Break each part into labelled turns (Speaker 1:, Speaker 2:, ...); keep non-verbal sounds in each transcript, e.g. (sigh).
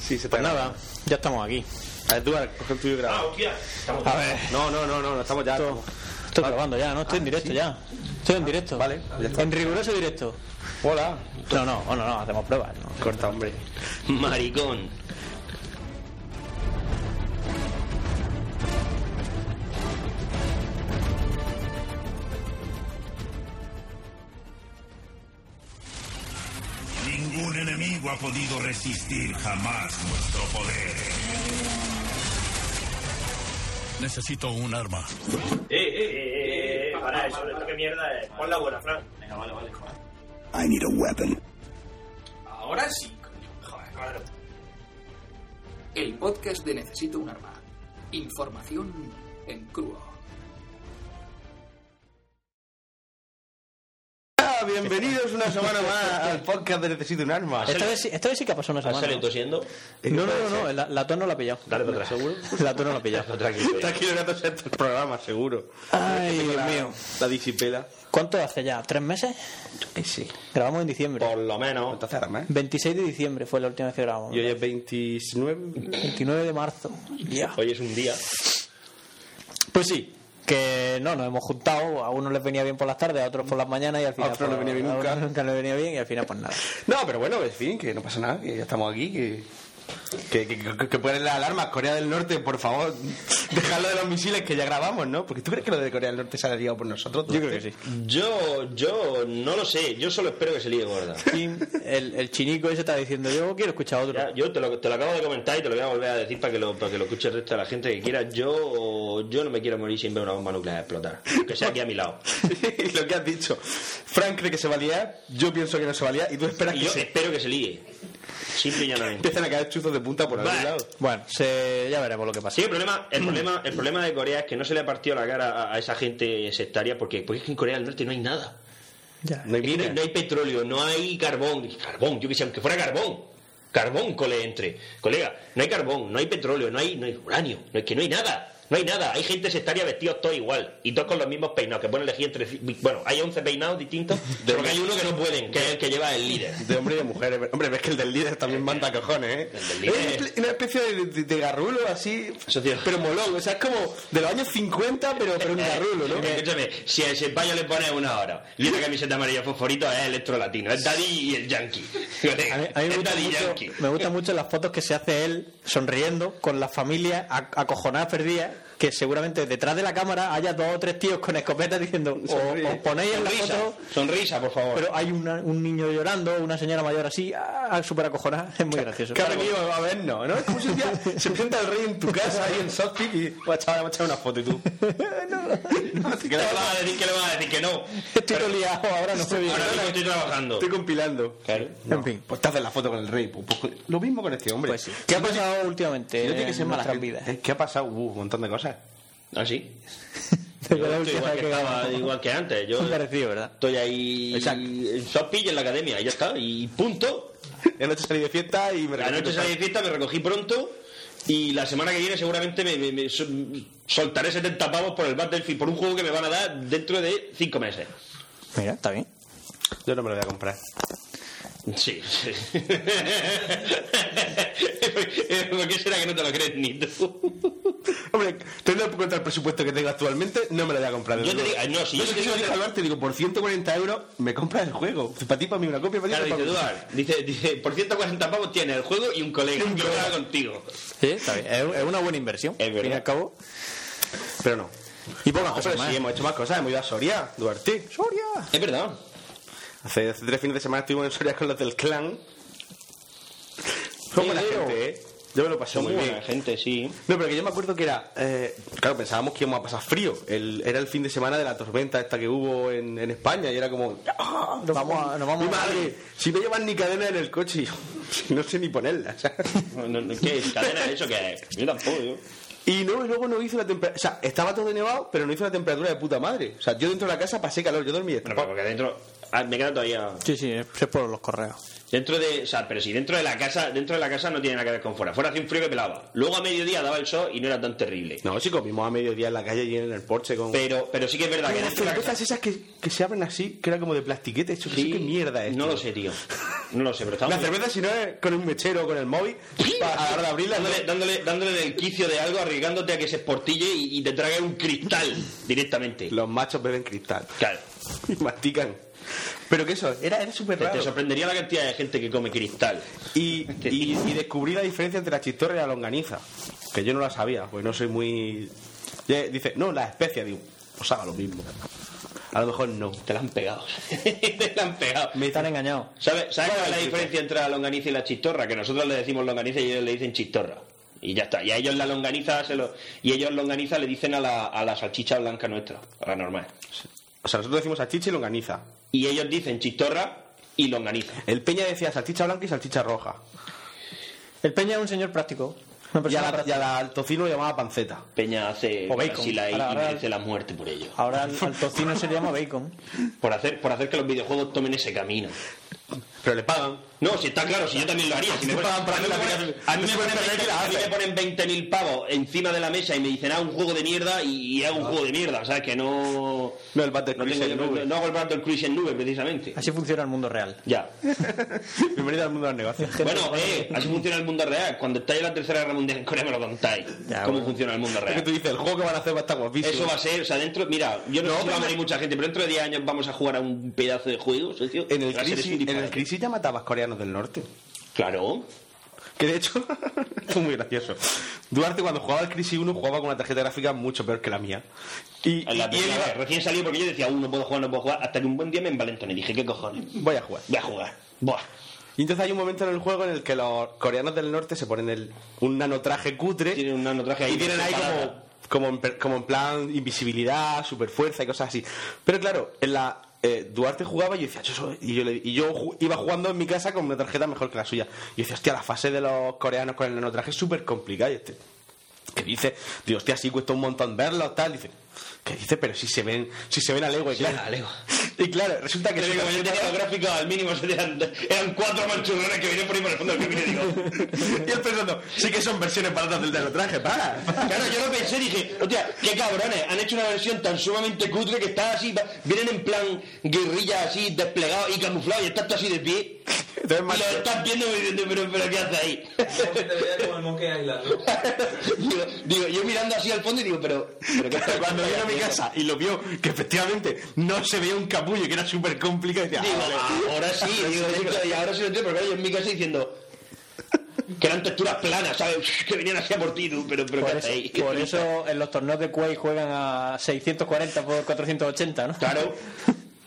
Speaker 1: Sí, se te
Speaker 2: Pues
Speaker 1: nada.
Speaker 2: nada, ya estamos aquí.
Speaker 1: Edward, coge el tuyo y graba.
Speaker 2: A ver,
Speaker 1: No, no, no, no, no, estamos ya.
Speaker 2: esto- estoy grabando ya, ¿no? Estoy en directo ya. Estoy en directo.
Speaker 1: vale, ya está.
Speaker 2: En riguroso directo.
Speaker 1: Hola.
Speaker 2: No, no, no, no, no, hacemos pruebas. ¿no?
Speaker 1: Corta, hombre.
Speaker 3: Maricón.
Speaker 4: Ningún enemigo ha podido resistir jamás nuestro poder. Necesito un arma.
Speaker 5: Eh, eh, para eso, esto qué mierda es. Pon la buena, Fran. Venga, vale, vale, joder.
Speaker 4: I need a weapon.
Speaker 5: Ahora sí, coño. Joder, claro.
Speaker 6: El podcast de Necesito un Arma. Información en crudo.
Speaker 1: Ah, bienvenidos una semana más al podcast de Necesito un arma.
Speaker 2: Esta vez, sí- esta vez sí que ha pasado una
Speaker 3: ¿Has
Speaker 2: semana.
Speaker 3: salido
Speaker 2: ¿no?
Speaker 3: tosiendo?
Speaker 2: No, no, no, no, la, la tos no la ha pillado.
Speaker 3: Dale para atrás. ¿Seguro?
Speaker 2: (laughs) La tos no la ha pillado.
Speaker 3: Tranquilo.
Speaker 1: Tranquilo que haces estos programas, seguro.
Speaker 2: Ay, Dios mío.
Speaker 1: La disipela.
Speaker 2: ¿Cuánto hace ya? ¿Tres meses?
Speaker 1: sí.
Speaker 2: Grabamos en diciembre.
Speaker 3: Por lo menos.
Speaker 1: Entonces ahora más.
Speaker 2: 26 de diciembre fue la última vez que grabamos.
Speaker 1: Y hoy es 29.
Speaker 2: 29 de marzo. Ya.
Speaker 3: Hoy es un día.
Speaker 2: Pues sí, que no, nos hemos juntado, a unos les venía bien por las tardes, a otros por las mañanas y al final...
Speaker 1: A otros no
Speaker 2: pues,
Speaker 1: venía bien
Speaker 2: a
Speaker 1: nunca.
Speaker 2: unos Nunca les venía bien y al final pues nada.
Speaker 1: No, pero bueno, en fin, que no pasa nada, que ya estamos aquí, que. Que, que, que- que ponen las alarmas, Corea del Norte, por favor, (laughs) dejadlo de los misiles que ya grabamos, ¿no? Porque tú crees que lo de Corea del Norte se ha liado por nosotros.
Speaker 2: Yo creo que sí.
Speaker 3: Yo, yo no lo sé. Yo solo espero que se líe gorda.
Speaker 2: Kim, el, el chinico ese está diciendo, yo quiero escuchar otro.
Speaker 3: Ya, yo te lo, te lo acabo de comentar y te lo voy a volver a decir para que lo, para que lo escuche el resto de la gente que quiera. Yo, yo no me quiero morir sin ver una bomba nuclear explotar. Que sea aquí a mi lado.
Speaker 1: (laughs) Y lo que has dicho. Frank cree que se va a liar, yo pienso que no se va a liar, y tú esperas
Speaker 3: Y
Speaker 1: que
Speaker 3: yo
Speaker 1: se
Speaker 3: espero que se líe. Simple y llanamente.
Speaker 1: empiecen a caer chuzos de punta por algún
Speaker 3: Vale.
Speaker 1: lado.
Speaker 2: Bueno, se- ya veremos lo que pasa.
Speaker 3: Sí, el problema, el problema, el problema de Corea es que no se le ha partido la cara a, a esa gente sectaria porque, porque es que en Corea del Norte no hay nada.
Speaker 2: Ya.
Speaker 1: No hay
Speaker 3: Es que
Speaker 1: minas.
Speaker 3: No hay petróleo, no hay carbón. Carbón, yo que sé, aunque fuera carbón. Carbón, cole, entre. Colega, no hay carbón, no hay petróleo, no hay, no hay uranio. No, es que no hay nada. No hay nada. Hay gente sectaria vestidos todos igual. Y todos con los mismos peinados. Que pueden elegir entre. Bueno, hay 11 peinados distintos. Pero que hay uno que no pueden, que es el que lleva el líder.
Speaker 1: De hombre y de mujer. Hombre, ves que el del líder también manda cojones, ¿eh?
Speaker 3: El del líder.
Speaker 1: Es una espe- una especie de, de- de garrulo así,
Speaker 3: Eso, tío.
Speaker 1: pero molón. O sea, es como de los años 50, pero, pero un garrulo, ¿no?
Speaker 3: Eh, Escúchame, si a ese paño le pones una hora y una camiseta amarilla fosforito es electrolatino, es Daddy y el Yankee.
Speaker 2: (laughs) A mí, a mí me,
Speaker 3: es
Speaker 2: gustan
Speaker 3: Daddy
Speaker 2: mucho,
Speaker 3: Yankee.
Speaker 2: me gustan mucho las fotos que se hace él sonriendo con la familia a- acojonada perdida, que seguramente detrás de la cámara haya dos o tres tíos con escopetas diciendo, o,
Speaker 1: Sonríe.
Speaker 2: os ponéis en la
Speaker 3: Sonrisa,
Speaker 2: foto,
Speaker 3: sonrisa, por favor.
Speaker 2: pero hay una- un niño llorando, una señora mayor así, ah, súper acojonada, es muy gracioso.
Speaker 1: Que ha
Speaker 3: eh,
Speaker 1: venido a vernos, ¿no? Es como si un día se sienta el rey en tu casa ahí en Softpick y... Pues chaval, vamos a echar una foto y
Speaker 3: (laughs)
Speaker 1: tú... no, no, te
Speaker 3: ¿Qué le
Speaker 1: quedas-
Speaker 3: vas a decir? ¿Qué le vas a decir? Que no.
Speaker 2: (laughs) Estoy liado, ahora no sé bien.
Speaker 3: Ahora mismo estoy trabajando.
Speaker 1: Estoy compilando.
Speaker 3: Claro.
Speaker 2: En fin.
Speaker 1: Pues te haces la foto con el rey. Pues, pues, lo mismo con este hombre.
Speaker 2: Pues sí. ¿Qué ha pasado
Speaker 3: Eh,
Speaker 2: últimamente
Speaker 1: Yo tiene que ser
Speaker 2: en
Speaker 1: mala
Speaker 2: nuestras
Speaker 1: gente.
Speaker 2: vidas?
Speaker 1: Es que ha pasado uh, un montón de (laughs) cosas.
Speaker 3: ¿Ah, sí?
Speaker 2: (laughs) Desde
Speaker 3: Yo
Speaker 2: la
Speaker 3: estoy
Speaker 2: última
Speaker 3: igual,
Speaker 2: vez
Speaker 3: que
Speaker 2: que
Speaker 3: estaba,
Speaker 2: grabamos.
Speaker 3: igual que antes. Yo
Speaker 2: Muy parecido, ¿verdad?
Speaker 3: estoy ahí
Speaker 1: Exacto.
Speaker 3: en Sopi y en la academia, y ya está. Y punto.
Speaker 1: Y Anoche salí de fiesta y me
Speaker 3: La noche salí de fiesta, me recogí pronto y la semana que viene seguramente me, me- me sol- soltaré 70 pavos por el Battlefield, por un juego que me van a dar dentro de 5 meses.
Speaker 2: Mira, está bien.
Speaker 1: Yo no me lo voy a comprar.
Speaker 3: Sí, sí. (laughs) ¿Por qué será que no te lo crees ni tú?
Speaker 1: (laughs) Hombre, teniendo en cuenta el presupuesto que tengo actualmente, no me lo voy a comprar.
Speaker 3: Yo te digo, no, si yo
Speaker 1: sé
Speaker 3: te
Speaker 1: si
Speaker 3: digo-
Speaker 1: lo digo a Duarte, digo, por 140 euros me compras el juego. Para ti, para mí, una copia, para
Speaker 3: Claro,
Speaker 1: ti,
Speaker 3: dice,
Speaker 1: para mí.
Speaker 3: Duarte, dice, dice, por 140 pavos tiene el juego y un colega que juega contigo.
Speaker 2: Sí, está bien. Es es una buena inversión.
Speaker 3: Es
Speaker 2: al fin y
Speaker 3: verdad.
Speaker 2: al cabo.
Speaker 1: Pero no.
Speaker 2: Y pocas
Speaker 1: No,
Speaker 2: cosas
Speaker 1: pero
Speaker 2: más.
Speaker 1: sí, hemos hecho más cosas. Hemos ido a Soria, Duarte.
Speaker 2: ¡Soria!
Speaker 3: Es verdad.
Speaker 1: Hace, hace tres fines de semana estuvimos en Soria con los del clan. Son buena
Speaker 3: Pero-
Speaker 1: gente, ¿eh? Yo me lo pasé
Speaker 3: Son
Speaker 1: muy
Speaker 3: muy
Speaker 1: bien.
Speaker 3: buena gente, sí.
Speaker 1: No, pero que yo me acuerdo que era. eh, claro, pensábamos que íbamos a pasar frío. El- era el fin de semana de la tormenta esta que hubo en, en España y era como. ¡ah!
Speaker 2: Nos vamos a- nos vamos
Speaker 1: ¡Mi
Speaker 2: a-
Speaker 1: madre! Si no llevan ni cadena en el coche, y yo, (laughs) no sé ni ponerla. o sea.
Speaker 3: No, no, ¿Qué cadena es eso que es? Yo tampoco, yo.
Speaker 1: Y no, y luego no hizo la temperatura. O sea, estaba todo nevado, pero no hizo la temperatura de puta madre. O sea, yo dentro de la casa pasé calor, yo dormí
Speaker 3: Bueno,
Speaker 1: destapado.
Speaker 3: pero porque dentro... ah, me queda todavía...
Speaker 2: Sí, sí, es es por los correos.
Speaker 3: Dentro de, o sea, pero si dentro de la casa, dentro de la casa no tiene nada que ver con fuera. Fuera hacía un frío que pelaba. Luego a mediodía daba el sol y no era tan terrible.
Speaker 1: No, sí, comimos a mediodía en la calle y en el porche con.
Speaker 3: Pero, pero sí que es verdad que
Speaker 1: Oye, las
Speaker 3: dentro de la casa-
Speaker 1: cervezas esas que, que se abren así, que era como de plastiquete, eso que sí,
Speaker 3: Sí,
Speaker 1: que mierda es.
Speaker 3: No
Speaker 1: tío.
Speaker 3: lo sé, tío. No lo sé, pero estamos.
Speaker 1: La cerveza, si no es con un mechero o con el móvil, para a la hora de abrirla,
Speaker 3: dándole, dándole, dándole del quicio de algo, arriesgándote a que se esportille y, y te trague un cristal directamente.
Speaker 1: los machos beben cristal (laughs)
Speaker 3: Claro.
Speaker 1: y mastican. Pero que eso, era, era súper
Speaker 3: Te, te
Speaker 1: raro.
Speaker 3: sorprendería la cantidad de gente que come cristal.
Speaker 1: Y, y, y descubrí la diferencia entre la chistorra y la longaniza, que yo no la sabía, pues no soy muy... Y, eh, Dice, no, la especia, digo, pues haga lo mismo. A lo mejor no.
Speaker 3: Te la han (laughs) pegado. te la han pegado.
Speaker 2: Me están engañados.
Speaker 3: ¿Sabes sabes cuál es la diferencia entre la longaniza y la chistorra? Que nosotros le decimos longaniza y ellos le dicen chistorra. Y ya está. Y a ellos la longaniza se lo... Y ellos longaniza le dicen a la, a la salchicha blanca nuestra, a la normal.
Speaker 1: O sea, nosotros decimos salchicha y longaniza.
Speaker 3: Y ellos dicen chistorra y longaniza.
Speaker 1: El Peña decía salchicha blanca y salchicha roja.
Speaker 2: El Peña es un señor práctico. Una
Speaker 1: Y
Speaker 3: Pues
Speaker 2: persona
Speaker 1: a la,
Speaker 2: práctica.
Speaker 1: y a la- al tocino le llamaba panceta.
Speaker 3: Peña hace
Speaker 2: O bacon.
Speaker 3: si la y
Speaker 2: Ahora, ahora-
Speaker 3: merece la muerte por ello.
Speaker 2: Ahora al, al tocino se le llama bacon.
Speaker 3: Por hacer, por hacer que los videojuegos tomen ese camino.
Speaker 1: Pero le pagan.
Speaker 3: No, si está claro, si yo también lo haría. Si me
Speaker 1: Te
Speaker 3: ponen-
Speaker 1: pagan por
Speaker 3: a mí
Speaker 1: hacer
Speaker 3: me
Speaker 1: la
Speaker 3: ponen-
Speaker 1: aplicación.
Speaker 3: a mí
Speaker 1: Te
Speaker 3: me
Speaker 1: suben
Speaker 3: ponen
Speaker 1: la regla,
Speaker 3: 20.000 a mí me ponen 20.000 pavos encima de la mesa y me dicen, ah, un juego de mierda y, y hago un juego de mierda. O sea, que no...
Speaker 1: No, el Battle
Speaker 3: no,
Speaker 1: Cruise
Speaker 3: tengo-
Speaker 1: en nube.
Speaker 3: no- no hago el Battle Cruise en nube, precisamente.
Speaker 2: Así funciona el mundo real.
Speaker 3: Ya.
Speaker 1: (laughs) Bienvenido al mundo de los negocios.
Speaker 3: Bueno, eh, así funciona el mundo real. Cuando estáis en la Tercera Guerra Mundial en Corea me lo contáis.
Speaker 2: Ya,
Speaker 3: cómo
Speaker 2: bueno.
Speaker 3: funciona el mundo
Speaker 1: Es que
Speaker 3: real.
Speaker 1: tú dices, el juego que van a hacer va a estar guapísimo.
Speaker 3: Eso va a ser, o sea, dentro, mira, yo no, sé si va a morir mucha gente, pero dentro de 10 años vamos a jugar a un pedazo de juego, socio.
Speaker 1: En el,
Speaker 3: Va a ser
Speaker 1: crisis,
Speaker 3: un
Speaker 1: en el
Speaker 3: disparate.
Speaker 1: crisis ya matabas coreanos del norte.
Speaker 3: Claro.
Speaker 1: Que de hecho, (laughs) fue muy gracioso. Duarte cuando jugaba al Crisis 1 jugaba con una tarjeta gráfica mucho peor que la mía. Y,
Speaker 3: En
Speaker 1: y-
Speaker 3: la
Speaker 1: y él
Speaker 3: primera vez,
Speaker 1: iba,
Speaker 3: recién salió porque yo decía, "Uh, no puedo jugar, no puedo jugar, hasta que un buen día me envalentoné. Dije, ¿qué cojones?
Speaker 1: voy a jugar.
Speaker 3: Voy a jugar. Buah.
Speaker 1: Y entonces hay un momento en el juego en el que los coreanos del norte se ponen el, un nanotraje cutre
Speaker 3: Tienen un nanotraje ahí
Speaker 1: y tienen ahí como, como, en, per- como en plan invisibilidad, super fuerza y cosas así. Pero claro, en la eh, Duarte jugaba y yo decía, "Yo soy-" y yo, le- y yo ju- iba jugando en mi casa con una tarjeta mejor que la suya. Y yo decía, hostia, la fase de los coreanos con el nanotraje es súper complicada. Y este, que dice, digo, hostia, sí cuesta un montón verlos, tal. Dice, que dice, pero si se ven, si se ven a legua, y claro. (laughs) Y claro, resulta que
Speaker 3: Yo
Speaker 1: su
Speaker 3: digo, yo
Speaker 1: tarjeta-
Speaker 3: tenía los gráficos al mínimo, eran, eran cuatro manchurrones que venían por ahí por el fondo del camino y digo... (laughs)
Speaker 1: Y él pensando, sí que son versiones baratas del nanotraje, para.
Speaker 3: Claro, yo lo pensé, dije, hostia, qué cabrones, han hecho una versión tan sumamente cutre que está así, va- vienen en plan guerrilla así, desplegado y camuflado y estás tú así de pie.
Speaker 1: Entonces,
Speaker 3: Y lo estás viendo y diciendo, pero, pero ¿qué hace ahí? (laughs) digo, digo, yo mirando así al fondo y digo, pero, pero ¿qué estás
Speaker 1: Pero cuando vino a mi
Speaker 3: haciendo?
Speaker 1: casa y lo vio que efectivamente no se veía un capullo que era súper complicado, decía,
Speaker 3: Digo,
Speaker 1: "Ah, vale".
Speaker 3: ahora sí, digo, esto, y ahora sí lo entiendo, pero claro, yo en mi casa diciendo que eran texturas planas, ¿sabes? (laughs) Que venían así a por ti, tú, pero, pero ¿qué
Speaker 2: Por
Speaker 3: hace ahí?
Speaker 2: eso, por eso en los torneos de Quake juegan a 640 por 480, ¿no?
Speaker 3: Claro,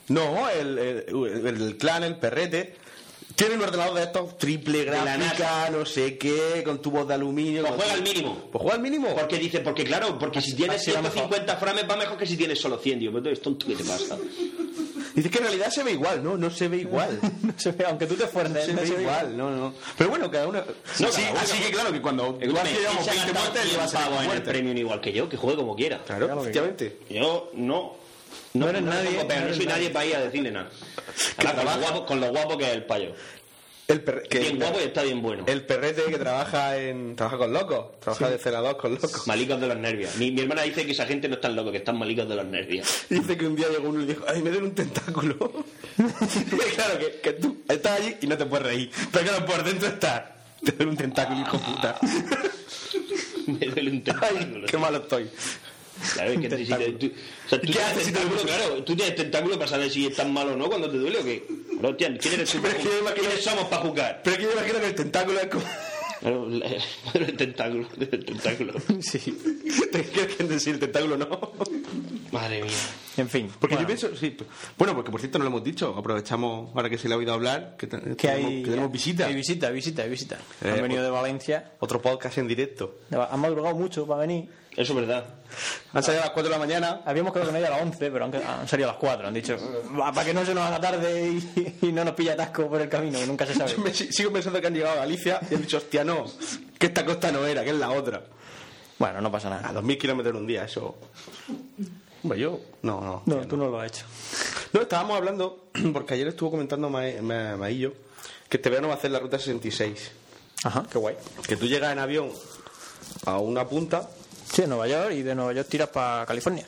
Speaker 1: No, el, el- el- el clan, el perrete. Tiene un ordenador de estos triple
Speaker 3: la
Speaker 1: gráfica, no sé qué, con tubos de aluminio.
Speaker 3: pues
Speaker 1: con-
Speaker 3: juega al mínimo.
Speaker 1: Pues juega al mínimo.
Speaker 3: Porque dice, porque claro, porque si tienes
Speaker 2: así va
Speaker 3: 150 frames va mejor que si tienes solo 100. Digo, pero tú eres tonto, ¿qué
Speaker 1: (laughs)
Speaker 3: te pasa?
Speaker 1: Dice que en realidad se ve igual, no, no se ve
Speaker 3: (laughs)
Speaker 1: igual.
Speaker 2: (laughs) No se ve, aunque tú te
Speaker 1: No
Speaker 2: esfuerces.
Speaker 1: se
Speaker 2: no
Speaker 1: ve
Speaker 2: se ve.
Speaker 1: igual, no, no. Pero bueno, cada uno.
Speaker 3: No,
Speaker 1: Sí,
Speaker 3: cada uno.
Speaker 1: así que claro que cuando tú
Speaker 3: Me-
Speaker 1: has llevamos
Speaker 3: se ha
Speaker 1: 20
Speaker 3: gastado
Speaker 1: muertes, le
Speaker 3: 100
Speaker 1: vas a
Speaker 3: pavos
Speaker 1: dar
Speaker 3: en el
Speaker 1: muerte.
Speaker 3: premium igual que yo, que juegue como quiera.
Speaker 1: Claro,
Speaker 2: Claro que-
Speaker 1: efectivamente.
Speaker 3: Yo no. No,
Speaker 2: eres
Speaker 3: me
Speaker 2: nadie,
Speaker 3: pongo pega,
Speaker 2: no
Speaker 3: no,
Speaker 2: eres
Speaker 3: soy nadie
Speaker 2: nadie.
Speaker 3: para ir a decirle nada.
Speaker 1: (laughs)
Speaker 3: Además, con, lo guapo, con lo guapo que es el payo.
Speaker 1: El perre- que-
Speaker 3: Bien guapo y está bien bueno.
Speaker 1: El perrete que trabaja en trabaja con locos, trabaja de celador con locos.
Speaker 3: Malicos de los nervios. Mi, mi hermana dice que esa gente no está loco, que están malicos de los nervios. (laughs)
Speaker 1: Y dice que un día llegó uno y dijo, ay, me duele un tentáculo. (laughs) Y claro, que, que tú estás allí y no te puedes reír. Pero claro, por dentro está. Te duele un tentáculo, hijo puta.
Speaker 3: Me duele un
Speaker 1: Ay,
Speaker 3: tentáculo.
Speaker 1: qué malo estoy.
Speaker 3: Claro, es que si te- tú, o sea, tú
Speaker 1: ¿Qué
Speaker 3: tienes
Speaker 1: haces si te
Speaker 3: tentáculo, claro, tú tienes tentáculo para saber si es tan malo o no cuando te duele o qué. No, hostia, ¿quién eres tú?
Speaker 1: Pero es que yo imagino-
Speaker 3: ¿Quiénes somos para juzgar?
Speaker 1: Pero es que yo imagino que el tentáculo es como...
Speaker 3: Claro, (laughs) la- el tentáculo, el tentáculo.
Speaker 1: (laughs) Sí. (laughs) ¿Te crees que decir el tentáculo no? Porque
Speaker 3: Madre mía.
Speaker 2: En fin.
Speaker 1: yo pienso... Sí. Bueno, porque por cierto no lo hemos dicho. Aprovechamos, ahora que se le ha oído hablar, que, ten-
Speaker 2: que
Speaker 1: tenemos,
Speaker 2: hay,
Speaker 1: que tenemos visita.
Speaker 2: Hay visita, hay visita, hay visita.
Speaker 1: Eh,
Speaker 2: Han venido
Speaker 1: pues-
Speaker 2: de Valencia.
Speaker 1: Otro podcast en directo.
Speaker 2: de Va- Han madrugado mucho para venir.
Speaker 3: Eso es verdad.
Speaker 1: Han salido a las 4 de la mañana. (laughs)
Speaker 2: Habíamos quedado con ella a las 11, pero han, qued- han salido a las 4. Han dicho, "Va, para que no se nos haga tarde y, y no nos pilla atasco por el camino, que nunca se sabe.
Speaker 1: Yo (laughs) me si- sigo pensando que han llegado a Galicia y han dicho, hostia, no, que esta costa no era, que es la otra.
Speaker 2: Bueno, no pasa
Speaker 1: A
Speaker 2: nada.
Speaker 1: 2.000 kilómetros en un día, eso... Hombre, yo... No, no.
Speaker 2: No, tú no lo has hecho.
Speaker 1: No, estábamos hablando, (clears throat) porque ayer estuvo comentando Mae- Ma- Maillo, que este verano va a hacer la Ruta 66.
Speaker 2: Ajá, qué guay.
Speaker 1: Que tú llegas en avión a una punta, (clears throat)
Speaker 2: Sí, en Nueva York y de Nueva York tiras para California.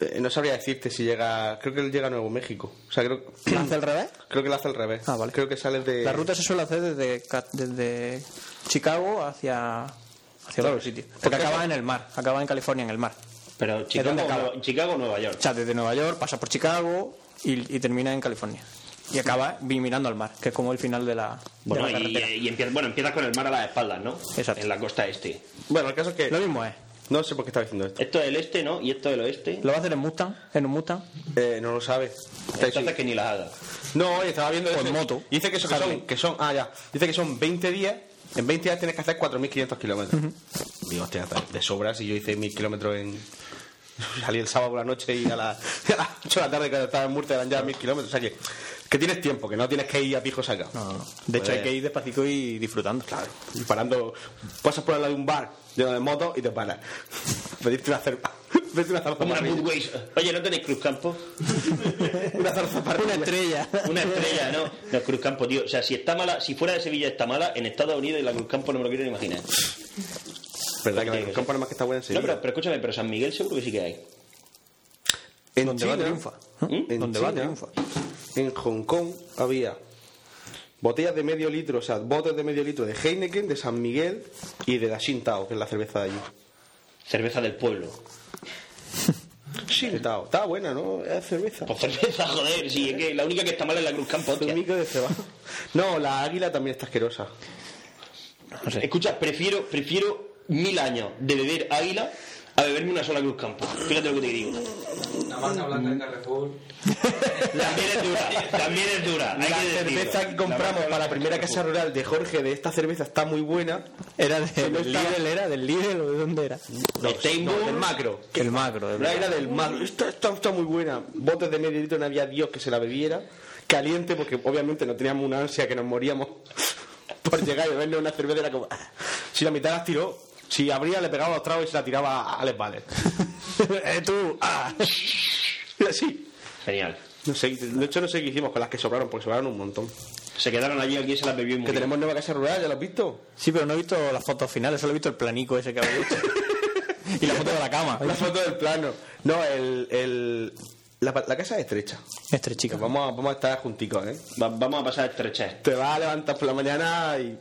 Speaker 1: Eh, no sabría decirte si llega. Creo que él llega a Nuevo México. O sea, creo, (clears throat)
Speaker 2: ¿La hace al revés?
Speaker 1: creo que lo hace al revés.
Speaker 2: Ah, vale.
Speaker 1: Creo que sale de.
Speaker 2: La ruta se suele hacer desde, Ca- desde Chicago hacia, hacia
Speaker 1: Claro.
Speaker 2: otro sitio. Porque acaba en el mar, acaba en California en el mar.
Speaker 3: Pero Chicago,
Speaker 2: dónde acaba?
Speaker 3: Nueva- Chicago, Nueva York.
Speaker 2: O sea, desde Nueva York pasa por Chicago y, y termina en California. Y acaba vi- mirando al mar, que es como el final de la, de
Speaker 3: Bueno,
Speaker 2: la
Speaker 3: y, eh,
Speaker 2: carretera.
Speaker 3: y empieza, bueno, empiezas con el mar a las espaldas, ¿no?
Speaker 2: Exacto.
Speaker 3: En la costa este.
Speaker 1: Bueno, el caso es que.
Speaker 2: Lo mismo es.
Speaker 1: No sé por qué estaba diciendo esto.
Speaker 3: Esto es el este, ¿no? Y esto es el oeste.
Speaker 2: Lo va a hacer en Mustang, en un Mustang.
Speaker 1: Eh, no lo sabe.
Speaker 3: Entonces que ni las haga.
Speaker 1: No, oye, estaba viendo
Speaker 2: Con
Speaker 1: eso.
Speaker 2: moto.
Speaker 1: Y Dice que, eso que son,
Speaker 2: Harley.
Speaker 1: que son. Ah, ya. Dice que son 20 días. En 20 días tienes que hacer 4.500 kilómetros. Digo, hostia, está de sobras. Y yo hice 1.000 kilómetros en. (laughs) Salí el sábado por la noche y a, la- (laughs) y a las 8 de la tarde, cuando estaba en Murcia, eran ya 1.000 kilómetros. O sea que, que tienes tiempo, que no tienes que ir a pijo saca.
Speaker 2: De hecho,
Speaker 1: Joder.
Speaker 2: hay que ir despacito y disfrutando.
Speaker 1: Claro, y parando. Pasas por al lado de un bar lleno de motos y te paras. (laughs) Pedirte una cerveza. (laughs) Pedirte una zarza
Speaker 3: Como una
Speaker 1: parrilla.
Speaker 3: Goodways. Oye, ¿no tenéis Cruzcampo?
Speaker 1: Una zarza parrilla.
Speaker 2: Una estrella.
Speaker 3: Una estrella, ¿no? No, Cruzcampo, tío. O sea, si está mala, si fuera de Sevilla está mala, en Estados Unidos y la Cruzcampo no me lo quiero ni imaginar.
Speaker 1: Verdad que la Cruz Campo nada más que está buena en
Speaker 3: No,
Speaker 1: Sevilla.
Speaker 3: pero, pero escúchame, pero San Miguel seguro que sí que hay.
Speaker 1: en
Speaker 2: Donde
Speaker 1: China,
Speaker 2: va triunfa.
Speaker 1: ¿Mm? En
Speaker 2: Donde va
Speaker 1: China,
Speaker 2: triunfa.
Speaker 1: En Hong Kong había botellas de medio litro, o sea, botes de medio litro de Heineken, de San Miguel y de la Shintao, que es la cerveza de allí.
Speaker 3: Cerveza del pueblo.
Speaker 1: Shintao, está buena, ¿no? Es cerveza.
Speaker 3: Pues cerveza, joder, sí, es que la única que está mala es la Cruzcampo, hostia.
Speaker 1: Zumico de cebada. No, la águila también está asquerosa.
Speaker 2: No sé.
Speaker 3: Escucha, prefiero, prefiero mil años de beber águila a beberme una sola Cruzcampo. Fíjate lo que te digo.
Speaker 7: La
Speaker 1: Mm.
Speaker 7: marca blanca de Carrefour.
Speaker 3: (laughs) También es dura, también es dura. Hay
Speaker 1: La
Speaker 3: que decirlo.
Speaker 1: cerveza que compramos para la primera casa rural de Jorge de esta cerveza está muy buena.
Speaker 2: Era de-
Speaker 1: no
Speaker 2: del
Speaker 1: estaba-
Speaker 2: Lidl, era del Lidl o de dónde era.
Speaker 3: De Steinburg.
Speaker 1: del macro.
Speaker 2: El macro. de
Speaker 1: La
Speaker 2: verdad.
Speaker 1: águila del macro. Esta esta- está muy buena. Botes de medio litro, no había Dios que se la bebiera. Caliente, porque obviamente no teníamos una ansia que nos moríamos (laughs) por llegar y beberle una cerveza. Era como. "Ah". Si la mitad las tiró, si abría, le pegaba los tragos y se la tiraba a Alex Valer. (laughs) ¡Eh, tú! ¡Ah! Y así.
Speaker 3: Genial.
Speaker 1: No sé, de hecho, no sé qué hicimos con las que sobraron, porque sobraron un montón.
Speaker 3: Se quedaron allí, alguien se las bebió y
Speaker 1: Que
Speaker 3: murió.
Speaker 1: tenemos nueva casa rural, ¿ya lo has visto?
Speaker 2: Sí, pero no he visto las fotos finales, solo he visto el planico ese que había hecho. y la foto de la cama.
Speaker 1: La foto del plano. No, el. el la, pa- la casa es estrecha.
Speaker 2: Estrechica.
Speaker 1: Vamos a, vamos a estar junticos, ¿eh?
Speaker 3: Va- vamos a pasar estrechas.
Speaker 1: Te vas a levantar por la mañana y.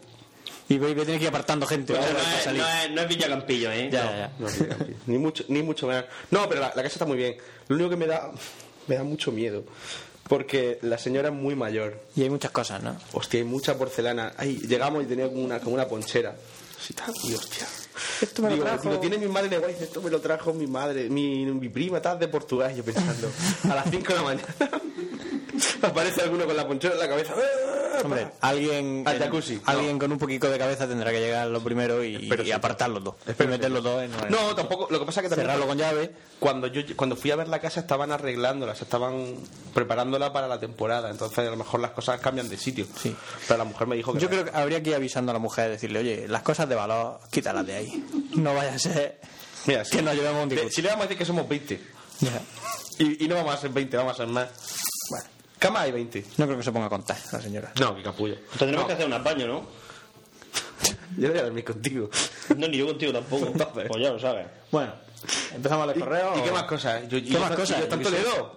Speaker 2: Y voy voy a tener que ir apartando gente
Speaker 3: No,
Speaker 2: ¿vale?
Speaker 3: no
Speaker 2: para
Speaker 3: es,
Speaker 2: salir.
Speaker 3: no es- no es Villacampillo, ¿eh?
Speaker 2: Ya,
Speaker 3: No.
Speaker 2: ya, ya.
Speaker 1: No,
Speaker 2: (laughs)
Speaker 1: ni- ni mucho ni mucho menos. No, pero la, la casa está muy bien. Lo único que me da me da mucho miedo porque la señora es muy mayor.
Speaker 2: Y hay muchas cosas, ¿no?
Speaker 1: Hostia, hay mucha porcelana. Ahí llegamos y tenía como una como una ponchera. Sí, tal, y hostia.
Speaker 2: Esto me lo
Speaker 1: Digo,
Speaker 2: trajo.
Speaker 1: digo, tiene mi madre en el guay, dice, esto me lo trajo mi madre, mi, mi prima, tal, de Portugal, yo pensando. A las 5 de la mañana (laughs) aparece alguno con la ponchera en la cabeza.
Speaker 2: Hombre, alguien,
Speaker 1: Al jacuzzi,
Speaker 2: alguien con un poquito de cabeza tendrá que llegar lo primero y,
Speaker 1: Espero
Speaker 2: y
Speaker 1: sí.
Speaker 2: apartar los dos. y meter los dos en una-
Speaker 1: No, tampoco. Lo que pasa es que también.
Speaker 2: cerrarlo con llave.
Speaker 1: cuando yo cuando fui a ver la casa estaban arreglándola, o sea, estaban preparándola para la temporada, entonces a lo mejor las cosas cambian de sitio.
Speaker 2: Sí.
Speaker 1: Pero la mujer me dijo que
Speaker 2: Yo
Speaker 1: no.
Speaker 2: creo que habría que ir avisando a la mujer, decirle, oye, las cosas de valor, quítalas de ahí. No vaya a ser
Speaker 1: Mira,
Speaker 2: que nos llevemos un
Speaker 1: de-
Speaker 2: disgusto.
Speaker 1: si le vamos a decir que somos 20
Speaker 2: Ya.
Speaker 1: y, y no vamos a ser 20, vamos a ser más.
Speaker 2: Bueno,
Speaker 1: Cama hay 20.
Speaker 2: no creo que se ponga a contar la señora.
Speaker 1: No, qué capullo.
Speaker 3: Tendremos que hacer un apaño, ¿no?
Speaker 1: Yo no voy a dormir contigo.
Speaker 3: No, ni yo
Speaker 1: (laughs)
Speaker 3: contigo tampoco.
Speaker 1: Entonces.
Speaker 3: Pues ya lo sabes.
Speaker 2: Bueno, empezamos los correos.
Speaker 1: ¿Y qué más cosas? Yo,
Speaker 2: ¿Qué más cosas?
Speaker 1: Yo tanto
Speaker 2: Yo
Speaker 1: le
Speaker 2: qué sé.
Speaker 1: doy.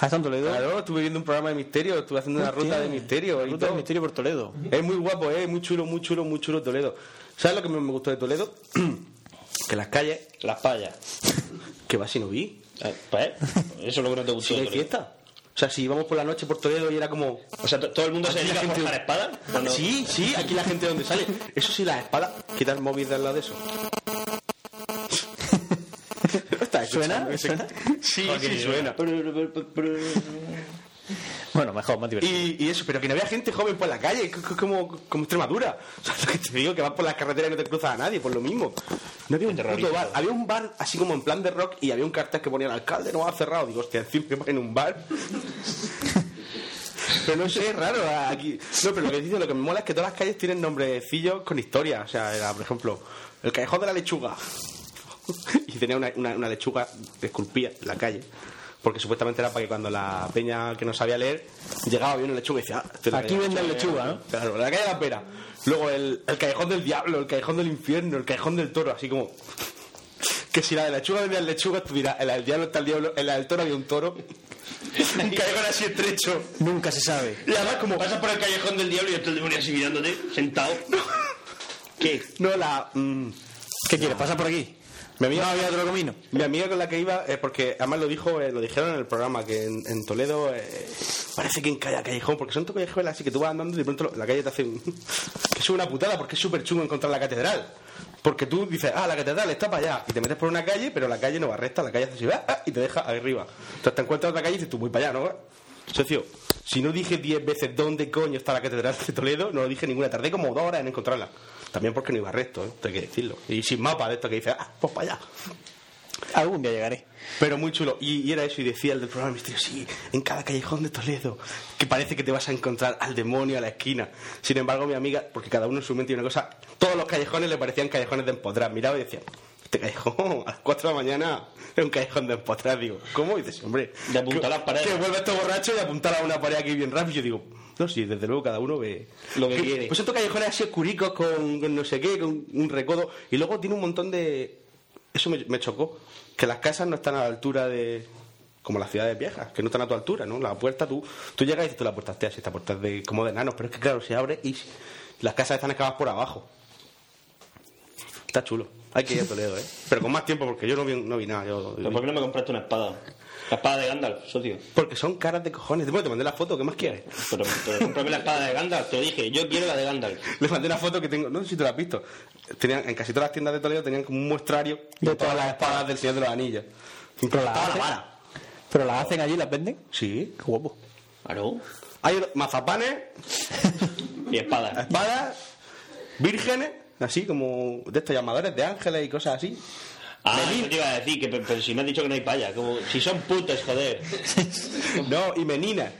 Speaker 2: ¿A tanto le doy?
Speaker 1: Claro, estuve viendo un programa de misterio, estuve haciendo una
Speaker 2: Hostia,
Speaker 1: ruta de misterio. y
Speaker 2: Ruta de
Speaker 1: todo.
Speaker 2: misterio por Toledo.
Speaker 1: Es muy guapo, es muy chulo, muy chulo, muy chulo Toledo. ¿Sabes lo que más me gustó de Toledo? (clears throat) que las calles,
Speaker 3: Las payas.
Speaker 1: (laughs) que va sin vi
Speaker 3: Eh, Pues, eh, eso es lo que no te gustó.
Speaker 1: Si no hay
Speaker 3: Antonio.
Speaker 1: fiesta. O sea, si íbamos por la noche por Toledo y era como.
Speaker 3: o sea, to- todo el mundo se
Speaker 1: Aquí
Speaker 3: dedica a
Speaker 1: la gente-
Speaker 3: forjar espadas. ¿o no?
Speaker 1: Sí, sí, aquí la gente donde sale. Eso sí, las espadas. Quita el móvil de al lado de eso. ¿No estás escuchando ese-
Speaker 2: ¿Suena?
Speaker 1: Sí,
Speaker 3: Porque-
Speaker 1: sí, suena.
Speaker 2: Bueno, mejor, más divertido.
Speaker 1: Y, y eso, pero que no había gente joven por la calle, c- c- como, como Extremadura. (laughs) O sea, lo que te digo, que vas por las carreteras y no te cruzas a nadie, por lo mismo. No había un
Speaker 3: Terrorista.
Speaker 1: puto bar. Había un bar así como en plan de rock y había un cartel que ponía el alcalde, no ha cerrado. Digo, hostia, encima en un bar. Pero no sé, es raro ah, aquí. No, pero lo que dice, lo que me mola es que todas las calles tienen nombrecillos con historia. O sea, era, por ejemplo, el callejón de la lechuga. (laughs) y tenía una, una, una lechuga esculpida en la calle. Porque supuestamente era para que cuando la peña que no sabía leer llegaba bien una lechuga y decía, "Ah, esta es la
Speaker 2: Aquí
Speaker 1: calle de la
Speaker 2: venden lechuga, ¿no?
Speaker 1: Claro, la calle de la pera. Luego el, el callejón del diablo, el callejón del infierno, el callejón del toro, así como. que si la de la lechuga venía lechuga, tú dirás, en la del diablo está el diablo, en la del toro había un toro. (laughs) un callejón así estrecho.
Speaker 2: Nunca se sabe.
Speaker 1: Y además como...
Speaker 3: Pasas por el callejón del diablo y está el demonio así mirándote, sentado. ¿Qué?
Speaker 1: No, la... mm,
Speaker 2: ¿Qué quieres? ¿Pasa por aquí?
Speaker 1: mi amiga-
Speaker 2: No había otro camino.
Speaker 1: Mi amiga con la que iba, eh, porque además lo dijo, eh, lo dijeron en el programa, que en, en Toledo eh, parece que en cada callejón, porque son todos callejones así que tú vas andando y de pronto lo- la calle te hace un... (laughs) que es una putada, porque es súper chungo encontrar la catedral. Porque tú dices, ah, la catedral está para allá, y te metes por una calle, pero la calle no va recta, la calle hace así, ah, ah, y te deja ahí arriba. Entonces te encuentras otra calle y dices, tú voy para allá, ¿no? Socio, si no dije 10 veces dónde coño está la catedral de Toledo, no lo dije ninguna, tardé como dos horas en encontrarla. También porque no iba recto, ¿eh? Esto hay que decirlo. Y sin mapa de esto que dices, ah, pues para allá.
Speaker 2: Algún día llegaré.
Speaker 1: Pero muy chulo. Y, y era eso, y decía el del programa Misterio, sí, en cada callejón de Toledo, que parece que te vas a encontrar al demonio a la esquina. Sin embargo, mi amiga, porque cada uno en su mente tiene una cosa, todos los callejones le parecían callejones de empotrar. Miraba y decía, este callejón a las 4 de la mañana es un callejón de empotrar. Digo, ¿cómo? Y dices, hombre,
Speaker 3: De apuntar a las paredes.
Speaker 1: Que vuelve este borracho y apuntar a una pared aquí bien rápido. Yo digo, no, sí, desde luego cada uno ve
Speaker 3: Lo que quiere.
Speaker 1: Pues estos callejones así oscuricos con, con no sé qué, con un recodo. Y luego tiene un montón de eso me, me chocó. Que las casas no están a la altura de. Como las ciudades viejas, que no están a tu altura, ¿no? La puerta, tú, tú llegas y dices, tú la puerta está así, esta puerta es de, como de enanos, pero es que claro, se abre y las casas están excavadas por abajo. Está chulo. Hay que ir a Toledo, ¿eh? Pero con más tiempo, porque yo no vi, no vi nada. yo-
Speaker 3: ¿Pero Pues, ¿Por qué no me compraste una espada? La espada de Gandalf, socio.
Speaker 1: Porque son caras de cojones. Bueno, te mandé la foto, ¿qué más quieres?
Speaker 3: Pero, pero cómprame la espada de Gandalf, te lo dije. Yo quiero la de Gandalf.
Speaker 1: Le mandé una foto que tengo, no sé si tú la has visto. Tenían, en casi todas las tiendas de Toledo tenían como un muestrario de todas las espadas del Señor de los Anillos. Pero la
Speaker 2: hacen? ¿Pero las hacen allí, las venden?
Speaker 1: Sí.
Speaker 2: Qué guapo.
Speaker 3: ¿Ah, no?
Speaker 1: Hay otro- mazapanes,
Speaker 3: Y espada.
Speaker 1: espadas, vírgenes, así como de estos llamadores de ángeles y cosas así.
Speaker 3: Ah, eso te iba a decir, que, pero, pero si me has dicho que no hay paya. Como, si son putas, joder.
Speaker 1: No, y meninas.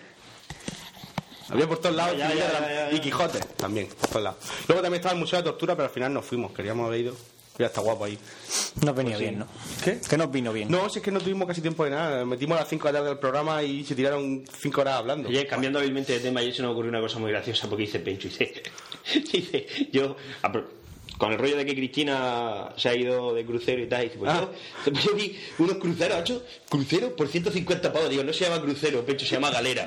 Speaker 1: Había por todos lados
Speaker 3: Ya,
Speaker 1: y
Speaker 3: ya,
Speaker 1: Villa de la-
Speaker 3: ya, ya, ya.
Speaker 1: y Quijote también, por todos lados. Luego también estaba el Museo de la Tortura, pero al final nos fuimos, queríamos haber ido. Ya está guapo ahí.
Speaker 2: Nos venía bien, ¿no?
Speaker 1: ¿Qué?
Speaker 2: Que nos vino bien.
Speaker 1: No, si es que no tuvimos casi tiempo de nada. Metimos a las 5 de la tarde del programa y se tiraron 5 horas hablando.
Speaker 3: Oye, cambiando hábilmente de tema, ayer se nos ocurrió una cosa muy graciosa porque dice Pencho, dice, (laughs) dice, yo, a pro- con el rollo de que Cristina se ha ido de crucero y tal, dice, pues
Speaker 1: Ah.
Speaker 3: yo, yo vi unos cruceros, hecho cruceros por 150 pavos, digo, no se llama crucero, Pencho, se llama galera.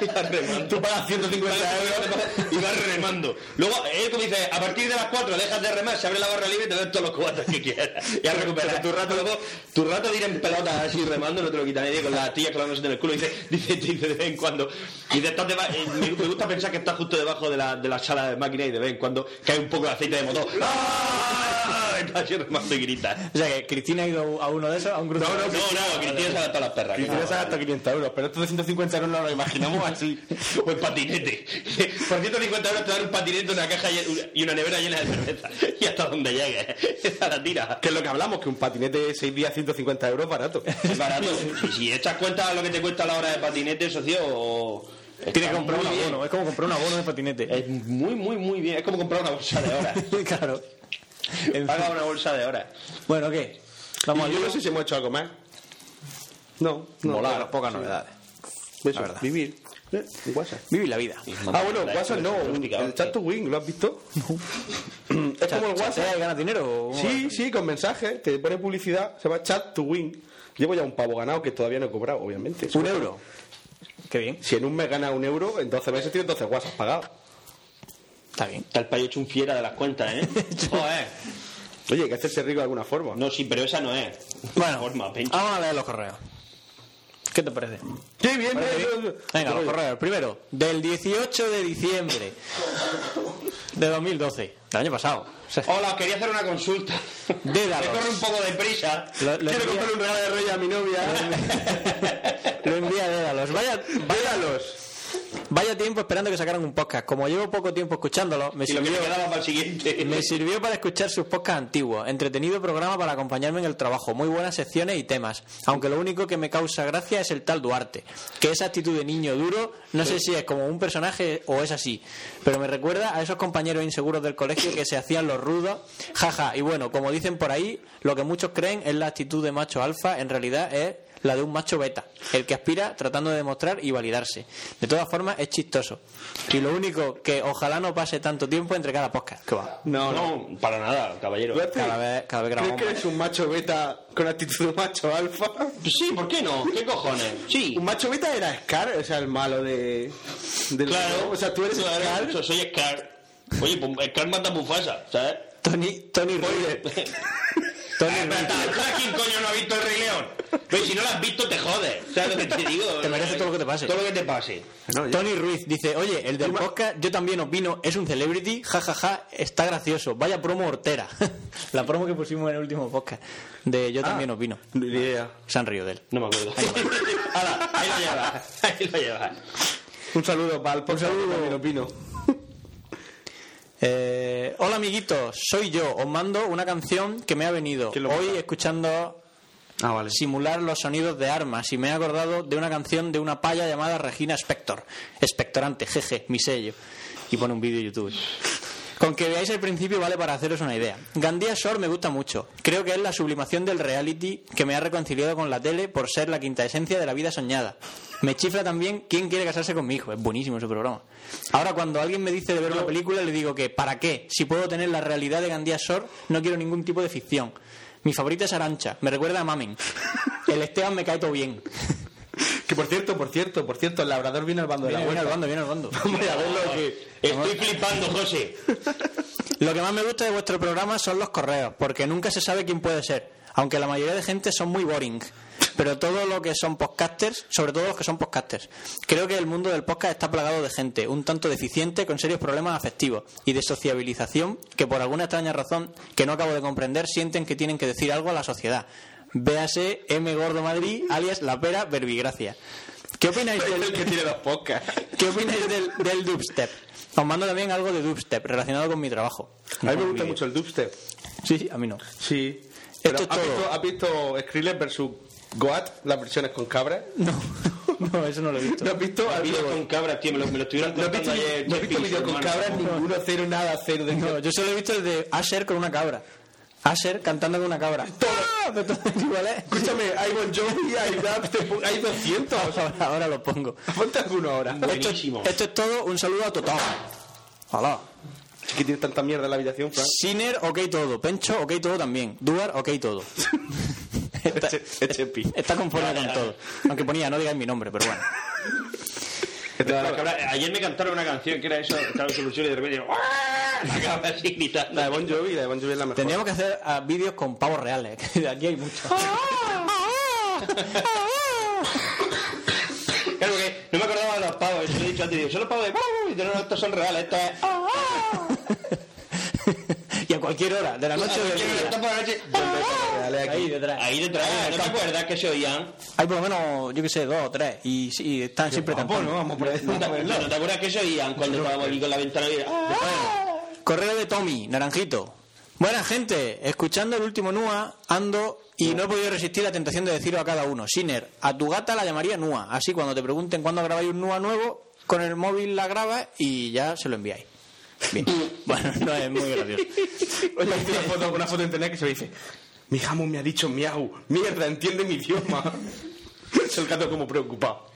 Speaker 3: Iba remando.
Speaker 1: Tú pagas 150
Speaker 3: euros y vas remando. Luego, él como dice, a partir de las 4 dejas de remar, se abre la barra libre y te dan todos los cubatas que quieras. Y a recuperar tu rato, luego, tu rato de ir en pelotas así remando, no te lo quita nadie con las tías clavándose en el culo. Y dice, dice, dice de vez en cuando. Y de estás deba- eh, me, me gusta pensar que estás justo debajo de la, de la sala de máquina y de vez en cuando cae un poco de aceite de (laughs) motor. ¡Ah! Estás así remando y gritas.
Speaker 2: O sea que Cristina ha ido a uno de esos, a un crucero.
Speaker 3: No, no, no, que tienes a todas las perras. que
Speaker 1: Y
Speaker 3: no.
Speaker 1: tienes hasta 500 euros, pero estos de 150 euros no lo imaginamos así.
Speaker 3: (laughs) O en patinete. Por 150 euros te dan un patinete, una caja lle- y una nevera llena de cerveza. (laughs) Y hasta donde llegue. (laughs) Esa la tira.
Speaker 1: Que es lo que hablamos, que un patinete de 6 días 150 euros barato.
Speaker 3: Es barato. Y si echas cuenta lo que te cuesta la hora de patinete, socio. o-
Speaker 2: Tiene
Speaker 3: está
Speaker 2: que comprar un
Speaker 3: muy bien.
Speaker 2: abono. Es como comprar un abono de
Speaker 3: (laughs)
Speaker 2: patinete.
Speaker 3: Es muy, muy, muy bien. Es como comprar una bolsa de horas.
Speaker 2: claro. En
Speaker 3: Paga
Speaker 2: fin.
Speaker 3: una bolsa de horas.
Speaker 2: Bueno, ¿qué?
Speaker 1: Y
Speaker 2: Vamos al
Speaker 1: yo no
Speaker 2: lío.
Speaker 1: sé si hemos hecho algo más. No, no.
Speaker 2: Volar, pocas novedades.
Speaker 1: Eso,
Speaker 2: la verdad.
Speaker 1: vivir. Eh, WhatsApp.
Speaker 2: Vivir la vida.
Speaker 1: Ah, bueno, WhatsApp no,
Speaker 3: Es complicado.
Speaker 1: el chat to win, ¿lo has visto? es como el WhatsApp.
Speaker 2: ¿Te ganas dinero? o cómo
Speaker 1: Sí, sí, con mensajes, te pone publicidad, se llama chat to win. Llevo ya un pavo ganado que todavía no he cobrado, obviamente.
Speaker 2: va? Un euro. Qué bien.
Speaker 1: Si en un mes gana un euro, en 12 meses tiene 12 WhatsApp pagados.
Speaker 2: Está bien.
Speaker 3: Está el payo hecho un fiera de las cuentas, ¿eh? Joder.
Speaker 1: Oye, hay que hacerse rico de alguna forma.
Speaker 3: No, sí, pero esa no es.
Speaker 2: Bueno,
Speaker 3: Forma, pencho.
Speaker 2: vamos a leer los correos. ¿Qué te parece?
Speaker 1: Sí, bien, bien, bien, bien.
Speaker 2: Venga, los correos. El Primero, del 18 de diciembre de 2012, del año pasado. O sea,
Speaker 1: Oh,
Speaker 3: Hola, quería hacer una consulta.
Speaker 2: Dédalos.
Speaker 3: Me corre un poco de prisa.
Speaker 2: Lo- lo
Speaker 3: Quiero
Speaker 2: envía-
Speaker 3: comprar un regalo de rey a mi novia.
Speaker 2: (laughs) Lo envía a Dédalos. Vaya,
Speaker 1: Véalos.
Speaker 2: vaya tiempo esperando que sacaran un podcast. Como llevo poco tiempo escuchándolo, me
Speaker 3: y lo
Speaker 2: sirvió,
Speaker 3: que me quedaba para el siguiente.
Speaker 2: me sirvió para escuchar sus podcasts antiguos. Entretenido programa para acompañarme en el trabajo. Muy buenas secciones y temas. Aunque lo único que me causa gracia es el tal Duarte. Que esa actitud de niño duro, no sé si es como un personaje o es así. Pero me recuerda a esos compañeros inseguros del colegio que se hacían los rudos. Jaja. Y bueno, como dicen por ahí, lo que muchos creen es la actitud de macho alfa. En realidad es la de un macho beta, el que aspira tratando de demostrar y validarse. De todas formas, es chistoso. Y lo único que ojalá no pase tanto tiempo entre cada podcast. Que va.
Speaker 1: No, no. Pues
Speaker 3: No, para nada, caballero.
Speaker 1: Duarte,
Speaker 2: Cada vez, cada vez
Speaker 1: ¿Crees
Speaker 2: grabamos
Speaker 1: que
Speaker 2: más.
Speaker 1: eres un macho beta con actitud de macho alfa?
Speaker 3: Sí, ¿por qué no? ¿Qué cojones? Sí.
Speaker 1: Un macho beta era Scar, o sea, el malo de. del-
Speaker 3: Claro.
Speaker 1: O sea, tú eres
Speaker 3: Claro,
Speaker 1: Scar.
Speaker 3: Yo soy Scar. Oye, pues Scar mata a Mufasa, ¿sabes?
Speaker 2: Tony, Tony Ruiz.
Speaker 1: (laughs)
Speaker 2: Tony
Speaker 3: Pero
Speaker 2: Ruiz.
Speaker 3: está- ¿Quién coño no ha visto el Rey León? Pero Pues, si no lo has visto, te jodes. ¿Sabes lo que te digo?
Speaker 2: Te merece todo lo que te pase.
Speaker 3: Todo lo que te pase.
Speaker 2: Tony Ruiz dice, oye, el del podcast, yo también opino, es un celebrity, jajaja, está gracioso, vaya promo hortera. (laughs) la promo que pusimos en el último podcast, de
Speaker 1: Ah.
Speaker 2: yo también opino.
Speaker 1: Ni idea.
Speaker 2: Se han río de él.
Speaker 3: No me acuerdo. Ahora, ahí lo llevas. Ahí lo llevas.
Speaker 1: Un saludo para el Un saludo. Opino.
Speaker 2: Eh, hola amiguitos, soy yo, os mando una canción que me ha venido
Speaker 1: ¿Quién lo
Speaker 2: hoy
Speaker 1: manda?
Speaker 2: escuchando
Speaker 1: Ah, vale.
Speaker 2: simular los sonidos de armas y me he acordado de una canción de una palla llamada Regina Spector. Spectorante, jeje, mi sello. Y pone un vídeo de YouTube. Con que veáis el principio vale para haceros una idea. Gandía Shore me gusta mucho. Creo que es la sublimación del reality que me ha reconciliado con la tele por ser la quinta esencia de la vida soñada. Me chifla también quién quiere casarse con mi hijo. Es buenísimo su programa. Ahora cuando alguien me dice de ver una película le digo que ¿para qué? Si puedo tener la realidad de Gandía Shore no quiero ningún tipo de ficción. Mi favorita es Arancha, me recuerda a Mamen. El Esteban me cae todo bien.
Speaker 1: Que por cierto, por cierto, por cierto, el labrador viene al bando de la
Speaker 2: Viene, viene
Speaker 1: buena.
Speaker 2: al bando, viene al bando.
Speaker 1: Vamos a verlo que.
Speaker 3: Estoy flipando, José.
Speaker 2: Lo que más me gusta de vuestro programa son los correos, porque nunca se sabe quién puede ser, aunque la mayoría de gente son muy boring. Pero todo lo que son podcasters, sobre todo los que son podcasters, creo que el mundo del podcast está plagado de gente un tanto deficiente con serios problemas afectivos y de sociabilización que por alguna extraña razón que no acabo de comprender sienten que tienen que decir algo a la sociedad. Véase M Gordo Madrid, alias La Pera Verbigracia. ¿Qué opináis del
Speaker 1: que tiene dos podcasts.
Speaker 2: ¿Qué opináis del, del dubstep? Os mando también algo de dubstep relacionado con mi trabajo.
Speaker 1: A mí me
Speaker 2: Con
Speaker 1: gusta
Speaker 2: mi-
Speaker 1: mucho el dubstep.
Speaker 2: Sí, sí, a mí no.
Speaker 1: Sí.
Speaker 2: Esto
Speaker 1: Pero
Speaker 2: es
Speaker 1: ¿has,
Speaker 2: todo.
Speaker 1: visto, ¿Has visto Skrillex versus Goat? Las versiones con cabras. (laughs)
Speaker 2: No, no, eso no lo he visto.
Speaker 1: ¿No has visto al-
Speaker 3: Vídeos con cabras, tío. Me lo, me lo estuvieron
Speaker 1: ¿No has
Speaker 3: contando
Speaker 1: visto,
Speaker 3: ayer.
Speaker 1: no has visto
Speaker 3: Chepi,
Speaker 1: vídeo
Speaker 3: su
Speaker 1: con
Speaker 3: hermano.
Speaker 1: cabras? Ninguno, cero, nada, cero. De
Speaker 2: No, yo solo he visto el de Asher con una cabra. Asher cantando con una cabra. (laughs) ¡Ah! Pero todo es igual, ¿eh?
Speaker 1: Escúchame, hay Bon Jovi, hay rap, te pon- hay 200. O
Speaker 2: (laughs)
Speaker 1: sea,
Speaker 2: Ahora, ahora lo pongo.
Speaker 1: ponte alguno ahora.
Speaker 3: Buenísimo.
Speaker 2: Esto es todo. Un saludo a Totó. Hola.
Speaker 1: Es que tienes tanta mierda en la habitación, Frank.
Speaker 2: Siner, ok todo. Pencho, ok todo también. Duar, ok (laughs) todo. Está,
Speaker 1: Eche- Echepi.
Speaker 2: está conforme con todo. Aunque ponía, no digáis mi nombre, pero (laughs) bueno.
Speaker 3: No, las cabras- Ayer me cantaron una canción que era eso. Estaba en solución y de repente. ¡ah! La cabra así gritando.
Speaker 1: La de Bon Jovi, la de Bon Jovi es la mejor.
Speaker 2: Tendríamos que hacer ah, vídeos con pavos reales, (laughs) que de aquí hay muchos.
Speaker 3: Claro que no me acordaba de los pavos. Eso lo he dicho antes. Digo, son los pavos de. ¡uh! Y de no, no, estos son reales. Estos es. ¡ah!
Speaker 2: y a cualquier hora, de la noche o del
Speaker 3: Quiero
Speaker 2: día.
Speaker 3: estar por la noche.
Speaker 2: Ahí detrás.
Speaker 3: Ahí detrás. Ah, ¿No te acuerdas que se oían?
Speaker 2: Hay por lo menos, yo qué sé, dos o tres. Y, sí, y están siempre cantando.
Speaker 1: Vamos por ahí.
Speaker 3: ¿No te acuerdas, ¿No te acuerdas que se oían cuando estábamos aquí con la ventana abierta? Ah.
Speaker 2: Correo de Tommy, Naranjito. Buena gente, escuchando el último NUA, ando y no he podido resistir la tentación de decirlo a cada uno. Siner, a tu gata la llamaría NUA. Así cuando te pregunten cuándo grabáis un NUA nuevo, con el móvil la grabas y ya se lo enviáis. Bien. bueno, no es muy gracioso.
Speaker 1: Oye, hay una foto, una foto en internet que se me dice: Mi jamo me ha dicho miau. Mierda, entiende mi idioma. (laughs) Es el gato como preocupado.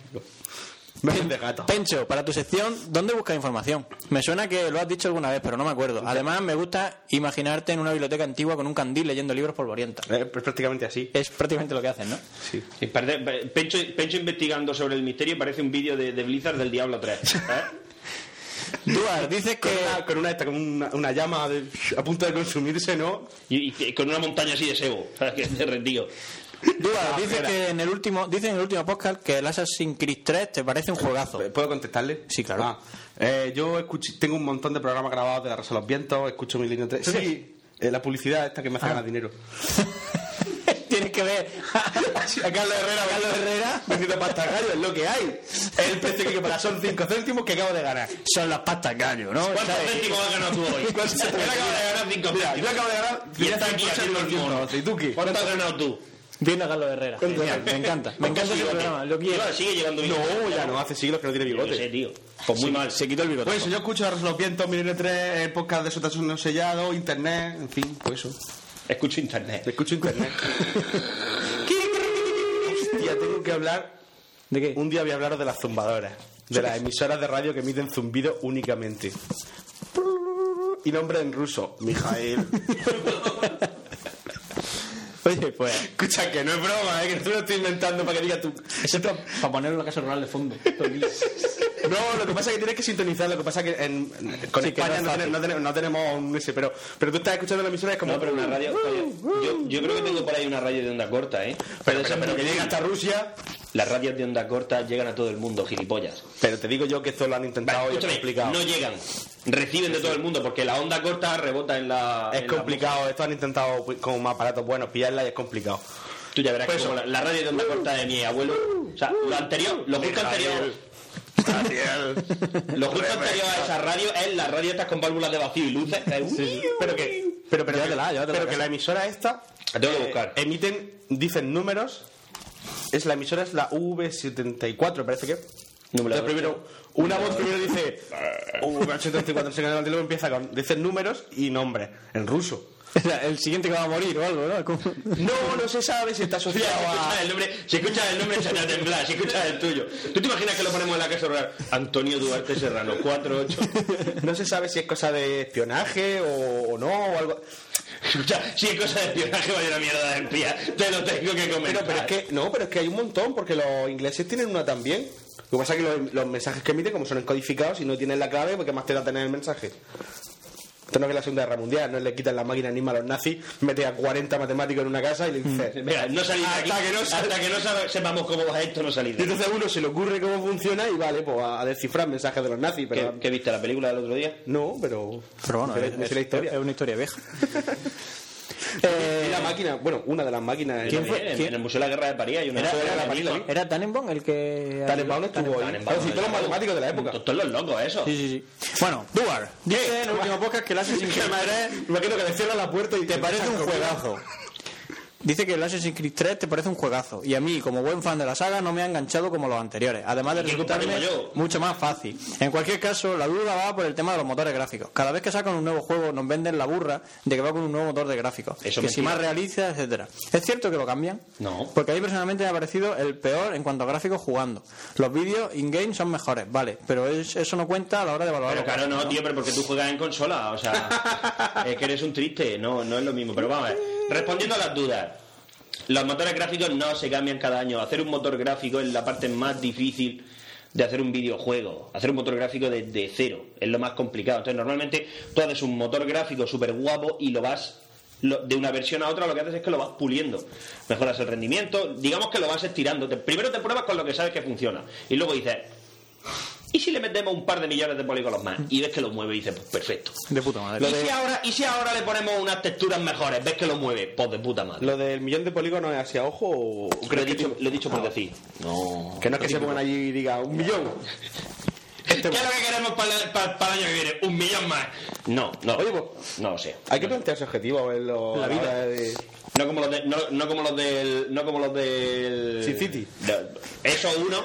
Speaker 1: Me hacen de gato.
Speaker 2: Pencho, para tu sección, ¿dónde buscas información? Me suena que lo has dicho alguna vez, pero no me acuerdo. Además, me gusta imaginarte en una biblioteca antigua con un candil leyendo libros polvorientos.
Speaker 1: Eh, pues prácticamente así.
Speaker 2: Es prácticamente lo que hacen, ¿no?
Speaker 1: Sí.
Speaker 3: Sí, parece- pa- Pencho, Pencho investigando sobre el misterio parece un vídeo de, de Blizzard del Diablo 3. ¿eh?
Speaker 2: Duar, dices que...
Speaker 1: Con una, con una, esta, con una, una llama de- a punto de consumirse, ¿no?
Speaker 3: Y, y que- con una montaña así de sebo. ¿sabes? Que Ah, te rendido.
Speaker 2: Duar, dices que en el último... Dices en el último podcast que el Assassin's Creed 3 te parece un juegazo.
Speaker 1: Eh, ¿Puedo contestarle?
Speaker 2: Sí, claro.
Speaker 1: Ah, eh, yo escuché- tengo un montón de programas grabados de La Rosa de los Vientos, escucho mi línea 3. Sí, eh, la publicidad esta que me hace ganar dinero.
Speaker 2: (laughs) Tienes que ver
Speaker 1: A Carlos Herrera, Carlos Herrera, vendiendo pasta gallo, es lo que hay. Es el precio que hay que pagar, son 5 céntimos que acabo de ganar.
Speaker 2: Son las pastas gallo, ¿no?
Speaker 3: ¿Cuántos
Speaker 2: ¿Sabes?
Speaker 3: céntimos has ganado tú (laughs)
Speaker 2: (laughs)
Speaker 3: hoy?
Speaker 1: ¿Cuántos
Speaker 3: Yo le acabo de ganar 5
Speaker 1: Mira, yo
Speaker 3: céntimos.
Speaker 1: acabo de ganar
Speaker 3: Y está aquí
Speaker 1: 10
Speaker 3: haciendo el
Speaker 1: céntimos,
Speaker 3: mono.
Speaker 1: ¿Y tú qué?
Speaker 3: ¿Cuánto has ganado tú?
Speaker 2: Bien a Carlos Herrera. Genial, me encanta. Me encanta ese
Speaker 3: Sigue-
Speaker 2: programa, lo quiero.
Speaker 3: Claro, Sigue llegando bien.
Speaker 1: No, ya no, hace siglos que no tiene
Speaker 3: Yo qué sé,
Speaker 1: bigote.
Speaker 3: tío. Pues muy mal.
Speaker 2: Se quitó el bigote.
Speaker 1: Pues eso, yo escucho a los vientos, mi línea 3, eh, podcast de sotasun no sellado, internet, en fin, pues eso.
Speaker 3: Escucho internet.
Speaker 1: Escucho internet. Hostia, tengo que hablar.
Speaker 2: ¿De qué?
Speaker 1: Un día voy a hablaros de las zumbadoras. De las emisoras de radio que emiten zumbido únicamente. Y nombre en ruso, Mijael.
Speaker 2: Oye, pues.
Speaker 1: (laughs) Escucha, que no es broma, ¿eh? que no te lo estoy inventando para que diga tú.
Speaker 2: Eso es para ponerlo en la casa rural de (laughs) fondo.
Speaker 1: No, lo que pasa es que tienes que sintonizar, lo que pasa es que en, en- con
Speaker 2: Sí, que no
Speaker 1: España
Speaker 2: es
Speaker 1: no,
Speaker 2: fácil.
Speaker 1: tenemos, no, tenemos, no tenemos un ese, pero, pero tú estás escuchando la emisora y es como... "Uh,
Speaker 3: No, pero una radio. coño, yo, yo creo que tengo por ahí una radio de onda corta, ¿eh?
Speaker 1: Pero,
Speaker 3: Puede
Speaker 1: pero-
Speaker 3: ser
Speaker 1: pero que
Speaker 3: muy-
Speaker 1: llega hasta Rusia...
Speaker 3: Las radios de onda corta llegan a todo el mundo, gilipollas.
Speaker 1: Pero te digo yo que esto lo han intentado y es
Speaker 3: Escúchame,
Speaker 1: complicado.
Speaker 3: no llegan. Reciben de todo el mundo porque la onda corta rebota en la.
Speaker 1: es
Speaker 3: en la-
Speaker 1: complicado, esto han intentado pues, con un aparato bueno pillarla y es complicado.
Speaker 3: Tú ya verás
Speaker 1: Pues
Speaker 3: como
Speaker 1: eso.
Speaker 3: la, la radio de onda corta de mi abuelo. O sea, lo anterior, lo justo anterior. Lo justo anterior a esa radio es la radio estas con válvulas de vacío y luces.
Speaker 1: Pero que, pero, pero,
Speaker 2: Llévatela,
Speaker 1: que,
Speaker 2: llévatela a
Speaker 1: pero que
Speaker 2: casa.
Speaker 1: la emisora esta
Speaker 3: La
Speaker 1: Eh,
Speaker 3: tengo que buscar.
Speaker 1: emiten, dicen números. Es la emisora es la V74, parece que. Entonces, primero, una voz
Speaker 2: (laughs)
Speaker 1: primero dice "Uh, V74, no sé qué, no sé qué, luego empieza con. Dicen números y nombres en ruso.
Speaker 2: (laughs) El siguiente que va a morir o algo, ¿no? Como-
Speaker 1: No, no se sabe
Speaker 2: (laughs)
Speaker 1: si está
Speaker 3: Si
Speaker 1: asociado
Speaker 3: escuchas
Speaker 1: a.
Speaker 3: el nombre, si escuchas el nombre se te va a temblar, si escuchas el tuyo. ¿Tú te imaginas que lo ponemos en la casa rural? Antonio Duarte Serrano, 48.
Speaker 1: No se sabe si es cosa de espionaje o, o no, o algo.
Speaker 3: Escucha, si es cosa de espionaje, vaya una mierda de espía, te lo tengo que
Speaker 1: Pero,
Speaker 3: comentar.
Speaker 1: pero es que, no, pero es que hay un montón, porque los ingleses tienen una también. Lo que pasa es que los, los mensajes que emiten, como son encodificados, y no tienen la clave, porque más te da tener el mensaje. Esto no es que la Segunda Guerra Mundial, no le quitan la máquina ni a los nazis, mete a 40 matemáticos en una casa y le dice...
Speaker 3: Venga, no salís de aquí,
Speaker 1: Hasta que no sa-
Speaker 3: hasta que no sa- sepamos cómo va esto, no salís.
Speaker 1: Y
Speaker 3: de aquí.
Speaker 1: entonces a uno se le ocurre cómo funciona y vale, pues a, a descifrar mensajes de los nazis, pero...
Speaker 3: ¿Qué, qué viste la película del otro día?
Speaker 1: No, pero...
Speaker 2: Pero bueno,
Speaker 1: me sé
Speaker 2: es, eh,
Speaker 1: la- me sé la historia.
Speaker 2: es una historia vieja.
Speaker 1: Y la máquina, bueno, una de las máquinas...
Speaker 3: Yo también, En, en el Museo de la Guerra de París hay una
Speaker 1: Era-
Speaker 3: foto de
Speaker 1: era
Speaker 3: la
Speaker 1: la
Speaker 3: película.
Speaker 1: película.
Speaker 2: ¿Era Tannenbaum el que...?
Speaker 1: Tannenbaum estuvo ahí.
Speaker 3: Tannenbaum,
Speaker 1: Pero sí, todos los matemáticos de la época.
Speaker 3: Todos los locos, eso.
Speaker 2: Sí, sí, sí. Bueno, Duar, dice en
Speaker 1: Eh,
Speaker 2: el último podcast que el
Speaker 1: (laughs)
Speaker 2: Assassin's Creed 3
Speaker 1: Me imagino que le cierran la puerta y
Speaker 2: te parece un
Speaker 1: juego
Speaker 2: juegazo. Dice que el Assassin's Creed 3 te parece un juegazo. Y a mí, como buen fan de la saga, no me ha enganchado como los anteriores. Además de
Speaker 3: ¿Y qué culpa
Speaker 2: resultarme
Speaker 3: tengo yo?
Speaker 2: mucho más fácil. En cualquier caso, la duda va por el tema de los motores gráficos. Cada vez que sacan un nuevo juego, nos venden la burra de que va con un nuevo motor de gráficos.
Speaker 3: Eso
Speaker 2: que
Speaker 3: es
Speaker 2: si
Speaker 3: mentira.
Speaker 2: más realiza, etcétera ¿Es cierto que lo cambian?
Speaker 3: No.
Speaker 2: Porque a mí personalmente me ha parecido el peor en cuanto a gráficos jugando. Los vídeos in-game son mejores, vale. Pero es- eso no cuenta a la hora de valorar
Speaker 3: Pero
Speaker 2: los
Speaker 3: claro, no, tío, pero porque tú juegas en consola, o sea, es que eres un triste, no, no es lo mismo. Pero vamos a ver, respondiendo a las dudas, los motores gráficos no se cambian cada año. Hacer un motor gráfico es la parte más difícil de hacer un videojuego, hacer un motor gráfico desde cero, es lo más complicado. Entonces, normalmente tú haces un motor gráfico súper guapo y lo vas lo- de una versión a otra lo que haces es que lo vas puliendo. Mejoras el rendimiento, digamos que lo vas estirando. Te- primero te pruebas con lo que sabes que funciona. Y luego dices, ¿y si le metemos un par de millones de polígonos más? Y ves que lo mueve y dices, pues perfecto.
Speaker 2: De puta madre.
Speaker 3: ¿Y, si ahora, ¿Y si ahora le ponemos unas texturas mejores? ¿Ves que lo mueve? Pues de puta madre. Lo,
Speaker 1: ¿Lo del millón de polígonos es hacia ojo o
Speaker 3: he, dicho, lo he dicho por decir. No.
Speaker 1: Que no es que se pongan allí y diga un millón.
Speaker 3: ¿Qué
Speaker 1: Este,
Speaker 3: es lo que queremos para el, para- para el año que viene? Un millón más. No, no.
Speaker 1: Oye, pues-
Speaker 3: no lo sé.
Speaker 1: Hay que plantearse objetivos en lo-
Speaker 3: La
Speaker 1: a
Speaker 3: vida.
Speaker 1: hora de-
Speaker 3: No como los de, no, no como los del. No como los del.
Speaker 1: Sin City.
Speaker 3: de- eso uno.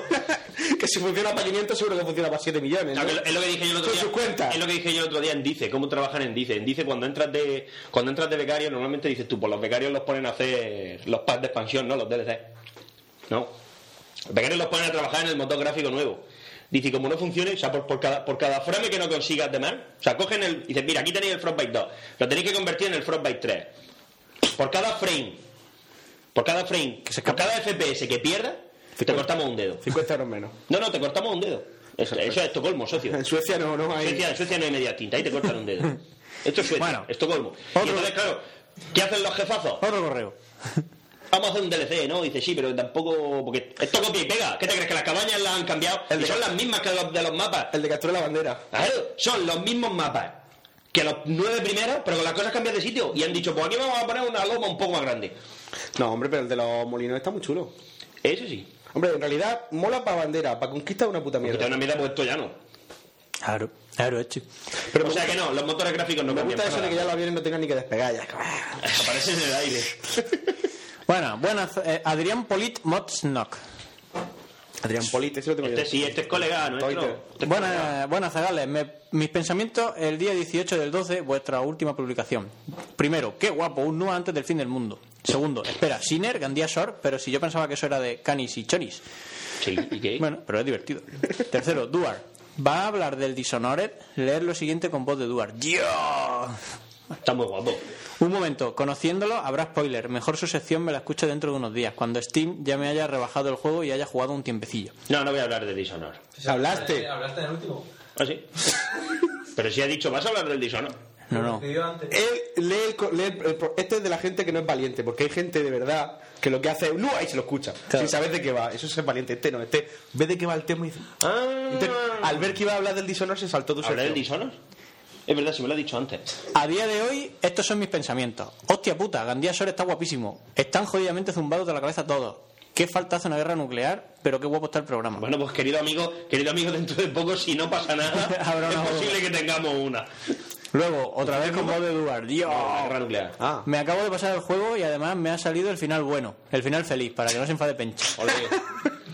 Speaker 1: que si funciona para 500 seguro que funciona para 7 millones. ¿no?
Speaker 3: No, que lo- es lo que dije yo el otro
Speaker 1: Con sus
Speaker 3: día.
Speaker 1: cuentas.
Speaker 3: Es lo que dije yo el otro día en Dice, cómo trabajan en Dice. En Dice cuando entras de cuando entras de becario normalmente dices tú, pues los becarios los ponen a hacer los packs de expansión, no los DLC. No. Los becarios los ponen a trabajar en el motor gráfico nuevo. Dice, y como no funcione, o sea, por, por cada, por cada frame que no consigas de más, o sea, cogen el. Dices, mira, aquí tenéis el Frostbite 2, lo tenéis que convertir en el Frostbite 3. Por cada frame, por cada frame, por cada FPS que pierdas, te cortamos un dedo.
Speaker 1: 50 euros menos.
Speaker 3: No, no, te cortamos un dedo. Eso, eso es Estocolmo, socio.
Speaker 1: En Suecia no, no
Speaker 3: En
Speaker 1: hay.
Speaker 3: Suecia, en Suecia no hay media tinta, ahí te cortan
Speaker 1: (laughs)
Speaker 3: un dedo. Esto es Suecia,
Speaker 2: Bueno.
Speaker 3: Estocolmo.
Speaker 2: Otro-
Speaker 3: Y entonces, claro, ¿qué hacen los jefazos?
Speaker 2: Otro correo.
Speaker 3: Vamos a hacer un DLC, ¿no? Dice, sí, pero tampoco... Porque esto copia y pega. ¿Qué te crees? Que las cabañas las han cambiado
Speaker 1: El
Speaker 3: y
Speaker 1: de-
Speaker 3: son las mismas que los de los mapas.
Speaker 1: El de captura la bandera.
Speaker 3: Claro, son los mismos mapas que los nueve primeros, pero con las cosas cambian de sitio. Y han dicho, pues aquí vamos a poner una loma un poco más grande.
Speaker 1: No, hombre, pero el de los molinos está muy chulo.
Speaker 3: Eso sí.
Speaker 1: Hombre, en realidad mola para bandera, para conquista es una puta
Speaker 3: Porque
Speaker 1: mierda.
Speaker 3: te una mierda puesto ya no.
Speaker 2: Claro, claro, hecho.
Speaker 3: Pero, o sea que no, los motores gráficos no
Speaker 1: Me
Speaker 3: cambian.
Speaker 1: gusta eso
Speaker 3: para
Speaker 1: de que ya
Speaker 3: nada.
Speaker 1: los aviones no tengan ni que despegar. Ya. es como, ah.
Speaker 3: (laughs) Aparecen en
Speaker 1: (laughs)
Speaker 3: el aire.
Speaker 2: Bueno, buenas. eh, Adrián Polit Motsnok.
Speaker 1: Adrián Polite, ese lo tengo yo.
Speaker 3: Este sí, este es colega
Speaker 1: Toite.
Speaker 3: nuestro. Este es colega.
Speaker 2: Buenas, buenas eh, zagales. Me- mis pensamientos el día 18 del 12, vuestra última publicación. Primero, qué guapo, un NUA antes del fin del mundo. Segundo, espera, Sinner, Gandía Sor, pero si yo pensaba que eso era de Canis y Chonis.
Speaker 3: Sí, ¿y qué?
Speaker 2: Bueno, pero es divertido. Tercero, Duar. Va a hablar del Dishonored, leer lo siguiente con voz de Duar. ¡Dios!
Speaker 3: Está muy guapo.
Speaker 2: Un momento, conociéndolo habrá spoiler. Mejor su sección me la escucho dentro de unos días, cuando Steam ya me haya rebajado el juego y haya jugado un tiempecillo.
Speaker 3: No, no voy a hablar de Dishonor.
Speaker 1: ¿Hablaste?
Speaker 7: ¿Hablaste en el último?
Speaker 3: ¿Ah, (laughs) sí? Pero si ha dicho, vas a hablar del Dishonor.
Speaker 2: No, no.
Speaker 7: Te dio antes.
Speaker 1: Él lee el co- lee el- el pro- este es de la gente que no es valiente, porque hay gente de verdad que lo que hace es ¡No! y se lo escucha, sin saber de qué va. Eso es ser valiente. Este no, este ve de qué va el tema y dice.
Speaker 3: Ah.
Speaker 1: Entonces, al ver que iba a hablar del Dishonor, se saltó tu
Speaker 3: ¿Hablar del
Speaker 1: sección.
Speaker 3: Dishonor? Es verdad, se me lo ha dicho antes.
Speaker 2: A día de hoy, estos son mis pensamientos. Hostia puta, Gandía Sor está guapísimo. Están jodidamente zumbados de la cabeza todos. Qué falta hace una guerra nuclear, pero qué guapo está el programa.
Speaker 3: Bueno, pues querido amigo, querido amigo, dentro de poco, si no pasa (laughs) nada,
Speaker 2: Habrá
Speaker 3: es
Speaker 2: una
Speaker 3: posible que tengamos una.
Speaker 2: Luego, otra vez con voz de Duar. ¡Dios!
Speaker 3: Una guerra nuclear.
Speaker 1: Ah,
Speaker 2: Me acabo de pasar el juego y además me ha salido el final bueno, el final feliz, para que no se enfade Pencho.
Speaker 3: (laughs) Ole.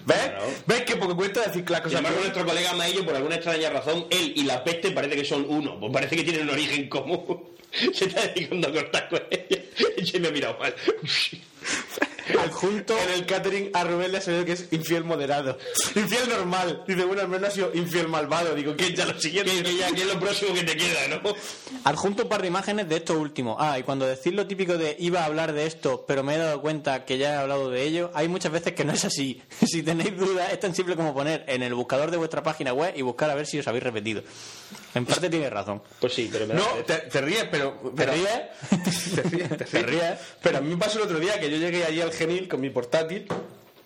Speaker 1: ¿ves?
Speaker 3: Claro.
Speaker 1: ¿Ves que poco cuenta decir las
Speaker 3: Sin
Speaker 1: cosas?
Speaker 3: embargo, (laughs) nuestro colega Maello, por alguna extraña razón, él y la peste parece que son uno. Pues parece que tienen un origen común. (laughs) Se está dedicando a cortar con ella. (laughs) Yo me he mirado mal. (laughs)
Speaker 1: Adjunto en el catering a Rubén le ha salido que es infiel moderado. (laughs) Infiel normal. Dice, bueno, al menos ha sido infiel malvado. Digo, que ya lo siguiente.
Speaker 3: Que, que ya, que es lo próximo que te queda, ¿no?
Speaker 2: Adjunto un par de imágenes de esto último. Ah, y cuando decís lo típico de iba a hablar de esto, pero me he dado cuenta que ya he hablado de ello, hay muchas veces que no es así. (laughs) Si tenéis dudas, es tan simple como poner en el buscador de vuestra página web y buscar a ver si os habéis repetido. En parte tiene razón.
Speaker 3: Pues sí, pero me da
Speaker 1: No,
Speaker 3: peste.
Speaker 1: te, te ríes, pero...
Speaker 2: ¿Te
Speaker 1: pero-
Speaker 2: ríes?
Speaker 1: (laughs) te ríes, te ríes.
Speaker 2: ríes.
Speaker 1: Pero a mí me pasó el otro día que yo llegué allí al Genil con mi portátil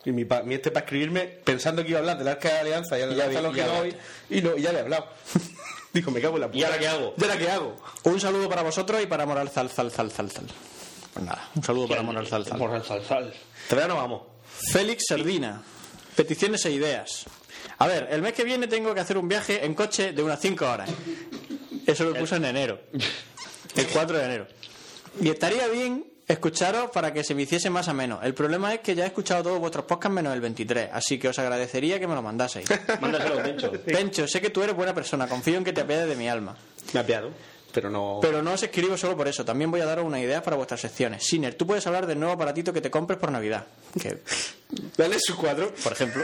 Speaker 1: y mi, pa- mi este para escribirme pensando que iba a hablar del Arca de la Alianza y ahora
Speaker 2: ya
Speaker 1: Alianza
Speaker 2: vi-
Speaker 1: lo
Speaker 2: ya
Speaker 1: que no
Speaker 2: hablaste.
Speaker 1: hoy, y no, y ya le he hablado. (laughs) Dijo, me cago en la puta.
Speaker 3: ¿Y ahora qué hago?
Speaker 1: ¿Y ahora qué hago?
Speaker 2: Un saludo para vosotros y para Moral Zal Zal Zal Zal Zal. Pues nada, un saludo para Moral Zal Zal.
Speaker 3: Moral Salzal.
Speaker 1: Todavía no vamos.
Speaker 2: Félix Sardina. Peticiones e ideas. A ver, el mes que viene tengo que hacer un viaje en coche de unas 5 horas. Eso lo puso en enero. El 4 de enero. Y estaría bien escucharos para que se me hiciese más ameno. El problema es que ya he escuchado todos vuestros podcasts menos el 23, así que os agradecería que me lo (laughs) mandaseis.
Speaker 3: Mándaselo, Pencho.
Speaker 2: Pencho, sé que tú eres buena persona, confío en que te apiades de mi alma.
Speaker 1: Me ha piado, pero no...
Speaker 2: Pero no os escribo solo por eso, también voy a daros unas ideas para vuestras secciones. Siner, tú puedes hablar del nuevo aparatito que te compres por Navidad. Que
Speaker 1: Dale sus cuatro.
Speaker 2: por ejemplo.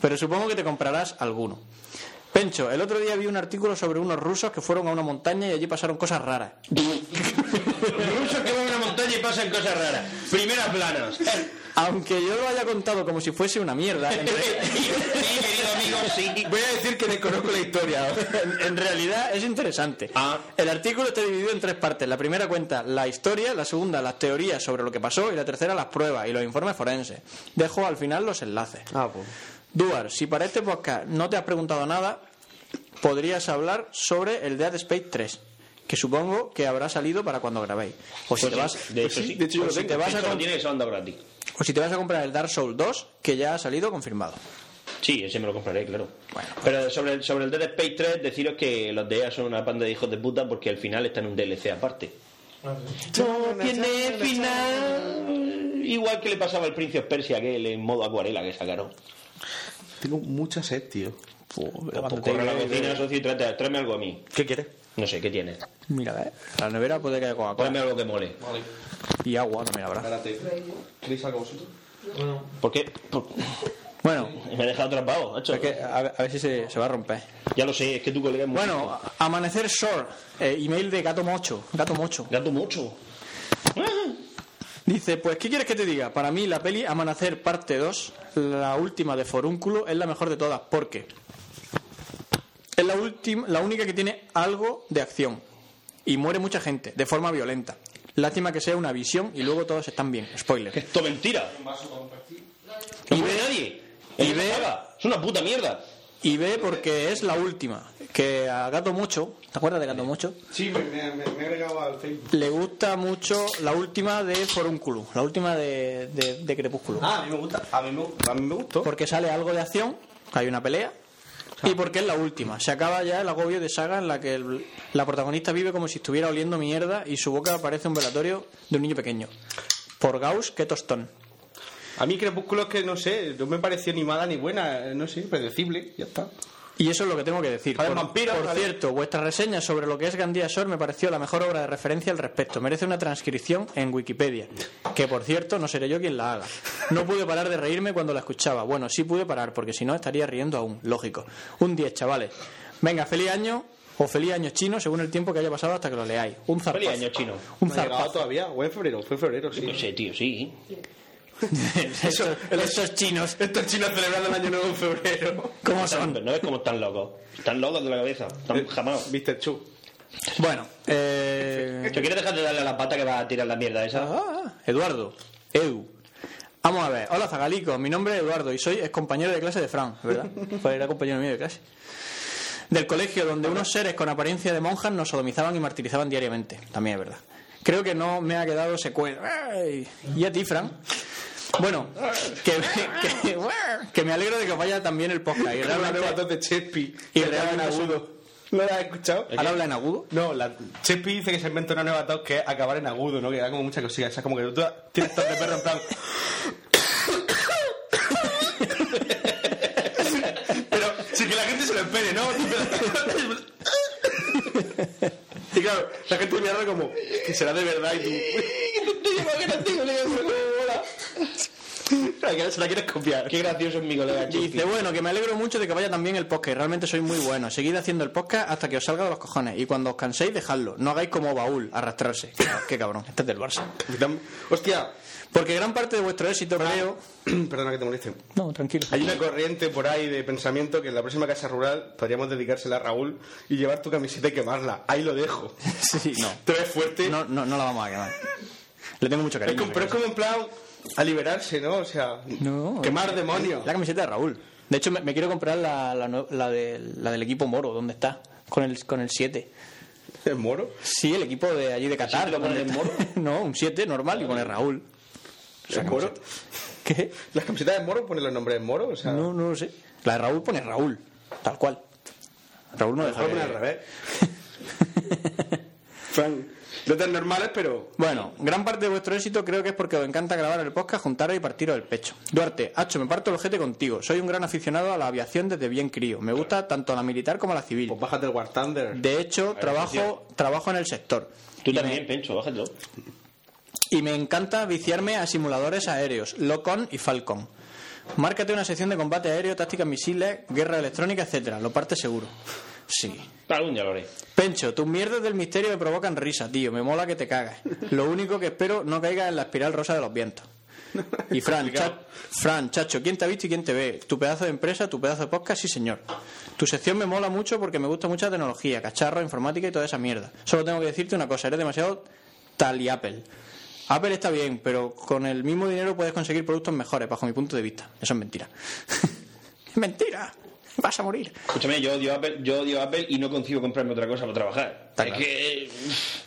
Speaker 2: Pero supongo que te comprarás alguno. Pencho, el otro día vi un artículo sobre unos rusos que fueron a una montaña y allí pasaron cosas raras.
Speaker 3: Los rusos que van a una montaña y pasan cosas raras. Primeras planas.
Speaker 2: Aunque yo lo haya contado como si fuese una mierda,
Speaker 3: (laughs)
Speaker 2: en, re-
Speaker 3: (laughs) sí, querido amigo, sí.
Speaker 1: Voy a decir que desconozco la historia.
Speaker 2: (laughs) en- en realidad es interesante.
Speaker 3: Ah.
Speaker 2: El artículo está dividido en tres partes. La primera cuenta la historia, la segunda las teorías sobre lo que pasó y la tercera las pruebas y los informes forenses. Dejo al final los enlaces.
Speaker 1: Ah, pues.
Speaker 2: Duar, si para este podcast no te has preguntado nada, podrías hablar sobre el Dead Space 3, que supongo que habrá salido para cuando grabéis. O si, te,
Speaker 3: Pues sí,
Speaker 2: vas,
Speaker 3: de
Speaker 1: pues
Speaker 3: hecho,
Speaker 1: sí,
Speaker 3: sí.
Speaker 1: de hecho yo
Speaker 3: Pues
Speaker 1: lo
Speaker 3: sí,
Speaker 1: tengo.
Speaker 3: Pencho
Speaker 2: Vas a
Speaker 3: lo
Speaker 2: con-
Speaker 3: tiene eso anda para ti.
Speaker 2: o si te vas a comprar el Dark Souls 2, que ya ha salido confirmado.
Speaker 3: Sí, ese me lo compraré, claro.
Speaker 2: Bueno.
Speaker 3: Pero sobre el, sobre el Dead Space 3, deciros que los de EA son una panda de hijos de puta porque al final está en un DLC aparte. No tiene final. Igual que le pasaba al Príncipe Persia, aquel en modo acuarela que sacaron.
Speaker 1: Tengo mucha sed, tío.
Speaker 3: Pues corre a la cocina, socio, y trata- tráeme algo a mí.
Speaker 1: ¿Qué quieres?
Speaker 3: No sé, ¿qué tienes?
Speaker 2: Mira, eh, la nevera puede que haya Coca-Cola
Speaker 3: Tráeme algo que mole.
Speaker 7: Vale.
Speaker 2: y agua, también habrá.
Speaker 1: Espérate. ¿Queréis algo vosotros?
Speaker 7: Bueno,
Speaker 3: ¿Por qué? Por-
Speaker 2: Bueno,
Speaker 3: Me he dejado atrapado, macho.
Speaker 2: es que a, ver, a ver si se, se va a romper.
Speaker 3: Ya lo sé, es que tu colega es muy
Speaker 2: Bueno, a- Amanecer Short, eh, email de Gato Mocho. Gato Mocho.
Speaker 3: Gato mucho.
Speaker 2: Dice, pues, ¿qué quieres que te diga? Para mí, la peli Amanecer parte 2, la última de Forúnculo, es la mejor de todas. ¿Por qué? Es la, última, la única que tiene algo de acción. Y muere mucha gente, de forma violenta. Lástima que sea una visión y luego todos están bien. Spoiler.
Speaker 3: Esto mentira. No
Speaker 2: Y
Speaker 3: muere
Speaker 2: ve,
Speaker 3: nadie. Es
Speaker 2: y
Speaker 3: una
Speaker 2: ve-
Speaker 3: saga. Es una puta mierda.
Speaker 2: y ve porque es la última. Que a Gato Mocho, ¿te acuerdas de Gato Mocho?
Speaker 8: Sí, me, me, me he agregado al Facebook.
Speaker 2: Le gusta mucho la última de Forúnculo, la última de, de- de Crepúsculo.
Speaker 1: Ah, a mí me gusta. A mí me, a mí me gustó.
Speaker 2: porque sale algo de acción, que hay una pelea, y porque es la última. Se acaba ya el agobio de saga en la que el- la protagonista vive como si estuviera oliendo mierda y su boca parece un velatorio de un niño pequeño. Por Gauss, qué tostón.
Speaker 1: A mí Crepúsculo es que no sé, no me pareció ni mala ni buena, eh, no sé, predecible, ya está.
Speaker 2: Y eso es lo que tengo que decir.
Speaker 1: Joder,
Speaker 2: Por,
Speaker 1: vampiro,
Speaker 2: por
Speaker 1: joder.
Speaker 2: cierto, vuestra reseña sobre lo que es Gandía Shore me pareció la mejor obra de referencia al respecto. Merece una transcripción en Wikipedia. Que por cierto, no seré yo quien la haga. No pude parar de reírme cuando la escuchaba. Bueno, sí pude parar, porque si no estaría riendo aún. Lógico. Un 10, chavales. Venga, feliz año. O feliz año chino, según el tiempo que haya pasado hasta que lo leáis. Un zarpazo.
Speaker 3: Feliz año chino.
Speaker 2: Un
Speaker 1: No ha (laughs) llegado
Speaker 2: zarpazo.
Speaker 1: todavía, o en febrero, fue en febrero, sí.
Speaker 3: No sé, tío, sí.
Speaker 2: Estos- estos chinos,
Speaker 1: Estos chinos celebrando el año nuevo en febrero.
Speaker 2: ¿cómo
Speaker 3: Están-
Speaker 2: son?
Speaker 3: ¿No ves cómo están locos? Están locos de la cabeza.
Speaker 1: Eh.
Speaker 3: Están jamás.
Speaker 1: Mr. Chu.
Speaker 2: Bueno, eh,
Speaker 3: ¿Te quieres dejar de darle a la pata que vas a tirar la mierda esa?
Speaker 2: ah, Eduardo, Edu. Vamos a ver, hola Zagalico, mi nombre es Eduardo y soy ex compañero de clase de Fran,
Speaker 1: (laughs)
Speaker 2: ¿verdad? Pues era compañero mío de clase. Del colegio donde unos seres con apariencia de monjas nos sodomizaban y martirizaban diariamente, también es verdad. Creo que no me ha quedado secuela. ¡Ay! Y a ti, Fran. Bueno, que, que- que me alegro de que os vaya también el podcast.
Speaker 1: (laughs)
Speaker 2: Y
Speaker 1: Era la nueva
Speaker 2: realmente,
Speaker 1: voz de Chespi.
Speaker 2: Y
Speaker 1: que le habla en
Speaker 2: realmente
Speaker 1: agudo. ¿No la has escuchado?
Speaker 2: ¿Ahora habla en agudo?
Speaker 1: No, la... Chespi dice que se inventa una nueva tos que es acabar en agudo, ¿no? Que da como mucha cosilla. O sea, como que tú tienes tos de perro en plan... Pero sin que la gente se lo espere, ¿no? y claro, la gente me mierda como... Que será de verdad y tú... Se (laughs) la quieres copiar.
Speaker 3: Qué gracioso es mi colega
Speaker 2: Dice, bueno, que me alegro mucho de que vaya también el podcast. Realmente soy muy bueno. Seguid haciendo el podcast hasta que os salga de los cojones. Y cuando os canséis, dejadlo. No hagáis como baúl, arrastrarse. (laughs) Qué cabrón, este es del Barça.
Speaker 1: Capitán- Hostia, (clears throat)
Speaker 2: Porque gran parte de vuestro éxito, creo...
Speaker 1: perdona que te moleste.
Speaker 2: No, tranquilo.
Speaker 1: Hay una corriente por ahí de pensamiento que en la próxima casa rural podríamos dedicársela a Raúl y llevar tu camiseta y quemarla. Ahí lo (laughs) dejo.
Speaker 2: Sí, no.
Speaker 1: Te ves fuerte.
Speaker 2: No, no, no la vamos a quemar. Le tengo mucho
Speaker 1: Es
Speaker 2: cariño.
Speaker 1: como- pero es como en plan a liberarse, ¿no? O sea,
Speaker 2: No. eh,
Speaker 1: quemar demonios.
Speaker 2: La camiseta de Raúl. De hecho, me, me quiero comprar la, la, nue- la de- la del equipo moro, ¿dónde está? Con el, con el 7.
Speaker 1: ¿Es moro?
Speaker 2: Sí, el equipo de allí de Qatar.
Speaker 3: ¿Siempre lo
Speaker 2: ¿dónde
Speaker 3: ponen en
Speaker 2: está? (laughs) no, un 7 normal y pone Raúl.
Speaker 1: ¿Es moro?
Speaker 2: ¿Qué?
Speaker 1: ¿Las camisetas de moro ponen los nombres de moro? O sea,
Speaker 2: No, no lo sé. La de Raúl pone Raúl, tal cual. Raúl no
Speaker 1: lo
Speaker 2: deja
Speaker 1: ponen al
Speaker 2: que...
Speaker 1: revés. (laughs) Fran, no tan normales, pero...
Speaker 2: Bueno, gran parte de vuestro éxito creo que es porque os encanta grabar el podcast, juntaros y partiros el pecho. Duarte, Hacho, me parto el ojete contigo. Soy un gran aficionado a la aviación desde bien crío. Me gusta tanto la militar como la civil.
Speaker 1: Pues bájate el War Thunder.
Speaker 2: De hecho, trabajo, trabajo en el sector.
Speaker 3: Tú
Speaker 2: Y me-
Speaker 3: también, Pencho, bájatelo.
Speaker 2: Y me encanta viciarme a simuladores aéreos, Locon y Falcon. Márcate una sección de combate aéreo, tácticas misiles, guerra electrónica, etcétera. Lo parte seguro. Sí.
Speaker 3: Algún día lo haré.
Speaker 2: Pencho, tus mierdas del misterio me provocan risa, tío. Me mola que te cagas. Lo único que espero no caigas en la espiral rosa de los vientos. Y Fran, cha- Fran, chacho, ¿quién te ha visto y quién te ve? Tu pedazo de empresa, tu pedazo de podcast, sí señor. Tu sección me mola mucho porque me gusta mucho la tecnología, cacharro, informática y toda esa mierda. Solo tengo que decirte una cosa, eres demasiado tal y Apple. Apple está bien, pero con el mismo dinero puedes conseguir productos mejores, bajo mi punto de vista. Eso es mentira. (laughs) ¡Es mentira! Vas a morir.
Speaker 3: Escúchame, yo odio Apple, yo odio Apple y no consigo comprarme otra cosa para trabajar.
Speaker 2: Está
Speaker 3: es
Speaker 2: claro.
Speaker 3: que eh,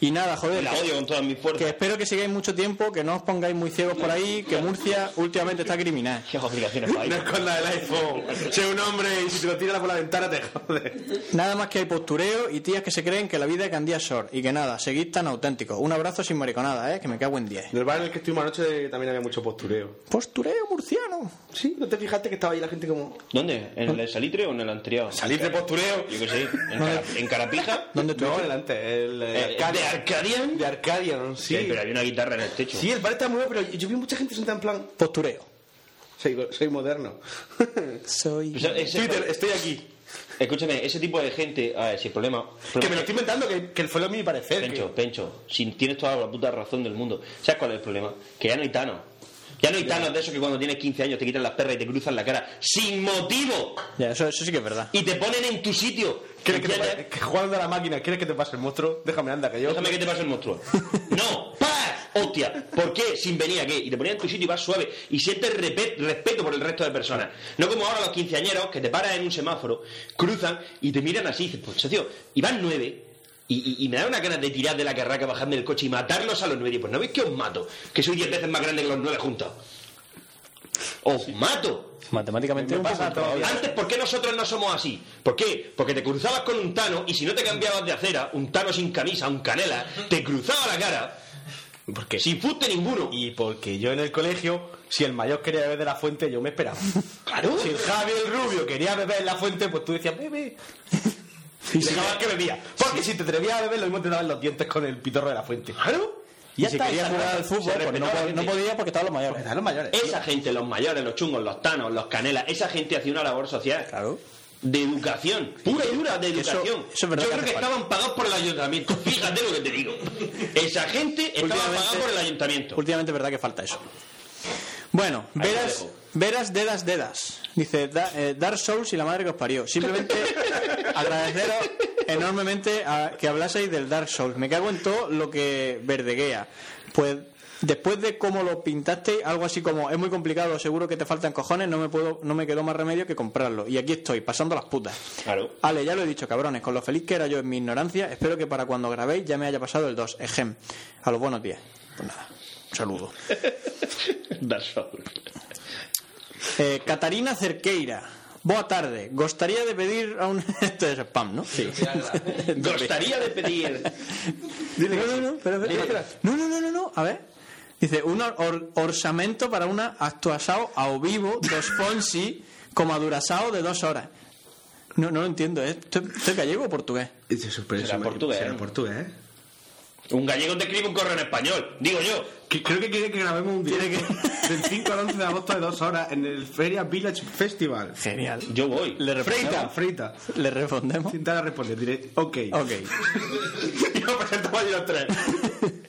Speaker 2: Y nada, joder.
Speaker 3: la odio con todas mis
Speaker 2: Que
Speaker 3: (laughs) fuerzas.
Speaker 2: espero que sigáis mucho tiempo, que no os pongáis muy ciegos por ahí, que Murcia últimamente está criminal.
Speaker 3: Qué obligaciones para
Speaker 1: No escondas el iPhone. Sé un hombre y si te lo tiras por la ventana te jode.
Speaker 2: Nada más que hay postureo y tías que se creen que la vida es Candía Short y que nada, seguid tan auténticos. Un abrazo sin mariconada, eh, que me cago en 10.
Speaker 1: En el bar en el que estuvimos anoche también había mucho postureo.
Speaker 2: Postureo murciano.
Speaker 1: Sí, ¿no te fijaste que estaba ahí la gente como...
Speaker 3: ¿Dónde? ¿En el de Salitre o en el anterior?
Speaker 1: Salir de postureo.
Speaker 3: Yo qué sé. ¿En, Cara-
Speaker 1: (laughs)
Speaker 3: en Carapija?
Speaker 2: ¿Dónde
Speaker 1: No,
Speaker 2: estuviste?
Speaker 1: delante. El,
Speaker 3: Eh,
Speaker 1: el
Speaker 3: ¿De Arcadian?
Speaker 1: de Arcadian, sí.
Speaker 3: Eh, pero había una guitarra en el techo.
Speaker 1: Sí, el bar está muy bueno, pero yo vi mucha gente sentada en plan...
Speaker 2: Postureo.
Speaker 1: Soy, soy moderno.
Speaker 3: O
Speaker 2: Soy...
Speaker 3: sea, Pues, eh, ese-
Speaker 1: Twitter, estoy aquí.
Speaker 3: Escúchame, ese tipo de gente... A ver, si el problema...
Speaker 1: Que me lo estoy inventando, que, que fue lo mi parecer. que-
Speaker 3: Pencho, Pencho, si tienes toda la puta razón del mundo. ¿Sabes cuál es el problema? Que ya no hay tanos. Ya no hay tanos de esos que cuando tienes 15 años te quitan las perras y te cruzan la cara sin motivo
Speaker 2: Ya, eso, eso sí que es verdad.
Speaker 3: y te ponen en tu sitio.
Speaker 1: ¿Quieres que, te
Speaker 3: ¿Entiendes?
Speaker 1: pase- que jugando a la máquina, ¿quieres que te pase el monstruo? Déjame, anda, que yo...
Speaker 3: Déjame que te pase el monstruo. ¡No! ¡Paz! ¡Hostia! ¿Por qué? Sin venir a qué. Y te ponían en tu sitio y vas suave. Y sientes repe- respeto por el resto de personas. No como ahora los quinceañeros que te paran en un semáforo, cruzan y te miran así. Y dices, pues tío, y van nueve. Y, y- y me da una ganas de tirar de la carraca, bajarme del coche y matarlos a los nueve. Y pues no veis que os mato. Que soy diez veces más grande que los nueve juntos. ¡Os mato!
Speaker 2: Matemáticamente un poco improbable.
Speaker 3: Antes, ¿por qué nosotros no somos así? ¿Por qué? Porque te cruzabas con un tano y si no te cambiabas de acera, un tano sin camisa, un canela, te cruzaba la cara.
Speaker 1: Porque
Speaker 3: Sin fuste ninguno.
Speaker 1: Y porque yo en el colegio, si el mayor quería beber de la fuente, yo
Speaker 2: (laughs)
Speaker 1: me esperaba.
Speaker 3: Claro.
Speaker 1: Si el Javi el rubio quería beber en la fuente, pues tú decías, bebe. Y dejabas que bebía. Porque si te atrevías a beber, lo mismo te daban los dientes con el pitorro de la fuente.
Speaker 3: Claro.
Speaker 2: Y
Speaker 1: Ya
Speaker 2: si
Speaker 1: está,
Speaker 2: quería
Speaker 1: exacto.
Speaker 2: jugar al fútbol,
Speaker 3: Se
Speaker 2: pues no,
Speaker 3: respetaba
Speaker 2: po-
Speaker 3: la
Speaker 2: no
Speaker 3: gente.
Speaker 2: podía porque estaban los
Speaker 1: Pues
Speaker 2: mayores.
Speaker 1: están los mayores.
Speaker 3: Esa gente, los mayores, los chungos, los tanos, los canelas, esa gente hacía una labor social.
Speaker 2: Claro.
Speaker 3: De educación, pura y dura de
Speaker 2: Eso-
Speaker 3: educación.
Speaker 2: eso es verdad
Speaker 3: Yo
Speaker 2: que
Speaker 3: creo que
Speaker 2: hace falta.
Speaker 3: estaban pagados por el ayuntamiento. Fíjate lo que te digo. Esa gente estaba
Speaker 2: Últimamente-
Speaker 3: pagada por el ayuntamiento.
Speaker 2: Últimamente es verdad que falta eso. Bueno,
Speaker 3: Ahí lo
Speaker 2: veras,
Speaker 3: dejo.
Speaker 2: veras, dedas, dedas. Dice "Da- eh, Dark Souls y la madre que os parió.
Speaker 3: (laughs)
Speaker 2: Simplemente agradeceros enormemente a que hablaseis del Dark Souls. Me cago en todo lo que verdeguea. Pues después de cómo lo pintasteis, algo así como es muy complicado, seguro que te faltan cojones, no me puedo, no me quedó más remedio que comprarlo. Y aquí estoy, pasando las putas.
Speaker 3: Claro.
Speaker 2: Ale, ya lo he dicho, cabrones, con lo feliz que era yo en mi ignorancia, espero que para cuando grabéis ya me haya pasado el 2. Ejem. A los buenos días. Pues nada, un saludo.
Speaker 3: Dark Souls.
Speaker 2: Eh, Catarina Cerqueira. Boa tarde. Gostaría de pedir a un... (laughs) Esto es spam, ¿no? Sí.
Speaker 3: Gostaría de pedir.
Speaker 2: no, no, no, espera, espera, espera. No, no, no, no, no, a ver. Dice, un or- or- orsamento para una actuasao ao vivo dos Fonsi como adurasao de dos horas. No, no lo entiendo, ¿eh? ¿Esto esto es gallego o portugués?
Speaker 3: Será portugués.
Speaker 2: ¿eh?
Speaker 1: Será portugués. ¿eh?
Speaker 3: Un gallego te escribe un correo en español, digo yo.
Speaker 1: Que- Creo que quiere que grabemos un
Speaker 2: Tiene
Speaker 1: directo del 5 al 11 de agosto de dos horas en el Feria Village Festival.
Speaker 2: Genial.
Speaker 3: Yo voy.
Speaker 2: Le
Speaker 1: Frita,
Speaker 2: respondemos.
Speaker 1: frita.
Speaker 2: Le respondemos.
Speaker 1: Sin dar a responder, diré, ok.
Speaker 2: Ok.
Speaker 3: (laughs) Yo presentaba a los tres.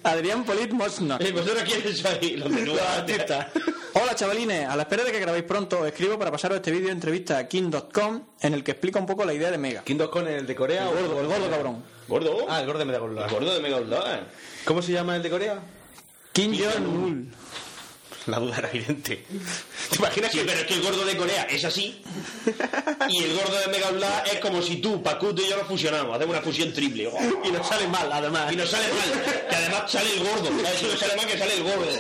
Speaker 2: Adrián Polit Mosna.
Speaker 3: Eh,
Speaker 1: pues
Speaker 3: ¿Vosotros quiénes sois? Los menudos artistas.
Speaker 2: Hola chavalines, a la espera de que grabéis pronto, os escribo para pasaros este vídeo de entrevista a King.com en el que explica un poco la idea de Mega.
Speaker 1: ¿Quién con el de Corea?
Speaker 2: El
Speaker 1: o-
Speaker 2: gordo, el gordo cabrón.
Speaker 3: Gordo.
Speaker 1: Ah, el gordo de Medagolda.
Speaker 3: El gordo de Mega Upload.
Speaker 1: ¿Cómo se llama el de Corea?
Speaker 2: Kim Jong-un.
Speaker 1: La duda era evidente. ¿Te imaginas
Speaker 3: Sí, pero es que el gordo de Corea
Speaker 1: (laughs)
Speaker 3: es así. Y el gordo de Mega Upload es como si tú, Pacuto y yo nos fusionamos. Hacemos una fusión triple.
Speaker 1: (laughs) Y nos sale mal, además.
Speaker 3: Y nos sale mal. Que además sale el gordo. ¿sabes? No sale mal que sale el gordo.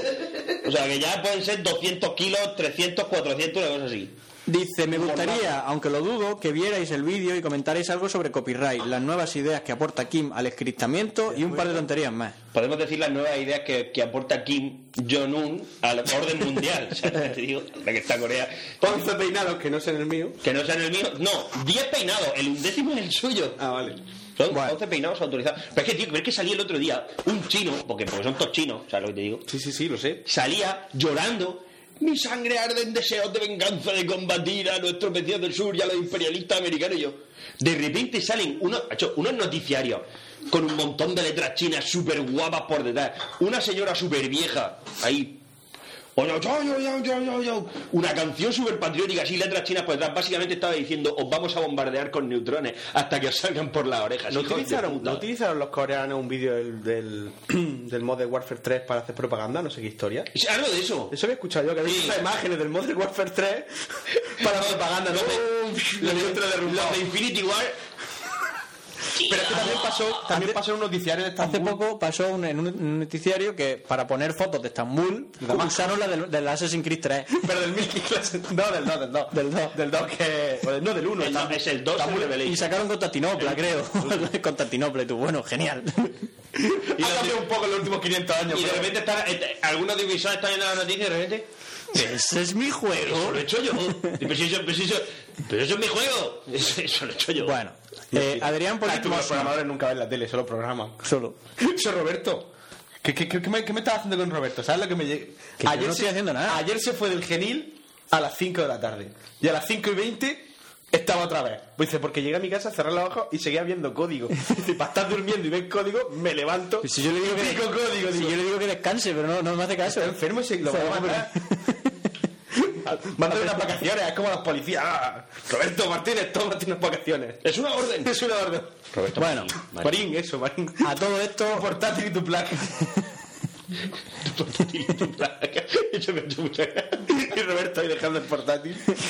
Speaker 3: O sea, que ya pueden ser 200 kilos, 300, 400, una cosa así.
Speaker 2: Dice, me gustaría, aunque lo dudo, que vierais el vídeo y comentarais algo sobre copyright, las nuevas ideas que aporta Kim al escristamiento y un par de tonterías más.
Speaker 3: Podemos decir las nuevas ideas que, que aporta Kim Jong-un al orden mundial. O sea, te digo, la que está Corea.
Speaker 1: 11 peinados que no sean el mío.
Speaker 3: Que no sean el mío. No, 10 peinados. El undécimo es el suyo.
Speaker 1: Ah, vale.
Speaker 3: Son
Speaker 2: Bueno.
Speaker 3: 11 peinados autorizados. Pero es que, tío, ver que salía el otro día un chino, porque, porque son todos chinos, ¿sabes lo que te digo?
Speaker 1: Sí, sí, sí, lo sé.
Speaker 3: Salía llorando. Mi sangre arde en deseos de venganza de combatir a nuestros vecinos del sur y a los imperialistas americanos. Y yo, de repente salen unos, macho, unos noticiarios con un montón de letras chinas súper guapas por detrás. Una señora súper vieja ahí. Oye, oye, oye, oye, oye, oye. Una canción súper patriótica, así letras chinas por detrás. Básicamente estaba diciendo: Os vamos a bombardear con neutrones hasta que os salgan por las orejas.
Speaker 1: ¿No
Speaker 3: hijos de
Speaker 1: utilizaron,
Speaker 3: puta.
Speaker 1: ¿No utilizaron los coreanos un vídeo del, del, (clears throat) del Modern Warfare 3 para hacer propaganda? No sé qué historia.
Speaker 3: Algo de eso.
Speaker 1: Eso había escuchado yo, que había
Speaker 3: Sí.
Speaker 1: visto (laughs) imágenes del Modern Warfare 3 (laughs) para propaganda. No,
Speaker 3: Lo de, lo de Infinity War.
Speaker 1: Pero es que también pasó, también pasó en unos noticiarios de
Speaker 2: Hace
Speaker 1: Estambul.
Speaker 2: poco pasó un- en un noticiario que para poner fotos de Estambul usaron la del, del Assassin's Creed 3.
Speaker 1: Pero del 1500. No, del 2, del 2.
Speaker 2: Del 2.
Speaker 1: Del 2 que. bueno, no, del 1.
Speaker 3: El do- es el 2 el
Speaker 2: Y
Speaker 3: Revelation.
Speaker 2: sacaron Constantinopla, creo. (laughs) Constantinopla, y tú, bueno, genial.
Speaker 1: Ha cambiado un poco en los últimos 500 años.
Speaker 3: Y de
Speaker 1: pero-
Speaker 3: repente está, este, algunos divisores están viendo la noticia y de repente.
Speaker 2: (laughs) Ese es mi
Speaker 3: Eso
Speaker 2: juego.
Speaker 3: lo he hecho (laughs) yo. Pero, si eso, pero, si eso, pero eso es mi juego. (laughs) Eso, eso lo he hecho yo.
Speaker 2: Bueno, eh, Adrián
Speaker 1: Ah, tú, los
Speaker 2: Politmos.
Speaker 1: programadores nunca ven la tele, solo programan. (laughs)
Speaker 2: Solo.
Speaker 1: Eso, Roberto. ¿Qué, qué, qué- qué me, qué me estás haciendo con Roberto? ¿Sabes lo que me llega?
Speaker 2: Que yo no estoy haciendo nada.
Speaker 1: Ayer se fue del genil a las 5 de la tarde. Y a las 5 y 20 estaba otra vez. Pues dice, porque llegué a mi casa, cerré los ojos y seguía viendo
Speaker 2: (laughs)
Speaker 1: código. Dice, para estar durmiendo y ver código, me levanto.
Speaker 2: Pues si yo le digo
Speaker 1: y
Speaker 2: que-
Speaker 1: pico código,
Speaker 2: Si
Speaker 1: digo,
Speaker 2: yo le digo que descanse, pero no, no me hace (laughs) caso.
Speaker 1: está enfermo y se lo
Speaker 2: O sea,
Speaker 1: voy a matar. Mándale unas vacaciones, es como las policías. Ah, Roberto Martínez, toma unas vacaciones.
Speaker 3: Es una orden.
Speaker 1: Es una orden.
Speaker 3: Roberto
Speaker 2: Bueno,
Speaker 3: Marín, Marín.
Speaker 1: Marín, eso, Marín.
Speaker 2: A todo esto,
Speaker 1: (laughs) Portátil y tu placa.
Speaker 3: (laughs) Eso me ha hecho mucha gracia.
Speaker 1: y Roberto ahí dejando el portátil.
Speaker 2: pues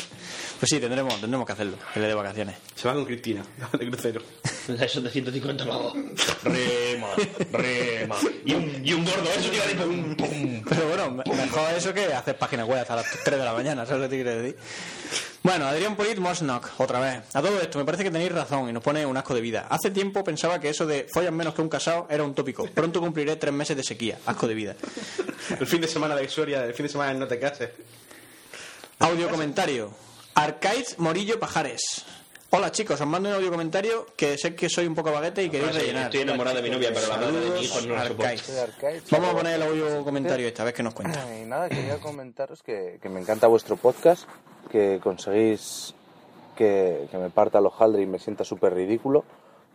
Speaker 2: sí, tendremos, tendremos que hacerlo. Que le dé vacaciones.
Speaker 1: Se va con Cristina, (laughs) de crucero.
Speaker 3: Eso de 150 pavos. Rema, rema. Y un, y un gordo, eso te iba a decir. pum, pum.
Speaker 2: Pero bueno, me- mejor eso que hacer página web hasta las 3 de la mañana, ¿sabes lo que te quiero decir? Bueno, Adrián Polit Mosnock, otra vez. A todo esto, me parece que tenéis razón y nos pone un asco de vida. Hace tiempo pensaba que eso de follan menos que un casado era un tópico. Pronto cumpliré tres meses de sequía. Asco de vida.
Speaker 1: El fin de semana de Soria, el fin de semana en No Te Cases.
Speaker 2: Audio comentario. Arcaiz Morillo Pajares. Hola chicos, os mando un audio comentario que sé que soy un poco baguete y queréis rellenar.
Speaker 3: Ah, Estoy enamorado de mi novia, pero la madre de mi hijo no la soporto.
Speaker 2: Arcaiz. Vamos a poner el audio comentario esta vez que nos cuenta.
Speaker 9: Y nada, quería comentaros que, que me encanta vuestro podcast, que conseguís que, que me parta el hojaldre y me sienta súper ridículo,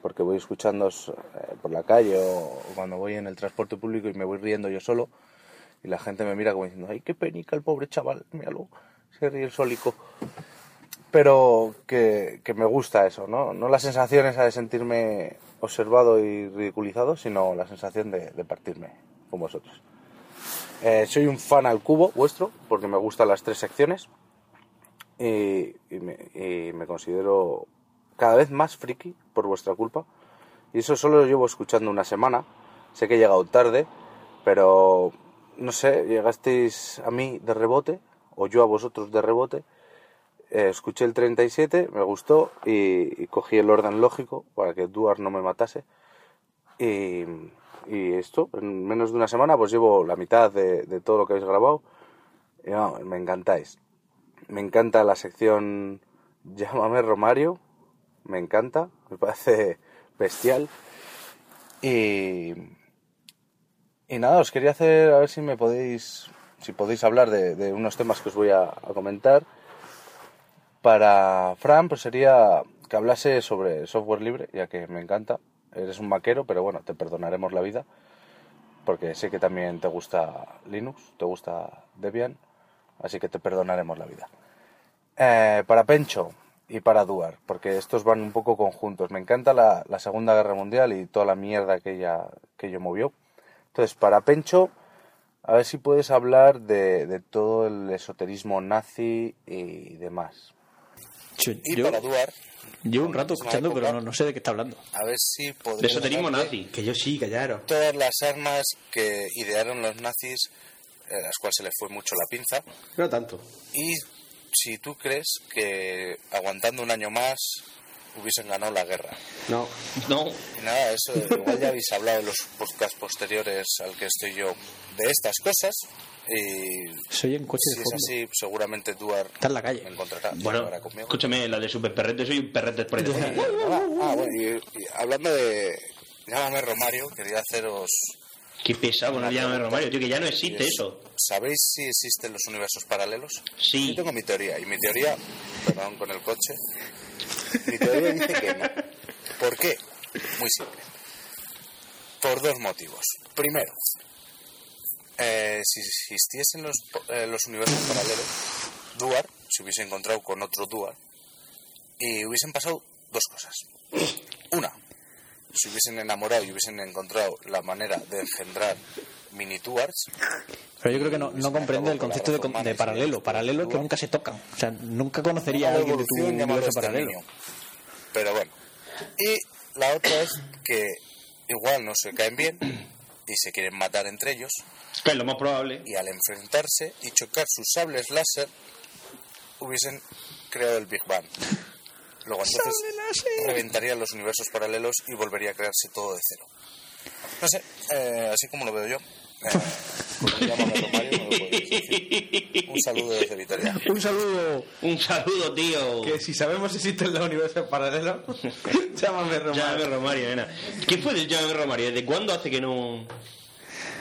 Speaker 9: porque voy escuchándoos eh, por la calle o cuando voy en el transporte público y me voy riendo yo solo, y la gente me mira como diciendo, ay, qué penica el pobre chaval, míralo, se ríe el solico. Pero que, que me gusta eso, ¿no? No la sensación esa de sentirme observado y ridiculizado, sino la sensación de- de partirme con vosotros. Eh, soy un fan al cubo vuestro, porque me gustan las tres secciones. Y, y me, y me considero cada vez más friki por vuestra culpa. Y eso solo lo llevo escuchando una semana. Sé que he llegado tarde, pero no sé, llegasteis a mí de rebote, o yo a vosotros de rebote. Eh, escuché el 37, me gustó y, y cogí el orden lógico para que Duar no me matase. Y, y esto, en menos de una semana, pues llevo la mitad de, de todo lo que habéis grabado. Y vamos, me encantáis. Me encanta la sección (laughs) Llámame Romario. Me encanta, me parece bestial. Y, y nada, os quería hacer, a ver si me podéis, si podéis hablar de, de unos temas que os voy a, a comentar. Para Fran, pues sería que hablase sobre software libre, ya que me encanta. Eres un maquero, pero bueno, te perdonaremos la vida. Porque sé que también te gusta Linux, te gusta Debian, así que te perdonaremos la vida. Eh, para Pencho y para Duar, porque estos van un poco conjuntos. Me encanta la, la Segunda Guerra Mundial y toda la mierda que ella, que ello movió. Entonces, para Pencho, a ver si puedes hablar de, de todo el esoterismo nazi y demás.
Speaker 2: Che,
Speaker 9: Y
Speaker 2: Yo
Speaker 9: para Duar,
Speaker 2: llevo un rato escuchando, pero no, no sé de qué está hablando.
Speaker 9: a ver si podemos...
Speaker 3: De esoterismo
Speaker 9: hablar de
Speaker 3: nazi.
Speaker 1: Que yo sí, callaros.
Speaker 9: Todas las armas que idearon los nazis, eh, las cuales se les fue mucho la pinza,
Speaker 1: No tanto.
Speaker 9: y si tú crees que aguantando un año más hubiesen ganado la guerra.
Speaker 1: No.
Speaker 3: No,
Speaker 9: Y nada, eso igual ya habéis hablado en los podcasts posteriores al que estoy yo de estas cosas, y
Speaker 2: Soy en coche
Speaker 9: si
Speaker 2: de
Speaker 9: es
Speaker 2: fondo.
Speaker 9: así, seguramente Duar
Speaker 2: Está en la calle.
Speaker 9: me encontrará. se
Speaker 3: bueno,
Speaker 9: acabará Ah, conmigo.
Speaker 3: escúchame, la de Super Perrete, soy un perrete por ahí.
Speaker 9: Ah, ah, bueno, y- y hablando de... Llámame Romario, quería haceros
Speaker 3: Qué pesado, no llame Romario, tío, que ya no existe
Speaker 9: Dios.
Speaker 3: eso.
Speaker 9: ¿Sabéis si existen los universos paralelos?
Speaker 3: Sí.
Speaker 9: Yo tengo mi teoría, y mi teoría, perdón con el coche, mi teoría dice que no. ¿Por qué? Muy simple. Por dos motivos. Primero, eh, si existiesen los, po- eh, los universos paralelos, Duar se hubiese encontrado con otro Duar y hubiesen pasado dos cosas. Una, se hubiesen enamorado y hubiesen encontrado la manera de engendrar mini Duars.
Speaker 2: Pero yo creo que no, no comprende el concepto de, con- de paralelo. Paralelo que nunca se tocan. O sea, nunca conocería a
Speaker 9: Una
Speaker 2: alguien de tu
Speaker 9: evolución llamada
Speaker 2: universo paralelo.
Speaker 9: exterminio. Pero bueno. Y la otra es que igual no se caen bien y se quieren matar entre ellos
Speaker 3: Que es lo más probable.
Speaker 9: y al enfrentarse y chocar sus sables láser hubiesen creado el Big Bang. Luego entonces reventarían los universos paralelos y volvería a crearse todo de cero. No sé, eh, así como lo veo yo. Eh,
Speaker 2: (laughs)
Speaker 9: como llaman a Romario, no lo podéis decir. Un saludo desde Vitoria.
Speaker 2: Un saludo.
Speaker 3: Un saludo, tío.
Speaker 1: Que si sabemos si existen los universos paralelos, (laughs) llámame
Speaker 3: Llame
Speaker 1: Román.
Speaker 3: Romario, nena. ¿Qué fue del llame Romario? ¿Desde cuándo hace que no...?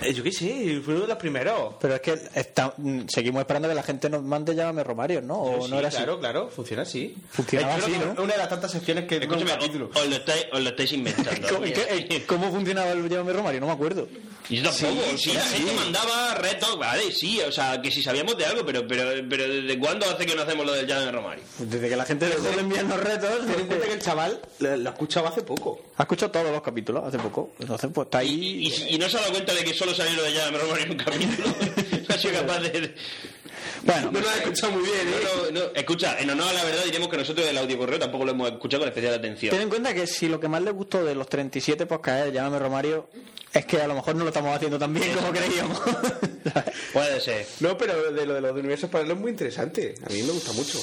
Speaker 1: Eh, yo qué sé, fue uno de los primeros.
Speaker 2: Pero es que está- mm, seguimos esperando que la gente nos mande llámame Romario, ¿no? O
Speaker 1: Pues Sí,
Speaker 2: no era
Speaker 1: claro, claro, funciona así.
Speaker 2: Funcionaba
Speaker 1: Eh, yo creo
Speaker 2: así,
Speaker 1: que
Speaker 2: ¿no?
Speaker 1: Una de las tantas secciones que dura un
Speaker 3: Escúchame,
Speaker 1: capítulo.
Speaker 3: os, os lo estáis, os lo estáis inventando.
Speaker 2: así. (laughs) ¿Cómo, qué- cómo funcionaba el llámame Romario? No me acuerdo.
Speaker 3: Yo tampoco, sí, la gente mandaba retos, vale, sí, o sea, que si sabíamos de algo, pero pero, pero ¿desde cuándo hace que no hacemos lo del llame Romario?
Speaker 2: Desde que la gente dejó de enviarnos retos.
Speaker 1: Ten en cuenta que el chaval lo, lo ha escuchado hace poco.
Speaker 2: Ha escuchado todos los capítulos hace poco. Entonces, pues está ahí.
Speaker 3: Y,
Speaker 1: (laughs)
Speaker 3: y no se ha dado cuenta de que solo salió lo de llame Romario en un capítulo. no ha sido capaz de...
Speaker 2: Bueno,
Speaker 1: No lo has escuchado muy bien, ¿eh?
Speaker 3: No, no, no. Escucha, en honor a la verdad diremos que nosotros el audiocorreo tampoco lo hemos escuchado con especial atención.
Speaker 2: ten en cuenta que si lo que más le gustó de los 37 podcasts, llámame Romario, es que a lo mejor no lo estamos haciendo tan bien como creíamos.
Speaker 3: Puede ser.
Speaker 1: No, pero de lo de los universos paralelos es muy interesante. A mí me gusta mucho.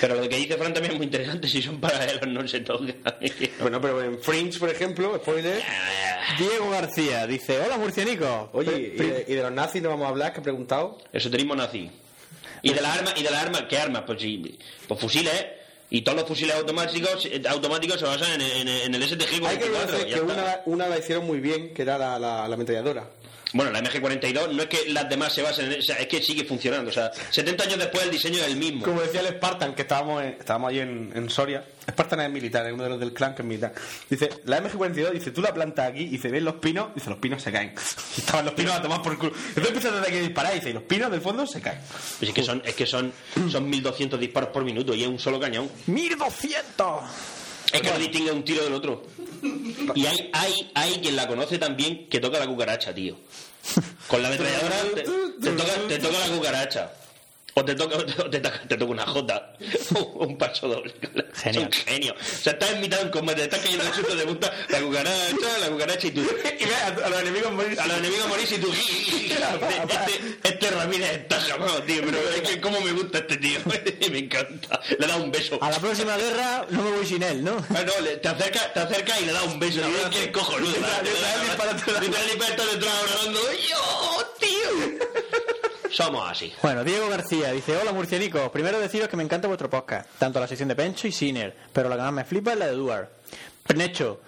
Speaker 3: Pero lo que dice Fran también es muy interesante. Si son paralelos, no se toca.
Speaker 1: (laughs) Bueno, pero en Fringe, por ejemplo, spoiler.
Speaker 2: Diego García dice, hola murcianicos.
Speaker 1: Oye, ¿y de, y de los nazis no vamos a hablar? Que he preguntado.
Speaker 3: Esoterismo nazi. ¿Y de las armas? ¿Y de las armas? ¿Qué armas? Pues, sí, pues fusiles. Y todos los fusiles automáticos eh, automáticos se basan en, en- en el STG-44.
Speaker 1: Hay que reconocer
Speaker 3: ya
Speaker 1: que
Speaker 3: está.
Speaker 1: una, una la hicieron muy bien, que era la, la, la ametralladora.
Speaker 3: Bueno, la MG-42 no es que las demás se basen en... O sea, es que sigue funcionando. O sea, 70 años después el diseño es el mismo.
Speaker 1: Como decía el Spartan, que estábamos, en- estábamos allí en, en Soria. Spartan es militar, es uno de los del clan que es militar. Dice, la MG-42, dice, tú la plantas aquí, dice, ves los pinos, dice, los pinos se caen. (laughs) Y estaban los pinos a tomar por culo. Entonces empiezas desde aquí a disparar, dice, y los pinos del fondo se caen.
Speaker 3: Pues es que son, es que son, son 1200 disparos por minuto y es un solo cañón.
Speaker 2: 1200.
Speaker 3: Es que no distingue un tiro del otro. Y hay, hay, hay quien la conoce también que toca la cucaracha, tío. Con la ametralladora te, te toca, te toca la cucaracha. O te toca, o te, o te toca- te toca una jota. (laughs) O un paso doble.
Speaker 2: Genial.
Speaker 3: Es un genio. O sea, estás en mitad de un combate, te estás cayendo al suelo de punta. La cucaracha, la cucaracha y tú.
Speaker 1: (laughs) Y ve a, a los enemigos morirse.
Speaker 3: A los enemigos
Speaker 1: (laughs)
Speaker 3: morís y tú. Este, este Ramírez está jamado, tío. Pero es que cómo me gusta este tío. (laughs) Me encanta. Le da un beso.
Speaker 2: A la próxima guerra no me voy sin él, ¿no?
Speaker 3: Ah, no, le- te acerca, te acerca y le da un beso. Y es que es cojonudo. ¿verdad?
Speaker 1: Literal, literal, dispara a tu lado.
Speaker 3: Literal, dispara a tu detrás hablando. ¡Yo, tío! Somos así.
Speaker 2: Bueno, Diego García dice, hola murcianicos, primero deciros que me encanta vuestro podcast, tanto la sección de Pencho y Sinner, pero la que más me flipa es la de Duar. Necho,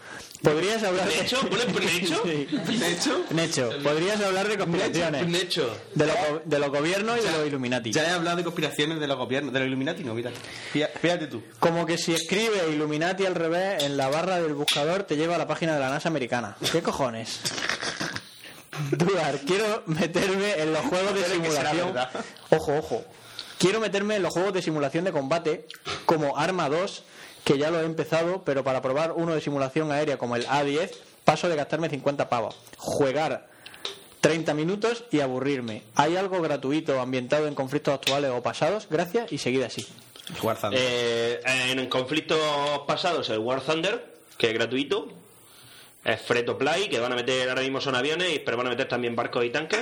Speaker 2: ¿podrías hablar de...
Speaker 3: ¿Necho?
Speaker 2: (laughs)
Speaker 3: ¿Pone Necho?
Speaker 2: Sí.
Speaker 10: ¿Necho?
Speaker 2: Necho, ¿podrías hablar de conspiraciones?
Speaker 10: Necho.
Speaker 2: De los, go- de los gobiernos y de los Illuminati.
Speaker 1: Ya he hablado de conspiraciones de los gobiernos, de los Illuminati, no, mira. Fía- Fíjate tú.
Speaker 2: Como que si escribe Illuminati al revés en la barra del buscador te lleva a la página de la NASA americana. ¿Qué
Speaker 1: (laughs)
Speaker 2: cojones? Duar, quiero meterme en los juegos de
Speaker 1: que será
Speaker 2: simulación.
Speaker 1: verdad.
Speaker 2: Ojo, ojo. Quiero meterme en los juegos de simulación de combate como Arma 2, que ya lo he empezado, pero para probar uno de simulación aérea como el A10, paso de gastarme 50 pavos. Jugar 30 minutos y aburrirme. ¿Hay algo gratuito ambientado en conflictos actuales o pasados? Gracias y seguid así.
Speaker 1: Jugar Thunder.
Speaker 3: Eh, en conflictos pasados, el War Thunder, que es gratuito. Es Freto Play, que van a meter ahora mismo son aviones, y- pero van a meter también barcos y tanques.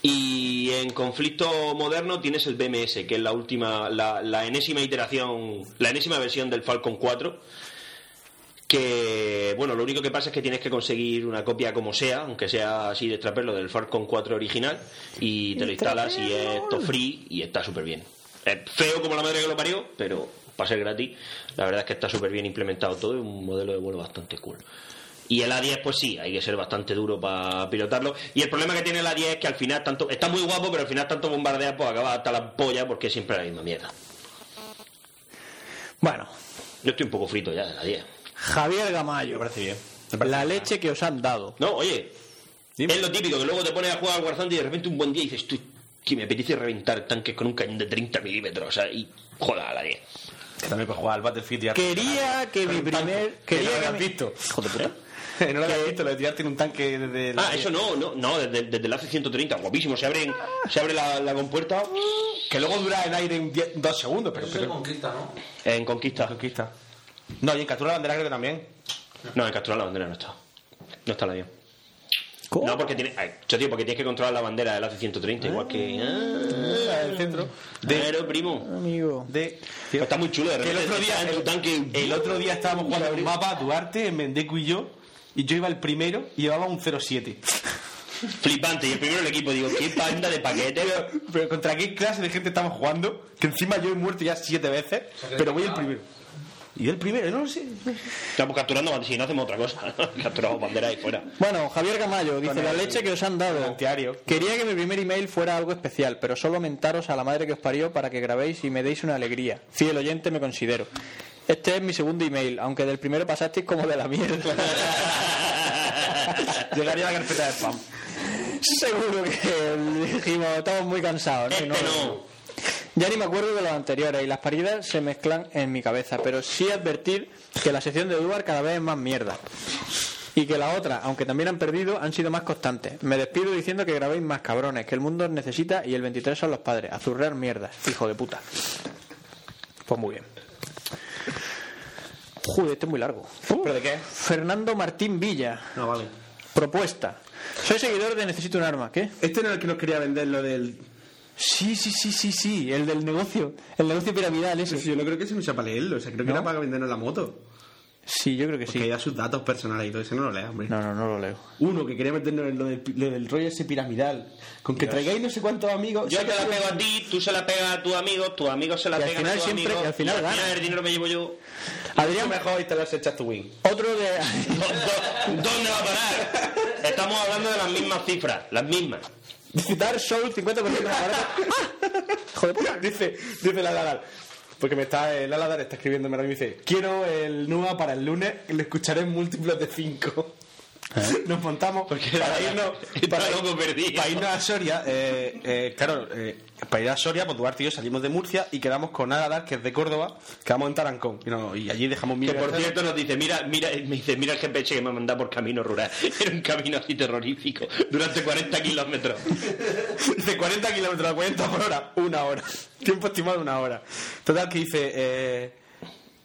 Speaker 3: Y en conflicto moderno tienes el BMS, que es la última, la, la enésima iteración, la enésima versión del Falcon 4. Que, bueno, lo único que pasa es que tienes que conseguir una copia como sea, aunque sea así de traperlo del Falcon 4 original, y te lo instalas y es to free y está súper bien. Es feo como la madre que lo parió, pero para ser gratis, la verdad es que está súper bien implementado todo, es un modelo de vuelo bastante cool. Y el A10, pues sí, hay que ser bastante duro para pilotarlo. Y el problema que tiene el A10 es que al final tanto. Está muy guapo, pero al final tanto bombardea, pues acaba hasta la polla porque es siempre la misma mierda.
Speaker 2: Bueno,
Speaker 3: Yo estoy un poco frito ya del A10.
Speaker 2: Javier Gamayo. la leche que os han dado.
Speaker 3: No, oye, es lo típico que luego te pones a jugar al Warzone y de repente un buen día dices, tú, que me apetece reventar tanques con un cañón de 30 milímetros, o sea, y joda a la 10.
Speaker 1: Que también para jugar al Battlefield y a-
Speaker 2: Quería que mi primer.
Speaker 1: Que no lo
Speaker 2: Quería
Speaker 1: habías
Speaker 2: mi-
Speaker 1: visto.
Speaker 2: Hijo de puta.
Speaker 1: (laughs) no lo habías visto, lo de tirarte en un tanque desde... la-
Speaker 3: Ah, eso no, no, no, desde, desde el AC-130, guapísimo, se, abren, se abre la, la compuerta
Speaker 1: Que luego dura en aire un die- dos segundos, pero...
Speaker 7: Eso se
Speaker 1: pero...
Speaker 7: conquista, ¿no?
Speaker 3: en Conquista.
Speaker 1: Conquista. No, y en captura la bandera creo que también.
Speaker 3: No, en capturar la bandera no está. No está el avión.
Speaker 2: ¿Cómo?
Speaker 3: No, porque tiene, ay, yo, tío, porque tienes que controlar la bandera del AC-130, igual que... Ah,
Speaker 1: El centro.
Speaker 3: Pero, primo,
Speaker 2: Amigo.
Speaker 1: De...
Speaker 3: pues está muy chulo de
Speaker 1: Que el
Speaker 3: repente
Speaker 1: otro día,
Speaker 3: estás en tu tanque...
Speaker 1: el, el otro día estábamos jugando a un mapa, Duarte, Mendecu y yo, y yo iba el primero y llevaba un 0-7.
Speaker 3: Flipante, y el primero el equipo, digo, qué panda
Speaker 1: (laughs)
Speaker 3: de paquete.
Speaker 1: Pero contra qué clase de gente estamos jugando, que encima yo he muerto ya siete veces, pero voy el primero. Y yo el primero, no lo sé.
Speaker 3: Estamos pues capturando, banderas, si no hacemos otra cosa. (laughs) Capturamos banderas y fuera.
Speaker 2: Bueno, Javier Gamayo dice
Speaker 1: Con
Speaker 2: la
Speaker 1: el-
Speaker 2: leche que os han
Speaker 1: con
Speaker 2: dado.
Speaker 1: el diario.
Speaker 2: Quería que mi primer email fuera algo especial, pero solo mentaros a la madre que os parió para que grabéis y me deis una alegría. Fiel oyente me considero. Este es mi segundo email, aunque del primero pasasteis como de la mierda.
Speaker 1: (laughs)
Speaker 2: (laughs)
Speaker 1: Llegaría a la carpeta de spam.
Speaker 2: Seguro que dijimos, estamos muy cansados. ¿no?
Speaker 3: Este
Speaker 2: No, no,
Speaker 3: no.
Speaker 2: no. Ya ni me acuerdo de los anteriores y las paridas se mezclan en mi cabeza, pero sí advertir que la sección de Dubar cada vez es más mierda. Y que la otra, aunque también han perdido, han sido más constantes. Me despido diciendo que grabéis más cabrones, que el mundo os necesita y el 23 son los padres. Azurrar mierdas, hijo de puta. Pues muy bien. Joder, este es muy largo.
Speaker 1: ¿Pero de qué?
Speaker 2: Fernando Martín Villa.
Speaker 1: No, vale.
Speaker 2: Propuesta. Soy seguidor de Necesito un arma. ¿Qué?
Speaker 1: Este no es el que nos quería vender lo del.
Speaker 2: Sí, sí, sí, sí, sí. El del negocio. El negocio piramidal ese.
Speaker 1: Yo no creo que se me hizo para leerlo. O sea, creo que
Speaker 2: ¿No?
Speaker 1: era para vendernos la moto.
Speaker 2: Sí, yo creo que
Speaker 1: Porque
Speaker 2: sí.
Speaker 1: ya sus datos personales y todo eso no lo leas, hombre.
Speaker 2: No, no, no lo leo.
Speaker 1: Uno que quería meternos en lo del, lo del rollo ese piramidal. Con que traigáis no sé cuántos amigos.
Speaker 3: Yo te la pego a ti, tú se la pegas a tus amigos, tus amigos se la
Speaker 2: Y al
Speaker 3: pegan a
Speaker 2: final
Speaker 3: tus
Speaker 2: siempre-
Speaker 3: amigos.
Speaker 2: y al final
Speaker 3: y
Speaker 2: gana. (laughs)
Speaker 3: el dinero (laughs) me llevo yo.
Speaker 2: Adrián,
Speaker 1: mejor y te las echas tu win.
Speaker 2: otro
Speaker 1: (laughs)
Speaker 2: de...
Speaker 3: ¿Dó- dó- ¿Dónde va a parar? Estamos hablando de las mismas cifras, las mismas.
Speaker 2: Citar Soul 50% más barato. Hijo de puta.
Speaker 1: dice, dice la Ladar. Porque me está, el Aladar está escribiéndome ahora y me dice, quiero el NUA para el lunes, lo escucharé en múltiplos de 5.
Speaker 3: ¿Eh?
Speaker 1: (laughs) Nos montamos para irnos, para,
Speaker 3: Está loco perdido.
Speaker 1: para irnos a Soria. eh, eh, claro, eh, para ir a Soria, pues Duarte y yo salimos de Murcia y quedamos con Aladar, que es de Córdoba, quedamos en Tarancón. Y, no- y allí dejamos mil
Speaker 3: Que por
Speaker 1: mensajes.
Speaker 3: cierto nos dice, mira, mira, me dice, mira el GPS que me ha mandado por camino rural. (laughs) Era un camino así terrorífico, durante 40 kilómetros.
Speaker 1: (laughs) Dice 40 kilómetros a 40 por hora, una hora. Tiempo estimado, una hora. Total, que dice. eh,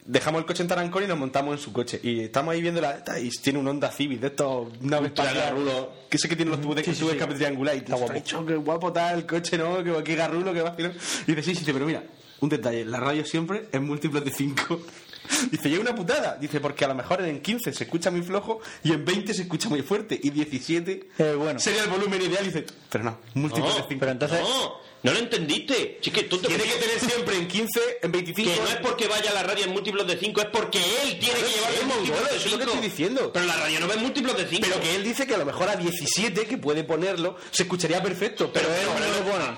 Speaker 1: dejamos el coche en Tarancón y nos montamos en su coche. Y estamos ahí viendo la. Y tiene un Honda Civic de estos. Una vez garrulo. Que sé que tiene los tubos de que sube escape triangular. Y está guapo. Qué guapo está el coche, ¿no? Qué, qué garrulo, qué vacilón. Y dice, sí, sí, dice, pero mira, un detalle. La radio siempre es múltiplos de 5. (laughs) Dice, llega una putada. Dice, porque a lo mejor en 15 se escucha muy flojo y en 20 se escucha muy fuerte y 17
Speaker 2: Eh, bueno.
Speaker 1: sería el volumen ideal. Y dice, pero no, múltiplos de
Speaker 3: No,
Speaker 1: 5.
Speaker 2: pero entonces-
Speaker 3: no, no lo entendiste. Si es que tú te
Speaker 1: Tiene que tener siempre en 15, en 25.
Speaker 3: Que no es porque vaya la radio en múltiplos de 5, es porque él tiene que llevar
Speaker 1: sí,
Speaker 3: en
Speaker 1: mongolo,
Speaker 3: múltiplos de
Speaker 1: eso es lo que
Speaker 3: cinco.
Speaker 1: estoy diciendo.
Speaker 3: Pero la radio no ve en múltiplos de 5.
Speaker 1: Pero que él dice que a lo mejor a 17, que puede ponerlo, se escucharía perfecto. Pero,
Speaker 3: Pero-
Speaker 1: él no lo pone.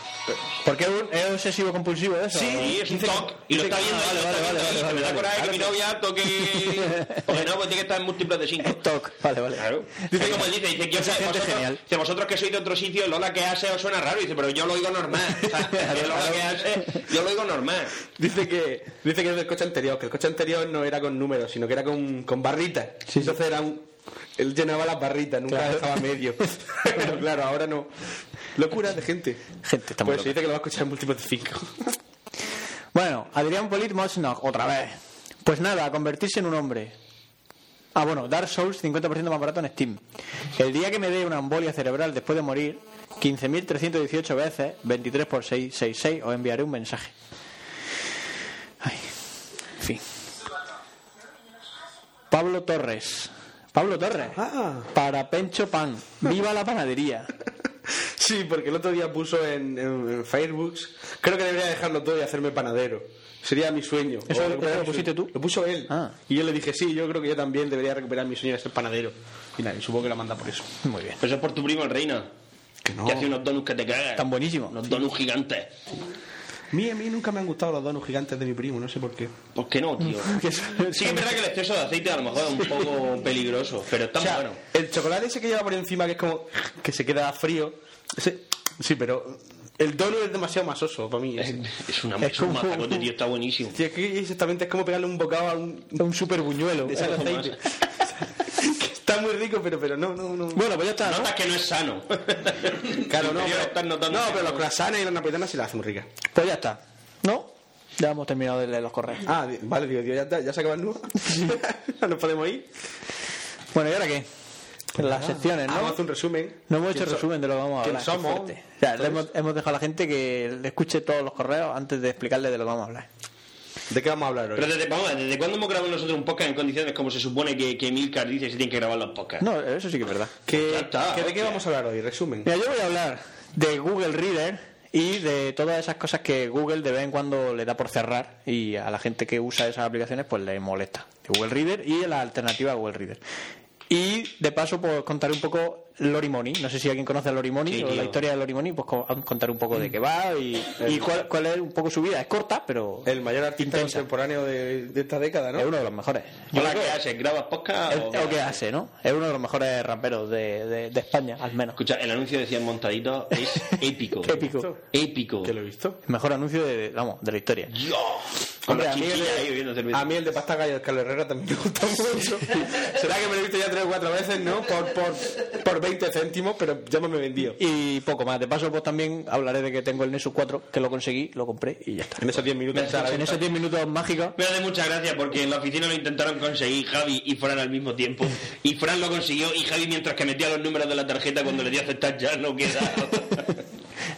Speaker 2: Porque es un- es obsesivo compulsivo eso.
Speaker 3: Sí, es un toque. Y lo está viendo ahí,
Speaker 2: Vale,
Speaker 3: lo está
Speaker 2: vale, vale,
Speaker 3: viendo
Speaker 2: vale,
Speaker 3: ahí. Se me da
Speaker 2: vale,
Speaker 3: coraje
Speaker 2: vale.
Speaker 3: que mi novia toque. Porque no, pues tiene que estar en múltiplos de 5.
Speaker 2: Es toc. Vale, vale.
Speaker 3: Claro. Dice como él dice, dice, yo
Speaker 2: Esa
Speaker 3: sé,
Speaker 2: gente
Speaker 3: vosotros,
Speaker 2: genial.
Speaker 3: dice, vosotros que sois de otro sitio, Lola que hace os suena raro. Dice, pero yo lo oigo normal. O sea, que Lola que hace, yo lo oigo normal.
Speaker 1: Dice que, dice que es del coche anterior, que el coche anterior no era con números, sino que era con, con barritas. Entonces era un. Él llenaba las barritas, nunca
Speaker 2: Claro.
Speaker 1: dejaba (laughs) medio. Pero claro, ahora no. Locura de gente.
Speaker 2: Gente está muy
Speaker 1: Pues
Speaker 2: loca.
Speaker 1: se dice que lo va a escuchar en múltiplos de 5.
Speaker 2: Bueno, Adrián Polit Mosnog, otra vez. Pues nada, a convertirse en un hombre. Ah, bueno, Dark Souls 50% más barato en Steam. El día que me dé una embolia cerebral después de morir, 15.318 veces, 23 por 6, 66, os enviaré un mensaje. Ay, en fin. Pablo Torres. Pablo Torres.
Speaker 1: Ah.
Speaker 2: Para Pencho Pan. Viva la panadería.
Speaker 1: Sí, porque el otro día puso en, en- en Firebooks. Creo que debería dejarlo todo y hacerme panadero. Sería mi sueño.
Speaker 2: ¿Eso
Speaker 1: O
Speaker 2: lo-
Speaker 1: recuperar
Speaker 2: eso lo
Speaker 1: mi sueño.
Speaker 2: pusiste tú?
Speaker 1: Lo puso él.
Speaker 2: Ah.
Speaker 1: Y yo le dije, sí, yo creo que yo también debería recuperar mi sueño de ser panadero. Y nada, y supongo que la manda por eso.
Speaker 2: Muy bien.
Speaker 3: Pero eso es por tu primo el reino.
Speaker 1: Que no.
Speaker 3: Que hace unos donuts que te cagas.
Speaker 2: Tan buenísimo.
Speaker 3: Unos donuts gigantes.
Speaker 1: Mí, a mí nunca me han gustado los donos gigantes de mi primo, no sé por qué.
Speaker 3: ¿Por qué Pues
Speaker 1: (laughs)
Speaker 3: no, tío? Sí que es verdad que el exceso de aceite a lo mejor es un
Speaker 1: (laughs)
Speaker 3: poco peligroso, pero está
Speaker 1: O
Speaker 2: Ah,
Speaker 1: sea,
Speaker 3: bueno.
Speaker 1: el chocolate ese que lleva por encima, que es como que se queda frío. ese- sí, pero el donut es demasiado masoso para mí. Es,
Speaker 2: Eh,
Speaker 3: Es una es un
Speaker 2: como-
Speaker 3: mazacote, tío, está buenísimo.
Speaker 1: Tío, es que exactamente es como pegarle un bocado a un, (laughs)
Speaker 2: Un super buñuelo.
Speaker 1: de sal aceite. Que Está muy rico, pero, pero no, no, no.
Speaker 2: Bueno, pues ya está. ¿no?
Speaker 3: Notas que no es sano.
Speaker 1: (laughs) Claro, no,
Speaker 3: Interior estás
Speaker 1: pero,
Speaker 3: notando
Speaker 1: no,
Speaker 3: que
Speaker 1: pero
Speaker 3: no.
Speaker 1: los croissants y las napolitanas sí las hacen ricas.
Speaker 2: Pues ya está. ¿No? Ya hemos terminado de leer los correos.
Speaker 1: Ah, di- vale, digo, digo, ya, está, ya se acaba el nudo. (laughs) Nos podemos ir.
Speaker 2: Bueno, ¿y ahora qué? Ah, pues, Las secciones, ¿no?
Speaker 1: Ah, Vamos a hacer un resumen.
Speaker 2: No hemos hecho
Speaker 1: ¿Quién so-
Speaker 2: resumen de lo que vamos a
Speaker 1: quién
Speaker 2: hablar. qué
Speaker 1: somos?
Speaker 2: fuerte. O sea, le hemos, hemos dejado a la gente que le escuche todos los correos antes de explicarle de lo que vamos a hablar.
Speaker 1: ¿De qué vamos a hablar
Speaker 3: Pero
Speaker 1: hoy?
Speaker 3: desde, vamos, a ver, ¿desde cuándo hemos grabado nosotros un podcast en condiciones como se supone que, que Milcar dice que se tienen que grabar los podcasts?
Speaker 2: No, eso sí que es verdad.
Speaker 1: ¿Qué-
Speaker 3: Ya está,
Speaker 1: qué- ¿De qué
Speaker 3: hostia.
Speaker 1: vamos a hablar hoy? Resumen.
Speaker 2: Mira, yo voy a hablar de Google Reader y de todas esas cosas que Google de vez en cuando le da por cerrar y a la gente que usa esas aplicaciones pues le molesta. De Google Reader y de la alternativa a Google Reader. Y de paso pues contaré un poco Lorimoni. No sé si alguien conoce a Lorimoni
Speaker 3: Sí,
Speaker 2: o la
Speaker 3: tío.
Speaker 2: historia de Lorimoni, pues co- contar un poco de qué va y, y cuál, cuál es un poco su vida. Es corta, pero
Speaker 1: El mayor artista
Speaker 2: intensa.
Speaker 1: contemporáneo de, de esta década, ¿no?
Speaker 2: es uno de los mejores.
Speaker 3: Hola, ¿qué haces? ¿Grabas podcast?
Speaker 2: Es- es lo que hace, ¿no? Es uno de los mejores raperos de, de- de España, al menos.
Speaker 3: Escucha, el anuncio de 100 montaditos
Speaker 1: (laughs)
Speaker 3: es épico.
Speaker 2: Épico.
Speaker 3: Épico.
Speaker 1: ¿Que lo he visto?
Speaker 2: El mejor anuncio de, vamos, de la historia.
Speaker 3: Dios. Con
Speaker 1: Hombre,
Speaker 3: la
Speaker 1: a mí
Speaker 3: chinchilla
Speaker 1: el-
Speaker 3: ahí bebiendo cerveza.
Speaker 1: A mí el de pasta gallo, el Carlos Herrera, también me gusta mucho. Será que me lo he visto ya tres o cuatro veces, ¿no? Por, por, por 20 céntimos, pero ya me me vendió.
Speaker 2: Y poco más. De paso, pues también hablaré de que tengo el Nexus 4, que lo conseguí, lo compré y ya está.
Speaker 1: En esos 10 minutos. o sea, la
Speaker 2: en
Speaker 1: venta-
Speaker 2: esos 10 minutos mágicos.
Speaker 3: Me hace muchas gracias porque en la oficina lo intentaron conseguir Javi y Fran al mismo tiempo. Y Fran lo consiguió y Javi mientras que metía los números de la tarjeta cuando le di a aceptar ya no quedaba.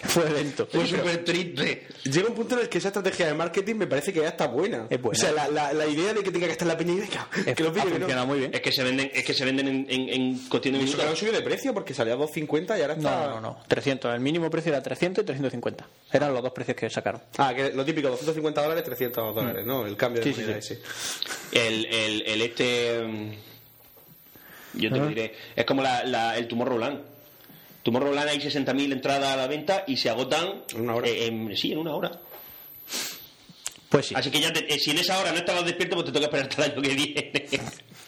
Speaker 2: Fue lento.
Speaker 3: Fue súper triste.
Speaker 1: Llega un punto en el que esa estrategia de marketing me parece que ya está buena.
Speaker 2: Es buena.
Speaker 1: O sea, la, la, la idea de que tenga que estar la peña y venga,
Speaker 2: Es-
Speaker 1: que lo
Speaker 2: ha
Speaker 1: pillo, que no.
Speaker 2: funcionado muy bien.
Speaker 3: Es que se venden, es que se venden en, en- en cuestión de
Speaker 1: Y Eso que lo han
Speaker 3: minutos.
Speaker 1: subido de precio porque salía a 2.50 y ahora
Speaker 2: No,
Speaker 1: está...
Speaker 2: no, no, no. 300. El mínimo precio era 300 y 350. Eran los dos precios que sacaron.
Speaker 1: Ah, que lo típico, 250 dólares, 300 dólares, ¿no? El cambio de
Speaker 2: Mm. Sí, sí,
Speaker 1: moneda
Speaker 2: sí.
Speaker 1: ese.
Speaker 3: El, el, el este mm, yo te lo
Speaker 2: Ah.
Speaker 3: diré. Es como la, la- el tumor Roland. Tumor Roland hay 60.000 entradas a la venta y se agotan
Speaker 1: En una hora.
Speaker 3: eh, en- sí, en una hora.
Speaker 2: Pues sí.
Speaker 3: Así que ya te- eh, si en esa hora no estabas despierto, pues te toca esperar hasta el año que viene.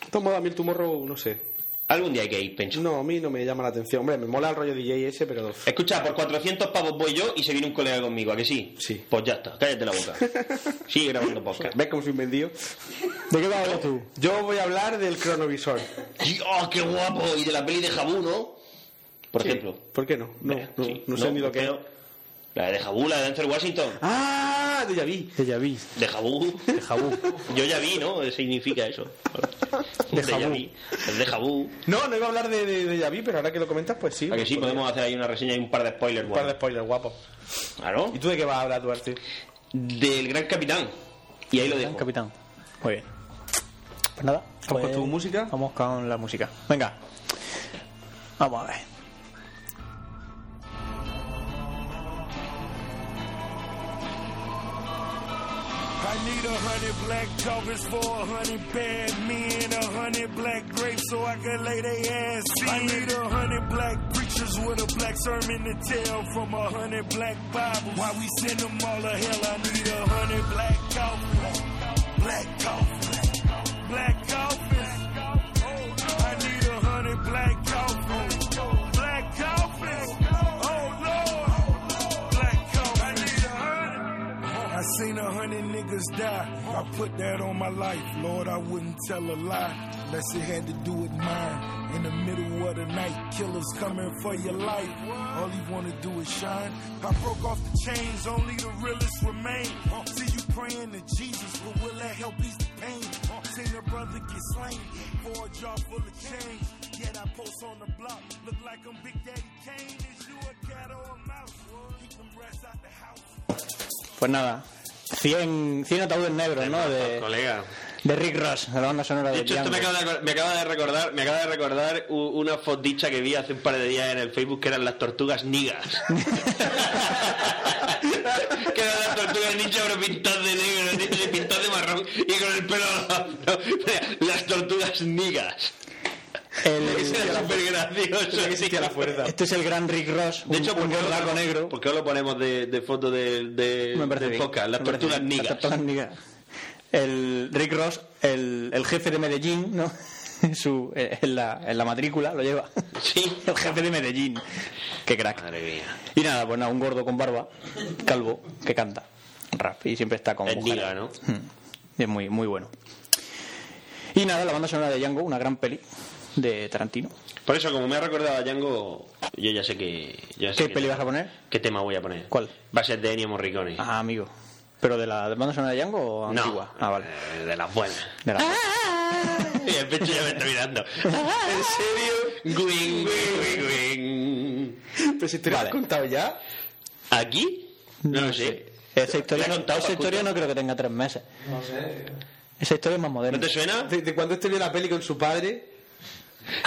Speaker 1: Toma, a mí el tumorro, no sé.
Speaker 3: Algún día hay que ir, Pencho.
Speaker 1: No, a mí no me llama la atención. Hombre, me mola el rollo DJ ese, pero...
Speaker 3: Escucha, por 400 pavos voy yo y se viene un colega conmigo, ¿a que sí?
Speaker 1: Sí.
Speaker 3: Pues ya está, cállate
Speaker 1: (laughs)
Speaker 3: la boca. Sigue grabando podcast.
Speaker 1: ¿Ves cómo soy un vendido?
Speaker 2: ¿De qué vas a hablar tú?
Speaker 1: Yo voy a hablar del cronovisor.
Speaker 3: ¡Dios, qué guapo! Y de la peli de Jabú, ¿no? Por ejemplo.
Speaker 1: ¿Por qué no? No,
Speaker 3: Eh,
Speaker 1: no,
Speaker 3: sí,
Speaker 1: no sé ni lo que es.
Speaker 3: pero- La de Jabú, la de Denzel Washington.
Speaker 1: ¡Ah! De vi.
Speaker 2: De Yaví.
Speaker 3: De Jabú.
Speaker 2: De Jabú.
Speaker 3: Yo ya vi, ¿no? Significa eso.
Speaker 2: De
Speaker 3: Ya
Speaker 2: Jabú.
Speaker 3: vi. El de Jabú.
Speaker 1: No, no iba a hablar de, de, de Yavi, pero ahora que lo comentas, pues sí.
Speaker 3: ¿A que sí? Podemos hacer ahí una reseña y un par de spoilers.
Speaker 1: Un par de
Speaker 3: Bueno.
Speaker 1: spoilers guapos.
Speaker 3: Claro.
Speaker 1: ¿Y tú de qué vas a hablar, Duarte?
Speaker 3: Del Gran Capitán. Y ahí lo
Speaker 2: Gran
Speaker 3: dejo.
Speaker 2: capitán. Muy bien. Pues nada.
Speaker 1: ¿Vamos
Speaker 2: pues
Speaker 1: con tu música?
Speaker 2: Vamos con la música. Venga. Vamos a ver.
Speaker 4: I need a hundred black covers for a hundred bad men, a hundred black grapes so I can lay they ass in. I need a hundred black preachers with a black sermon to tell from a hundred black Bibles. Why we send them all to hell? I need a hundred black coffins, black coffins, black coffins. I need a hundred black coffins, black coffins. Oh Lord, black coffins. I need a hundred. I seen a hundred niggas die. I put that on my life, Lord. I wouldn't tell a lie unless it had to do with mine. In the middle of the night, killers coming for your life. All you wanna do is shine. I broke off the chains, only the realest remain. See you praying to Jesus, but will that help ease the pain? Seen a brother get slain for a jar full of change. Yet I post on the block, look like I'm Big Daddy Kane. Is you a cat or a mouse? Keep them rats out the house.
Speaker 2: Pues nada. 100, 100 ataúdes negros, ¿no? De,
Speaker 3: Colega.
Speaker 2: de Rick Ross, de la banda sonora de,
Speaker 3: De hecho, esto me
Speaker 2: Django.
Speaker 3: acaba de, acor- me acaba de recordar, me acaba de recordar u- una fotdicha que vi hace un par de días en el Facebook que eran las tortugas nigas.
Speaker 2: (laughs)
Speaker 3: que eran las tortugas nigas pero pintadas de negro, ni- ni pintadas de marrón y con el pelo. no, mira, las tortugas nigas. Eso (laughs)
Speaker 2: El-
Speaker 3: era súper gracioso. la fuerza.
Speaker 2: este es el gran Rick Ross.
Speaker 3: De hecho,
Speaker 2: un,
Speaker 3: ¿por
Speaker 2: un
Speaker 3: qué, no
Speaker 2: gordaco
Speaker 3: lo,
Speaker 2: negro.
Speaker 3: ¿por qué no lo ponemos de, de foto de, de,
Speaker 2: Me parece
Speaker 3: del
Speaker 2: bien.
Speaker 3: podcast? Las
Speaker 2: Me parece
Speaker 3: tortugas
Speaker 2: bien.
Speaker 3: nigas.
Speaker 2: Las tortugas nigas. El Rick Ross, el, el jefe de Medellín, ¿no? (laughs) En Su, eh, en, la, en la matrícula lo lleva.
Speaker 3: Sí.
Speaker 2: (laughs)
Speaker 3: Ah.
Speaker 2: El jefe de Medellín. Qué crack.
Speaker 3: Madre mía.
Speaker 2: Y nada, pues nada, un gordo con barba, calvo, que canta rap y siempre está con
Speaker 3: Es
Speaker 2: mujeres.
Speaker 3: niga, ¿no?
Speaker 2: Mm. Es muy, muy bueno. Y nada, la banda sonora de Django, una gran peli de Tarantino.
Speaker 3: Por eso, como me ha recordado a Django, yo ya sé que. yo ya sé
Speaker 2: ¿Qué
Speaker 3: que-
Speaker 2: peli vas a poner?
Speaker 3: ¿Qué tema voy a poner?
Speaker 2: ¿Cuál?
Speaker 3: Va a ser de Ennio Morricone.
Speaker 2: Ah, amigo. ¿Pero de la banda sonora de Django o
Speaker 3: no,
Speaker 2: antigua? Ah, vale.
Speaker 3: eh, de las buenas.
Speaker 2: De la-
Speaker 3: Y el pecho ya me está mirando. ¿En serio? Guin, guin, guin, guin.
Speaker 1: (laughs) Pero si te lo has
Speaker 2: Vale.
Speaker 1: contado ya.
Speaker 3: ¿Aquí? No lo sé.
Speaker 2: Esa historia,
Speaker 3: ¿Te he contado,
Speaker 2: esa
Speaker 3: Paco?
Speaker 2: historia no creo que tenga tres meses.
Speaker 7: No sé.
Speaker 2: Esa historia es más
Speaker 3: ¿No
Speaker 2: moderna.
Speaker 3: te suena?
Speaker 1: De, de cuando este vio la peli con su padre.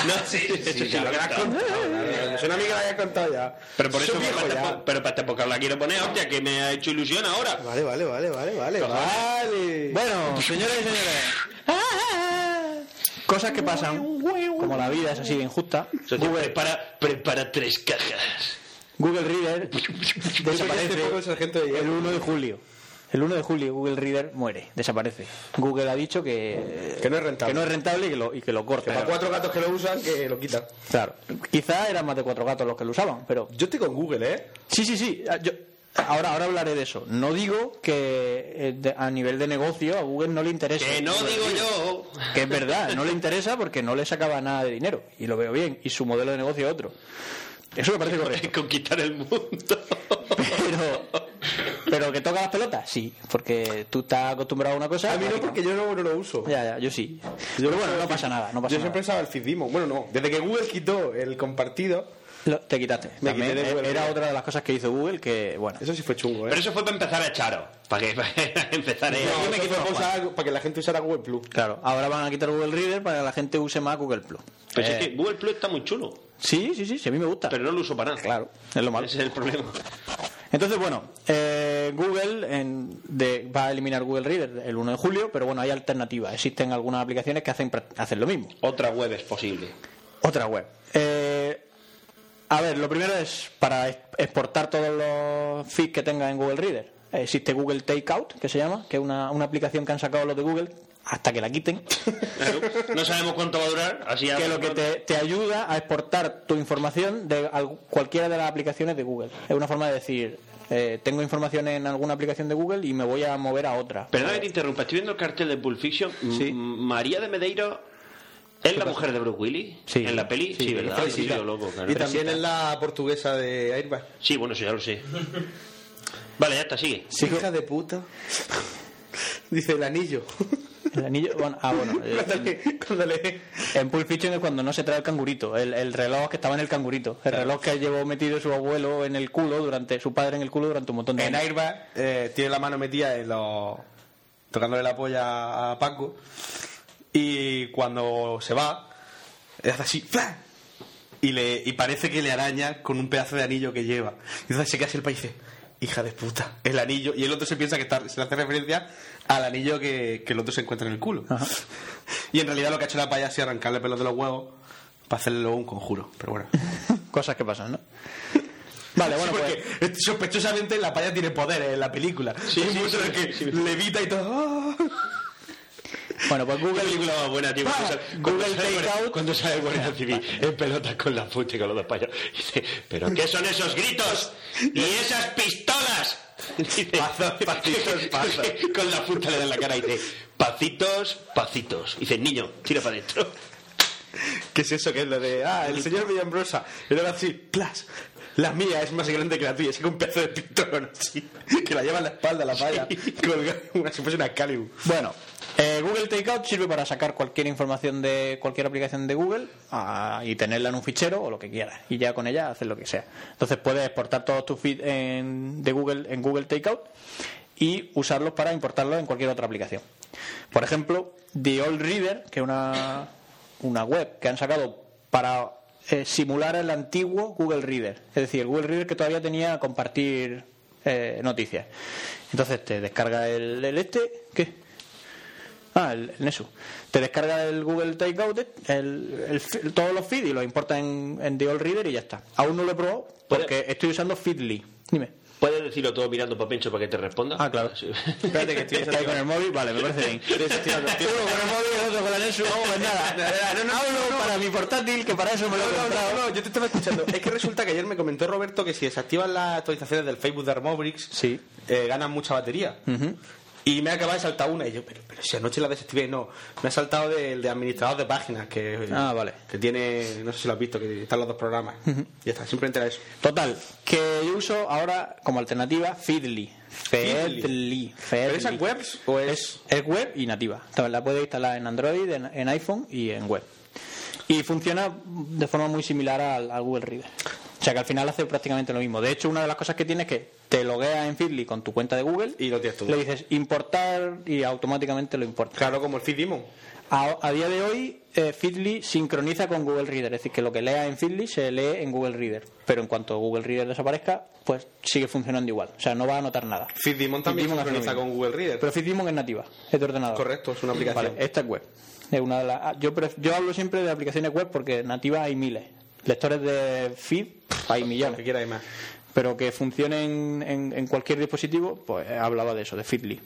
Speaker 3: No, sí, sí,
Speaker 1: ya lo
Speaker 3: lo he (laughs)
Speaker 1: que has (laughs)
Speaker 3: contado.
Speaker 1: contado. Es una amiga la hayas contado ya.
Speaker 3: Pero por eso,
Speaker 1: Soy viejo
Speaker 3: para esta,
Speaker 1: ya.
Speaker 3: po- pero para esta época la quiero poner, hostia, que me ha hecho ilusión ahora.
Speaker 1: Vale, vale, vale, vale, vale. Vale.
Speaker 2: Bueno, señores y señores. Cosas que pasan, como la vida es así de injusta.
Speaker 3: Socio, prepara, prepara tres cajas.
Speaker 2: Google Reader
Speaker 1: Este poco el
Speaker 2: desaparece
Speaker 1: sargento de
Speaker 2: el
Speaker 1: hielo.
Speaker 2: 1 de julio. El 1 de julio Google Reader muere, desaparece. Google ha dicho que,
Speaker 1: Que no es rentable.
Speaker 2: que no es rentable y que lo, y que lo corta.
Speaker 1: Para cuatro gatos que lo usan, que lo quitan.
Speaker 2: Claro. Quizá eran más de cuatro gatos los que lo usaban, pero
Speaker 1: Yo estoy con Google, ¿eh?
Speaker 2: Sí, sí, sí. Ah, yo- Ahora, ahora hablaré de eso. No digo que eh, de- a nivel de negocio a Google no le interesa.
Speaker 3: Que no digo yo.
Speaker 2: Que es verdad, no le interesa porque no le sacaba nada de dinero. Y lo veo bien. Y su modelo de negocio es otro. Eso me parece
Speaker 3: (laughs)
Speaker 2: correcto.
Speaker 3: Conquistar el mundo.
Speaker 2: Pero, pero que toca las pelotas, sí. Porque tú estás acostumbrado a una cosa.
Speaker 1: A mí no,
Speaker 2: ti
Speaker 1: porque yo no, no lo uso.
Speaker 2: Ya, ya, yo sí. Pero bueno, no pasa nada. No pasa
Speaker 1: Yo siempre
Speaker 2: nada.
Speaker 1: usaba el Fiddimo. Bueno, no. Desde que Google quitó el compartido,
Speaker 2: Lo- te quitaste.
Speaker 1: Me
Speaker 2: También eh,
Speaker 1: quité de Google.
Speaker 2: era otra de las cosas que hizo Google que, bueno.
Speaker 1: eso sí fue chungo, ¿eh?
Speaker 3: Pero eso fue para empezar a echaros. Para que (laughs) para empezar a...
Speaker 1: No,
Speaker 3: yo me
Speaker 1: eso
Speaker 3: quito
Speaker 1: fue
Speaker 3: los
Speaker 1: para,
Speaker 3: guantes.
Speaker 1: usar- para que la gente usara Google Plus.
Speaker 2: Claro, ahora van a quitar Google Reader para que la gente use más Google Plus.
Speaker 3: Pero si
Speaker 2: Eh,
Speaker 3: es que Google Plus está muy chulo,
Speaker 2: Sí, sí, sí, sí, a mí me gusta.
Speaker 3: pero no lo uso para nada.
Speaker 2: Claro, es lo malo.
Speaker 3: Ese es el problema.
Speaker 2: Entonces, bueno, eh, Google en- de- va a eliminar Google Reader el 1 de julio, pero bueno, hay alternativas. Existen algunas aplicaciones que hacen, pra- hacen lo mismo.
Speaker 3: Otra web es posible.
Speaker 2: Otra web. Eh, a ver, lo primero es para ex- exportar todos los feeds que tenga en Google Reader. Existe Google Takeout, que se llama, que es una, una aplicación que han sacado los de Google hasta que la quiten.
Speaker 3: Claro. No sabemos cuánto va a durar, así a-
Speaker 2: que lo que te, te ayuda a exportar tu información de al- cualquiera de las aplicaciones de Google. Es una forma de decir, eh, tengo información en alguna aplicación de Google y me voy a mover a otra.
Speaker 3: Perdona que te interrumpa, estoy viendo el cartel de Pulp Fiction. M-
Speaker 2: Sí.
Speaker 3: María de Medeiro es la mujer de Bruce Willis
Speaker 2: Sí.
Speaker 3: en la peli. Sí,
Speaker 2: Sí,
Speaker 3: ¿verdad?
Speaker 1: Fresita.
Speaker 3: Sí, yo loco, claro.
Speaker 1: Y también en la portuguesa de Airbag.
Speaker 3: Sí, bueno, eso ya lo sé. Vale, ya está, sigue.
Speaker 2: Sigo-
Speaker 1: Hija
Speaker 2: (laughs)
Speaker 1: de puta. Dice el anillo.
Speaker 2: el anillo- bueno, ah, bueno. eh,
Speaker 1: (laughs) cuando, le, cuando le-
Speaker 2: En Pulp Fiction es cuando no se trae el cangurito, el, el reloj que estaba en el cangurito, el reloj que llevó metido su abuelo en el culo durante, su padre en el culo durante un montón de
Speaker 1: En
Speaker 2: años.
Speaker 1: Airbag eh, tiene la mano metida en los. tocándole la polla a Paco. Y cuando se va, hace así, ¡flan! Y, le, y parece que le araña con un pedazo de anillo que lleva. Y entonces se queda así el país y dice, hija de puta, el anillo. Y el otro se piensa que está- se le hace referencia al anillo que, que el otro se encuentra en el culo. Y en realidad lo que ha hecho la paya es arrancarle pelos de los huevos para hacerle luego un conjuro. Pero bueno.
Speaker 2: Cosas que pasan, ¿no? Vale, bueno,
Speaker 1: Sí,
Speaker 2: pues...
Speaker 1: (laughs) porque eh, sospechosamente la paya tiene poderes en la película. Sí,
Speaker 3: sí,
Speaker 1: mucho
Speaker 3: sí,
Speaker 1: de que
Speaker 3: sí.
Speaker 1: levita y todo. ¡ah!
Speaker 2: Bueno, pues
Speaker 3: Qué
Speaker 2: Google...
Speaker 3: película más buena, tío.
Speaker 2: Para,
Speaker 3: Cuando
Speaker 2: Google
Speaker 3: sale-
Speaker 2: Take Out.
Speaker 3: Cuando sale Guardia Civil en pelotas con la puta y con los dos payasos. Dice, ¿pero qué son esos gritos? ¡Y esas pistolas! Dice,
Speaker 1: Pazos, pacitos,
Speaker 3: (laughs)
Speaker 1: pazos.
Speaker 3: Con la puta le dan la cara y dice, pacitos, pacitos. Dice, niño, tira para adentro.
Speaker 1: ¿Qué es eso que es lo de. Ah, el señor Villambrosa. Y luego así, plas. La mía es más grande que la tuya, es que un pedazo de pistón así, que la lleva en la espalda la paya, colgada, una- si fuese una Excalibur.
Speaker 2: Bueno, eh, Google Takeout sirve para sacar cualquier información de cualquier aplicación de Google ah, y tenerla en un fichero o lo que quieras. Y ya con ella haces lo que sea. Entonces puedes exportar todos tus feeds en- de Google en Google Takeout y usarlos para importarlos en cualquier otra aplicación. Por ejemplo, The Old Reader, que es una, una web que han sacado para eh, simular el antiguo Google Reader. Es decir, el Google Reader que todavía tenía compartir eh, noticias. Entonces te descarga el, el este. ¿Qué? Ah, el, el Nesu. Te descarga el Google Takeout, el, el fi- todos los feeds y los importa en, en The All Reader y ya está. Aún no lo he probado porque estoy usando Feedly. Dime.
Speaker 3: ¿Puedes decirlo todo mirando para Pencho para que te responda?
Speaker 2: Ah, claro.
Speaker 3: Sí.
Speaker 2: Espérate que (laughs)
Speaker 3: (laughs)
Speaker 2: estoy ahí con el móvil. Vale, me parece bien. Uno con el móvil y el otro con la Nesu. Vamos, pues nada. (laughs) No, para mi portátil, que para eso me lo he
Speaker 1: No,
Speaker 2: comprado.
Speaker 1: no, no, yo te estaba escuchando. Es que resulta que ayer me comentó Roberto que si desactivan las actualizaciones del Facebook de Armobrix,
Speaker 2: Sí.
Speaker 1: eh, ganan mucha batería. Y me acaba de saltar una y yo, pero, pero si anoche la desactivé, no. Me ha saltado del de administrador de páginas que,
Speaker 2: Ah, vale.
Speaker 1: que tiene, no sé si lo has visto, que están los dos programas. Y ya está, simplemente era eso.
Speaker 2: Total, que yo uso ahora como alternativa Feedly.
Speaker 1: Feedly.
Speaker 2: Feedly.
Speaker 1: ¿Pero esas
Speaker 2: Feedly.
Speaker 1: webs o es...?
Speaker 2: Es web y nativa. También la puedes instalar en Android, en, en iPhone y en web. Y funciona de forma muy similar al, al Google Reader. O sea que al final hace prácticamente lo mismo. De hecho, una de las cosas que tiene es que te logueas en Feedly con tu cuenta de Google
Speaker 1: Y lo tienes todo.
Speaker 2: Le dices importar y automáticamente lo importa.
Speaker 1: Claro, como el Feed Demon.
Speaker 2: A, a día de hoy, eh, Feedly sincroniza con Google Reader. Es decir, que lo que leas en Feedly se lee en Google Reader. Pero en cuanto Google Reader desaparezca, pues sigue funcionando igual. O sea, no va a notar nada.
Speaker 1: Feed Demon también
Speaker 2: Feed Demon hace lo
Speaker 1: sincroniza
Speaker 2: mismo.
Speaker 1: con Google Reader.
Speaker 2: Pero FitDemon es nativa, es de ordenador.
Speaker 1: Correcto, es una aplicación.
Speaker 2: Vale, esta es web. Es una de las- ah, yo, pref- yo hablo siempre de aplicaciones web porque nativas hay miles. Lectores de feed pff, hay
Speaker 1: que
Speaker 2: millones.
Speaker 1: quiera y más.
Speaker 2: Pero que funcionen en, en cualquier dispositivo, pues hablaba de eso, de Feedly.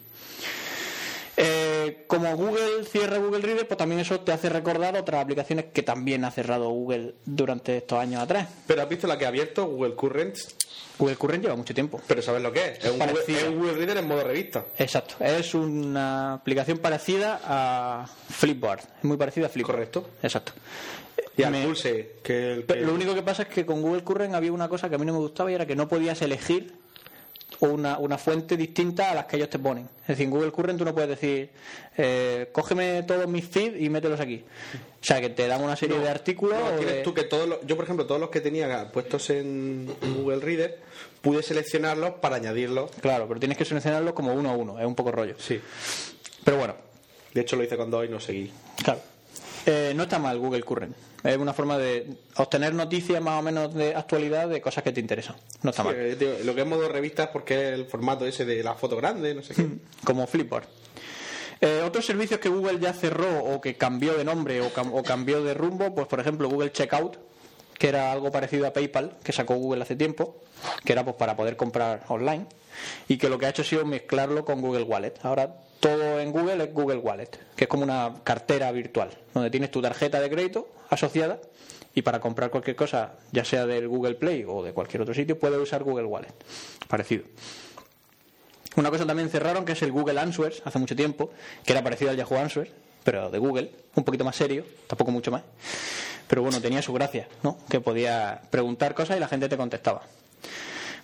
Speaker 2: Eh, como Google cierra Google Reader, pues también eso te hace recordar otras aplicaciones que también ha cerrado Google durante estos años atrás.
Speaker 1: Pero has visto la que ha abierto, Google Currents,
Speaker 2: Google Current lleva mucho tiempo.
Speaker 1: pero ¿sabes lo que es? Es un, Google,
Speaker 2: Parecida.
Speaker 1: es un Google Reader en modo revista.
Speaker 2: Exacto, es una aplicación parecida a Flipboard, es muy parecida a Flipboard.
Speaker 1: Correcto.
Speaker 2: Exacto.
Speaker 1: Y al
Speaker 2: Me-
Speaker 1: Pulse, que el...
Speaker 2: Pero
Speaker 1: que-
Speaker 2: lo único que pasa es que con Google Current había una cosa que a mí no me gustaba y era que no podías elegir una, una fuente distinta a las que ellos te ponen. Es decir, en Google Current tú no puedes decir, eh, cógeme todos mis feeds y mételos aquí. O sea, que te dan una serie de artículos.
Speaker 1: No,
Speaker 2: o
Speaker 1: tienes
Speaker 2: de-
Speaker 1: tú que todos los- yo por ejemplo todos los que tenía puestos en Google Reader pude seleccionarlos para añadirlos
Speaker 2: Claro, pero tienes que seleccionarlos como uno a uno, es un poco rollo.
Speaker 1: sí
Speaker 2: Pero bueno,
Speaker 1: de hecho lo hice cuando hoy no seguí
Speaker 2: Claro. Eh, no está mal Google Current. Es una forma de obtener noticias más o menos de actualidad de cosas que te interesan. No está mal.
Speaker 1: Eh, tío, lo que es modo revista es porque es el formato ese de la foto grande no sé qué
Speaker 2: Como Flipboard. Eh, otros servicios que Google ya cerró o que cambió de nombre o, cam- o cambió de rumbo, pues por ejemplo Google Checkout, que era algo parecido a PayPal, que sacó Google hace tiempo, que era pues para poder comprar online, y que lo que ha hecho ha sido mezclarlo con Google Wallet. Ahora todo en Google es Google Wallet, que es como una cartera virtual, donde tienes tu tarjeta de crédito asociada y para comprar cualquier cosa, ya sea del Google Play o de cualquier otro sitio, puedes usar Google Wallet. Parecido. Una cosa también cerraron que es el Google Answers hace mucho tiempo, que era parecido al Yahoo Answers, pero de Google, un poquito más serio, tampoco mucho más. Pero bueno, tenía su gracia, ¿no? Que podía preguntar cosas y la gente te contestaba.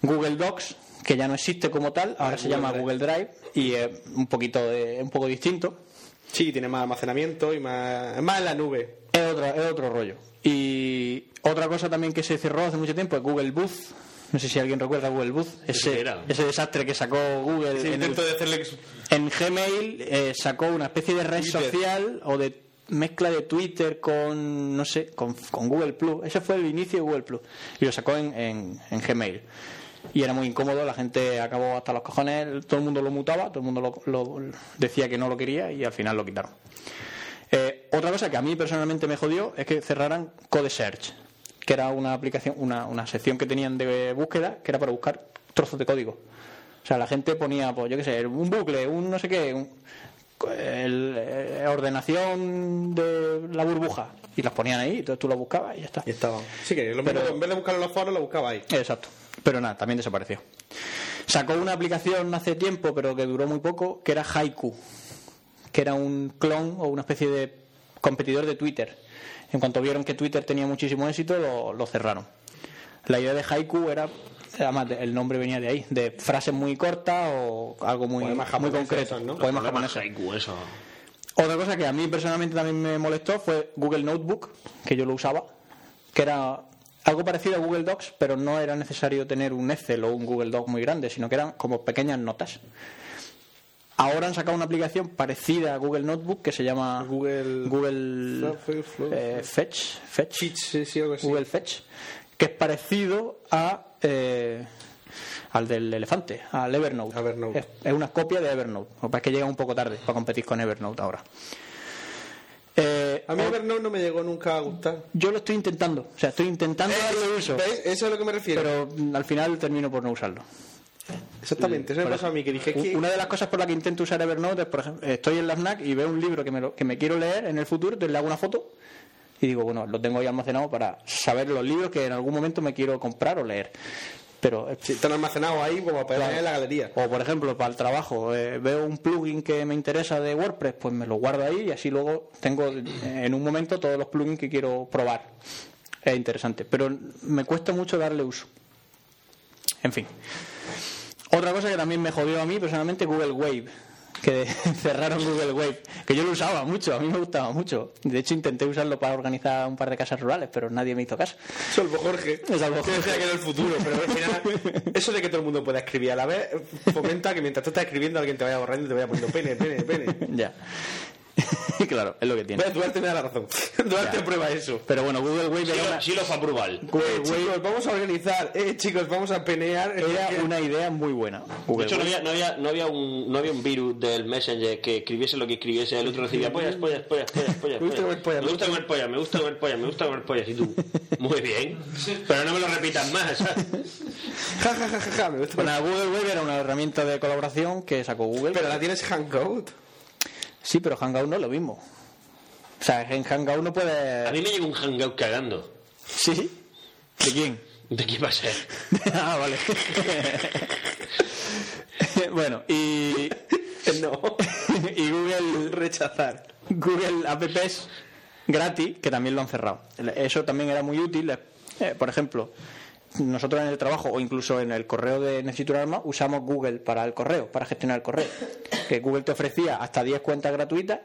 Speaker 2: Google Docs, que ya no existe como tal, ahora se llama Google Drive y es un poquito de- un poco distinto.
Speaker 1: sí tiene más almacenamiento y más es más en la nube
Speaker 2: Es otro, es otro rollo. Y otra cosa también que se cerró hace mucho tiempo es Google Booth. No sé si alguien recuerda Google Booth,
Speaker 3: qué
Speaker 2: ese,
Speaker 3: era?
Speaker 2: ese desastre que sacó Google en
Speaker 1: Sí,
Speaker 2: el
Speaker 1: intento de hacerle que su-
Speaker 2: En Gmail eh, sacó una especie de red
Speaker 1: Twitter.
Speaker 2: social o de mezcla de Twitter con, no sé, con, con Google Plus. Ese fue el inicio de Google Plus. Y lo sacó en, en- en Gmail. Y era muy incómodo, la gente acabó hasta los cojones, todo el mundo lo mutaba, todo el mundo lo- lo- decía que no lo quería y al final lo quitaron. Eh, otra cosa que a mí personalmente me jodió es que cerraran Code Search, que era una aplicación, una, una sección que tenían de búsqueda que era para buscar trozos de código. O sea, la gente ponía, pues yo qué sé, un bucle, un no sé qué, un- el- eh, ordenación de la burbuja y las ponían ahí, entonces tú las buscabas y ya está.
Speaker 1: y estaba sí que lo mismo
Speaker 2: Pero-
Speaker 1: que en vez de buscarlo en los foros lo buscaba ahí
Speaker 2: Exacto. Pero nada, también desapareció. Sacó una aplicación hace tiempo, pero que duró muy poco, que era Haiku, que era un clon o una especie de competidor de Twitter. En cuanto vieron que Twitter tenía muchísimo éxito, lo, lo cerraron. La idea de Haiku era, además el nombre venía de ahí, de frases muy cortas o algo muy,
Speaker 1: Poemas
Speaker 2: muy
Speaker 1: japoneses
Speaker 2: concreto.
Speaker 1: esos, ¿no?
Speaker 2: Poemas
Speaker 3: Poemas
Speaker 2: japoneses.
Speaker 3: haiku, eso.
Speaker 2: Otra cosa que a mí personalmente también me molestó fue Google Notebook, que yo lo usaba, que era algo parecido a Google Docs, pero no era necesario tener un Excel o un Google Docs muy grande, sino que eran como pequeñas notas. Ahora han sacado una aplicación parecida a Google Notebook que se llama
Speaker 1: Google-
Speaker 2: Google
Speaker 1: Flo- Flo- Flo-
Speaker 2: eh, Fetch, Fetch,
Speaker 1: Fitch, sí, sí, algo así.
Speaker 2: Google Fetch, que es parecido a eh, al del elefante, al Evernote.
Speaker 1: Evernote.
Speaker 2: Es, es una copia de Evernote. Lo que pasa es que llega un poco tarde para competir con Evernote ahora. Eh,
Speaker 1: a mí
Speaker 2: o-
Speaker 1: Evernote no me llegó nunca a gustar
Speaker 2: yo lo estoy intentando, o sea, estoy intentando
Speaker 1: Eh,
Speaker 2: darle uso,
Speaker 1: ¿Ves? eso es a lo que me refiero
Speaker 2: pero mm, al final termino por no usarlo.
Speaker 1: exactamente eso me
Speaker 2: Por
Speaker 1: pasó a mí que dije
Speaker 2: U-
Speaker 1: que
Speaker 2: Una de las cosas por las que intento usar Evernote es, por ejemplo, estoy en la FNAC y veo un libro que me, lo- que me quiero leer en el futuro, entonces le hago una foto y digo, bueno, lo tengo ahí almacenado para saber los libros que en algún momento me quiero comprar o leer. Pero eh,
Speaker 1: Sí, están almacenados ahí como para
Speaker 2: Claro. Oh.
Speaker 1: poner en la galería
Speaker 2: O por ejemplo, para el trabajo, eh, veo un plugin que me interesa de WordPress, pues me lo guardo ahí y así luego tengo eh, en un momento todos los plugins que quiero probar. Es interesante, pero me cuesta mucho darle uso. En fin. Otra cosa que también me jodió a mí personalmente, Google Wave. Que (laughs) cerraron Google Wave. Que yo lo usaba mucho, a mí me gustaba mucho. De hecho, intenté usarlo para organizar un par de casas rurales, pero nadie me hizo caso. (laughs)
Speaker 1: Salvo Jorge.
Speaker 2: Salvo
Speaker 1: Que decía
Speaker 2: Jorge.
Speaker 1: que era el futuro, pero al
Speaker 2: (laughs)
Speaker 1: final, eso de que todo el mundo pueda escribir a la vez fomenta que mientras tú estás escribiendo alguien te vaya borrando y te vaya poniendo pene, pene, pene.
Speaker 2: ya. (laughs) claro, es lo que tiene.
Speaker 1: Ves, Duarte me da la
Speaker 2: (laughs)
Speaker 1: razón. Duarte prueba eso.
Speaker 2: Pero bueno, Google Wave
Speaker 3: Sí,
Speaker 2: era una,
Speaker 3: lo- sí lo fue a probar.
Speaker 1: Eh, chicos, vamos a organizar. Eh, chicos, vamos a penear.
Speaker 2: era una idea muy buena.
Speaker 3: De
Speaker 2: Google
Speaker 3: hecho, no
Speaker 2: Wave.
Speaker 3: había, no, había, no, había un, no había un virus del Messenger que escribiese lo que escribiese, el otro recibía pollas, pollas, pollas, pollas, pollas.
Speaker 1: Me gusta comer pollas.
Speaker 3: Me gusta comer pollas, me gusta comer pollas, me gusta comer pollas. Y tú, muy bien, pero no me lo repitas más. ¿sabes?
Speaker 1: Ja, ja, ja, ja, ja, me gusta.
Speaker 2: Bueno, Google Wave era una herramienta de colaboración que sacó Google.
Speaker 1: Pero la tienes Hangout.
Speaker 2: Sí, pero Hangout no es lo mismo. O sea, en Hangout no
Speaker 3: A
Speaker 2: puedes...
Speaker 3: mí me llegó un hangout cagando.
Speaker 2: ¿Sí? ¿De quién?
Speaker 3: ¿De qué va a ser?
Speaker 2: (laughs) ah, vale. (laughs) bueno, y... (laughs) No. (laughs) y Google... Rechazar. Google Apps gratis, que también lo han cerrado. Eso también era muy útil. Eh, por ejemplo, nosotros en el trabajo o incluso en el correo de Necesito un Arma usamos Google para el correo, para gestionar el correo. Que Google te ofrecía hasta 10 cuentas gratuitas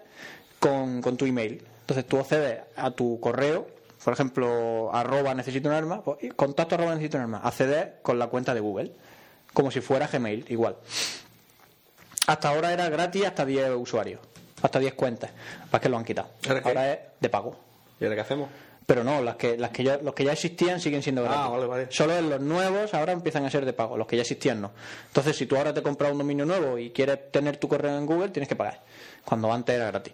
Speaker 2: con, con tu email. Entonces tú accedes a tu correo, por ejemplo, arroba necesito un arma, pues, contacto arroba necesito un arma, accedes con la cuenta de Google, como si fuera Gmail, igual. Hasta ahora era gratis hasta 10 usuarios, hasta 10 cuentas, para que lo han quitado.
Speaker 1: ¿Ahora qué?
Speaker 2: Ahora es de pago.
Speaker 1: ¿Y ahora qué hacemos?
Speaker 2: Pero no, las que, las que ya, los que ya existían siguen siendo gratis.
Speaker 1: Ah, vale, vale.
Speaker 2: Solo en los nuevos ahora empiezan a ser de pago, los que ya existían no. Entonces, si tú ahora te compras un dominio nuevo y quieres tener tu correo en Google, tienes que pagar. Cuando antes era gratis.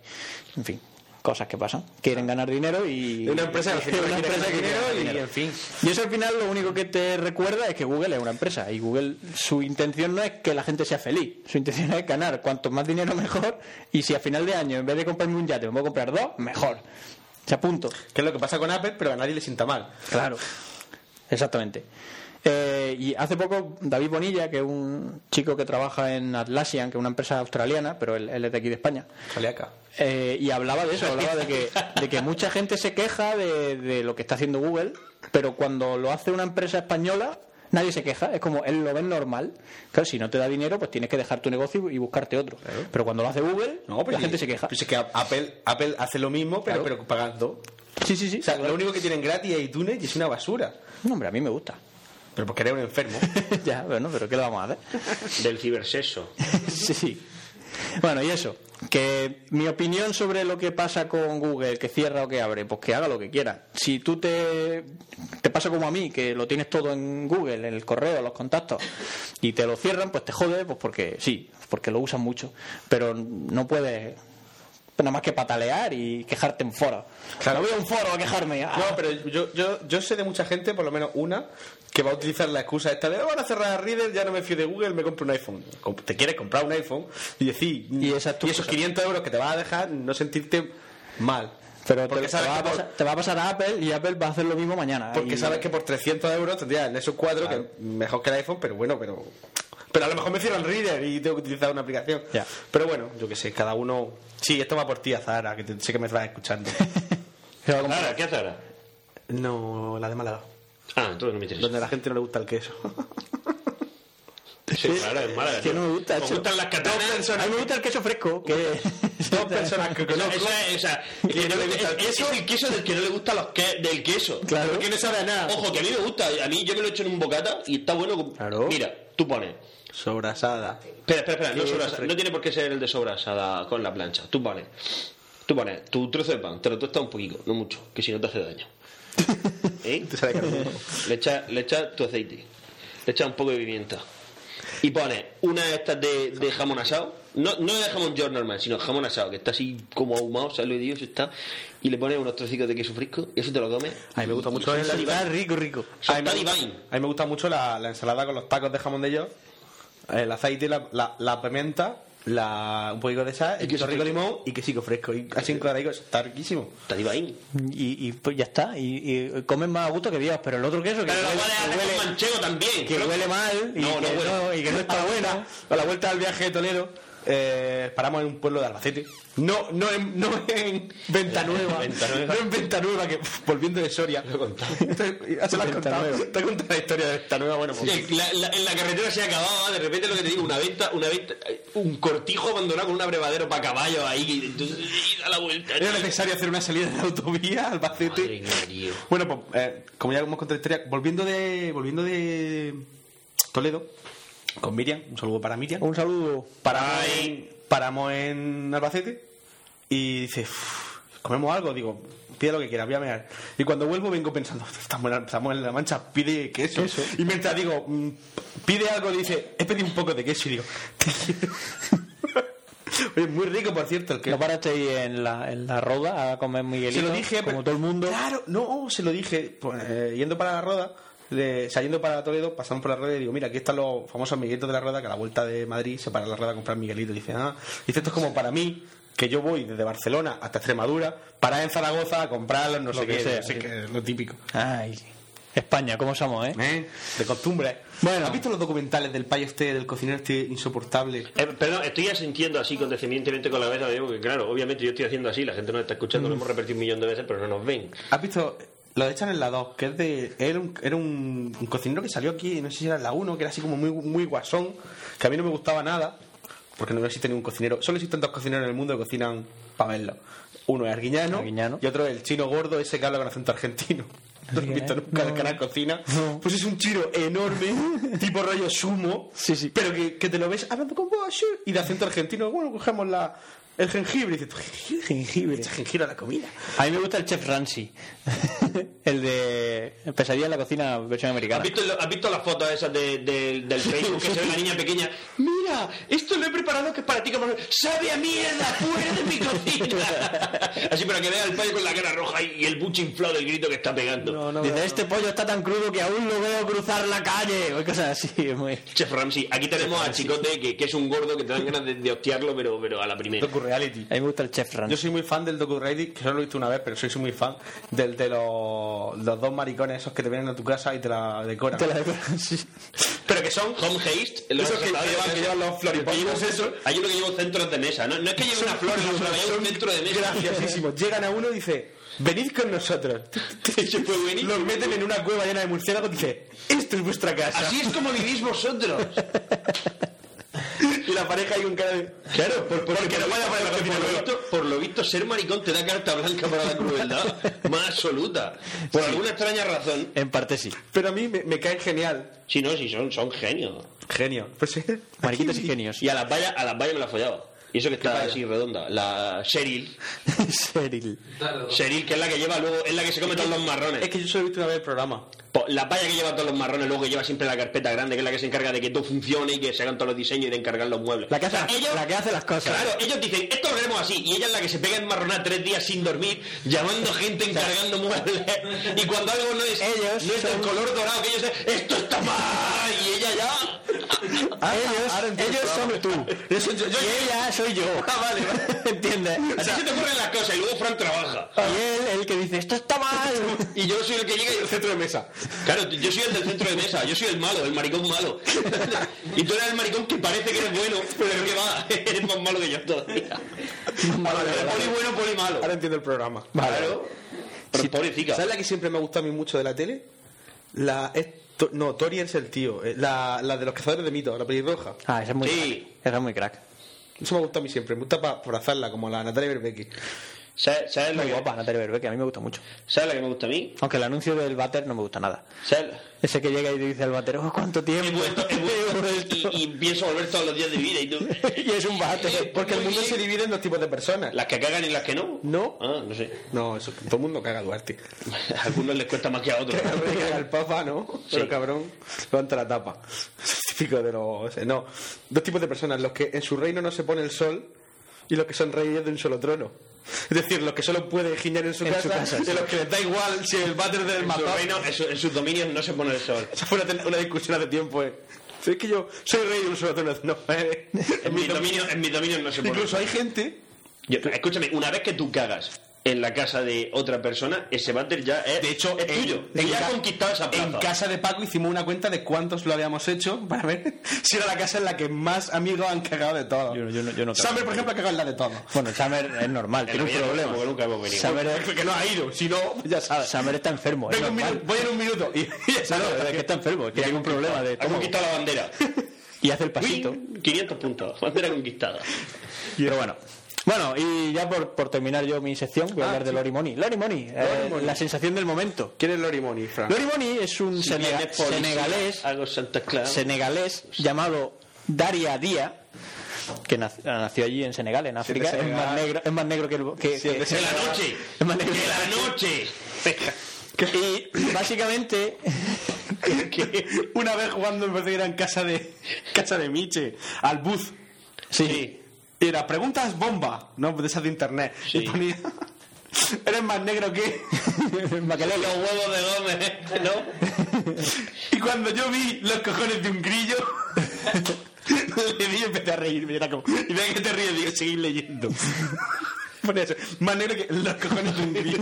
Speaker 2: En fin, cosas que pasan. Quieren ganar dinero y.
Speaker 1: Una empresa que al final
Speaker 2: (laughs) Una
Speaker 1: quiere
Speaker 2: empresa
Speaker 1: ganar
Speaker 2: que quiere
Speaker 1: dinero
Speaker 2: ganar
Speaker 1: y, en fin.
Speaker 2: Y eso al final lo único que te recuerda es que Google es una empresa y Google su intención no es que la gente sea feliz, su intención es ganar cuanto más dinero mejor y si a final de año en vez de comprarme un yate me voy a comprar dos, mejor. Se apunto.
Speaker 1: Que es lo que pasa con Apple, pero a nadie le sienta mal.
Speaker 2: Claro, exactamente. Eh, y hace poco David Bonilla, que es un chico que trabaja en Atlassian, que es una empresa australiana, pero él, él es de aquí de España,
Speaker 1: Sale acá.
Speaker 2: eh, y hablaba de eso, hablaba de que, de que mucha gente se queja de, de lo que está haciendo Google, pero cuando lo hace una empresa española, nadie se queja, es como él lo ve normal. Claro, si no te da dinero, pues tienes que dejar tu negocio y y buscarte otro. Pero cuando lo hace Google, la gente se queja.
Speaker 1: Pues es que Apple, Apple hace lo mismo, pero,
Speaker 2: Claro.
Speaker 1: pero pagando.
Speaker 2: Sí, sí, sí.
Speaker 1: O sea, lo único que tienen gratis es iTunes y es una basura.
Speaker 2: No, hombre, a mí me (laughs) gusta.
Speaker 1: Pero porque eres un enfermo.
Speaker 2: ya, bueno, pero ¿qué le vamos a hacer?
Speaker 3: Del cibersexo.
Speaker 2: (laughs) sí. Bueno, y eso. Que mi opinión sobre lo que pasa con Google, que cierra o que abre, pues que haga lo que quiera. Si tú te, te pasa como a mí, que lo tienes todo en Google, en el correo, los contactos, y te lo cierran, pues te jode, pues porque sí, porque lo usan mucho. Pero no puedes nada más que patalear y quejarte en foro. Claro, voy a un foro a quejarme. ¡ah!
Speaker 1: (laughs) No, pero yo, yo, yo sé de mucha gente, por lo menos una, que va a utilizar la excusa esta de "Oh, van a cerrar a Reader, ya no me fío de Google, me compro un iPhone. Com- Te quieres comprar un iPhone y decir,
Speaker 2: Y esa es tu
Speaker 1: esos
Speaker 2: cosa.
Speaker 1: 500 euros que te vas a dejar, no sentirte mal.
Speaker 2: pero te,
Speaker 1: porque
Speaker 2: te
Speaker 1: sabes
Speaker 2: va a
Speaker 1: que por-
Speaker 2: pasar, te va a pasar a Apple y Apple va a hacer lo mismo mañana.
Speaker 1: Porque
Speaker 2: Y-
Speaker 1: sabes que por 300 euros tendrías el esos 4, que mejor que el iPhone, pero bueno, pero... Pero a lo mejor me cierran Reader y tengo que utilizar una aplicación.
Speaker 2: Ya.
Speaker 1: Pero bueno, yo qué sé, cada uno... Sí, esto va por ti, Azahara, que te- sé que me estás escuchando.
Speaker 2: Pero como-
Speaker 3: Ahora, ¿qué haces ahora?
Speaker 1: no, la de Málaga.
Speaker 3: Ah, entonces no me interesa.
Speaker 1: Donde a la gente no le gusta el queso.
Speaker 3: Sí, claro, es mala.
Speaker 2: Que no me gusta,
Speaker 3: Nos
Speaker 2: hecho.
Speaker 3: gustan las katanas.
Speaker 2: A mí me gusta el queso fresco.
Speaker 3: (laughs)
Speaker 2: Que...
Speaker 1: Dos personas que
Speaker 3: Esa-
Speaker 1: conozco...
Speaker 3: esa- esa- que no le gusta el queso. Es el queso del que no le gusta los que, del queso.
Speaker 2: Claro.
Speaker 3: Porque no sabe a nada. Ojo, que a mí me gusta. A mí yo me lo echo en un bocata y está bueno. con-
Speaker 1: Claro.
Speaker 3: Mira, tú pones.
Speaker 1: Sobrasada.
Speaker 3: Espera, espera, espera. No,
Speaker 1: Sí,
Speaker 3: sobrasada.
Speaker 1: eso es
Speaker 3: no tiene por qué ser el de sobrasada con la plancha. Tú pones. Tú pones tu trozo de pan, te lo tostas un poquito, no mucho, que si no te hace
Speaker 1: (laughs)
Speaker 3: daño. ¿Eh?
Speaker 1: Te sale caro.
Speaker 3: Le echas le echa tu aceite, le echas un poco de pimienta y pones una de estas de, de jamón asado, no, no de jamón york normal, sino jamón asado, que está así como ahumado, ¿sabes lo que digo? Eso está, y le pones unos trocitos de queso fresco y eso te lo comes.
Speaker 1: A mí me gusta mucho el
Speaker 3: Y eso está
Speaker 1: animal.
Speaker 2: rico,
Speaker 3: divino.
Speaker 2: rico.
Speaker 3: Eso
Speaker 1: A mí,
Speaker 3: está
Speaker 1: me gusta,
Speaker 3: divino.
Speaker 1: a mí me gusta mucho la, la ensalada con los tacos de jamón de york, el aceite, la, la, la pimienta, la, un poquito de sal, el
Speaker 3: queso
Speaker 1: chorrico de
Speaker 3: fresco.
Speaker 1: limón y queso fresco. Y así en cuadradico, eso está riquísimo.
Speaker 3: Está divino.
Speaker 2: Y, y pues ya está. Y, y comen más a gusto que Dios. Pero el otro queso que,
Speaker 3: Pero lo
Speaker 2: huele,
Speaker 3: puedes hacer
Speaker 2: que
Speaker 3: con
Speaker 2: huele-
Speaker 3: manchego también.
Speaker 2: que
Speaker 3: ¿no?
Speaker 2: huele mal y,
Speaker 3: No, no
Speaker 2: que
Speaker 3: huele.
Speaker 2: no, y que no
Speaker 1: (laughs)
Speaker 2: está bueno.
Speaker 1: A la vuelta del viaje de Toledo, eh, paramos en un pueblo de Albacete. No, no en, no en
Speaker 3: Eh,
Speaker 1: Ventanueva.
Speaker 3: Ventanueva.
Speaker 1: No en Ventanueva, que volviendo de Soria. Te, se lo has contado.
Speaker 2: Ventanueva.
Speaker 1: Te he contado la historia de Ventanueva. Bueno, pues,
Speaker 3: Sí, la- la- en la carretera se acababa, de repente lo que te digo, una venta, una venta, un cortijo abandonado con un abrevadero para caballos ahí, y entonces y da la vuelta.
Speaker 1: Era necesario hacer una salida de la autovía, Albacete.
Speaker 3: Madre mía, tío.
Speaker 1: Bueno, pues eh, como ya hemos contado la historia, volviendo de, volviendo de Toledo, con Miriam, un saludo para Miriam.
Speaker 2: Un saludo.
Speaker 1: Paramos en, paramos en Albacete y dice, "Uf, comemos algo, digo, pide lo que quieras, voy a mear. Y cuando vuelvo vengo pensando, estamos en, estamos en la mancha, pide queso. Y mientras digo, "Mm, pide algo, dice, he pedido un poco de queso y digo, (laughs) te quiero. Oye, muy rico, por cierto, el queso.
Speaker 2: ¿No paraste ahí en la, en la roda a comer Miguelito?
Speaker 1: Se lo dije,
Speaker 2: como
Speaker 1: pero-
Speaker 2: todo el mundo.
Speaker 1: Claro, no, se lo dije. pues, eh, yendo para la rueda, de- o sea, yendo para Toledo, pasamos por la rueda y digo, mira, aquí están los famosos amiguitos de la rueda que a la vuelta de Madrid se para la rueda a comprar Miguelito. Y dice, ah, dice, esto es como para mí, que yo voy desde Barcelona hasta Extremadura, para en Zaragoza a comprar los no sé
Speaker 2: que
Speaker 1: qué,
Speaker 2: sea,
Speaker 1: no sé
Speaker 2: sí.
Speaker 1: qué, lo típico.
Speaker 2: Ay, España, ¿cómo somos, eh?
Speaker 1: ¿Eh? De costumbre.
Speaker 2: Bueno.
Speaker 1: ¿Has visto los documentales del payo este, del cocinero este insoportable?
Speaker 3: Eh, perdón, estoy asintiendo así condescendientemente con la cabeza, digo que claro, obviamente yo estoy haciendo así, la gente nos está escuchando, lo hemos repetido un millón de veces, pero no nos ven.
Speaker 1: ¿Has visto? Lo echan en la 2, que es de. Era un, era un, un cocinero que salió aquí, no sé si era en la 1, que era así como muy, muy guasón, que a mí no me gustaba nada, porque no existe ningún cocinero. Solo existen dos cocineros en el mundo que cocinan para verlo. Uno es Arguiñano,
Speaker 2: Arguiñano.
Speaker 1: y otro es el chino gordo, ese que habla con acento argentino. (laughs) No lo he visto nunca en el canal Cocina. Pues es un chino
Speaker 2: (laughs)
Speaker 1: enorme, tipo rollo sumo,
Speaker 2: Sí, sí.
Speaker 1: pero que, que te lo ves hablando con vos y de acento argentino. Bueno, cogemos la, el jengibre y dices, "Tú, jengibre,
Speaker 2: Jengibre.
Speaker 1: echa jengibre a la comida.
Speaker 2: A mí me gusta el chef Ramsey. (laughs) el de Pesadilla en la cocina versión
Speaker 3: ¿Has
Speaker 2: americana.
Speaker 3: visto, lo- has visto las fotos esas de- de- del Facebook que se ve la niña pequeña? Mira, esto lo he preparado que es para ti, como sabe a mierda, fuera de mi (laughs) cocina. Así para que vea el payo con la cara roja y, y el buche inflado del grito que está pegando.
Speaker 2: Dice, este pollo está tan crudo que aún lo veo cruzar la calle. O cosas así. (laughs) es muy-
Speaker 3: Chef Ramsey, aquí tenemos a Chicote, que, que es un gordo que te dan ganas de, de hostiarlo, pero, pero a la primera.
Speaker 1: Docu-reality.
Speaker 2: A mí me gusta el chef
Speaker 1: Yo
Speaker 2: Ramsey.
Speaker 1: soy muy fan del docu-reality, que solo lo he visto una vez, pero soy muy fan del de los, los dos maricones esos que te vienen a tu casa y te la decoran.
Speaker 2: Te la dejo- sí.
Speaker 3: Pero que son home haste. Los
Speaker 1: Esos que
Speaker 3: restauradores,
Speaker 1: llevan- que llevan los floripollos.
Speaker 3: Que llevan eso. Hay uno que lleva centros de mesa. No, no es que lleve una flor, no, pero lleva un centro de mesa. (laughs)
Speaker 1: Graciosísimos. Llegan a uno y dice, venid con nosotros.
Speaker 3: Eso fue buenísimo.
Speaker 1: Los meten en una cueva llena de murciélagos y dice, esto es vuestra casa.
Speaker 3: Así es como vivís vosotros.
Speaker 1: (laughs) Y la pareja ahí con cara de...
Speaker 3: Claro, por, porque no vaya a poner la cocina por, lo visto, por lo visto, ser maricón te da carta blanca para la crueldad
Speaker 1: (laughs)
Speaker 3: más absoluta. Por alguna extraña razón.
Speaker 2: En parte sí.
Speaker 1: Pero a mí me, me caen genial.
Speaker 3: Si no, si son, son genios.
Speaker 1: Genio. Pues,
Speaker 2: Mariquitas y genios. (laughs)
Speaker 3: Y a las vallas, a las vallas me la follaba. Y eso que está así redonda. La Cheryl.
Speaker 2: Cheryl.
Speaker 3: Cheryl, que es la que lleva luego, es la que se come todos los marrones.
Speaker 1: Es que yo solo he visto una vez el programa.
Speaker 3: Po- La paya que lleva todos los marrones, luego que lleva siempre la carpeta grande, que es la que se encarga de que todo funcione y que se hagan todos los diseños y de encargar los muebles.
Speaker 2: La que hace,
Speaker 3: O sea, ellos-
Speaker 2: la que hace las cosas.
Speaker 3: Claro, ellos dicen, esto lo queremos así, y ella es la que se pega en marronar tres días sin dormir,
Speaker 2: (laughs)
Speaker 3: llamando gente, encargando muebles, y cuando algo no es,
Speaker 2: Ellos
Speaker 3: no es del
Speaker 2: son-
Speaker 3: color dorado, que ellos dicen, esto está mal, y ella ya... (laughs)
Speaker 2: ellos ellos son tú.
Speaker 3: Yo soy- yo- yo-
Speaker 2: y ella soy yo. (laughs)
Speaker 3: Ah, vale, vale.
Speaker 2: ¿Entiendes? O
Speaker 3: Así
Speaker 2: sea,
Speaker 3: se te ocurren las cosas, y luego Frank trabaja.
Speaker 2: y él, el que dice, esto está mal.
Speaker 3: (laughs) Y yo soy el que llega y el centro de mesa. Claro, yo soy el del centro de mesa, yo soy el malo, el maricón malo. Y tú eres el maricón que parece que eres bueno, pero que va, (laughs) eres más malo que yo todavía. Eres poli bueno, poli malo.
Speaker 1: Ahora entiendo el programa.
Speaker 3: Claro. Pero pobrecita.
Speaker 1: ¿Sabes la que siempre me ha gustado a mí mucho de la tele? La... es To- no, Tori es el tío. eh, La, la de los cazadores de mitos, la pelirroja.
Speaker 2: Ah, esa es muy
Speaker 3: Sí.
Speaker 2: crack. Esa es muy crack.
Speaker 1: Eso me gusta a mí siempre. Me gusta para abrazarla, como la Natalia Berbecki.
Speaker 3: ¿Sabes, sabes la
Speaker 2: Muy
Speaker 3: que-
Speaker 2: guapa, Natalia Berbeque. A mí me gusta mucho.
Speaker 3: ¿Sabes la que me gusta a mí?
Speaker 2: Aunque el anuncio del váter no me gusta nada.
Speaker 3: ¿Sabes? la-
Speaker 2: Ese que llega y dice al batero, oh, ¿cuánto tiempo?
Speaker 3: He vuelto, he
Speaker 2: (laughs)
Speaker 1: (laughs)
Speaker 3: vuelto y, y pienso volver todos los días de vida y tú...
Speaker 2: Y es un váter.
Speaker 1: Ah, Porque el
Speaker 3: Muy
Speaker 1: mundo
Speaker 3: bien.
Speaker 1: se divide en dos tipos de personas.
Speaker 3: Las que cagan y las que no.
Speaker 1: No.
Speaker 3: Ah, no sé.
Speaker 1: No, eso, todo el mundo caga a (laughs) Duarte.
Speaker 3: A algunos les cuesta más que a otros.
Speaker 1: (laughs) Caga el papa, ¿no? Pero cabrón, levanta la tapa. Es típico de los... No, dos tipos de personas. Los que en su reino no se pone el sol y los que son reyes de un solo trono. Es decir, los que solo pueden giñar en su
Speaker 2: En
Speaker 1: casa,
Speaker 2: su casa,
Speaker 1: y
Speaker 2: sí.
Speaker 1: los que les da igual si el váter del
Speaker 3: En, su
Speaker 1: matón...
Speaker 3: reino, en, su- en sus dominios no se pone el sol.
Speaker 1: Esa fue una, una discusión hace tiempo, eh. Es que yo soy rey de un solo trono. No, (laughs) eh.
Speaker 3: En mis dominios, en mis dominios no se pone el sol.
Speaker 1: Incluso hay gente
Speaker 3: Yo- escúchame, una vez que tú cagas en la casa de otra persona, ese váter ya es,
Speaker 1: De hecho,
Speaker 3: es
Speaker 1: en-
Speaker 3: tuyo.
Speaker 1: en
Speaker 3: Y ya
Speaker 1: ca-
Speaker 3: has conquistado esa plaza.
Speaker 1: En casa de Paco hicimos una cuenta de cuántos lo habíamos hecho para ver (laughs) si era la casa en la que más amigos han cagado de todo.
Speaker 2: Yo no- yo no- yo no cago.
Speaker 1: Summer, por ejemplo, ha cagado en la de todo.
Speaker 2: Bueno, Summer es normal,
Speaker 3: En la
Speaker 2: tiene un
Speaker 3: vida no,
Speaker 2: problema.
Speaker 3: porque nunca hemos venido.
Speaker 2: Summer,
Speaker 1: Que no ha ido, si no, ya sabes.
Speaker 2: Summer está enfermo, es
Speaker 1: Vengo un minuto, (laughs)
Speaker 2: normal.
Speaker 1: voy en un minuto. Y, y ya
Speaker 2: No, no,
Speaker 1: sabes.
Speaker 2: es que está enfermo, es que tiene un problema de
Speaker 3: Ha
Speaker 2: estómago.
Speaker 3: conquistado la bandera.
Speaker 2: Y hace el pasito.
Speaker 3: Uy, 500 puntos. (laughs) Bandera conquistada.
Speaker 2: Pero bueno. Bueno, y ya por, por terminar yo mi sección, voy a hablar de Lori Money. Lori Money, eh,
Speaker 1: Ah, Lori Money.
Speaker 2: la sensación del momento.
Speaker 1: ¿Quién es Lori Money, Fran?
Speaker 2: Lori Money es un senega-
Speaker 3: Viene por-
Speaker 1: Ah,
Speaker 2: senegalés,
Speaker 3: Hago Santa Clara.
Speaker 2: senegalés llamado Daria Dia, que nac- nació allí en Senegal, en
Speaker 1: Sí, de
Speaker 2: África, es,
Speaker 1: Senegal.
Speaker 2: más negro, es más negro que el... Que,
Speaker 1: Sí,
Speaker 2: que-
Speaker 1: de
Speaker 3: ¡Que la noche!
Speaker 2: Es más negro
Speaker 3: ¡Que la noche!
Speaker 2: (laughs) Y básicamente...
Speaker 1: (laughs) Que una vez jugando me parece que era en casa de casa de Miche, al bus.
Speaker 2: Sí.
Speaker 1: Y era preguntas bomba, no de esas de internet.
Speaker 3: Sí.
Speaker 1: Y ponía (laughs) Eres más
Speaker 2: (laughs)
Speaker 1: negro que.
Speaker 2: Maquelele.
Speaker 3: Los huevos de Gómez, ¿no?
Speaker 2: (laughs)
Speaker 1: Y cuando yo vi los cojones de un grillo, le di y empecé a reírme. Y era como, y de que te ríes, digo, seguir leyendo. (laughs) Ponía eso, más negro que los cojones de un grillo.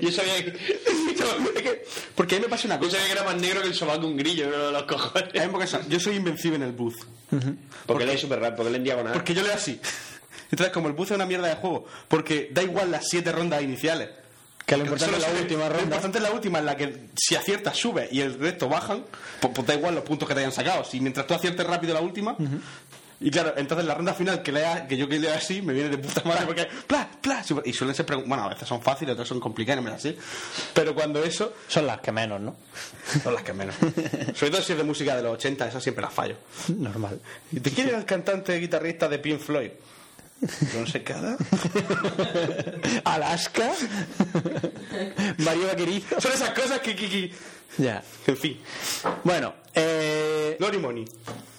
Speaker 3: Yo sabía que, (laughs)
Speaker 1: No, (laughs) es que- Porque a mí me pasa una
Speaker 3: yo
Speaker 1: cosa.
Speaker 3: sabía que era más negro que el sobaco de un grillo, pero de los cojones.
Speaker 1: A mí me pasa- yo soy invencible en el bus.
Speaker 3: Porque le es súper rápido, porque le en diagonal.
Speaker 1: Porque yo leo así. (laughs) Entonces, como el bus es una mierda de juego, porque da igual las siete rondas iniciales.
Speaker 2: Que lo importante es la
Speaker 1: Solo se-
Speaker 2: última
Speaker 1: Lo
Speaker 2: ronda.
Speaker 1: importante es la última, en la que si aciertas sube y el resto bajan, pues, pues da igual los puntos que te hayan sacado. Si mientras tú aciertes rápido la última. Y claro, entonces la ronda final que lea, que yo que lea así me viene de puta madre porque pla, pla, super- y suelen ser preguntas, bueno, a veces son fáciles, otras son complicadas, no me así. Pero cuando eso,
Speaker 2: Son las que menos, ¿no?
Speaker 1: son las
Speaker 2: (laughs)
Speaker 1: que menos. Sobre todo si es de música de los 80, esas siempre las fallo.
Speaker 2: Normal.
Speaker 1: ¿Y te quiere el cantante guitarrista de Pink Floyd? No sé cada.
Speaker 2: Alaska. (laughs) Mario
Speaker 1: (laughs)
Speaker 2: Vaquerizo.
Speaker 1: Son esas cosas que, que, que-
Speaker 2: Ya.
Speaker 1: En fin.
Speaker 2: Bueno, eh,
Speaker 1: Lori Money.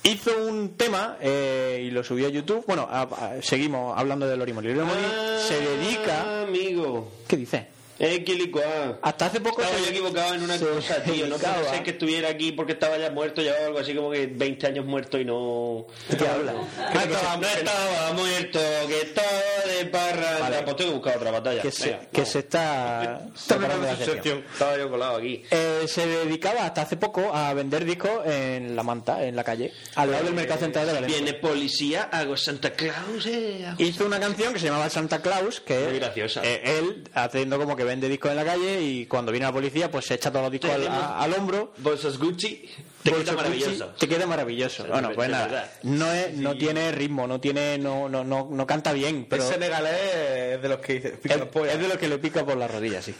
Speaker 2: hizo un tema eh, y lo subió a YouTube. Bueno, a- a- seguimos hablando de Lori Molly. Lori Molly se dedica.
Speaker 3: Ah, amigo.
Speaker 2: ¿Qué dice?
Speaker 3: Equilicua.
Speaker 2: Hasta hace poco.
Speaker 3: Estaba
Speaker 2: se-
Speaker 3: yo equivocado en una
Speaker 2: se
Speaker 3: cosa, tío. No
Speaker 2: dedicaba-
Speaker 3: pensé que estuviera aquí porque estaba ya muerto, llevaba algo así como que 20 años muerto y no.
Speaker 2: ¿Qué habla?
Speaker 3: Ah, que se- no estaba muerto, que estaba de parra. Pues tengo que buscar otra batalla.
Speaker 2: Que se,
Speaker 3: Venga,
Speaker 2: que
Speaker 3: vamos.
Speaker 2: se está separando de la sección.
Speaker 3: Estaba yo colado aquí.
Speaker 2: Eh, se dedicaba hasta hace poco a vender discos en la manta, en la calle, al lado del mercado central de Valencia.
Speaker 3: Viene policía, hago Santa Claus, eh. hago-
Speaker 2: Hizo una canción que se llamaba Santa Claus, que
Speaker 3: Muy graciosa.
Speaker 2: eh, él haciendo como que vende discos en la calle y cuando viene la policía pues se echa todos los discos al, a- al hombro.
Speaker 3: Bolsas Gucci, te
Speaker 2: Bolsa
Speaker 3: quita maravilloso.
Speaker 2: Gucci, Te queda maravilloso.
Speaker 3: Sí,
Speaker 2: Bueno,
Speaker 3: de
Speaker 2: pues nada.
Speaker 3: verdad.
Speaker 2: No, es, no tiene ritmo, no tiene, no, no, no, no canta bien, pero
Speaker 1: Es
Speaker 2: es,
Speaker 1: senegalés es de los que dice. pica la polla.
Speaker 2: es de lo que le pica por las rodillas, sí.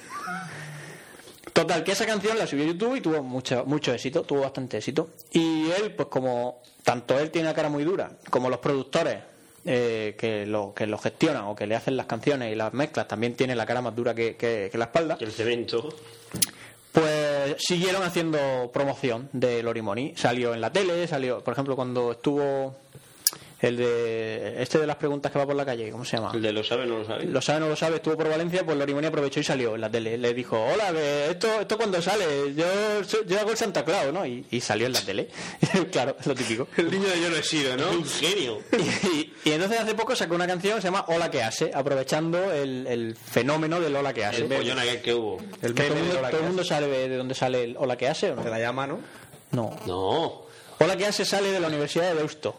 Speaker 2: Total, que esa canción la subió a YouTube y tuvo mucho, mucho éxito, tuvo bastante éxito. Y él, pues como tanto él tiene la cara muy dura, como los productores eh, que, lo, que lo gestionan o que le hacen las canciones y las mezclas también tienen la cara más dura que, que- que la espalda,
Speaker 3: El cemento.
Speaker 2: pues siguieron haciendo promoción de Lorimoni. Salió en la tele, salió, por ejemplo, cuando estuvo el de... Este de las preguntas que va por la calle, ¿cómo se llama?
Speaker 3: El de lo sabe, no lo sabe.
Speaker 2: Ah. lo sabe no lo sabe, estuvo por Valencia, pues Lorimoni aprovechó y salió en la tele. Le dijo, hola, que esto, esto cuando sale, yo, soy- yo hago el Santa Claus, ¿no? Y, y salió en la tele. (laughs) claro, es lo típico.
Speaker 1: El niño de yo no he sido, ¿no?
Speaker 2: (laughs)
Speaker 3: Un genio.
Speaker 2: Y, y- y entonces hace poco sacó una canción que se llama Hola que hace, aprovechando el, el fenómeno del Hola que hace.
Speaker 3: El pollón aquel que hubo.
Speaker 2: Que
Speaker 1: El
Speaker 2: todo
Speaker 1: meme
Speaker 2: el mundo,
Speaker 1: de Lola
Speaker 2: todo el
Speaker 1: que
Speaker 2: mundo sabe de dónde sale el Hola que hace o no.
Speaker 1: hace. Te la llama, ¿no?
Speaker 2: No.
Speaker 3: No.
Speaker 2: Hola que hace sale de la Universidad de Deusto.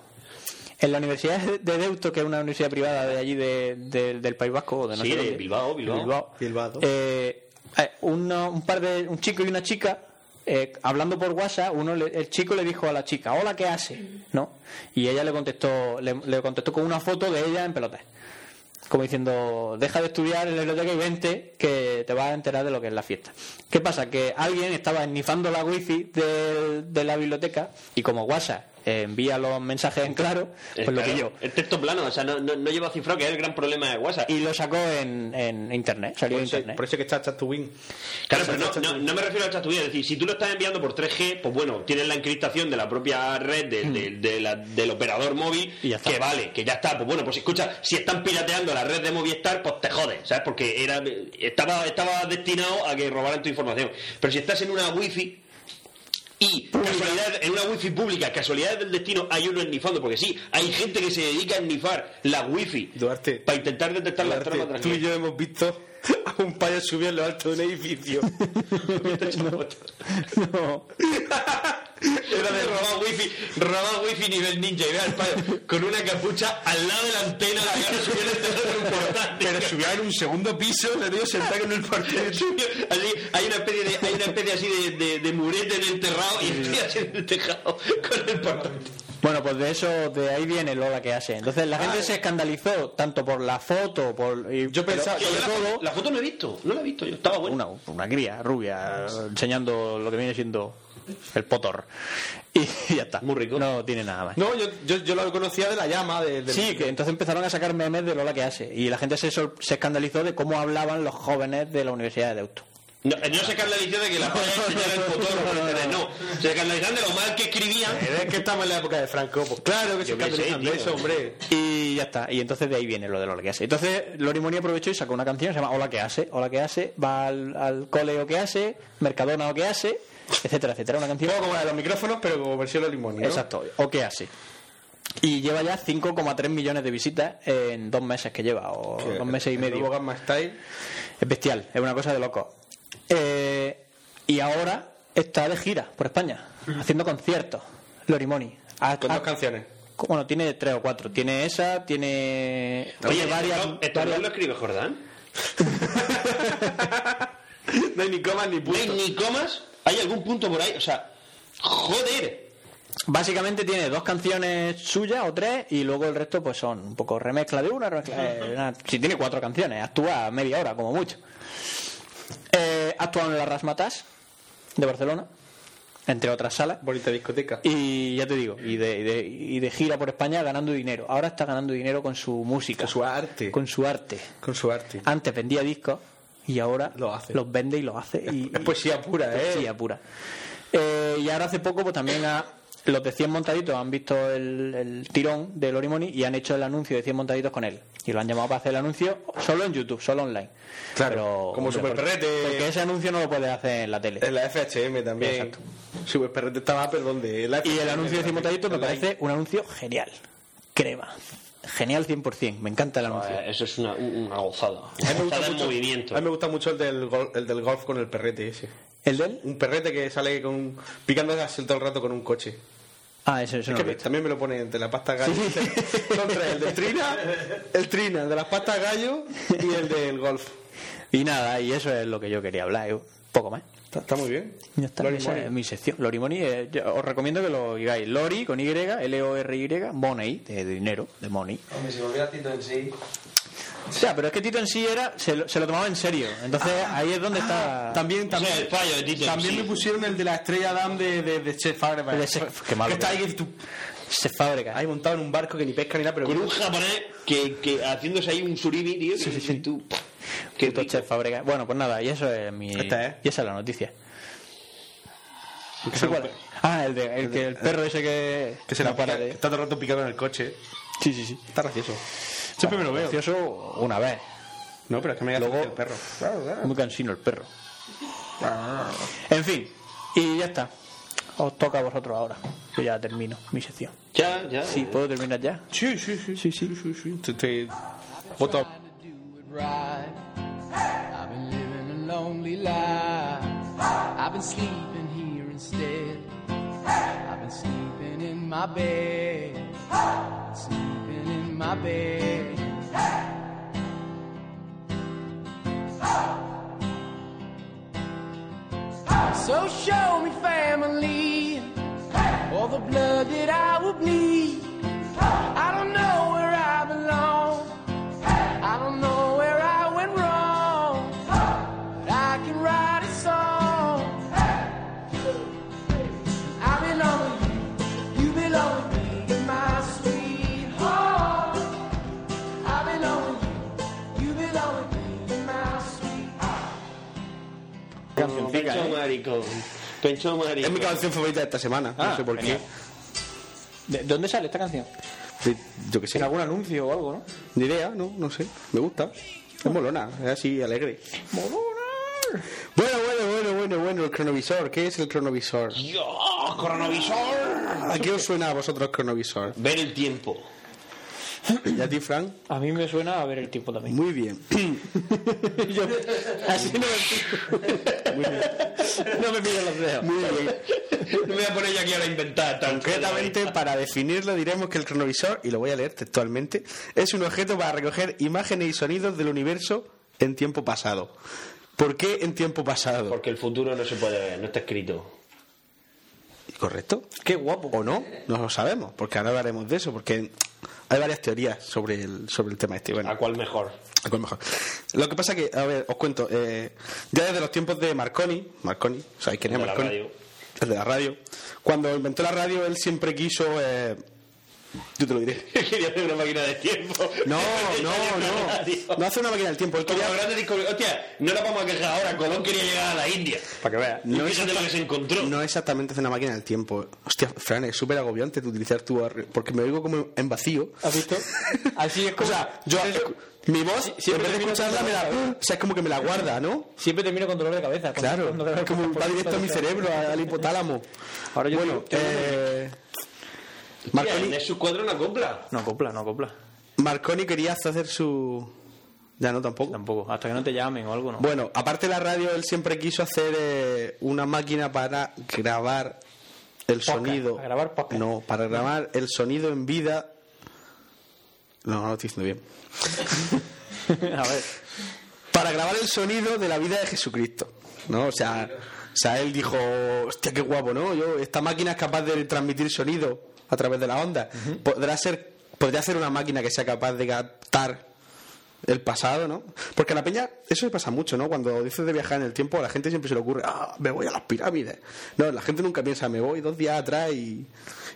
Speaker 2: En la Universidad de Deusto, que es una universidad privada de allí de- de- del País Vasco, o de no
Speaker 3: Sí,
Speaker 2: sé
Speaker 3: de
Speaker 2: dónde.
Speaker 3: Bilbao, Bilbao.
Speaker 1: Bilbao.
Speaker 2: Eh, eh, uno- un par de un chico y una chica eh, hablando por WhatsApp, uno le- el chico le dijo a la chica, "Hola, ¿qué hace?", ¿no? Y ella le contestó le, le contestó con una foto de ella en pelotas. Como diciendo, deja de estudiar en la biblioteca y vente, que te vas a enterar de lo que es la fiesta. ¿Qué pasa? Que alguien estaba esnifando la wifi de, de la biblioteca y como WhatsApp eh, envía los mensajes en claro, pues lo
Speaker 3: Claro,
Speaker 2: que yo.
Speaker 3: El texto plano, o sea, no, no, no lleva cifrado, que es el gran problema de WhatsApp.
Speaker 2: Y lo sacó en, en internet, salió
Speaker 1: Por
Speaker 2: en
Speaker 1: eso,
Speaker 2: Pues internet.
Speaker 1: por eso que está Chat to Win.
Speaker 3: Claro, pero no, no, no me refiero a chatubilla, es decir, si tú lo estás enviando por 3G, pues bueno, tienes la encriptación de la propia red de- de-
Speaker 1: Hmm.
Speaker 3: de la- del operador móvil,
Speaker 2: Y ya está.
Speaker 3: que vale, que ya está, pues bueno, pues escucha, si están pirateando la red de Movistar, pues te jodes, ¿sabes? Porque era, estaba, estaba destinado a que robaran tu información. Pero si estás en una wifi y casualidad, en una wifi pública, casualidades del destino, hay uno ennifando, porque sí, hay gente que se dedica a ennifar la wifi
Speaker 1: Duarte.
Speaker 3: para intentar detectar las
Speaker 1: Duarte,
Speaker 3: tramas
Speaker 1: tú y yo hemos visto a un payo subir en lo alto de un edificio.
Speaker 2: No.
Speaker 3: Era de robar wifi, robar wifi nivel ninja y ve al payo con una capucha al lado de la antena, la cara subiendo el teléfono importante.
Speaker 1: Pero subió en un segundo piso, le digo sentado en el partido.
Speaker 3: Así, hay una especie de, hay una especie así de, de, de murete en el terrado y el tío así en el tejado con el portátil.
Speaker 2: Bueno, pues de eso, de ahí viene Lola que hace. Entonces la gente se escandalizó tanto por la foto, por y-
Speaker 1: Ah. Yo
Speaker 2: pero
Speaker 1: pensaba-
Speaker 2: sobre
Speaker 3: la,
Speaker 2: todo
Speaker 3: la foto no he visto, no la he visto yo, estaba buena.
Speaker 2: una, una cría rubia enseñando lo que viene siendo el Potor. (laughs) Y ya está. Muy rico. No tiene nada más.
Speaker 1: No, yo, yo, yo lo conocía de la llama. De, del-
Speaker 2: Sí, que entonces empezaron a sacar memes de Lola que hace. Y la gente se, sor- se escandalizó de cómo hablaban los jóvenes de la Universidad de Deusto.
Speaker 3: No, eh, no se escandalizan de
Speaker 1: (laughs)
Speaker 3: que la polla era el motor,
Speaker 2: No, no,
Speaker 3: no, Se escandalizan de lo mal que escribían.
Speaker 1: Es que estamos en la época de Franco. Pues claro que se
Speaker 3: Yo qué sé,
Speaker 1: escandalizan de
Speaker 3: tío.
Speaker 1: eso, hombre.
Speaker 2: Y ya está. Y entonces de ahí viene lo de Lola que hace. Entonces Lori Moni aprovechó y sacó una canción que se llama Hola que hace. Hola que hace. Va al, al cole o que hace. Mercadona o que hace. Etcétera, etcétera. Una canción.
Speaker 1: Un poco como la de los micrófonos, pero como versión de limón. ¿no?
Speaker 2: Exacto, o qué hace. Y lleva ya 5,3 millones de visitas en dos meses que lleva, o
Speaker 1: Que
Speaker 2: dos meses y
Speaker 1: el
Speaker 2: medio.
Speaker 1: nuevo Gamma Style.
Speaker 2: Es bestial, es una cosa de loco. Eh, y ahora está de gira por España, haciendo conciertos. Lorimoni. Ha-
Speaker 1: Con
Speaker 2: ha-
Speaker 1: dos canciones.
Speaker 2: Bueno, tiene tres o cuatro. Tiene esa, tiene.
Speaker 3: Oye,
Speaker 2: Oye, varias.
Speaker 3: ¿esto- ¿Esto no
Speaker 2: varias-
Speaker 3: lo escribe Jordán?
Speaker 1: No hay ni comas ni
Speaker 3: No hay
Speaker 1: puntos.
Speaker 3: ni comas. ¿Hay algún punto por ahí? O sea, joder.
Speaker 2: Básicamente tiene dos canciones suyas o tres y luego el resto pues son un poco remezcla de una, remezcla de una. Si tiene cuatro canciones, actúa media hora como mucho. Eh, ha actuado en la Rasmatas de Barcelona, entre otras salas.
Speaker 1: Bonita discoteca.
Speaker 2: Y ya te digo, y de, y de- y de gira por España ganando dinero. Ahora está ganando dinero con su música,
Speaker 1: Con su arte.
Speaker 2: con Ah. su arte.
Speaker 1: Con su arte.
Speaker 2: Antes vendía discos y ahora
Speaker 1: Lo hace.
Speaker 2: los vende y los hace. (laughs) Y,
Speaker 1: es poesía pura, ¿eh?
Speaker 2: Poesía pura. Eh, y ahora hace poco, pues también ha- los de 100 montaditos han visto el, el tirón del Orimoni y han hecho el anuncio de 100 montaditos con él. Y lo han llamado para hacer el anuncio solo en YouTube, solo online.
Speaker 1: Claro,
Speaker 2: Pero,
Speaker 1: como
Speaker 2: hombre,
Speaker 1: Superperrete.
Speaker 2: Porque, porque ese anuncio no lo puedes hacer en la tele.
Speaker 1: En la FHM también.
Speaker 2: Exacto.
Speaker 1: Super Perrete estaba, perdón, de la
Speaker 2: Y el
Speaker 1: FHM,
Speaker 2: anuncio de
Speaker 1: la-
Speaker 2: Cimotadito me
Speaker 1: online.
Speaker 2: parece un anuncio genial. Crema. Genial 100%. Me encanta el anuncio.
Speaker 3: Eso es una, un- una gozada.
Speaker 1: A
Speaker 3: Una
Speaker 1: mí me
Speaker 3: gozada
Speaker 1: gusta
Speaker 3: en
Speaker 1: mucho,
Speaker 3: movimiento.
Speaker 1: a mí me gusta mucho el del, gol- el del golf con el perrete ese.
Speaker 2: ¿El de él?
Speaker 1: Un perrete que sale con, picando el todo el rato con un coche.
Speaker 2: Ah, ese, ese
Speaker 1: Es
Speaker 2: no lo
Speaker 1: que
Speaker 2: he
Speaker 1: me-
Speaker 2: visto.
Speaker 1: también me lo pone entre la pasta gallo.
Speaker 2: Sí.
Speaker 1: (laughs) Son tres, el de Trina, el Trina, el de las pastas gallo y el del golf.
Speaker 2: Y nada, y eso es lo que yo quería hablar. Un poco más.
Speaker 1: Está, está muy bien.
Speaker 2: Ya está,
Speaker 1: Lori
Speaker 2: esa
Speaker 1: Money.
Speaker 2: es mi sección. Lorimoni, eh, yo os recomiendo que lo digáis. Lori con Y, L-O-R-Y, Money, de dinero, de money.
Speaker 7: Hombre, si volviera Tito en sí.
Speaker 2: O sea, pero es que Tito en sí era, se lo, se lo tomaba en serio. Entonces
Speaker 7: Ah.
Speaker 2: ahí es donde está.
Speaker 1: También,
Speaker 3: O
Speaker 1: también,
Speaker 3: sea, el fallo de Tito
Speaker 1: también
Speaker 3: MC.
Speaker 1: me pusieron el de la estrella Adam de, de, de Chef Fabre.
Speaker 2: El de Chef- qué malo.
Speaker 1: Que está ahí, que tú-
Speaker 2: Se fabrica.
Speaker 1: ahí montado en un barco que ni pesca ni nada, pero.
Speaker 3: Con un japonés que, que haciéndose ahí un surimi, tío. que dices tú, qué
Speaker 2: Puto
Speaker 3: rico.
Speaker 2: Chef Fábregas. Bueno, pues nada, y eso es mi.
Speaker 1: Esta es.
Speaker 2: Y esa es la noticia. ¿Ese cuál es? Ah, el, de, el, que, el perro ese que.
Speaker 1: Que se la
Speaker 2: no
Speaker 1: para.
Speaker 2: de-
Speaker 1: que Está todo el rato picado en el coche.
Speaker 2: Sí, sí, sí.
Speaker 1: Está gracioso. Siempre me lo veo.
Speaker 2: Gracioso una vez.
Speaker 1: No, pero es que me
Speaker 2: Luego-
Speaker 1: luego el perro. Claro, claro.
Speaker 2: Muy cansino el perro. En fin, y ya está. Ah. Os toca a vosotros ahora. Yo ya termino mi sección.
Speaker 3: Ya, ya.
Speaker 2: Sí, ¿puedo terminar ya?
Speaker 1: Sí, sí, sí.
Speaker 2: Sí, sí.
Speaker 1: sí, sí. Te- te- Voto.
Speaker 10: I've been living a lonely life. I've been sleeping here instead. I've been sleeping in my bed. Sleeping in my bed. So show me family, all the blood that I will bleed. I don't know where I belong. I don't know where I went wrong, but I can write a song. I belong with you, you belong with me in my sweet home. I belong with you, you belong with me in my sweet
Speaker 2: Cancioncica,
Speaker 3: Pencho
Speaker 2: ¿eh?
Speaker 3: maricón. Pencho maricón.
Speaker 1: Es mi canción favorita de esta semana.
Speaker 2: Ah,
Speaker 1: no sé por
Speaker 2: genial. ¿De dónde sale esta canción?
Speaker 1: qué. De- Yo qué sé.
Speaker 2: ¿En algún anuncio o algo, no?
Speaker 1: Ni idea, no, no sé. Me gusta. Es molona, es así, alegre. Bueno, bueno, bueno, bueno, bueno, el cronovisor. ¿Qué es el cronovisor?
Speaker 3: Dios, coronavisor.
Speaker 1: ¿A qué os suena a vosotros el cronovisor?
Speaker 3: Ver el tiempo.
Speaker 1: ¿Y a ti, Frank?
Speaker 2: A mí me suena a ver el tiempo también.
Speaker 1: (coughs) Muy bien.
Speaker 2: Yo- (laughs) así no me No me pillo los dedos.
Speaker 1: Muy bien.
Speaker 3: Me voy a poner yo aquí ahora a inventar. tal
Speaker 1: Concretamente, para definirlo, diremos que el cronovisor, y lo voy a leer textualmente, es un objeto para recoger imágenes y sonidos del universo en tiempo pasado. ¿Por qué en tiempo pasado?
Speaker 3: Porque el futuro no se puede ver, no está escrito.
Speaker 1: ¿Correcto? Qué guapo. ¿O no? No lo sabemos, porque ahora hablaremos de eso, porque hay varias teorías sobre el, sobre el tema este. Bueno,
Speaker 3: ¿A
Speaker 1: (laughs)
Speaker 3: cuál mejor?
Speaker 1: a cuál Pues mejor. Lo que pasa que, a ver, os cuento, eh, ya desde los tiempos de Marconi, Marconi, ¿sabéis quién es
Speaker 3: De la
Speaker 1: Marconi?
Speaker 3: radio.
Speaker 1: el de la radio. Cuando inventó la radio, él siempre quiso. eh, yo te lo diré.
Speaker 3: Quería hacer una máquina de tiempo. (laughs)
Speaker 1: No, no, no. No hace una máquina del tiempo. Él
Speaker 3: Como
Speaker 1: quería.
Speaker 3: la grande descubri- Hostia, no la vamos a quejar ahora. Colón quería llegar a la India.
Speaker 1: Para que veas.
Speaker 3: y fíjate lo que se encontró.
Speaker 1: No exactamente hacer una máquina del tiempo. Hostia, Fran, es súper agobiante tu utilizar tu. ar- Porque me oigo como en vacío.
Speaker 2: ¿Has visto? Así
Speaker 1: (laughs)
Speaker 2: es
Speaker 1: O
Speaker 2: como.
Speaker 1: sea,
Speaker 2: (laughs)
Speaker 1: yo. escu- Mi voz,
Speaker 2: Sí, siempre
Speaker 1: en vez de
Speaker 2: termino
Speaker 1: escucharla, me la.
Speaker 2: hablando.
Speaker 1: O sea, es como que me la guarda, ¿no?
Speaker 2: Siempre termino con dolor de cabeza. con-
Speaker 1: Claro,
Speaker 2: con dolor de
Speaker 1: como
Speaker 2: cabeza
Speaker 1: va
Speaker 2: por-
Speaker 1: directo a mi cerebro, a- al hipotálamo. Ahora yo bueno, eh, Marconi,
Speaker 2: eh.
Speaker 3: Marconi. sus cuadros no compra.
Speaker 2: No copla, no copla.
Speaker 1: Marconi quería hasta hacer su... Ya no, tampoco.
Speaker 2: Tampoco. Hasta que no te llamen o algo, ¿no?
Speaker 1: Bueno, aparte de la radio, él siempre quiso hacer eh, una máquina para grabar el
Speaker 2: Podcast,
Speaker 1: sonido.
Speaker 2: para grabar podcast.
Speaker 1: No, para grabar el sonido en vida. No, no lo estoy diciendo bien.
Speaker 2: (laughs) a ver.
Speaker 1: para grabar el sonido de la vida de Jesucristo. ¿No? O sea, o sea, él dijo, hostia, qué guapo, ¿no? Yo, esta máquina es capaz de transmitir sonido a través de la onda. Podrá ser, podría ser una máquina que sea capaz de captar el pasado, ¿no? Porque a la peña, eso le pasa mucho, ¿no? Cuando dices de viajar en el tiempo, a la gente siempre se le ocurre, ah, me voy a las pirámides. No, la gente nunca piensa, me voy dos días atrás y,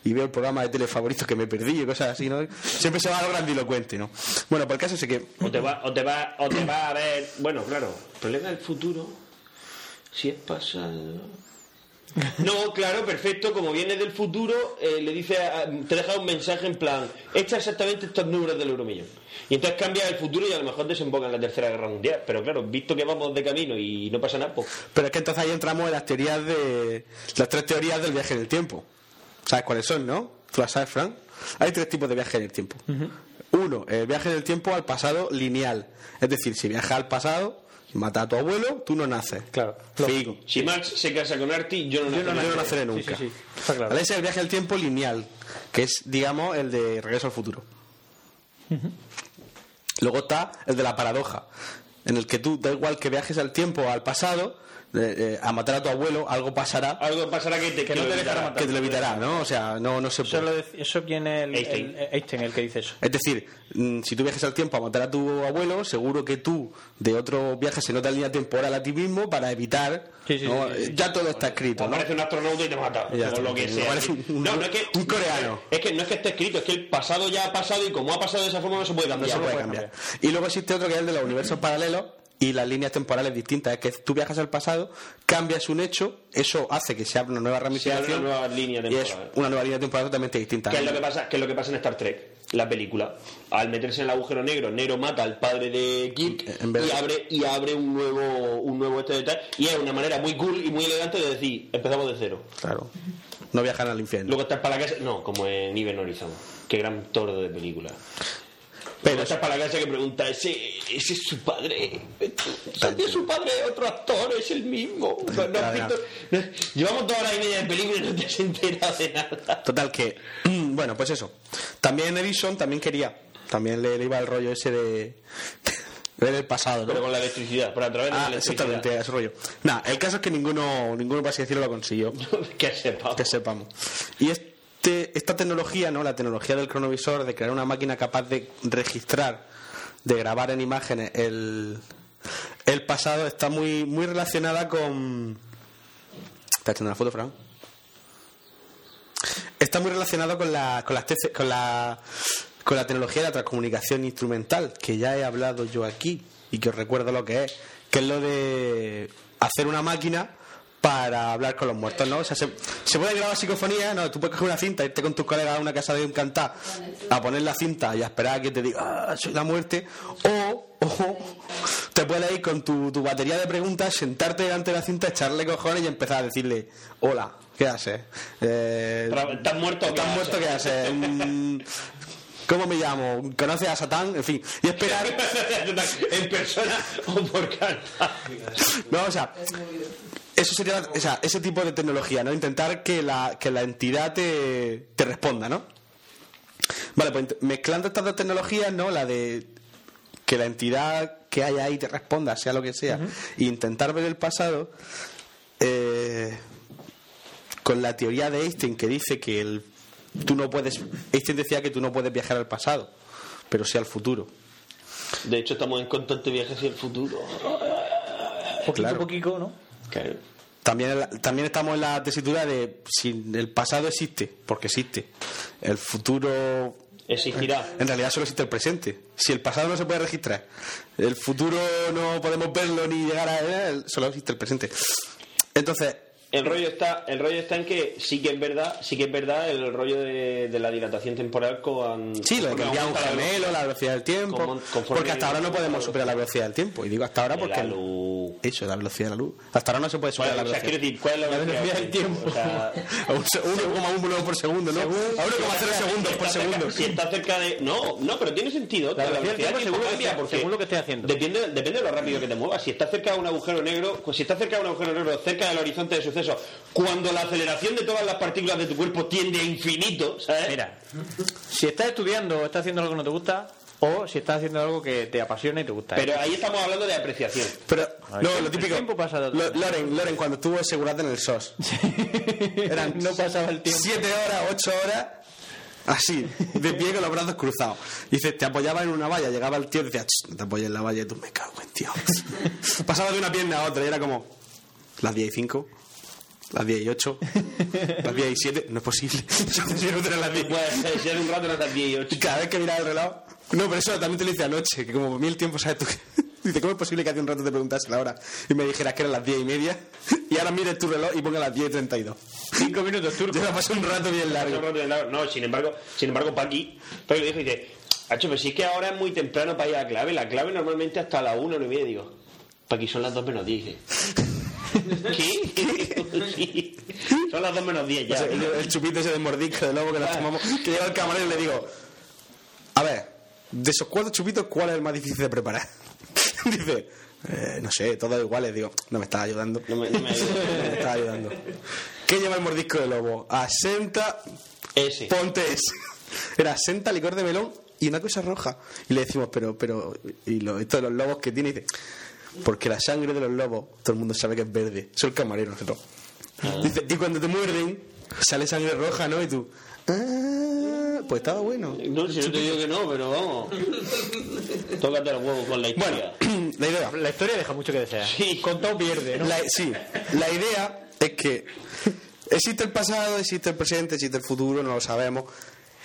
Speaker 1: y veo el programa de telefavoritos que me perdí y cosas así, ¿no? Siempre se va a lo grandilocuente, ¿no? Bueno, por el caso es que
Speaker 3: O te va, o te va, o te va a ver. Bueno, claro, el problema del futuro. Si es pasado. No, claro, perfecto. Como vienes del futuro, eh, le dice, a- te deja un mensaje en plan, echa exactamente estos números del Euromillón. Y entonces cambia el futuro y a lo mejor desemboca en la Tercera Guerra Mundial. Pero claro, visto que vamos de camino y no pasa nada, pues
Speaker 1: Pero es que entonces ahí entramos en las teorías de. las tres teorías del viaje en el tiempo. ¿Sabes cuáles son, no? ¿Tú las sabes, Frank? Hay tres tipos de viaje en el tiempo. Uno, el viaje en el tiempo al pasado lineal. Es decir, si viajas al pasado, mata a tu abuelo, tú no naces.
Speaker 2: Claro.
Speaker 1: Fin.
Speaker 3: si Max se casa con Arti, yo no
Speaker 1: Yo no,
Speaker 3: naceré.
Speaker 1: yo no naceré nunca.
Speaker 2: sí, sí. Está claro.
Speaker 1: ¿Vale? Ese es el viaje al tiempo lineal, que es, digamos, el de regreso al futuro. Luego está el de la paradoja, en el que tú, da igual que viajes al tiempo o al pasado, eh, eh, a matar a tu abuelo, algo pasará
Speaker 3: Algo pasará que te,
Speaker 2: Que no
Speaker 3: lo
Speaker 2: te dejará
Speaker 3: evitará.
Speaker 2: matar.
Speaker 1: que te lo evitará, ¿no? O sea, no, no se
Speaker 2: Eso,
Speaker 1: puede.
Speaker 2: lo dec- eso quién es el,
Speaker 3: Einstein.
Speaker 2: el- Einstein, el que dice eso.
Speaker 1: Es decir, mm, si tú viajas al tiempo a matar a tu abuelo, seguro que tú de otro viaje se nota línea temporal a ti mismo para evitar.
Speaker 2: Sí, sí,
Speaker 1: ¿no? Eh,
Speaker 2: sí, sí, sí.
Speaker 1: Ya todo está escrito.
Speaker 3: O
Speaker 1: ¿no?
Speaker 3: aparece un astronauta y te mata.
Speaker 1: Ya
Speaker 3: o
Speaker 1: está.
Speaker 3: lo que sea.
Speaker 1: Aparece un-
Speaker 3: no, no es que,
Speaker 1: un coreano.
Speaker 3: Es que no es que esté escrito, es que el pasado ya ha pasado y como ha pasado de esa forma no se puede
Speaker 1: No
Speaker 3: cambiar.
Speaker 1: se puede cambiar. Y luego existe otro que es el de los universos paralelos y las líneas temporales distintas. Es que tú viajas al pasado, cambias un hecho, eso hace que se abra una nueva ramificación.
Speaker 3: Se abre una nueva línea
Speaker 1: y es
Speaker 3: temporal.
Speaker 1: una nueva línea temporal totalmente distinta.
Speaker 3: ¿Qué es, lo que pasa, qué es lo que pasa en Star Trek? La película. Al meterse en el agujero negro, Nero mata al padre de Kirk
Speaker 1: En vez de-
Speaker 3: y abre, y abre un nuevo un nuevo este de tal. Y es una manera muy cool y muy elegante de decir, empezamos de cero.
Speaker 1: Claro. No viajan al infierno.
Speaker 3: Luego estás para la casa. No, como en Iben Horizon. Qué gran tordo de película. Pero estás para la casa que pregunta, ese, ese es su padre. También su padre es otro actor, es el mismo.
Speaker 1: Pues
Speaker 3: No- no has
Speaker 1: Ya, ya.
Speaker 3: visto- no- llevamos dos horas y media de película y no te has enterado de nada.
Speaker 1: Total que, (clears throat) bueno, pues eso. También Edison también quería, también le, le iba el rollo ese de (laughs) ver el pasado,
Speaker 3: Pero
Speaker 1: ¿no?
Speaker 3: con la electricidad, por a través de la
Speaker 1: Ah,
Speaker 3: electricidad.
Speaker 1: exactamente, ese rollo. Nada, el caso es que ninguno, ninguno por así decirlo, lo consiguió,
Speaker 3: (laughs) que sepa.
Speaker 1: que sepamos. Y este, esta tecnología, ¿no? La tecnología del cronovisor, de crear una máquina capaz de registrar, de grabar en imágenes el, el pasado, está muy, muy relacionada con... ¿Está echando la foto, Fran? Está muy relacionado con la, con las tece- con la, con la tecnología de la transcomunicación instrumental, que ya he hablado yo aquí y que os recuerdo lo que es, que es lo de hacer una máquina para hablar con los muertos, ¿no? O sea, se, se puede grabar psicofonía, ¿no? Tú puedes coger una cinta, irte con tus colegas a una casa de un cantar, a poner la cinta y a esperar a que te diga, "Ah, soy la muerte, o, o te puedes ir con tu, tu batería de preguntas, sentarte delante de la cinta, echarle cojones y empezar a decirle, hola, ¿qué haces? Eh,
Speaker 3: Tra- ¿Estás muerto o qué
Speaker 1: ¿Estás
Speaker 3: haces?
Speaker 1: muerto qué haces? Mm, ¿Cómo me llamo? ¿Conoces a Satán? En fin, y esperar.
Speaker 3: (laughs) en persona o (laughs) por carta.
Speaker 1: No, o sea, eso sería, o sea, ese tipo de tecnología, ¿no? Intentar que la, que la entidad te, te responda, ¿no? Vale, pues int- mezclando estas dos tecnologías, ¿no? La de que la entidad que haya ahí te responda, sea lo que sea, e intentar ver el pasado, eh, con la teoría de Einstein que dice que el, tú no puedes, Einstein decía que tú no puedes viajar al pasado, pero sí al futuro.
Speaker 3: De hecho, estamos en constante viaje hacia el futuro.
Speaker 2: Poquito
Speaker 1: Claro.
Speaker 2: a poquito, ¿no?
Speaker 3: Claro.
Speaker 1: También, también estamos en la tesitura de si el pasado existe, porque existe. El futuro
Speaker 3: Existirá.
Speaker 1: en realidad solo existe el presente. Si el pasado no se puede registrar, el futuro no podemos verlo ni llegar a él, solo existe el presente. Entonces,
Speaker 3: El rollo está, el rollo está en que sí que es verdad, sí que es verdad el rollo de, de la dilatación temporal con
Speaker 1: sí, lo de que
Speaker 3: con-
Speaker 1: había un
Speaker 3: con-
Speaker 1: gemelo, la velocidad del tiempo,
Speaker 3: Como- conforme-
Speaker 1: porque hasta ahora no podemos superar la velocidad del tiempo. Y digo hasta ahora
Speaker 3: de la
Speaker 1: porque...
Speaker 3: luz.
Speaker 1: Eso, la velocidad de la luz. Hasta ahora no se puede superar
Speaker 3: Bueno,
Speaker 1: la
Speaker 3: o sea,
Speaker 1: velocidad.
Speaker 3: quiero decir, ¿cuál es la velocidad
Speaker 1: del
Speaker 3: del
Speaker 1: tiempo?
Speaker 3: tiempo?
Speaker 2: (laughs)
Speaker 3: O sea,
Speaker 1: a (laughs) un se- 1,1 volúmenes por segundo, ¿no? A
Speaker 3: (laughs)
Speaker 1: 1,0 segundos por
Speaker 3: Está cerca-
Speaker 1: segundo.
Speaker 3: Si está cerca de. No, no, pero tiene sentido.
Speaker 2: La velocidad del tiempo
Speaker 3: que
Speaker 2: según lo que
Speaker 3: cambia,
Speaker 2: sea-
Speaker 3: porque
Speaker 2: según lo que esté haciendo.
Speaker 3: Depende, depende de lo rápido que te muevas. Si está cerca de un agujero negro, pues si está cerca de un agujero negro, cerca del horizonte de sucesos, cuando la aceleración de todas las partículas de tu cuerpo tiende a infinito, ¿sabes?
Speaker 2: Mira, si estás estudiando o estás haciendo algo que no te gusta, o si estás haciendo algo que te apasiona y te gusta. ¿eh?
Speaker 3: Pero ahí estamos hablando de apreciación.
Speaker 1: Pero,
Speaker 2: Ay,
Speaker 1: no,
Speaker 2: el
Speaker 1: lo típico.
Speaker 2: tiempo pasa de otra
Speaker 1: Lo- Loren, Loren, cuando estuvo asegurada en el SOS,
Speaker 2: (laughs)
Speaker 1: Eran-
Speaker 2: no pasaba el tiempo.
Speaker 1: 7 horas, 8 horas, así, de pie con los brazos cruzados. Dices, te apoyaba en una valla, llegaba el tío y decía, "Ch, no te apoyes en la valla, y tú me cago en tío. (laughs) Pasaba de una pierna a otra y era como, las 10 y 5. Las 10 y 8, las 10 y 7, no es posible. (laughs) Siempre eran las 10
Speaker 3: Pues si era un rato no estás 18.
Speaker 1: Y cada vez que miraba el reloj. No, pero eso también te lo hice anoche, que como a mí el tiempo, ¿sabes tú? (laughs) Dice, ¿cómo es posible que hace un rato te preguntase la hora y me dijeras que eran las 10 y media? Y ahora mires tu reloj y ponga las 10 y 32.
Speaker 2: Cinco minutos turco.
Speaker 1: Yo la pasé un rato bien
Speaker 3: Pasó un
Speaker 1: largo.
Speaker 3: rato de lado. No, sin embargo, sin embargo, Paqui, Paqui lo dijo y dice, Hacho, pero si es que ahora es muy temprano para ir a la clave. La clave normalmente hasta la 1 y media, digo, Paqui, son las 2 menos 10.
Speaker 1: (laughs)
Speaker 3: Dice, ¿Qué? Sí. Son las 2 menos 10
Speaker 1: O
Speaker 3: ya.
Speaker 1: sea, el, el chupito ese de mordisco de lobo que nos tomamos, que llega el camarero y le digo, a ver, de esos cuatro chupitos, ¿cuál es el más difícil de preparar? (laughs) Dice, "Eh, no sé, todos iguales. Digo, no me estás ayudando.
Speaker 3: No me- no me ayudas.
Speaker 1: (laughs) No me estás ayudando. ¿Qué lleva el mordisco de lobo? Asenta,
Speaker 3: Ese.
Speaker 1: Ponte ese. Era senta, licor de melón y una cosa roja. Y le decimos, pero, pero, y lo, esto de los lobos que tiene, y dice, porque la sangre de los lobos, todo el mundo sabe que es verde. Soy el camarero, nosotros. Dice, y cuando te muerden, sale sangre roja, ¿no? Y tú, "Ah, pues estaba
Speaker 3: (clears throat)
Speaker 1: bueno.
Speaker 3: No, si no te digo que no, pero vamos. Tócate el huevo con la
Speaker 1: Bueno,
Speaker 3: historia.
Speaker 1: la idea.
Speaker 2: La historia deja mucho que desear.
Speaker 3: Sí.
Speaker 2: Con todo pierde, ¿no?
Speaker 1: La, sí, la idea es que existe el pasado, existe el presente, existe el futuro, no lo sabemos.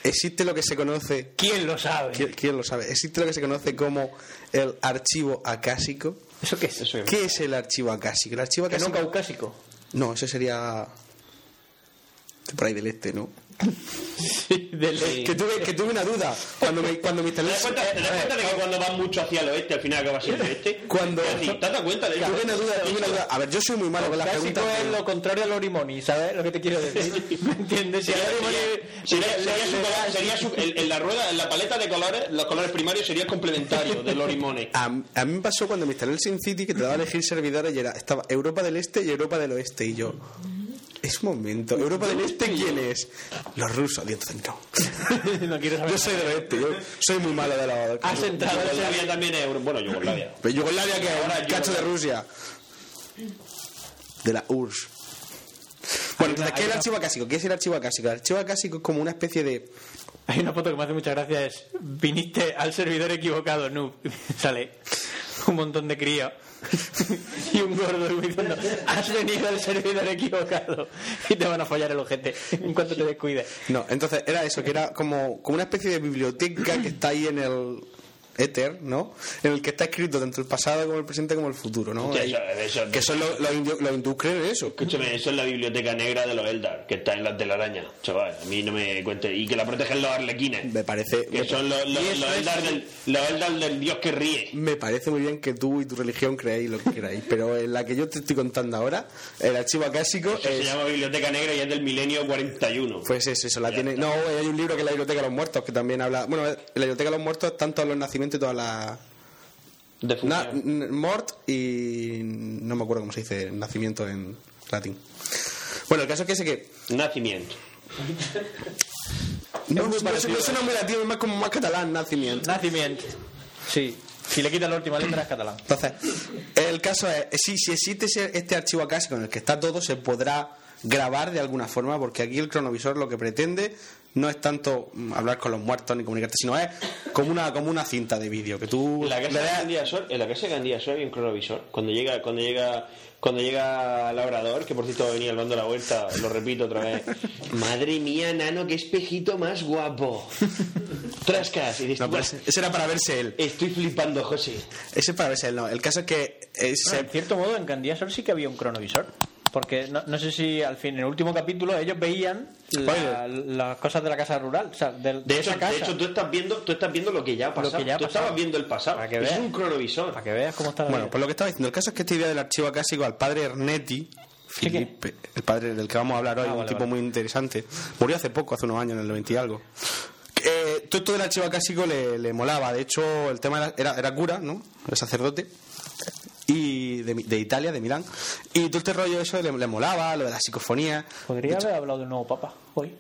Speaker 1: Existe lo que se conoce
Speaker 2: ¿Quién lo sabe?
Speaker 1: ¿Qui- ¿Quién lo sabe? Existe lo que se conoce como el archivo acásico.
Speaker 2: ¿Eso qué es?
Speaker 3: Eso es.
Speaker 1: ¿Qué es el archivo acásico? El archivo
Speaker 2: Que no
Speaker 1: acásico.
Speaker 2: caucásico.
Speaker 1: No, eso sería. de Por ahí del este, ¿no?
Speaker 2: Del-
Speaker 1: Que, tuve, que tuve una duda. Cuando me, cuando me instalé.
Speaker 3: Eh,
Speaker 1: Eh,
Speaker 3: ¿Te das cuenta, te das cuenta de que cuando vas mucho hacia el oeste, al final acabas siendo el este?
Speaker 1: Cuando-
Speaker 3: Es decir, ¿Te das cuenta de que
Speaker 1: Tuve una duda, tuve una duda. A ver, yo soy muy malo con las
Speaker 2: Caucásico
Speaker 1: preguntas.
Speaker 2: es
Speaker 1: pero-
Speaker 2: lo contrario al orimoni, ¿sabes lo que te quiero
Speaker 3: (laughs)
Speaker 2: (laughs) decir? ¿Me entiendes? Si al orimoni...
Speaker 3: Sería, sería su color- sería su- en, en la rueda, en la paleta de colores, los colores primarios serían complementarios de los (laughs) limones.
Speaker 1: A, a mí me pasó cuando me instalé el SimCity que te daba a elegir servidores y era, estaba Europa del Este y Europa del Oeste. Y yo, es un momento, ¿Europa del Este quién es? Los rusos, Dios, no.
Speaker 2: (laughs) No quiero saber.
Speaker 1: Yo soy del Oeste, yo soy muy malo de la.
Speaker 2: Has entrado en
Speaker 3: Yugoslavia también es euro- bueno Yugoslavia.
Speaker 1: Pero Yugoslavia que ahora cacho de Rusia. De la URSS. Bueno, entonces, ¿qué es el archivo acásico? ¿Qué es el archivo acásico? El archivo acásico es como una especie de.
Speaker 2: Hay una foto que me hace mucha gracia es viniste al servidor equivocado, noob. (laughs) Sale un montón de críos (laughs) y un gordo diciendo has venido al servidor equivocado y te van a fallar el ojete en cuanto te descuides.
Speaker 1: No, entonces era eso, que era como, como una especie de biblioteca que está ahí en el éter, ¿no? En el que está escrito tanto el pasado como el presente como el futuro, ¿no?
Speaker 3: Que
Speaker 1: Ahí-
Speaker 3: eso- eso-
Speaker 1: que son los, los, indio- los hindús creen en eso.
Speaker 3: Escúchame, eso es la biblioteca negra de los Eldar, que está en la telaraña, chaval. A mí no me cuentes. Y que la protegen los arlequines,
Speaker 1: Me parece.
Speaker 3: que son los, los- los Eldar, del, los Eldar del dios que ríe.
Speaker 1: Me parece muy bien que tú y tu religión creáis lo que queráis, pero en la que yo te estoy contando ahora, el archivo acásico
Speaker 3: Eso se
Speaker 1: es.
Speaker 3: llama biblioteca negra y es del milenio 41.
Speaker 1: Pues es eso, la tiene. No, hay un libro que es la Biblioteca de los Muertos, que también habla. Bueno, eh, la Biblioteca de los Muertos, tanto los nacimientos y todas las.
Speaker 3: De
Speaker 1: na- n- mort y. No me acuerdo cómo se dice nacimiento en latín. Bueno, el caso es que ese que.
Speaker 3: Nacimiento.
Speaker 1: No, no, su- no suena muy latín, es más como más catalán, nacimiento.
Speaker 2: Nacimiento. Sí. Si le quitas la última letra es catalán.
Speaker 1: Entonces, el caso es: si, si existe ese- este archivo acásico en el que está todo, se podrá grabar de alguna forma, porque aquí el cronovisor lo que pretende no es tanto mm, hablar con los muertos ni comunicarte, sino es como una, como una cinta de vídeo, que tú...
Speaker 11: Pues,
Speaker 3: En la casa
Speaker 1: le
Speaker 3: de
Speaker 1: das-
Speaker 3: Gandía Sor, en la casa de Gandía Sor había un cronovisor. Cuando llega, cuando llega, cuando llega Labrador, que por cierto va a venir al bando a la vuelta, lo repito otra
Speaker 11: (laughs)
Speaker 3: vez. Madre mía, nano, qué espejito más guapo. Trascas. Y dices,
Speaker 1: No, pues, ese era para verse él.
Speaker 3: Estoy flipando, José.
Speaker 1: Ese es para verse él, no. El caso es que... eh, se-
Speaker 11: En cierto modo, en Candidasol sí que había un cronovisor. Porque no, no sé si al fin, en el último capítulo, ellos veían la- las cosas de la casa rural. O sea, de,
Speaker 3: De
Speaker 11: de
Speaker 3: hecho,
Speaker 11: esa casa.
Speaker 3: de hecho, tú estás viendo, tú estás viendo lo que ya ha
Speaker 11: Lo
Speaker 3: pasado.
Speaker 11: que ya ha
Speaker 3: tú
Speaker 11: pasado.
Speaker 3: estabas viendo el pasado.
Speaker 11: Para que
Speaker 3: es
Speaker 11: veas.
Speaker 3: un cronovisor.
Speaker 11: Para que veas cómo está la
Speaker 1: Bueno,
Speaker 11: vida.
Speaker 1: pues lo que estaba diciendo, el caso es que esta idea del archivo acásico al padre Ernetti,
Speaker 11: Sí, ¿qué?
Speaker 1: Filipe, el padre del que vamos a hablar hoy,
Speaker 11: Ah,
Speaker 1: un
Speaker 11: vale,
Speaker 1: tipo
Speaker 11: vale.
Speaker 1: muy interesante, murió hace poco, hace unos años, en el 90 y algo. Eh, todo esto del archivo acásico le, le molaba, de hecho el tema era, era, era cura, ¿no? Era sacerdote. Y de, Mi- de Italia, de Milán. Y todo este rollo eso le, le molaba, lo de la psicofonía.
Speaker 11: Podría haber hablado de un nuevo papa hoy.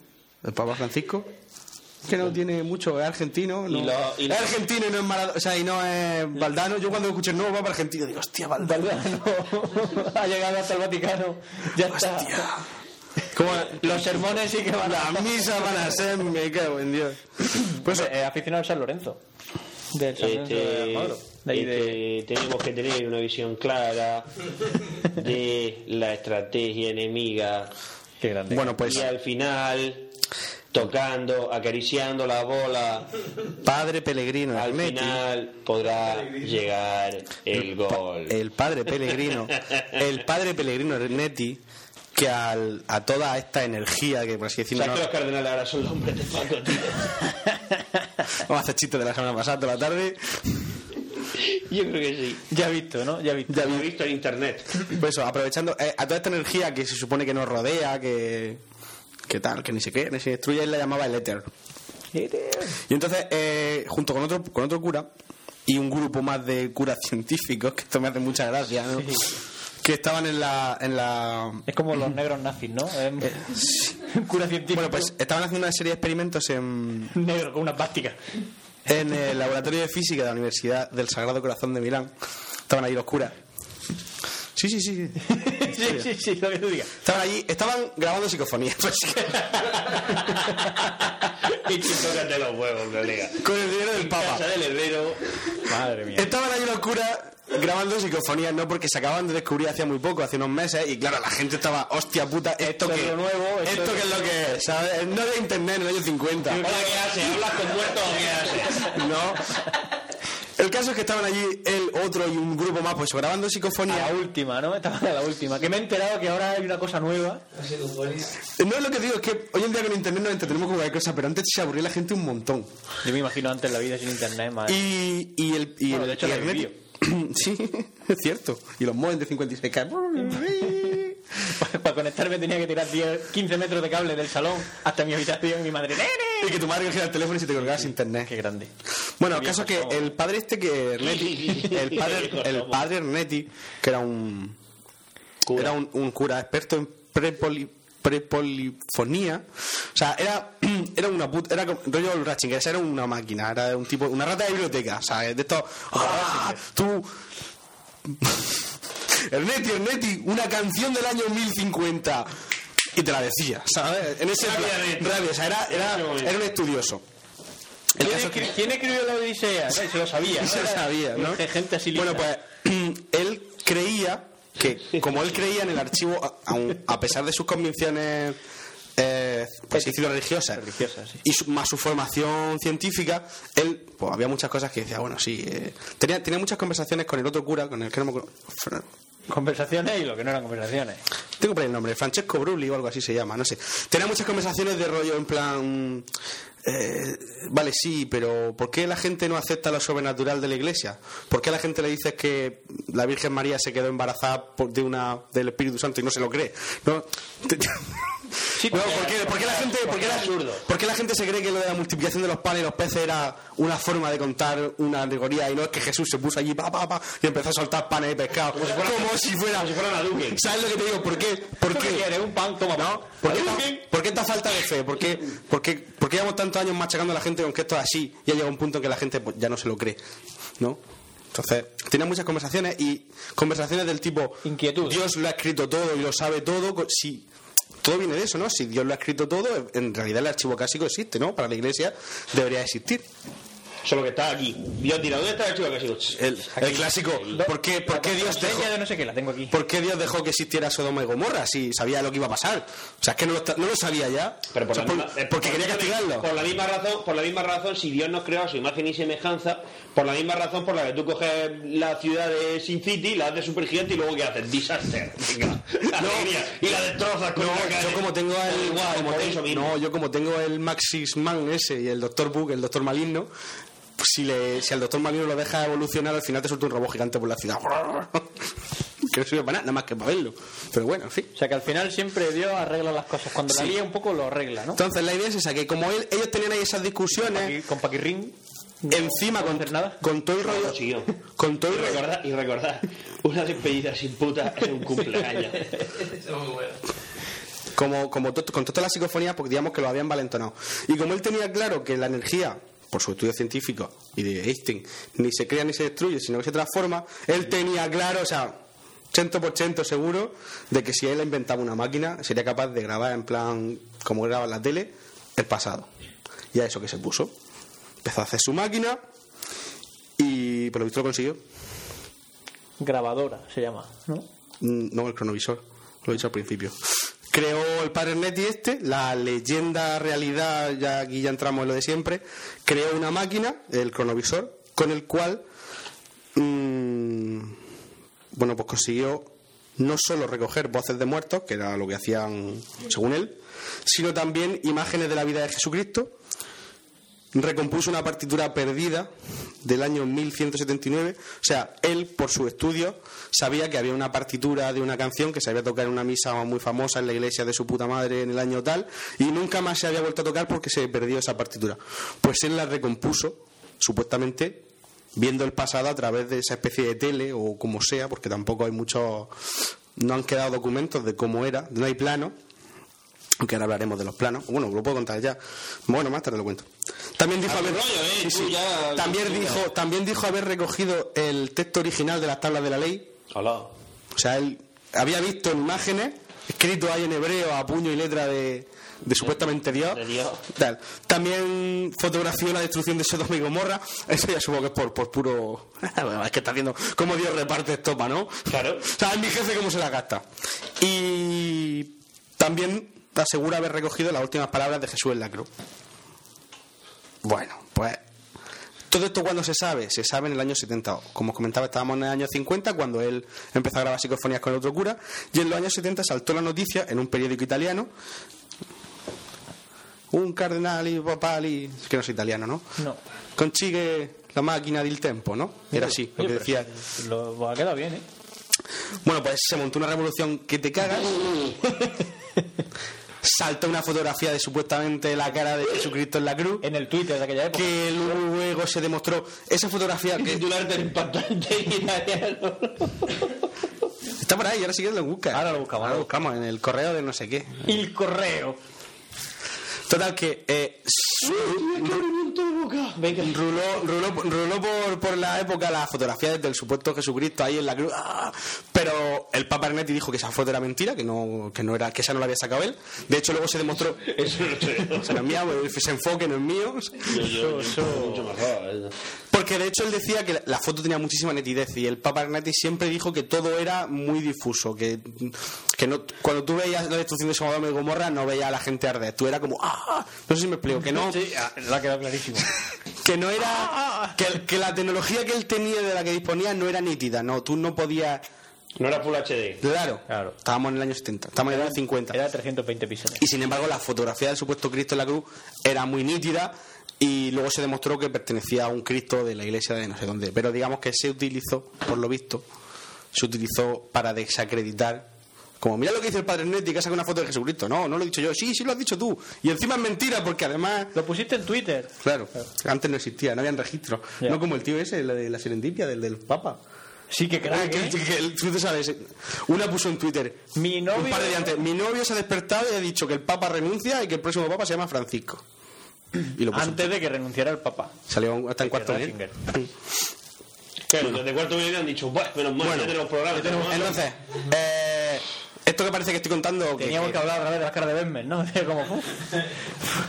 Speaker 1: El Papa Francisco. Que no tiene mucho, es argentino. No,
Speaker 3: Y lo- y lo-
Speaker 1: Es argentino y no es Maradona, o sea, y no es Valdano. Yo cuando escuché el nuevo Papa argentino digo, hostia, Valdano.
Speaker 11: Valdano (laughs) ha llegado hasta el Vaticano. Ya está.
Speaker 1: Como
Speaker 11: Los sermones sí que van a...
Speaker 1: la misa van a ser, me cago en Dios. Pues
Speaker 11: Eh, aficionado al San Lorenzo. Del San Lorenzo de
Speaker 3: Este,
Speaker 11: Almagro. De ahí de-
Speaker 3: este, tenemos que tener una visión clara de la estrategia enemiga
Speaker 11: Qué grande.
Speaker 1: Bueno, pues
Speaker 3: y al final tocando, acariciando la bola,
Speaker 1: padre Pellegrino
Speaker 3: al
Speaker 1: Ernetti,
Speaker 3: final podrá llegar el gol.
Speaker 1: el padre Pellegrino, el padre Pellegrino Ernetti, que al- a toda esta energía que por así decirlo
Speaker 3: ¿Sabes
Speaker 1: no-
Speaker 3: que los cardenales ahora son los hombres de Paco, tío?
Speaker 1: (laughs) vamos a hacer chistes de la semana pasada toda la tarde.
Speaker 3: Yo creo que sí.
Speaker 11: Ya visto, ¿no? Ya visto.
Speaker 3: Ya lo he visto en internet.
Speaker 1: Pues eso, aprovechando eh, a toda esta energía que se supone que nos rodea, que, que tal, que ni se qué, ni se destruye, él la llamaba el éter. Y entonces, eh, junto con otro, con otro cura y un grupo más de curas (laughs) científicos, que esto me hace mucha gracia, ¿no? que estaban en la, en la...
Speaker 11: Es como los negros nazis, ¿no? Em, Cura científico.
Speaker 1: Eh. Bueno, pues estaban haciendo una serie de experimentos en,
Speaker 11: Negro con una plástica.
Speaker 1: en el laboratorio de física de la Universidad del Sagrado Corazón de Milán. Estaban ahí los curas. Sí, sí, sí. sí.
Speaker 11: sí, sí, sí, lo que tú digas.
Speaker 1: Estaban allí, estaban grabando (laughs) pues, psicofonías.
Speaker 3: Y tócate los huevos, colega.
Speaker 1: Con el dinero del Papa.
Speaker 3: Casa del herrero.
Speaker 11: Madre mía.
Speaker 1: Estaban ahí los curas grabando psicofonías, ¿no? Porque se acaban de descubrir hace muy poco, hace unos meses, y claro, la gente estaba, hostia puta, esto,
Speaker 11: Esto es
Speaker 1: que
Speaker 11: lo nuevo,
Speaker 1: esto,
Speaker 11: esto
Speaker 1: que es lo que es, ¿sabes? No de internet en el año
Speaker 11: (laughs)
Speaker 1: 50.
Speaker 3: Hola, ¿qué haces? ¿Hablas con muertos o qué haces?
Speaker 1: No. El caso es que estaban allí él, otro y un grupo más, pues grabando
Speaker 11: A
Speaker 1: psicofonía.
Speaker 11: la última, ¿no? Estaba a la última. Que me he enterado que ahora hay una cosa nueva.
Speaker 1: No es lo que digo, es que hoy en día con internet nos entretenemos con cualquier cosa, pero antes se aburría la gente un montón.
Speaker 11: Yo me imagino antes la vida sin internet, madre.
Speaker 1: Y, y el. Y
Speaker 11: Bueno,
Speaker 1: el-
Speaker 11: de hecho,
Speaker 1: y
Speaker 11: la
Speaker 1: el
Speaker 11: vivió.
Speaker 1: Neti- (laughs) Sí, es cierto. Y los módems de
Speaker 11: (laughs)
Speaker 1: 56K.
Speaker 11: (laughs) Para, conectarme tenía que tirar 10, 15 metros de cable del salón hasta mi habitación y mi madre.
Speaker 1: Y
Speaker 11: ¡Nene!
Speaker 1: que tu madre cogiera el teléfono y se te colgara sin internet.
Speaker 11: Qué grande.
Speaker 1: Bueno, el
Speaker 11: Qué
Speaker 1: caso que
Speaker 11: viejos somos.
Speaker 1: el padre este que
Speaker 3: (laughs)
Speaker 1: Ernetti, el padre,
Speaker 3: Viejos
Speaker 1: el
Speaker 3: somos.
Speaker 1: padre Ernetti, que era un
Speaker 3: Cura.
Speaker 1: era un, un cura experto en prepoli- prepolifonía, o sea, era (clears throat) era una puta, era como- rollo el Ratzinger, era una máquina, era un tipo, una rata de biblioteca, o sea, de estos, ¡ah! tú (laughs) Ernetti, Ernetti, una canción del año 1050 y te la decía, ¿sabes? En ese
Speaker 3: Rabia de-
Speaker 1: plan, rabia, o sea, era, era,
Speaker 3: Qué bonito.
Speaker 1: era un estudioso. El
Speaker 11: ¿Quién,
Speaker 1: caso es que-
Speaker 11: escri- quién escribió la Odisea? Ay, se lo sabía.
Speaker 1: (laughs) se
Speaker 11: Era-
Speaker 1: sabía, ¿no?
Speaker 11: Qué gente así lista.
Speaker 1: Bueno, pues (clears throat) él creía que, como él creía en el archivo, a- aun- a pesar de sus convicciones, eh, por así decirlo, religiosas,
Speaker 11: Religiosas, sí.
Speaker 1: y su- más su formación científica, él, pues había muchas cosas que decía, bueno, sí. eh, tenía, tenía muchas conversaciones con el otro cura, con el que no me acuerdo. Fra-
Speaker 11: Conversaciones y lo que no eran conversaciones.
Speaker 1: Tengo por ahí el nombre, Francesco Brulli o algo así se llama, no sé. Tenía muchas conversaciones de rollo en plan. eh, vale, sí, pero ¿por qué la gente no acepta lo sobrenatural de la iglesia? ¿Por qué a la gente le dices que la Virgen María se quedó embarazada por- de una, del Espíritu Santo y no se lo cree? ¿No? (laughs) No, ¿por qué, por qué la gente, por qué la- por qué la gente se cree que lo de la multiplicación de los panes y los peces era una forma de contar una alegoría y no es que Jesús se puso allí pa, pa, pa, y empezó a soltar panes y pescado como si fuera, una ¿Sabes lo que te digo? ¿Por qué? ¿Por qué?
Speaker 11: un pan, toma pan.
Speaker 1: ¿Por qué, esta, por qué esta falta de fe? ¿Por qué, por qué- por qué llevamos tantos años machacando a la gente con que esto es así y ha llegado un punto en que la gente pues, ya no se lo cree? ¿No? Entonces, tenía muchas conversaciones y conversaciones del tipo
Speaker 11: Inquietud.
Speaker 1: Dios lo ha escrito todo y lo sabe todo. co- Si todo viene de eso, ¿no? Si Dios lo ha escrito todo, en realidad el archivo clásico existe, ¿no? Para la iglesia debería existir.
Speaker 3: Solo que está aquí. Dios dirá, ¿dónde está el archivo clásico?
Speaker 1: El, el clásico. ¿Por qué, por qué Dios dejó,
Speaker 2: de no sé qué, la tengo aquí.
Speaker 1: ¿Por qué Dios dejó que existiera Sodoma y Gomorra si sabía lo que iba a pasar? O sea, es que no lo, está- no lo sabía ya.
Speaker 3: Pero por
Speaker 1: O sea,
Speaker 3: la misma-
Speaker 1: por- porque quería castigarlo.
Speaker 3: Por la misma razón, por la misma razón, si Dios nos creó a su imagen y semejanza, por la misma razón por la que tú coges la ciudad de Sin City, la haces supergigante y luego ¿qué haces? Disaster. Venga. Alegría. y la destrozas con
Speaker 1: No,
Speaker 3: una calle.
Speaker 1: yo como tengo el
Speaker 3: Igual,
Speaker 1: como
Speaker 3: por
Speaker 1: tengo-
Speaker 3: eso mismo.
Speaker 1: no, yo como tengo el Maxis Man ese y el Doctor Book, el Doctor Maligno, pues si le si al Doctor Maligno lo deja evolucionar, al final te suelta un robot gigante por la ciudad. (laughs) que no sirve para nada, nada más que para verlo. Pero bueno, en fin.
Speaker 2: O sea que al final siempre Dios arregla las cosas. Cuando la
Speaker 1: Sí.
Speaker 2: lía un poco lo arregla, ¿no?
Speaker 1: Entonces la idea es esa, que como él- ellos tenían ahí esas discusiones
Speaker 2: con Paquirrín
Speaker 1: encima con, con todo el rollo con todo
Speaker 3: Y
Speaker 1: el rollo
Speaker 3: recordad, y recordad, una despedida sin puta es un cumpleaños.
Speaker 1: como, como to- con toda la psicofonía, porque digamos que lo habían valentonado. Y como él tenía claro que la energía, por su estudio científico y de Einstein, ni se crea ni se destruye, sino que se transforma, él tenía claro, o sea, 100% seguro de que si él inventaba una máquina, sería capaz de grabar en plan, como graba en la tele, el pasado. Y a eso que se puso. Empezó a hacer su máquina y por lo visto lo consiguió.
Speaker 2: Grabadora se llama, ¿no?
Speaker 1: Mm, No, el cronovisor. Lo he dicho al principio. Creó el padre Neti este, la leyenda realidad, ya aquí ya entramos en lo de siempre. Creó una máquina, el cronovisor, con el cual. mm, bueno, pues consiguió no solo recoger voces de muertos, que era lo que hacían según él, sino también imágenes de la vida de Jesucristo. Recompuso una partitura perdida del año 1179. O sea, él, por su estudio, sabía que había una partitura de una canción que se había tocado en una misa muy famosa en la iglesia de su puta madre en el año tal, y nunca más se había vuelto a tocar porque se perdió esa partitura. Pues él la recompuso, supuestamente, viendo el pasado a través de esa especie de tele o como sea, porque tampoco hay muchos. No han quedado documentos de cómo era, no hay plano. Aunque ahora hablaremos de los planos. Bueno, lo puedo contar ya. Bueno, más tarde lo cuento. También dijo haber, sí, sí. también dijo, también dijo haber recogido el texto original de las tablas de la ley. O sea, él había visto en imágenes escrito ahí en hebreo a puño y letra de, de supuestamente Dios. Tal. También fotografió la destrucción de Sodoma y Gomorra. Eso ya supongo que es por, por puro. (laughs) es que está haciendo. Como Dios reparte estopa, ¿no?
Speaker 3: Claro.
Speaker 1: O sea, es mi jefe cómo se la gasta. Y también asegura haber recogido las últimas palabras de Jesús en la cruz. Bueno, pues todo esto cuando se sabe, se sabe en el año 70. Como os comentaba, estábamos en el año 50 cuando él empezó a grabar psicofonías con el otro cura y en los años 70 saltó la noticia en un periódico italiano. Un cardenal y papal y... Es que no es italiano, ¿no?
Speaker 2: No.
Speaker 1: Consigue la máquina del tempo, ¿no? Era así, lo que
Speaker 2: Oye,
Speaker 1: decía.
Speaker 2: pero Lo ha quedado bien, ¿eh?
Speaker 1: Bueno, pues se montó una revolución que te (laughs) cagas. Salta una fotografía de supuestamente la cara de Jesucristo en la cruz.
Speaker 2: En el Twitter de aquella época.
Speaker 1: Que luego se demostró. Esa fotografía (laughs) que
Speaker 3: Titular tan impactante en italiano.
Speaker 2: (laughs)
Speaker 1: está por ahí, ahora sí que lo buscas. Ahora lo buscamos. Ahora lo buscamos en el correo de no sé qué.
Speaker 2: El correo.
Speaker 1: Total que eh, su- ruló, ruló, ruló por, por la época la fotografía del supuesto Jesucristo ahí en la cruz. ¡Ah! Pero el Papa Ernetti dijo que esa foto era mentira, que no, que no era, que esa no la había sacado él. De hecho, luego se demostró.
Speaker 3: (laughs) Eso no sé.
Speaker 1: (laughs) O sea, no es mía, pues, ese enfoque no es mío.
Speaker 3: Yo, yo, yo, mucho mejor. ¿eh?
Speaker 1: Porque de hecho él decía que la foto tenía muchísima nitidez y el Papa Ignatius siempre dijo que todo era muy difuso, que, que no, cuando tú veías la destrucción de Sodoma y Gomorra no veías a la gente arder, tú era como ¡ah! No sé si me explico, que no,
Speaker 2: Sí, ah, lo ha quedado clarísimo.
Speaker 1: que no era que, que la tecnología que él tenía de la que disponía no era nítida, no, tú no podías,
Speaker 3: No era Full HD.
Speaker 1: claro,
Speaker 2: Claro.
Speaker 1: estábamos en el año 70, estábamos en el año 50.
Speaker 2: Era 320 píxeles.
Speaker 1: Y sin embargo, la fotografía del supuesto Cristo en la cruz era muy nítida y luego se demostró que pertenecía a un Cristo de la iglesia de no sé dónde. Pero digamos que se utilizó, por lo visto, se utilizó para desacreditar. Como, mira lo que dice el padre Neti, que saca una foto de Jesucristo. No, no lo he dicho yo. Sí, sí lo has dicho tú. Y encima es mentira, porque además.
Speaker 2: Lo pusiste en Twitter.
Speaker 1: Claro, antes no existía, no habían registros.
Speaker 2: Ya.
Speaker 1: No como el tío ese, el de la serendipia, del, del Papa.
Speaker 2: Sí, que
Speaker 1: Ah,
Speaker 2: crack,
Speaker 1: que-
Speaker 2: ¿eh?
Speaker 1: que- que- tú te sabes, una puso en Twitter.
Speaker 2: Mi novio-
Speaker 1: Un par de días antes, Mi novio se ha despertado y ha dicho que el Papa renuncia y que el próximo Papa se llama Francisco. (clears throat) Y lo puso.
Speaker 2: Antes de que renunciara el papá.
Speaker 1: Salió hasta en cuarto de
Speaker 2: Ratzinger.
Speaker 3: Claro, desde cuarto milenio han dicho, bueno, menos mal,
Speaker 1: Bueno,
Speaker 3: ya tenemos programas. ya tenemos-
Speaker 1: Entonces, eh, Esto que parece que estoy contando. que-
Speaker 2: Teníamos que hablar otra vez de las caras de Benmen, ¿no? (laughs) Como, uf.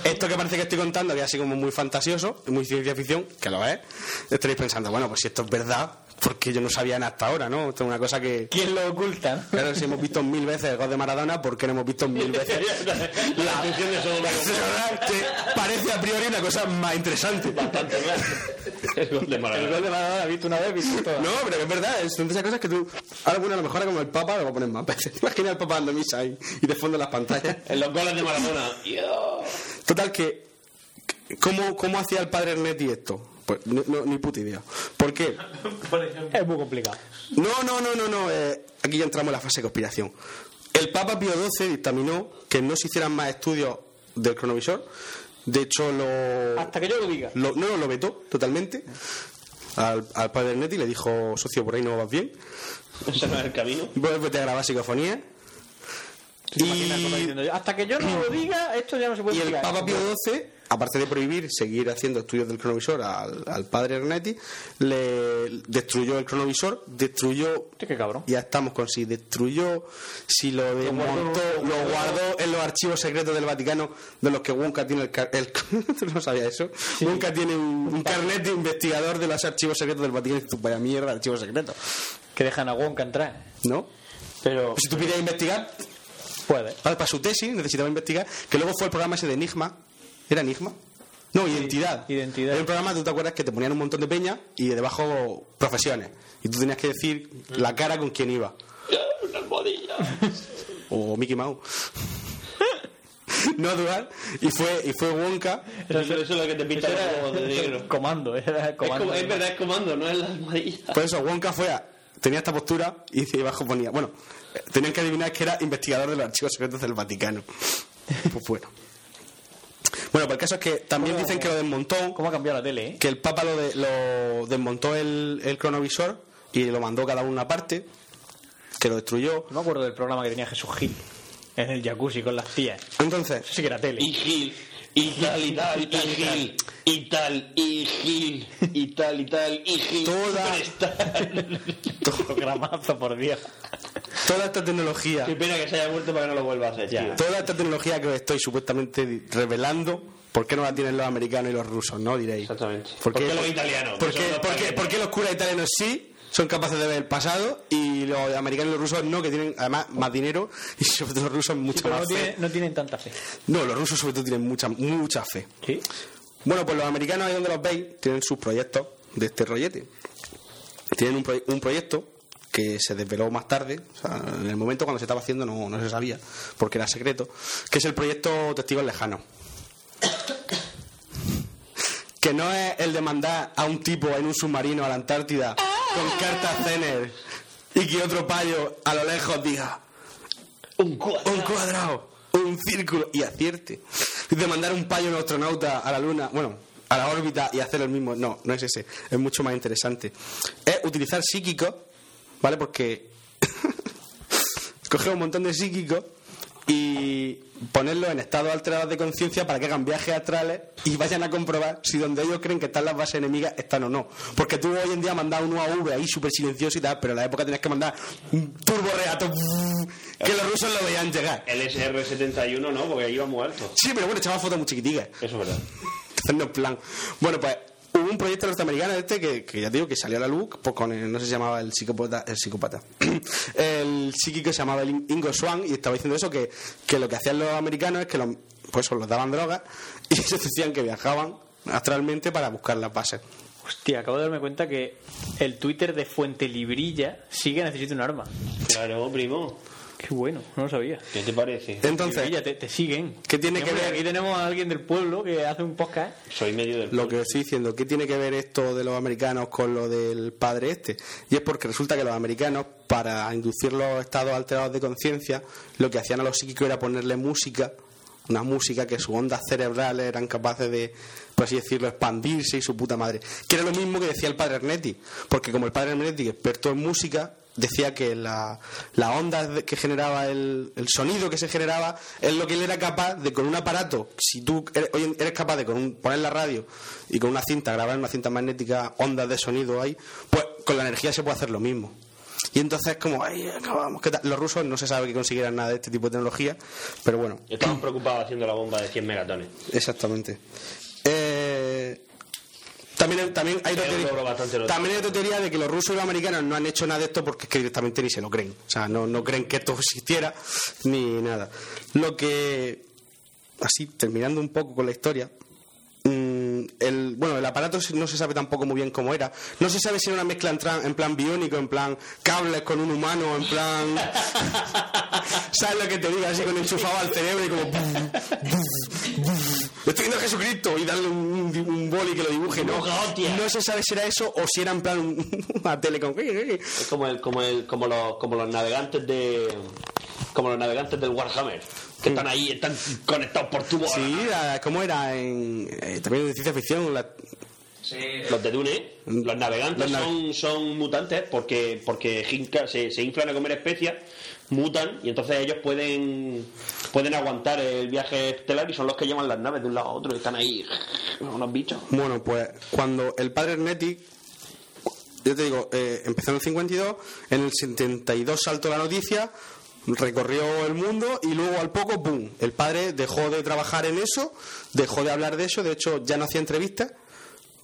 Speaker 1: Esto que parece que estoy contando, que es así como muy fantasioso, muy ciencia ficción, que lo es, estaréis pensando, bueno, pues si esto es verdad, porque yo no sabía nada hasta ahora, ¿no? Esto es una cosa que.
Speaker 2: ¿Quién lo (laughs) oculta?
Speaker 1: Claro, si hemos visto mil veces el gol de Maradona, ¿por qué no hemos visto mil (laughs) veces?
Speaker 3: La atención de Sodoma.
Speaker 1: que parece a priori una cosa más interesante.
Speaker 3: Bastante El gol de
Speaker 1: (laughs)
Speaker 3: Maradona.
Speaker 1: El gol de Maradona, visto una vez, visto No, pero que es verdad, es- son de esas cosas que tú. Ahora, bueno, a lo mejor como el Papa, lo voy a poner más veces. (laughs) Imagina al Papa dando misa ahí y de fondo las pantallas.
Speaker 3: En los goles de Maradona. (laughs) Dios.
Speaker 1: Total, que. ¿Cómo, cómo hacía el padre Ernetti esto? Pues no- no, ni puta idea. ¿Por qué?
Speaker 2: Es muy complicado.
Speaker 1: No, no, no, no, no. eh, aquí ya entramos en la fase de conspiración. El Papa Pío XII dictaminó que no se hicieran más estudios del cronovisor. De hecho, lo.
Speaker 2: Hasta que yo lo diga.
Speaker 1: lo- no, no, lo vetó totalmente. Al, al padre Ernetti le dijo, socio, por ahí no vas bien.
Speaker 3: Ese no es el camino.
Speaker 1: Vuelve a grabar psicofonía. Y,
Speaker 2: Hasta que yo no lo diga, esto ya no se puede
Speaker 1: y el
Speaker 2: explicar.
Speaker 1: Papa Pío XII, aparte de prohibir seguir haciendo estudios del cronovisor al, al padre Ernetti, le destruyó el cronovisor, destruyó
Speaker 2: Qué cabrón.
Speaker 1: ya estamos con si destruyó, si lo desmontó, lo guardó en los archivos secretos del Vaticano, de los que Wonka tiene el. car- el- ¿Tú (laughs) no sabías eso? Wonka tiene un, un carnet de investigador de los archivos secretos del Vaticano. Y dices tú, vaya mierda, archivos secretos.
Speaker 2: Que dejan a Wonka entrar.
Speaker 1: ¿No?
Speaker 2: Pero.
Speaker 1: Si tú pidieras investigar,
Speaker 2: Puede.
Speaker 1: a ver, para su tesis necesitaba investigar, que luego fue el programa ese de Enigma. ¿Era Enigma? No, Identidad.
Speaker 2: Identidad.
Speaker 1: Era un programa, tú te acuerdas, que te ponían un montón de peña y debajo profesiones. Y tú tenías que decir la cara con quién iba.
Speaker 3: Una almohadilla.
Speaker 1: o Mickey Mouse. (laughs) no dudar. Y fue, y fue Wonka.
Speaker 3: Eso, eso es lo que te pinta como de negro.
Speaker 2: Comando, era
Speaker 3: Es, como-
Speaker 2: comando.
Speaker 3: es verdad, es comando, no es la almohadilla.
Speaker 1: Por eso Wonka fue a- tenía esta postura y debajo ponía. Bueno, eh, tenían que adivinar que era investigador de los archivos secretos del Vaticano. Pues bueno. Bueno, pues el caso es que también dicen que lo desmontó,
Speaker 2: ¿Cómo ha cambiado la tele, eh?
Speaker 1: que el Papa lo, de- lo desmontó el, el cronovisor y lo mandó cada uno a una parte, que lo destruyó.
Speaker 2: No me acuerdo del programa que tenía Jesús Gil. En el jacuzzi con las tías.
Speaker 1: Entonces,
Speaker 2: Eso sí que era tele.
Speaker 3: Y Gil, y tal, y tal, y Gil, y tal, y Gil, y tal, y tal, y Gil.
Speaker 1: Toda-
Speaker 3: Superstar.
Speaker 2: (laughs) Programazo, por Dios.
Speaker 1: toda esta tecnología
Speaker 3: (laughs) Qué pena que se haya muerto para que no lo vuelva a hacer,
Speaker 2: Ya.
Speaker 3: tío.
Speaker 1: Toda esta tecnología que os estoy supuestamente di- revelando, ¿por qué no la tienen los americanos y los rusos, no? Diréis.
Speaker 3: Exactamente.
Speaker 1: ¿Por qué,
Speaker 3: los italianos?
Speaker 1: ¿Por
Speaker 3: Que
Speaker 1: qué,
Speaker 3: son los
Speaker 1: por qué-
Speaker 3: italianos.
Speaker 1: por qué los curas italianos sí son capaces de ver el pasado y los americanos y los rusos no, que tienen además más dinero y sobre todo los rusos mucha
Speaker 2: Pero
Speaker 1: más
Speaker 2: no,
Speaker 1: fe?
Speaker 2: tiene- no tienen tanta fe.
Speaker 1: No, los rusos sobre todo tienen mucha, mucha fe.
Speaker 2: ¿Sí?
Speaker 1: Bueno, pues los americanos, ahí donde los veis, tienen sus proyectos de este rollete. Tienen un, proye- un proyecto que se desveló más tarde, o sea, en el momento cuando se estaba haciendo no, no se sabía, porque era secreto, que es el proyecto Testigos Lejanos. Que no es el de mandar a un tipo en un submarino a la Antártida con cartas Zener y que otro payo a lo lejos diga
Speaker 3: Un cuadro.
Speaker 1: un cuadrado, un círculo y acierte. De mandar un payo a un astronauta a la luna, bueno, a la órbita y hacer el mismo. No, no es ese. Es mucho más interesante. Es utilizar psíquicos, ¿vale? Porque (laughs) coger un montón de psíquicos y ponerlos en estado alterados de conciencia para que hagan viajes astrales y vayan a comprobar si donde ellos creen que están las bases enemigas están o no. Porque tú hoy en día mandas un UAV ahí súper silencioso y tal, pero en la época tenías que mandar un turborreato (laughs) que los rusos lo veían llegar.
Speaker 3: El SR-71 no, porque ahí iba muerto.
Speaker 1: Sí, pero bueno, echaba fotos muy chiquiticas.
Speaker 3: Eso es verdad.
Speaker 1: Entonces, no en plan. Bueno, pues hubo un proyecto norteamericano este que, que ya te digo que salió a la luz, pues con el- no sé si se llamaba el psicópata, el psicópata. (clears throat) el psíquico se llamaba el In- Ingo Swan y estaba diciendo eso que, que lo que hacían los americanos es que los, pues eso, los daban drogas (laughs) y ellos decían que viajaban astralmente para buscar las bases.
Speaker 2: Hostia, acabo de darme cuenta que el Twitter de Fuente Librilla sigue Necesito un arma.
Speaker 3: Claro, primo.
Speaker 2: Qué bueno, no lo sabía.
Speaker 3: ¿Qué te parece?
Speaker 1: Entonces,
Speaker 2: Librilla, te, te siguen.
Speaker 1: ¿Qué tiene que
Speaker 2: Hombre,
Speaker 1: ver?
Speaker 2: Aquí tenemos a alguien del pueblo que hace un podcast.
Speaker 3: Soy medio del...
Speaker 1: lo que os estoy diciendo, ¿qué tiene que ver esto de los americanos con lo del padre este? Y es porque resulta que los americanos, para inducir los estados alterados de conciencia, lo que hacían a los psíquicos era ponerle música, una música que sus ondas cerebrales eran capaces de, por así decirlo, expandirse y su puta madre. Que era lo mismo que decía el padre Ernetti, porque como el padre Ernetti, experto en música, decía que la, la onda de- que generaba el, el sonido que se generaba es lo que él era capaz de con un aparato si tú eres, hoy en- eres capaz de con un- poner la radio y con una cinta grabar en una cinta magnética ondas de sonido ahí pues con la energía se puede hacer lo mismo Y entonces como, ay, acabamos, ¿qué tal? Los rusos no se sabe que consiguieran nada de este tipo de tecnología, pero bueno.
Speaker 3: Estaban preocupados haciendo la bomba de 100 megatones.
Speaker 1: Exactamente. Eh, también, también, hay
Speaker 3: Es
Speaker 1: otra
Speaker 3: un logro bastante
Speaker 1: teoría,
Speaker 3: loco.
Speaker 1: también hay otra teoría de que los rusos y los americanos no han hecho nada de esto porque es que directamente ni se lo creen. O sea, no, no creen que esto existiera ni nada. Lo que, así, terminando un poco con la historia, mm, el, bueno, el aparato no se sabe tampoco muy bien cómo era. No se sabe si era una mezcla en, tra- en plan biónico, en plan cables con un humano, en plan... ¿Sabes lo que te digo? Así con enchufado al cerebro y como... Estoy viendo a Jesucristo y darle un, un- un boli que lo dibuje, ¿no?
Speaker 3: Oja, hostia.
Speaker 1: No se sabe si era eso o si era en plan un- (laughs) una tele con...
Speaker 3: Es como el, como el, como los, como los navegantes de. Como los navegantes del Warhammer. Que están ahí, están conectados por tubo.
Speaker 1: Sí, la- ¿cómo era? En, eh, también en ciencia ficción, la-
Speaker 3: Los de Dune, los navegantes son, son mutantes porque, porque jinca- se, se inflan a comer especias, mutan y entonces ellos pueden, pueden aguantar el viaje estelar y son los que llevan las naves de un lado a otro y están ahí unos bichos.
Speaker 1: Bueno, pues cuando el padre Ernetti, yo te digo, eh, empezó en el 52, en el 72 saltó la noticia, recorrió el mundo y luego al poco, ¡pum! El padre dejó de trabajar en eso, dejó de hablar de eso, de hecho ya no hacía entrevistas.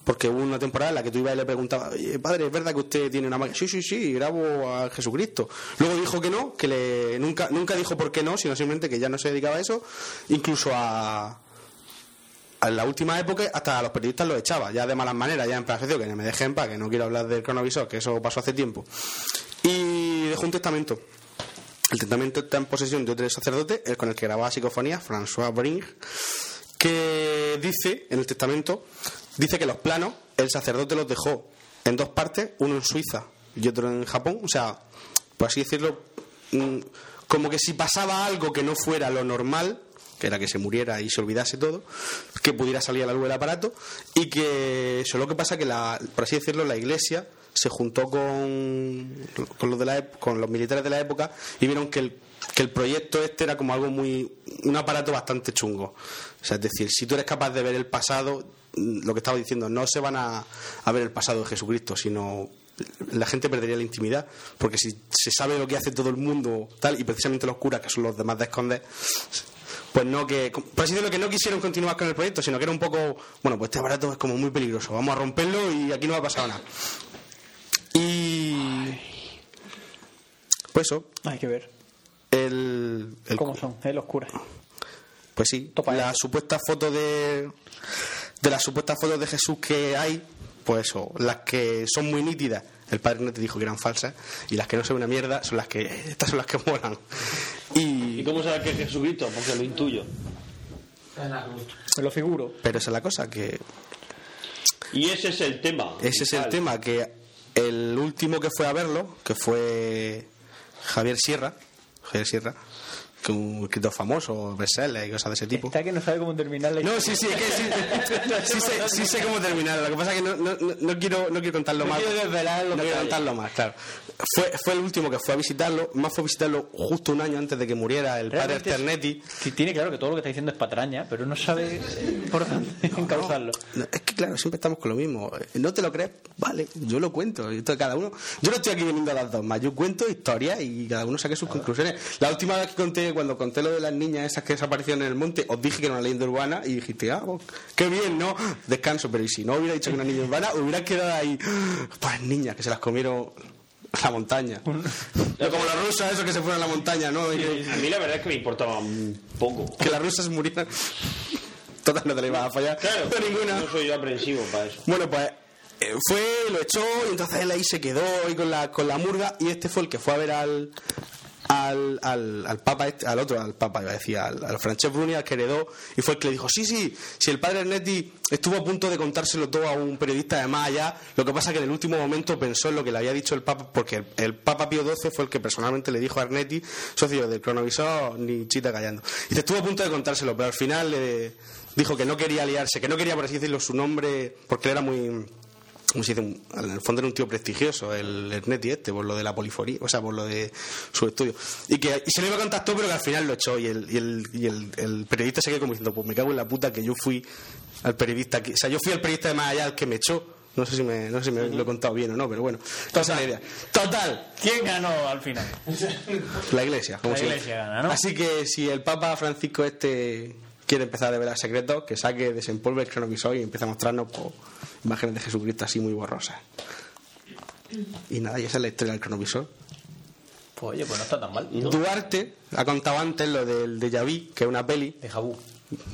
Speaker 1: Porque hubo una temporada en la que tú ibas y le preguntabas, "Oye, padre, ¿es verdad que usted tiene una máquina? Sí, sí, sí, grabo a Jesucristo. Luego dijo que no, que le, nunca, nunca dijo por qué no, sino simplemente que ya no se dedicaba a eso, incluso a, en la última época hasta a los periodistas los echaba, ya de malas maneras, ya en plan, "Socio, que me dejen para que no quiero hablar del cronovisor, que eso pasó hace tiempo. Y dejó un testamento. El testamento está en posesión de otro sacerdote, el con el que grababa psicofonía, François Bring, que dice, en el testamento, dice que los planos, el sacerdote los dejó en dos partes, uno en Suiza y otro en Japón, o sea, por así decirlo, mm, como que si pasaba algo que no fuera lo normal, que era que se muriera y se olvidase todo, que pudiera salir a la luz el aparato, y que eso lo que pasa que, la, por así decirlo, la iglesia se juntó con, con, los, de la, ep- con los militares de la época y vieron que el, que el proyecto este era como algo muy. un aparato bastante chungo. O sea, es decir, si tú eres capaz de ver el pasado, mm, lo que estaba diciendo, no se van a, a ver el pasado de Jesucristo, sino la gente perdería la intimidad, porque si se sabe lo que hace todo el mundo, tal, y precisamente los curas, que son los demás de esconder, pues no que, por así decirlo, que no quisieron continuar con el proyecto, sino que era un poco, bueno, pues este aparato es como muy peligroso, vamos a romperlo y aquí no va a pasar nada. Y... Pues eso,
Speaker 2: Hay que ver
Speaker 1: el... el-
Speaker 2: cómo son, eh, los curas.
Speaker 1: pues sí, la supuesta foto de de las supuestas fotos de Jesús que hay, pues eso, las que son muy nítidas, el padre no te dijo que eran falsas, y las que no son una mierda son las que (laughs) estas son las que molan. Y,
Speaker 3: ¿Y cómo sabes que es Jesucristo? Porque lo intuyo.
Speaker 2: Me lo figuro.
Speaker 1: pero esa es la cosa que
Speaker 3: Y ese es el tema.
Speaker 1: Ese es el
Speaker 3: Vale.
Speaker 1: tema, que el último que fue a verlo, que fue Javier Sierra, Javier Sierra, que un escritor famoso, bestseller y cosas de ese tipo.
Speaker 2: Está que no sabe cómo terminar la
Speaker 1: No, sí, sí, es que
Speaker 2: (laughs)
Speaker 1: sí, sí sé, sí sé cómo terminar. Lo que pasa es que no, no- no- no quiero, no quiero contarlo
Speaker 2: No
Speaker 1: más.
Speaker 2: quiero desvelar los
Speaker 1: No
Speaker 2: detalles.
Speaker 1: quiero contarlo más, claro. Fue, fue el último que fue a visitarlo, más fue a visitarlo justo un año antes de que muriera el padre
Speaker 2: Realmente es-
Speaker 1: Ternetti.
Speaker 2: Sí, Tiene claro que todo lo que está diciendo es patraña, pero no (laughs) sabe eh, por dónde encauzarlo.
Speaker 1: No, es que claro, siempre estamos con lo mismo. Eh, No te lo crees, vale, yo lo cuento. Esto de cada uno. Yo no estoy aquí viendo las dos más. Yo cuento historias y cada uno saque sus conclusiones. La última vez que conté, cuando conté lo de las niñas esas que desaparecieron en el monte, os dije que era una leyenda urbana y dijiste, ah, vos, qué bien, ¿no? Descanso, pero y si no hubiera dicho que era una leyenda urbana, hubiera quedado ahí, pues niñas que se las comieron a la montaña. No como las rusas, esos que se fueron a la montaña, ¿no? Y que-
Speaker 3: A mí la verdad es que me importaba un poco.
Speaker 1: que las rusas murieran. Total, no te le ibas a fallar. (laughs)
Speaker 3: Claro,
Speaker 1: de ninguna.
Speaker 3: no soy yo aprensivo para eso.
Speaker 1: Bueno, pues eh, fue, lo echó y entonces él ahí se quedó y con la, con la murga y este fue el que fue a ver al al, al, al papa este- al otro al papa iba a decir al, al Francesc Bruni al que heredó y fue el que le dijo sí sí si el padre Ernetti estuvo a punto de contárselo todo a un periodista de más allá lo que pasa que en el último momento pensó en lo que le había dicho el papa porque el, el papa Pío XII fue el que personalmente le dijo a Ernetti socio del cronovisor ni chita callando y dice, estuvo a punto de contárselo pero al final le dijo que no quería liarse que no quería por así decirlo su nombre porque él era muy como se dice, un- en el fondo era un tío prestigioso, el Ernetti este, por lo de la polifonía, o sea, por lo de su estudio. Y que y se le iba a contar todo, pero que al final lo echó. Y el, y el, y el- el periodista se quedó como diciendo, pues me cago en la puta que yo fui al periodista, que, o sea, yo fui al periodista de más allá al que me echó. No sé si me, no sé si me lo he contado bien o no, pero bueno. Esa es la idea. Total.
Speaker 2: ¿Quién ganó al final?
Speaker 1: La iglesia. como
Speaker 2: La
Speaker 1: siempre.
Speaker 2: iglesia gana, ¿no?
Speaker 1: Así que si el Papa Francisco este quiere empezar a revelar secretos, que saque, desempolve el cronovisor y empiece a mostrarnos pues, imágenes de Jesucristo así muy borrosas. Y nada, y esa es la historia del cronovisor.
Speaker 2: Pues oye, pues no está tan mal.
Speaker 1: Duarte ha contado antes lo del de Yaví, que es una peli.
Speaker 2: De Jabú.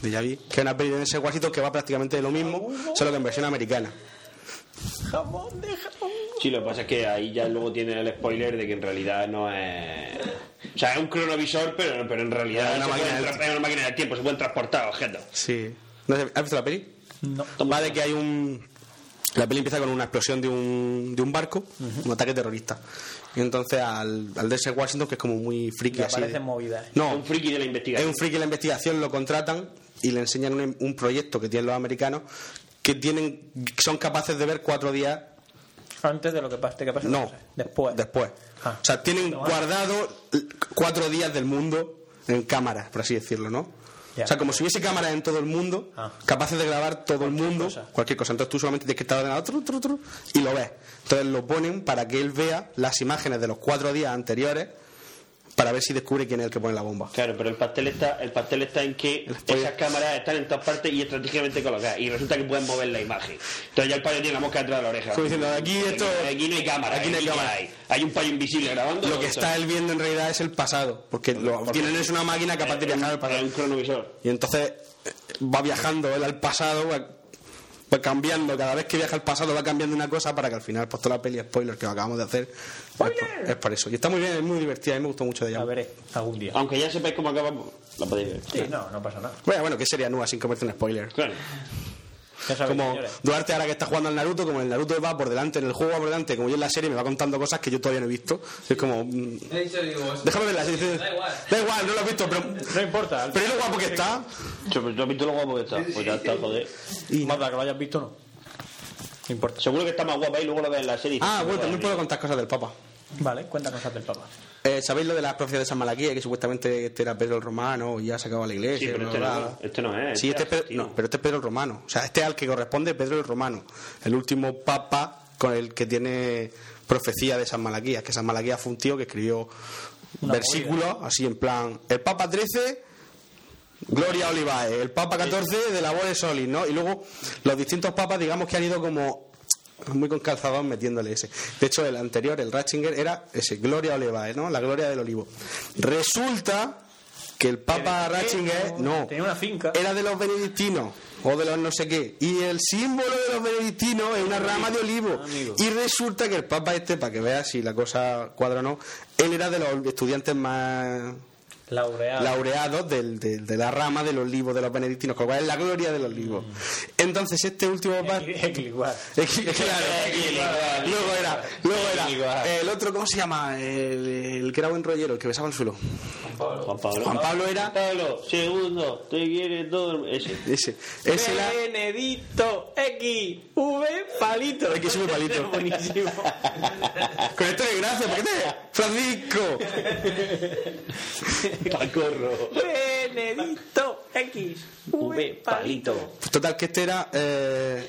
Speaker 1: De Yaví, que es una peli de ese guasito que va prácticamente de lo mismo, solo que en versión americana.
Speaker 2: Jamón de jamón.
Speaker 3: Sí, lo que pasa es que ahí ya luego tiene el spoiler de que en realidad no es. O sea, es un cronovisor, pero, pero en realidad
Speaker 1: Es una
Speaker 3: se pueden
Speaker 1: máquina del-
Speaker 3: tra- es una máquina del tiempo, se pueden transportar objetos.
Speaker 1: Sí. No sé, ¿Has visto la peli?
Speaker 2: No.
Speaker 1: Va de que hay un. La peli empieza con una explosión de un, de un barco, un ataque terrorista. Y entonces al, al DS Washington, que es como muy friki
Speaker 2: Que
Speaker 1: así. de-
Speaker 2: aparecen movidas.
Speaker 1: No,
Speaker 3: Un friki de la
Speaker 1: es
Speaker 3: investigación.
Speaker 1: un friki de la investigación, lo contratan y le enseñan un, un proyecto que tienen los americanos que tienen son capaces de ver cuatro días
Speaker 2: Antes de lo que pase. de que pase
Speaker 1: No.
Speaker 2: no sé. Después.
Speaker 1: después.
Speaker 2: Ah.
Speaker 1: O sea, tienen guardado l- cuatro días del mundo en cámaras, por así decirlo, ¿no?
Speaker 2: Ya.
Speaker 1: O sea, como si hubiese cámaras en todo el mundo,
Speaker 2: Ah.
Speaker 1: capaces de grabar todo el mundo,
Speaker 2: cosa.
Speaker 1: cualquier cosa. Entonces tú solamente tienes que estar ordenado tru, tru, tru, y lo ves. Entonces lo ponen para que él vea las imágenes de los cuatro días anteriores para ver si descubre quién es el que pone la bomba.
Speaker 3: Claro, pero el pastel está, el pastel está en que
Speaker 1: spoiler.
Speaker 3: esas cámaras están en todas partes y estratégicamente colocadas. Y resulta que pueden mover la imagen. Entonces ya el payo tiene la mosca detrás de la oreja.
Speaker 1: Como diciendo, aquí Pues esto-
Speaker 3: Aquí no hay cámara.
Speaker 1: aquí no hay
Speaker 3: ¿qué
Speaker 1: cámara.
Speaker 3: Hay? Hay un payo invisible grabando.
Speaker 1: Lo que
Speaker 3: Esto-
Speaker 1: está él viendo en realidad es el pasado, porque lo tienen es una máquina capaz de
Speaker 3: es-
Speaker 1: viajar al
Speaker 3: es
Speaker 1: pasado.
Speaker 3: un cronovisor.
Speaker 1: Y entonces eh, va viajando él al pasado, va, va cambiando, cada vez que viaja al pasado va cambiando una cosa para que al final, pues toda la peli, spoiler que acabamos de hacer, es por, es por eso. Y está muy bien, es muy divertida, a mí me gustó mucho de ella.
Speaker 2: La veré algún día.
Speaker 1: Ah.
Speaker 3: Aunque ya sepáis cómo acaba, la podéis ver.
Speaker 2: Sí, no, no pasa nada.
Speaker 1: Bueno, bueno, que sería nueva sin convertirse en spoiler.
Speaker 3: Claro.
Speaker 2: Ya sabéis,
Speaker 1: Como
Speaker 2: señores.
Speaker 1: Duarte ahora que está jugando al Naruto, como el Naruto va por delante, en el juego va por delante, como yo en la serie me va contando cosas que yo todavía no he visto. Es como... mm,
Speaker 12: He dicho, digo, es-
Speaker 1: Déjame verla. sí, sí.
Speaker 12: Da igual.
Speaker 1: Da igual, no lo he visto, pero...
Speaker 2: No importa. al
Speaker 1: Pero es lo guapo que está.
Speaker 3: Yo, pues, yo he visto lo guapo que está. Pues ya está, joder.
Speaker 1: Y-
Speaker 2: Más da que lo hayas visto, no. No importa.
Speaker 3: Seguro que está más guapa y luego lo ves en la serie.
Speaker 1: Ah, bueno, también puedo contar cosas del Papa.
Speaker 2: Vale, cuenta cosas del Papa.
Speaker 1: Eh, ¿Sabéis lo de las profecías de San Malaquía? Que supuestamente este era Pedro el Romano y ya se acabó la iglesia.
Speaker 3: Sí,
Speaker 1: bla,
Speaker 3: pero este
Speaker 1: bla,
Speaker 3: no,
Speaker 1: bla.
Speaker 3: este no es.
Speaker 1: Sí, este es Pedro,
Speaker 3: argentino.
Speaker 1: no, pero este es Pedro el Romano. O sea, este es al que corresponde Pedro el Romano, el último papa con el que tiene profecía de San Malaquía. Que San Malaquía fue un tío que escribió
Speaker 2: Una
Speaker 1: versículos así en plan: el Papa 13, Gloria a Olivae, el Papa 14, de labores solis, ¿no? Y luego los distintos papas, digamos que han ido como muy con calzadón metiéndole ese. De hecho, el anterior, el Ratzinger, era ese, Gloria Olivae, ¿no? La gloria del olivo. Resulta que el Papa
Speaker 2: Que de
Speaker 1: Ratzinger,
Speaker 2: pequeño
Speaker 1: Ah, ¿eh? no, Eh,
Speaker 2: Tenía una finca.
Speaker 1: era de los benedictinos o de los no sé qué. Y el símbolo de los benedictinos es una rama de olivo.
Speaker 2: Ah, amigo.
Speaker 1: Y resulta que el Papa este, para que veas si la cosa cuadra o no, él era de los estudiantes más
Speaker 2: Laureada. (laughs)
Speaker 1: laureados del- del- de la rama del olivo de los benedictinos, con lo cual es la gloria del olivo.
Speaker 2: Mm.
Speaker 1: Entonces, este último papa.
Speaker 2: Igual.
Speaker 1: (laughs) Claro. Luego era, luego era. eh, El otro, ¿cómo se llama? El, el que era buen rollero, el que besaba el suelo.
Speaker 3: Juan Pablo.
Speaker 1: Juan Pablo era.
Speaker 3: Pablo, segundo, te quiere todo. el- Ese.
Speaker 1: Ese, ese era.
Speaker 2: Benedicto X V palito.
Speaker 1: Ay, que sube palito.
Speaker 2: (laughs) Buenísimo.
Speaker 1: (laughs) Con esto de gracia, ¿por qué te.? ¡Francisco!
Speaker 3: Pacorro.
Speaker 2: Benedicto X
Speaker 3: V palito.
Speaker 1: Total, que este era. eh,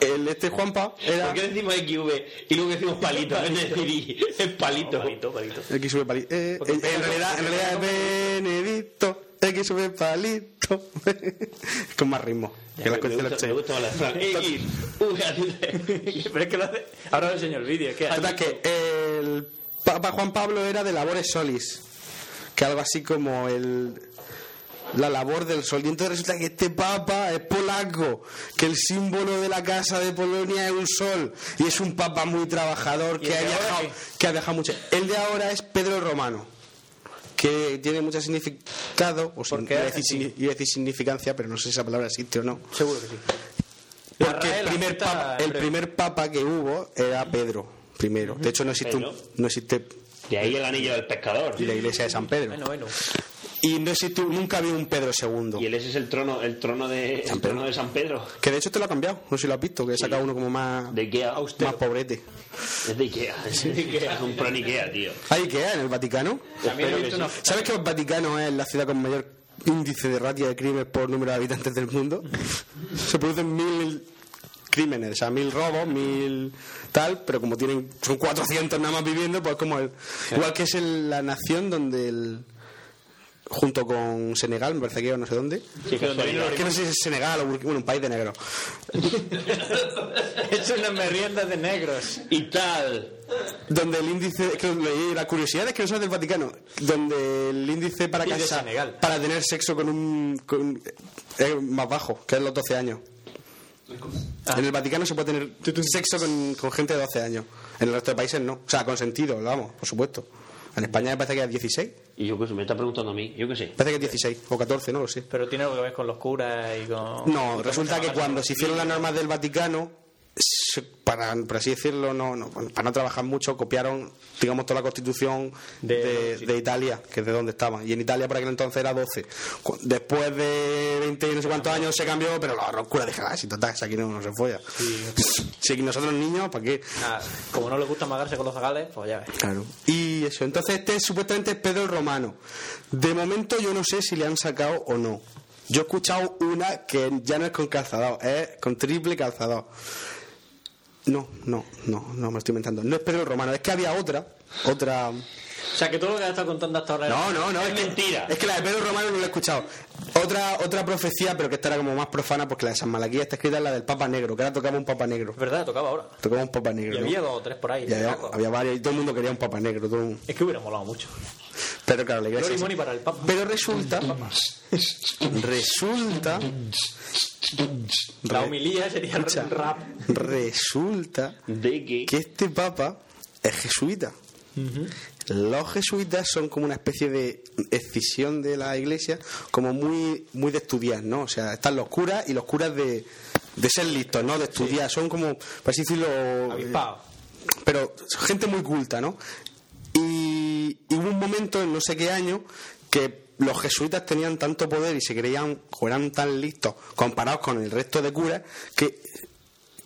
Speaker 1: el este Juanpa
Speaker 3: ¿Por
Speaker 1: era.
Speaker 3: qué decimos XV y luego decimos palito? Es decir, es palito. palito, palito.
Speaker 1: X sube palito. Eh, en, en realidad, en realidad es Benedicto. X sube palito. (laughs) Con más ritmo. Que las
Speaker 3: me,
Speaker 1: cosas de
Speaker 3: gusta,
Speaker 1: la
Speaker 3: me gusta más la XV.
Speaker 2: Pero es que lo hace. Ahora lo enseño el vídeo. ¿qué?
Speaker 1: Total, que el Papa Juan Pablo era de labores solis, que algo así como el la labor del sol. Y entonces resulta que este papa es polaco, que el símbolo de la casa de Polonia es un sol, y es un papa muy trabajador,
Speaker 2: el
Speaker 1: que ha,
Speaker 2: de ahora
Speaker 1: viajado, que ha viajado mucho. El de ahora es Pedro el Romano, que tiene mucho significado, o sin,
Speaker 2: Porque
Speaker 1: iba a
Speaker 2: es
Speaker 1: decir,
Speaker 2: así.
Speaker 1: signi- iba a decir significancia, pero no sé si esa palabra existe o no.
Speaker 2: Seguro que sí.
Speaker 1: Porque
Speaker 2: Israel
Speaker 1: el primer,
Speaker 2: acepta
Speaker 1: papa, el
Speaker 2: hebreo.
Speaker 1: primer papa que hubo era Pedro primero. De hecho, no existe, un-
Speaker 3: Pedro.
Speaker 1: no existe
Speaker 3: De ahí el anillo del pescador.
Speaker 1: la iglesia de San Pedro.
Speaker 2: Bueno, (laughs) bueno.
Speaker 1: Y no existe, nunca había un Pedro
Speaker 3: Y
Speaker 1: II.
Speaker 3: él ese es el trono, el trono de, el trono de San Pedro.
Speaker 1: Que de hecho te lo ha cambiado. No sé si lo has visto, que he sacado uno como más,
Speaker 3: De Ikea.
Speaker 1: más pobrete.
Speaker 3: Es de Ikea. Es de Ikea. Es un pro Ikea, tío.
Speaker 1: Hay que en el Vaticano.
Speaker 3: También he visto una...
Speaker 1: ¿Sabes que el Vaticano es la ciudad con mayor (laughs) índice de ratia de crímenes por número de habitantes del mundo? Se producen mil crímenes, o sea, mil robos, mil tal, pero como tienen, son 400 nada más viviendo, pues como el, igual que es el- la nación donde el junto con Senegal, me parece que era no sé dónde.
Speaker 3: Sí, casualidad.
Speaker 1: Es que no sé si es Senegal o Burkina- bueno, un país de negro.
Speaker 13: es una merienda de negros.
Speaker 3: Y tal.
Speaker 1: Donde el índice, es que lo leí, la curiosidad es que no son del Vaticano, donde el índice para
Speaker 13: Y de
Speaker 1: casar-
Speaker 13: Senegal.
Speaker 1: para tener sexo con un con- es más bajo, que es los 12 años.
Speaker 13: Ah.
Speaker 1: En el Vaticano se puede tener sexo con, con gente de 12 años. En el resto de países no. O sea, consentido, vamos, por supuesto. En España me parece que es 16.
Speaker 3: Y yo qué sé, me está preguntando a mí, yo qué sé.
Speaker 1: Parece que es 16 o 14, no lo sé.
Speaker 2: Pero tiene algo que ver con los curas y con.
Speaker 1: No, resulta que cuando se hicieron las normas del Vaticano, se- para, por así decirlo, no, no, para no trabajar mucho, copiaron, digamos, toda la constitución de, de Italia, que es de donde estaban. Y en Italia por aquel entonces era 12. Cu- Después de 20 y no sé cuántos años se cambió, pero la locura de si total, si aquí no, no se folla. (laughs) Si aquí nosotros niños, ¿para qué?
Speaker 2: Ah, como no le gusta amagarse con los zagales, pues ya ves.
Speaker 1: Claro. Y eso, entonces este es, supuestamente es Pedro el Romano. De momento yo no sé si le han sacado o no. Yo he escuchado una que ya no es con calzador, es con triple calzador. No, no, no, no me lo estoy inventando. No es Pedro el Romano, es que había otra, otra...
Speaker 2: O sea, que todo lo que has estado contando hasta ahora.
Speaker 1: No, no, no, es, mentira. Es que la de Pedro el Romano no la he escuchado. Otra, otra profecía, pero que esta era como más profana, porque la de San Malaquía está escrita en la del Papa Negro, que ahora tocaba un Papa Negro.
Speaker 2: Es verdad, tocaba ahora.
Speaker 1: Tocaba un Papa Negro.
Speaker 2: Y
Speaker 1: ¿no?
Speaker 2: había dos o tres por ahí.
Speaker 1: Y había,
Speaker 2: Paco.
Speaker 1: había varios, y todo el mundo quería un Papa Negro. Todo el mundo.
Speaker 2: Es que hubiera molado mucho.
Speaker 1: Pero claro, la iglesia.
Speaker 2: Glory money para el Papa.
Speaker 1: Pero resulta. resulta.
Speaker 2: La homilía sería
Speaker 1: Escucha.
Speaker 2: un rap.
Speaker 1: Resulta. Que este papa es jesuita. Los jesuitas son como una especie de escisión de la iglesia, como muy, muy de estudiar, ¿no? O sea, están los curas y los curas de, de ser listos, ¿no? De estudiar, son como, por así decirlo. eh, pero gente muy culta, ¿no? Y, y hubo un momento, en no sé qué año, que los jesuitas tenían tanto poder y se creían, o eran tan listos comparados con el resto de curas, que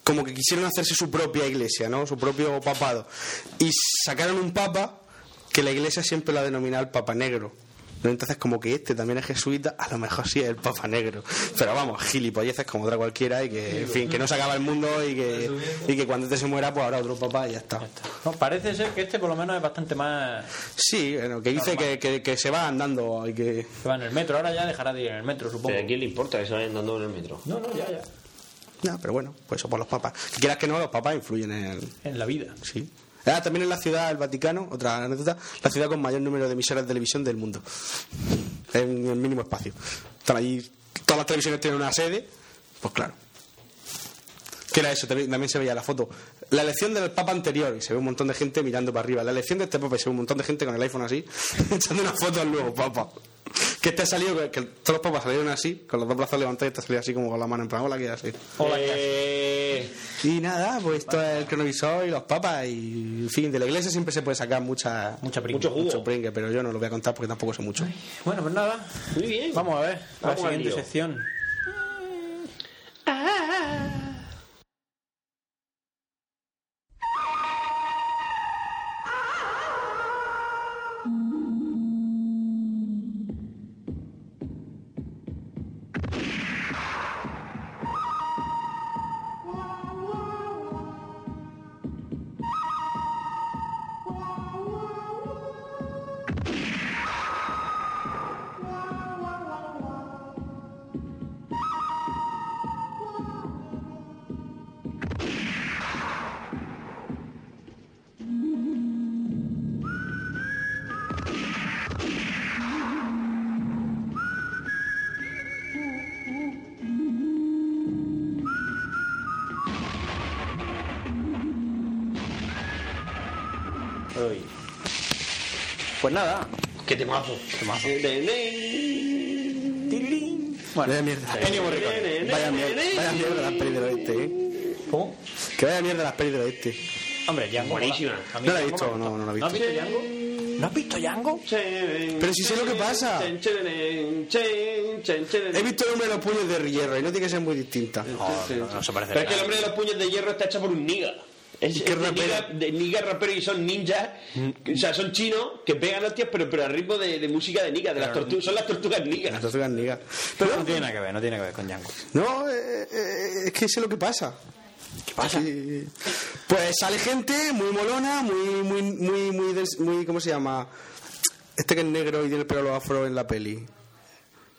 Speaker 1: como que quisieron hacerse su propia iglesia, ¿no? Su propio papado. Y sacaron un papa que la iglesia siempre lo ha denominado el papa negro. ¿no? Entonces, como que este también es jesuita, a lo mejor sí es el papa negro. Pero vamos, gilipolleces como otra cualquiera y que, en fin, que no se acaba el mundo y que, y que cuando este se muera, pues habrá otro papa y ya está.
Speaker 2: No, parece ser que este por lo menos es bastante más.
Speaker 1: Sí, bueno, que dice que, que- que se va andando y que...
Speaker 2: Se va en el metro. Ahora ya dejará de ir en el metro, supongo.
Speaker 3: ¿A quién le importa que se vayan andando en el metro?
Speaker 2: No, no, ya, ya.
Speaker 1: Nah, pero bueno, pues eso por los papas. Que quieras que no, los papas influyen en el-
Speaker 2: En la vida.
Speaker 1: Sí. Ah, también en la ciudad del Vaticano, otra anécdota, la ciudad con mayor número de emisoras de televisión del mundo. En el mínimo espacio. Están allí, todas las televisiones tienen una sede, pues claro. ¿Qué era eso? También, también se veía la foto. La elección del Papa anterior, y se ve un montón de gente mirando para arriba. La elección de este Papa, y se ve un montón de gente con el iPhone así, (laughs) echando una foto al nuevo Papa. Que este ha salido, que, que todos los papas salieron así, con los dos brazos levantados, y este salió así como con la mano en plan, hola, ¿qué haces?
Speaker 2: Eh,
Speaker 1: Y nada, pues esto es el cronovisor y los papas y en fin, de la iglesia siempre se puede sacar mucha, mucha
Speaker 2: pringue.
Speaker 1: mucho, mucho pringue, pero yo no lo voy a contar porque tampoco sé mucho.
Speaker 2: Bueno, pues nada.
Speaker 3: Muy bien.
Speaker 2: Vamos a ver.
Speaker 3: Vamos
Speaker 2: la
Speaker 3: al
Speaker 2: siguiente
Speaker 3: lío.
Speaker 2: sección. Pues nada.
Speaker 3: ¿Qué te mazo? ¿Qué mazo?
Speaker 1: Bueno, vaya mierda. Ennio Morricone. Vaya mierda, vaya mierda las pelis del oeste, ¿eh?
Speaker 2: ¿Cómo?
Speaker 1: Que vaya mierda las pelis del oeste.
Speaker 2: Hombre, Django.
Speaker 3: Buenísima.
Speaker 2: A mí
Speaker 1: No la he
Speaker 2: Django
Speaker 1: visto,
Speaker 2: me
Speaker 1: no,
Speaker 2: gustó.
Speaker 1: no la he
Speaker 2: ¿No has
Speaker 1: visto.
Speaker 2: visto Django? ¿No has visto Django?
Speaker 1: Pero si sé lo que pasa. Em- He visto el hombre de los puños de hierro y no tiene que ser muy distinta.
Speaker 2: No, no se parece
Speaker 3: Pero es que el hombre de los puños de hierro está hecha por un niga. Es,
Speaker 1: ¿Y qué
Speaker 3: es de,
Speaker 1: rapero?
Speaker 3: niga, de niga rapero y son ninjas,
Speaker 1: Mm.
Speaker 3: que- o sea, son chinos que pegan hostias, pero, pero al ritmo de, de música de niga, de las tortugas, son las tortugas niga.
Speaker 1: Las tortugas nigas.
Speaker 2: Pero no tiene nada que ver, no tiene nada que ver con Django.
Speaker 1: No, eh, eh, es que sé lo que pasa. pasa? Pues sale gente muy molona, muy, muy, muy, muy, des- muy, ¿cómo se llama? Este que es negro y tiene el pelo afro en la peli.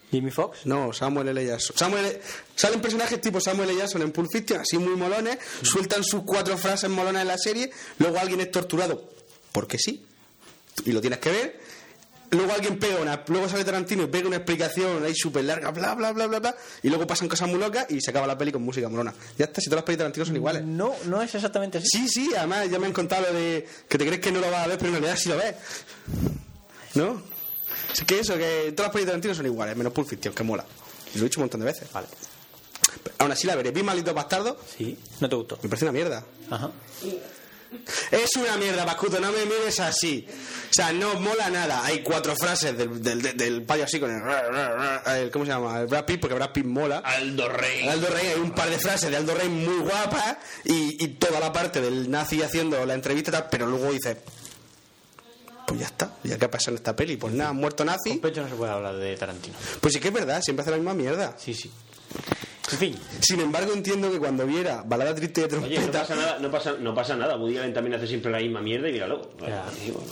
Speaker 2: ¿Jimmy Fox?
Speaker 1: No, Samuel L. Jackson. Samuel L- Salen personajes tipo Samuel L. Jackson en Pulp Fiction, así muy molones, sueltan sus cuatro frases molonas en la serie, luego alguien es torturado, porque sí, y lo tienes que ver, luego alguien pega una, luego sale Tarantino y pega una explicación ahí súper larga, bla, bla, bla, bla, bla, y luego pasan cosas muy locas y se acaba la peli con música molona. Ya está, si todas las pelis de Tarantino son iguales.
Speaker 2: No, no es exactamente así.
Speaker 1: Sí, sí, además ya me han contado lo de que te crees que no lo vas a ver, pero en realidad sí lo ves. ¿No? Es que eso, que todas las pelis de Tarantino son iguales, menos Pulp Fiction, que mola. Lo he dicho un montón de veces. Vale. aún así la veré. ¿Vi Malditos Bastardos?
Speaker 2: Sí. ¿No te gustó?
Speaker 1: Me parece una mierda.
Speaker 2: Ajá.
Speaker 1: Es una mierda, Pascuto, no me mires así. O sea, no mola nada. Hay cuatro frases del, del, del- del payo así con el, ra, ra, ra, el- ¿Cómo se llama? El Brad Pitt, porque Brad Pitt mola.
Speaker 3: Aldo Rey.
Speaker 1: Aldo Rey, hay un par de frases de Aldo Rey muy guapas y, y toda la parte del nazi haciendo la entrevista, y tal, pero luego dice, pues ya está, ya qué ha pasado en esta peli, pues nada, muerto nazi. Con
Speaker 2: pecho no se puede hablar de Tarantino.
Speaker 1: Pues sí que es verdad, siempre hace la misma mierda.
Speaker 2: Sí, sí. En fin.
Speaker 1: Sin embargo, entiendo que cuando viera Balada Triste de
Speaker 3: Oye,
Speaker 1: Trompeta...
Speaker 3: no pasa nada, no pasa, no pasa nada. Woody Allen también hace siempre la misma mierda y míralo. Digo,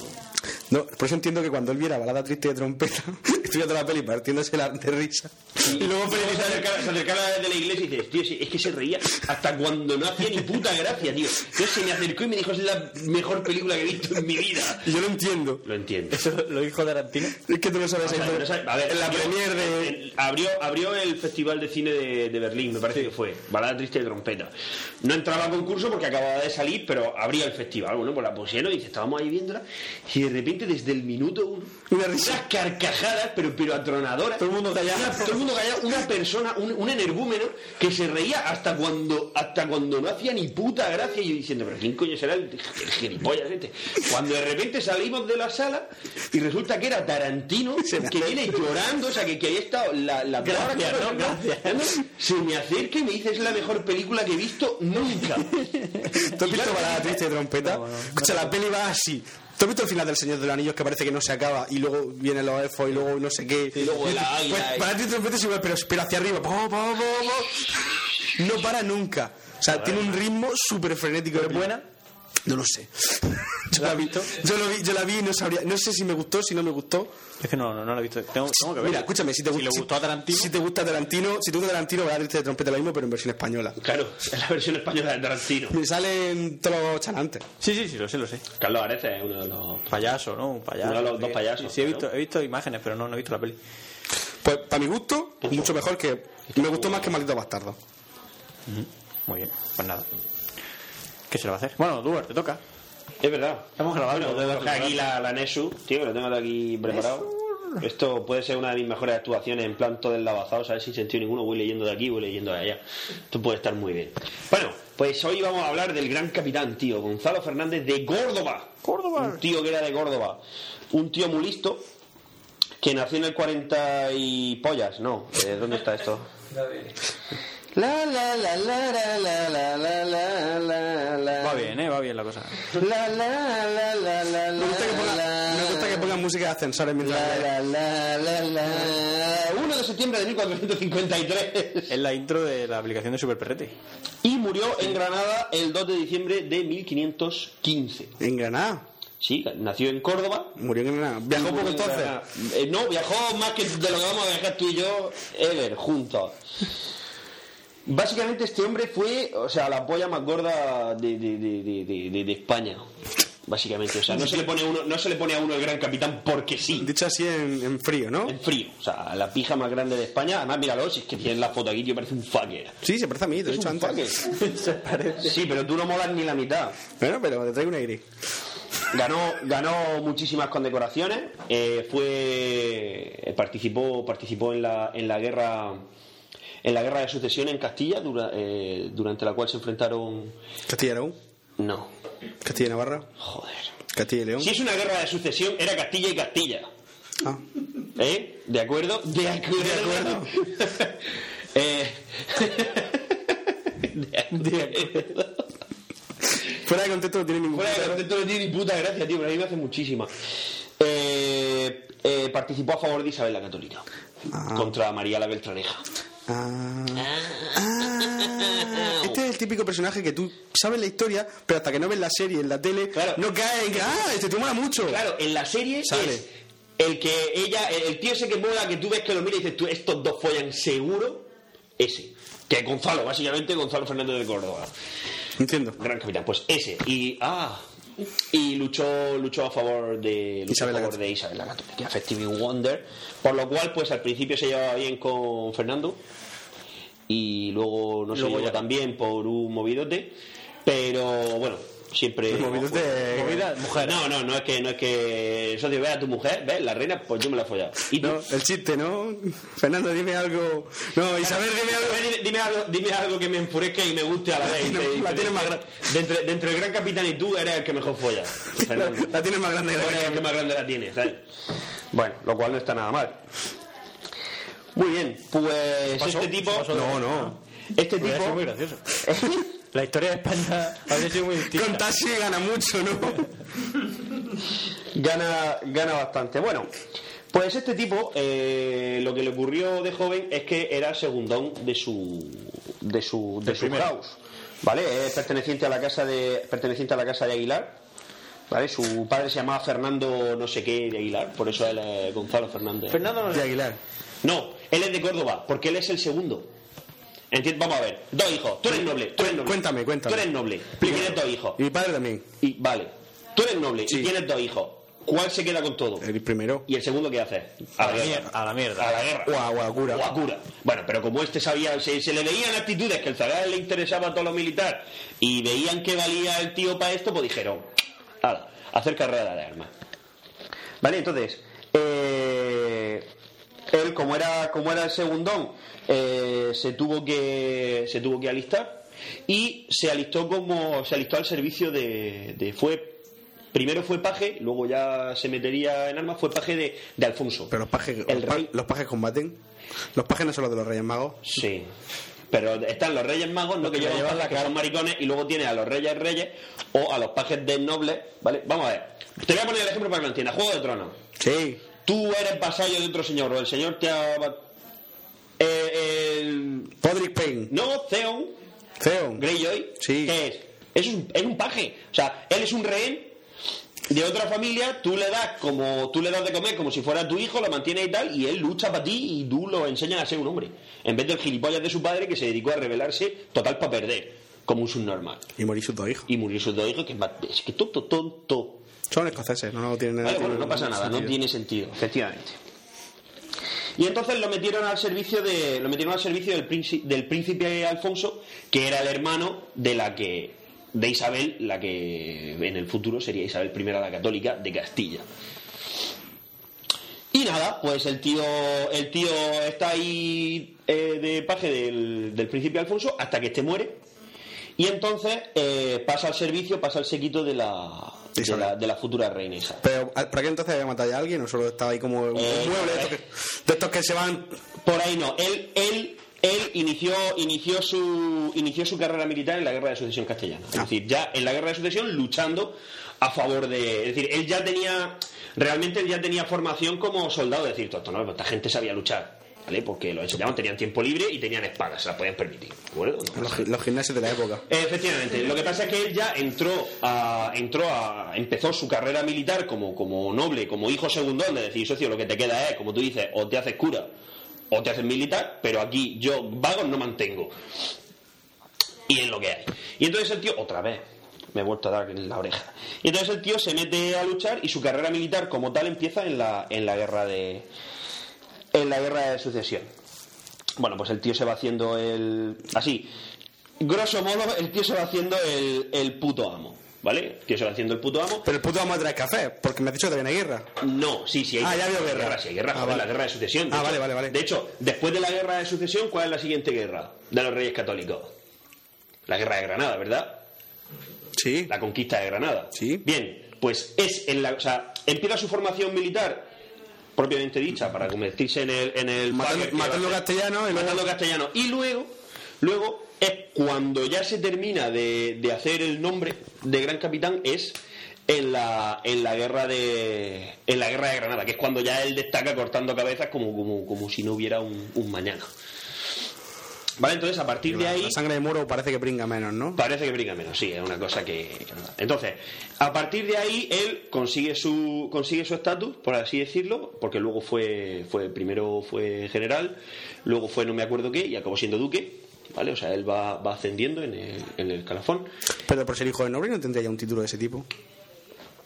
Speaker 1: No, por eso entiendo que cuando él viera Balada Triste de Trompeta, (laughs) estuviera toda la peli partiéndose la, de risa.
Speaker 3: Y, luego se acercaba, se acercaba de la iglesia y dices, tío, sí, es que se reía hasta cuando no hacía ni puta gracia, tío. Yo se me acercó y me dijo, es la mejor película que he visto en mi vida.
Speaker 1: Y yo lo entiendo.
Speaker 3: Lo entiendo.
Speaker 2: ¿Eso lo dijo Tarantino?
Speaker 1: Es que tú no sabes.
Speaker 3: O sea,
Speaker 1: ahí-
Speaker 3: no sabe- a ver,
Speaker 1: en la
Speaker 3: abrió-
Speaker 1: premier de...
Speaker 3: el- abrió, abrió el Festival de Cine de, de Berlín, me parece que fue. Balada triste de trompeta. No entraba a concurso porque acababa de salir, pero abría el festival. Bueno, pues la pusieron y dice, estábamos ahí viéndola. Y de repente, desde el minuto uno, unas carcajadas, pero, pero atronadoras. Todo el mundo callado. todo el mundo callado. Una persona, un, un energúmeno, que se reía hasta cuando hasta cuando no hacía ni puta gracia. Y yo diciendo, pero ¿quién coño será el, el gilipollas este? Cuando de repente salimos de la sala y resulta que era
Speaker 2: (laughs)
Speaker 3: Tarantino, que viene llorando, o sea, que, que había estado la, la
Speaker 2: Gracias,
Speaker 3: peor-
Speaker 2: ¿no? Gracias.
Speaker 3: Se me acerca y me dice, es la mejor película que he visto
Speaker 2: (laughs)
Speaker 3: nunca.
Speaker 1: ¿Tú has visto Balada Triste de Trompeta? Escucha, la peli va así. ¿Tú has visto el final del Señor de los Anillos que parece que no se acaba y luego vienen los elfos y luego no sé qué? Y
Speaker 3: luego el águila
Speaker 1: Pues
Speaker 3: y-
Speaker 1: Balada Triste de Trompeta es igual, pero, pero hacia arriba. Po, po, po, po. No para nunca. O sea, tiene un ritmo súper frenético. ¿Es buena? No lo sé. (laughs) Yo la, vi, yo, lo vi, yo la vi y no sabría. No sé si me gustó, si no me gustó.
Speaker 2: Es que no, no, no lo he visto. Tengo, tengo que verlo.
Speaker 1: Mira, escúchame, si te gusta.
Speaker 2: le
Speaker 1: si-
Speaker 2: gustó a Tarantino.
Speaker 1: Si te gusta Tarantino, si te gusta Tarantino, Balada Triste de Trompeta lo mismo, pero en versión española.
Speaker 3: Claro, es la versión española de Tarantino.
Speaker 1: Me salen todos los chanantes.
Speaker 2: Sí, sí, sí, lo sé, lo sé.
Speaker 3: Carlos Areces es uno de los...
Speaker 2: Payaso, ¿no? Un payaso.
Speaker 3: Uno de los dos
Speaker 2: Sí,
Speaker 3: payasos,
Speaker 2: Sí, he
Speaker 3: claro.
Speaker 2: visto, he visto imágenes, pero no, no he visto la peli.
Speaker 1: Pues para mi gusto, mucho mejor que. Me gustó más que Maldito Bastardo.
Speaker 2: Muy bien, pues nada. ¿Qué se le va a hacer? Bueno, Duarte, te toca.
Speaker 3: Es verdad.
Speaker 2: Hemos grabado.
Speaker 3: Bueno,
Speaker 2: Hemos
Speaker 3: coge aquí la, la Nesu, tío, que lo tengo aquí preparado. Esto puede ser una de mis mejores actuaciones en plan todo enlabazado, ¿sabes? Sin sentido ninguno, voy leyendo de aquí, voy leyendo de allá. Esto puede estar muy bien. Bueno, pues hoy vamos a hablar del gran capitán, tío, Gonzalo Fernández de Córdoba. Córdoba. Un tío que era de Córdoba. Un tío muy listo, que nació en el 40 y pollas, ¿no? eh, ¿Dónde está esto? La la la la la la la la la la la
Speaker 2: Va bien, ¿eh? Va bien la cosa.
Speaker 3: La la la la la
Speaker 1: Me gusta que pongan, me gusta que pongan música de ascensores mientras.
Speaker 3: la, la, la, la. 1 de septiembre de 1453.
Speaker 2: Es la intro de la aplicación de Super Perrete.
Speaker 3: Y murió en Granada el 2 de diciembre de 1515.
Speaker 1: En Granada.
Speaker 3: Sí, nació en Córdoba.
Speaker 1: Murió en Granada. Viajó
Speaker 3: Murió
Speaker 1: poco
Speaker 3: en
Speaker 1: entonces.
Speaker 3: Granada. Eh, no, viajó más que de lo que vamos a viajar tú y yo, Ever, juntos. Básicamente este hombre fue, o sea, la polla más gorda de, de- de- de- de- de- de España. Básicamente, o sea, no se, le pone a uno, no se le pone a uno el gran capitán porque sí.
Speaker 1: Dicho así en, en frío, ¿no?
Speaker 3: En frío, o sea, la pija más grande de España. Además, míralo, si es que tienen la foto aquí, tío, parece un fucker.
Speaker 1: Sí, se parece a mí, te lo he
Speaker 3: Es
Speaker 1: dicho
Speaker 3: un
Speaker 1: antes.
Speaker 3: fucker. Sí, pero tú no molas ni la mitad.
Speaker 1: Bueno, pero te traigo una gris.
Speaker 3: Ganó, ganó muchísimas condecoraciones. eh, fue eh, participó participó en la, en la guerra en la guerra de sucesión en Castilla dura- eh, durante la cual se enfrentaron
Speaker 1: Castilla y León.
Speaker 3: no
Speaker 1: Castilla y Navarra.
Speaker 3: joder
Speaker 1: Castilla y León.
Speaker 3: si es una guerra de sucesión era Castilla y Castilla
Speaker 1: Ah.
Speaker 3: ¿Eh? ¿De acuerdo? De acuerdo. De acuerdo. (laughs) eh... (laughs) de acuerdo.
Speaker 1: Fuera de contexto no tiene ningún.
Speaker 3: Fuera de contexto no tiene ni puta gracia, tío, pero a mí me hace muchísima. Eh, eh, participó a favor de Isabel la Católica. Contra María la Beltraneja.
Speaker 1: Ah. Ah, Este es
Speaker 14: el típico personaje que tú sabes la historia, pero hasta que no ves la serie en la tele, no cae en que, ah, este tío mola mucho.
Speaker 3: Claro, en la serie
Speaker 14: Sale.
Speaker 3: es el que ella, el, el tío ese que mola, que tú ves que lo mira y dices tú, estos dos follan seguro, ese. Que es Gonzalo, básicamente Gonzalo Fernández de Córdoba.
Speaker 14: Entiendo.
Speaker 3: Gran capitán, pues ese. Y, ah, y luchó, luchó a favor de luchó
Speaker 14: Isabel
Speaker 3: a favor
Speaker 14: Lacato.
Speaker 3: de Isabel Lacato, que es Stevie Wonder. Por lo cual, pues al principio se llevaba bien con Fernando y luego no se
Speaker 11: Luego
Speaker 3: llevó
Speaker 11: ya.
Speaker 3: también por un movidote, pero bueno, siempre
Speaker 14: Movidote- Movida,
Speaker 3: mujer. No, no, no es que no es que socio ve a tu mujer, ves la reina, pues yo me la he follado. Y tú,
Speaker 14: No, el chiste, ¿no? Fernando, dime algo. No, Isabel, dime algo.
Speaker 3: Dime, dime algo, dime algo que me enfurezca y me guste a la vez.
Speaker 14: tiene-
Speaker 3: Y-
Speaker 14: la
Speaker 3: y-
Speaker 14: tiene más
Speaker 3: de entre, de entre el gran capitán y tú eres el que mejor folla.
Speaker 1: (laughs)
Speaker 3: Fernando.
Speaker 14: La tienes más grande que la
Speaker 3: Tú eres el que más grande la tiene, ¿sabes? Bueno, lo cual no está nada mal. Muy bien, pues
Speaker 11: ¿Pasó?
Speaker 3: este tipo.
Speaker 11: ¿Pasó?
Speaker 14: No, no.
Speaker 3: Este
Speaker 11: Hubiera sido
Speaker 3: tipo.
Speaker 11: muy gracioso. La historia de España habría sido muy distinta.
Speaker 14: Con Tashi gana mucho, ¿no?
Speaker 3: gana, gana bastante. Bueno, pues este tipo, eh, lo que le ocurrió de joven es que era segundón de su de su de su house, ¿vale? Es perteneciente a la casa de perteneciente a la casa de Aguilar, ¿vale? Su padre se llamaba Fernando no sé qué de Aguilar, por eso él es Gonzalo Fernández.
Speaker 11: Fernando no
Speaker 14: De Aguilar.
Speaker 3: No, él es de Córdoba, porque él es el segundo. Entiendo, vamos a ver, dos hijos, tú eres noble, tú eres noble.
Speaker 14: Cuéntame, cuéntame.
Speaker 3: Tú eres noble, y tienes dos hijos.
Speaker 14: Y mi padre también.
Speaker 3: Y vale, tú eres noble
Speaker 14: Sí.
Speaker 3: y tienes dos hijos. ¿Cuál se queda con todo?
Speaker 14: El primero.
Speaker 3: ¿Y el segundo qué hace?
Speaker 11: A la mier- a la mierda.
Speaker 3: A la guerra.
Speaker 14: Guau, guau, cura.
Speaker 3: O a cura. Bueno, pero como este sabía, se, se le veían actitudes que el Zagal le interesaba a todo lo militar y veían que valía el tío para esto, pues dijeron, ala, hacer carrera de armas. Vale, entonces, eh, él como era, como era el segundón, eh, se tuvo que. se tuvo que alistar y se alistó como. se alistó al servicio de. de- fue. Primero fue paje, luego ya se metería en armas, fue paje de, de Alfonso.
Speaker 14: Pero los pajes,
Speaker 3: El
Speaker 14: los pa-
Speaker 3: rey.
Speaker 14: los pajes combaten. Los pajes no son los de los Reyes Magos.
Speaker 3: Sí. Pero están los reyes magos, no que, llevan, la que son maricones, y luego tienes a los reyes reyes o a los pajes de nobles, ¿vale? Vamos a ver. Te voy a poner el ejemplo para que lo entiendas. Juego de Tronos.
Speaker 14: Sí.
Speaker 3: Tú eres vasallo de otro señor, o el señor te ha... eh, el...
Speaker 14: Podrick Payne.
Speaker 3: No, Theon,
Speaker 14: Theon.
Speaker 3: Greyjoy,
Speaker 14: Sí.
Speaker 3: ¿qué es? Es un, es un paje. O sea, él es un rehén de otra familia, tú le das como tú le das de comer como si fuera tu hijo, lo mantienes y tal, y él lucha para ti y tú lo enseñas a ser un hombre. En vez del gilipollas de su padre que se dedicó a rebelarse total para perder, como un subnormal.
Speaker 14: Y morir sus dos hijos.
Speaker 3: Y murió sus dos hijos, que es más- es que tonto, tonto.
Speaker 14: Son escoceses, no, no tienen nada.
Speaker 3: Vale, bueno, no pasa nada, no tiene sentido, efectivamente. Y entonces lo metieron al servicio de lo metieron al servicio del príncipe, del príncipe Alfonso, que era el hermano de la que de Isabel, la que en el futuro sería Isabel I la Católica de Castilla. Y nada, pues el tío, el tío está ahí eh, de paje del, del príncipe Alfonso hasta que este muere. Y entonces eh, pasa al servicio, pasa al sequito de la, de
Speaker 14: Isabel.
Speaker 3: la, de la futura reina Isabel.
Speaker 14: Pero, ¿a- ¿para qué entonces había matado ya a alguien o solo estaba ahí como un
Speaker 3: Eh,
Speaker 14: mueble de estos, que, de estos que se van?
Speaker 3: Por ahí no. Él, él, él inició, inició su inició su carrera militar en la guerra de sucesión castellana. Es decir, ya en la guerra de sucesión luchando a favor de. Es decir, él ya tenía. Realmente él ya tenía formación como soldado. Es decir, esto no, esta gente sabía luchar. ¿Vale? Porque lo enseñaban, tenían tiempo libre y tenían espadas, se las podían permitir. ¿De acuerdo? No
Speaker 14: Los,
Speaker 3: pasa
Speaker 14: gi- los gimnasios de la época.
Speaker 3: Efectivamente, lo que pasa es que él ya entró a, entró a, empezó su carrera militar como, como noble, como hijo segundón, de decir, socio, lo que te queda es, como tú dices, o te haces cura o te haces militar, pero aquí yo vagos no mantengo. Y es lo que hay. Y entonces el tío, otra vez, me he vuelto a dar en la oreja. Y entonces el tío se mete a luchar y su carrera militar como tal empieza en la, en la guerra de. En la guerra de sucesión. Bueno, pues el tío se va haciendo el. Así. Grosso modo, el tío se va haciendo el, el puto amo. ¿Vale? El tío se va haciendo el puto amo.
Speaker 14: Pero el puto vamos a traer café, porque me has dicho que viene guerra.
Speaker 3: No, sí, sí. Hay
Speaker 14: Ah, ya vio guerra.
Speaker 3: Sí, hay guerra,
Speaker 14: Ah,
Speaker 3: joder,
Speaker 14: vale.
Speaker 3: la guerra de sucesión. De
Speaker 14: Ah,
Speaker 3: hecho-
Speaker 14: vale, vale, vale.
Speaker 3: De hecho, después de la guerra de sucesión, ¿cuál es la siguiente guerra de los reyes católicos? La guerra de Granada, ¿verdad?
Speaker 14: Sí.
Speaker 3: la conquista de Granada.
Speaker 14: Sí.
Speaker 3: Bien, pues es en la, o sea, empieza su formación militar propiamente dicha para convertirse en el en el
Speaker 14: Matando,
Speaker 3: fucker que
Speaker 14: matando
Speaker 3: va a ser-
Speaker 14: castellanos y luego-
Speaker 3: matando castellano y luego luego es cuando ya se termina de, de hacer el nombre de gran capitán es en la en la guerra de en la guerra de Granada que es cuando ya él destaca cortando cabezas como como, como si no hubiera un, un mañana Vale, entonces a partir de
Speaker 14: La-
Speaker 3: ahí.
Speaker 14: La sangre de moro parece que brinca menos, ¿no?
Speaker 3: Parece que brinca menos, sí, es una cosa que. Entonces, a partir de ahí, él consigue su consigue su estatus, por así decirlo, porque luego fue, fue. Primero fue general, luego fue no me acuerdo qué, y acabó siendo duque, ¿vale? O sea, él va, va ascendiendo en el, en el calafón.
Speaker 14: Pero por ser hijo de noble no tendría ya un título de ese tipo.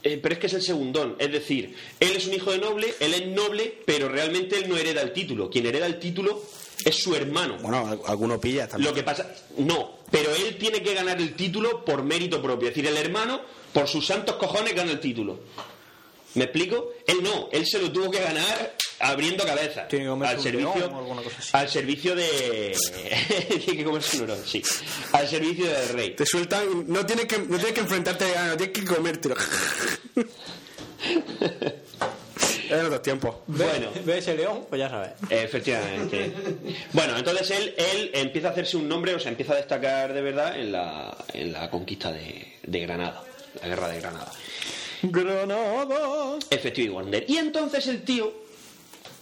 Speaker 3: Eh, pero es que es el segundón, es decir, él es un hijo de noble, él es noble, pero realmente él no hereda el título. Quien hereda el título es su hermano.
Speaker 14: Bueno, al- alguno pilla también.
Speaker 3: Lo que pasa, no, pero él tiene que ganar el título por mérito propio. Es decir, el hermano, por sus santos cojones, gana el título. ¿Me explico? Él no, él se lo tuvo que ganar abriendo cabeza. al servicio, al servicio de. (laughs) Tiene que comerse un hurón, sí. Al servicio del rey.
Speaker 14: Te sueltan, no tienes que, no tienes que enfrentarte a no tienes que (laughs) comértelo. en otros tiempos.
Speaker 3: Bueno.
Speaker 11: ¿Ves el león? Pues ya sabes.
Speaker 3: Efectivamente. Bueno, entonces él, él empieza a hacerse un nombre, o sea, empieza a destacar de verdad en la, en la conquista de, de Granada, la guerra de Granada.
Speaker 11: Granada.
Speaker 3: Efectivo y Wander. Y entonces el tío,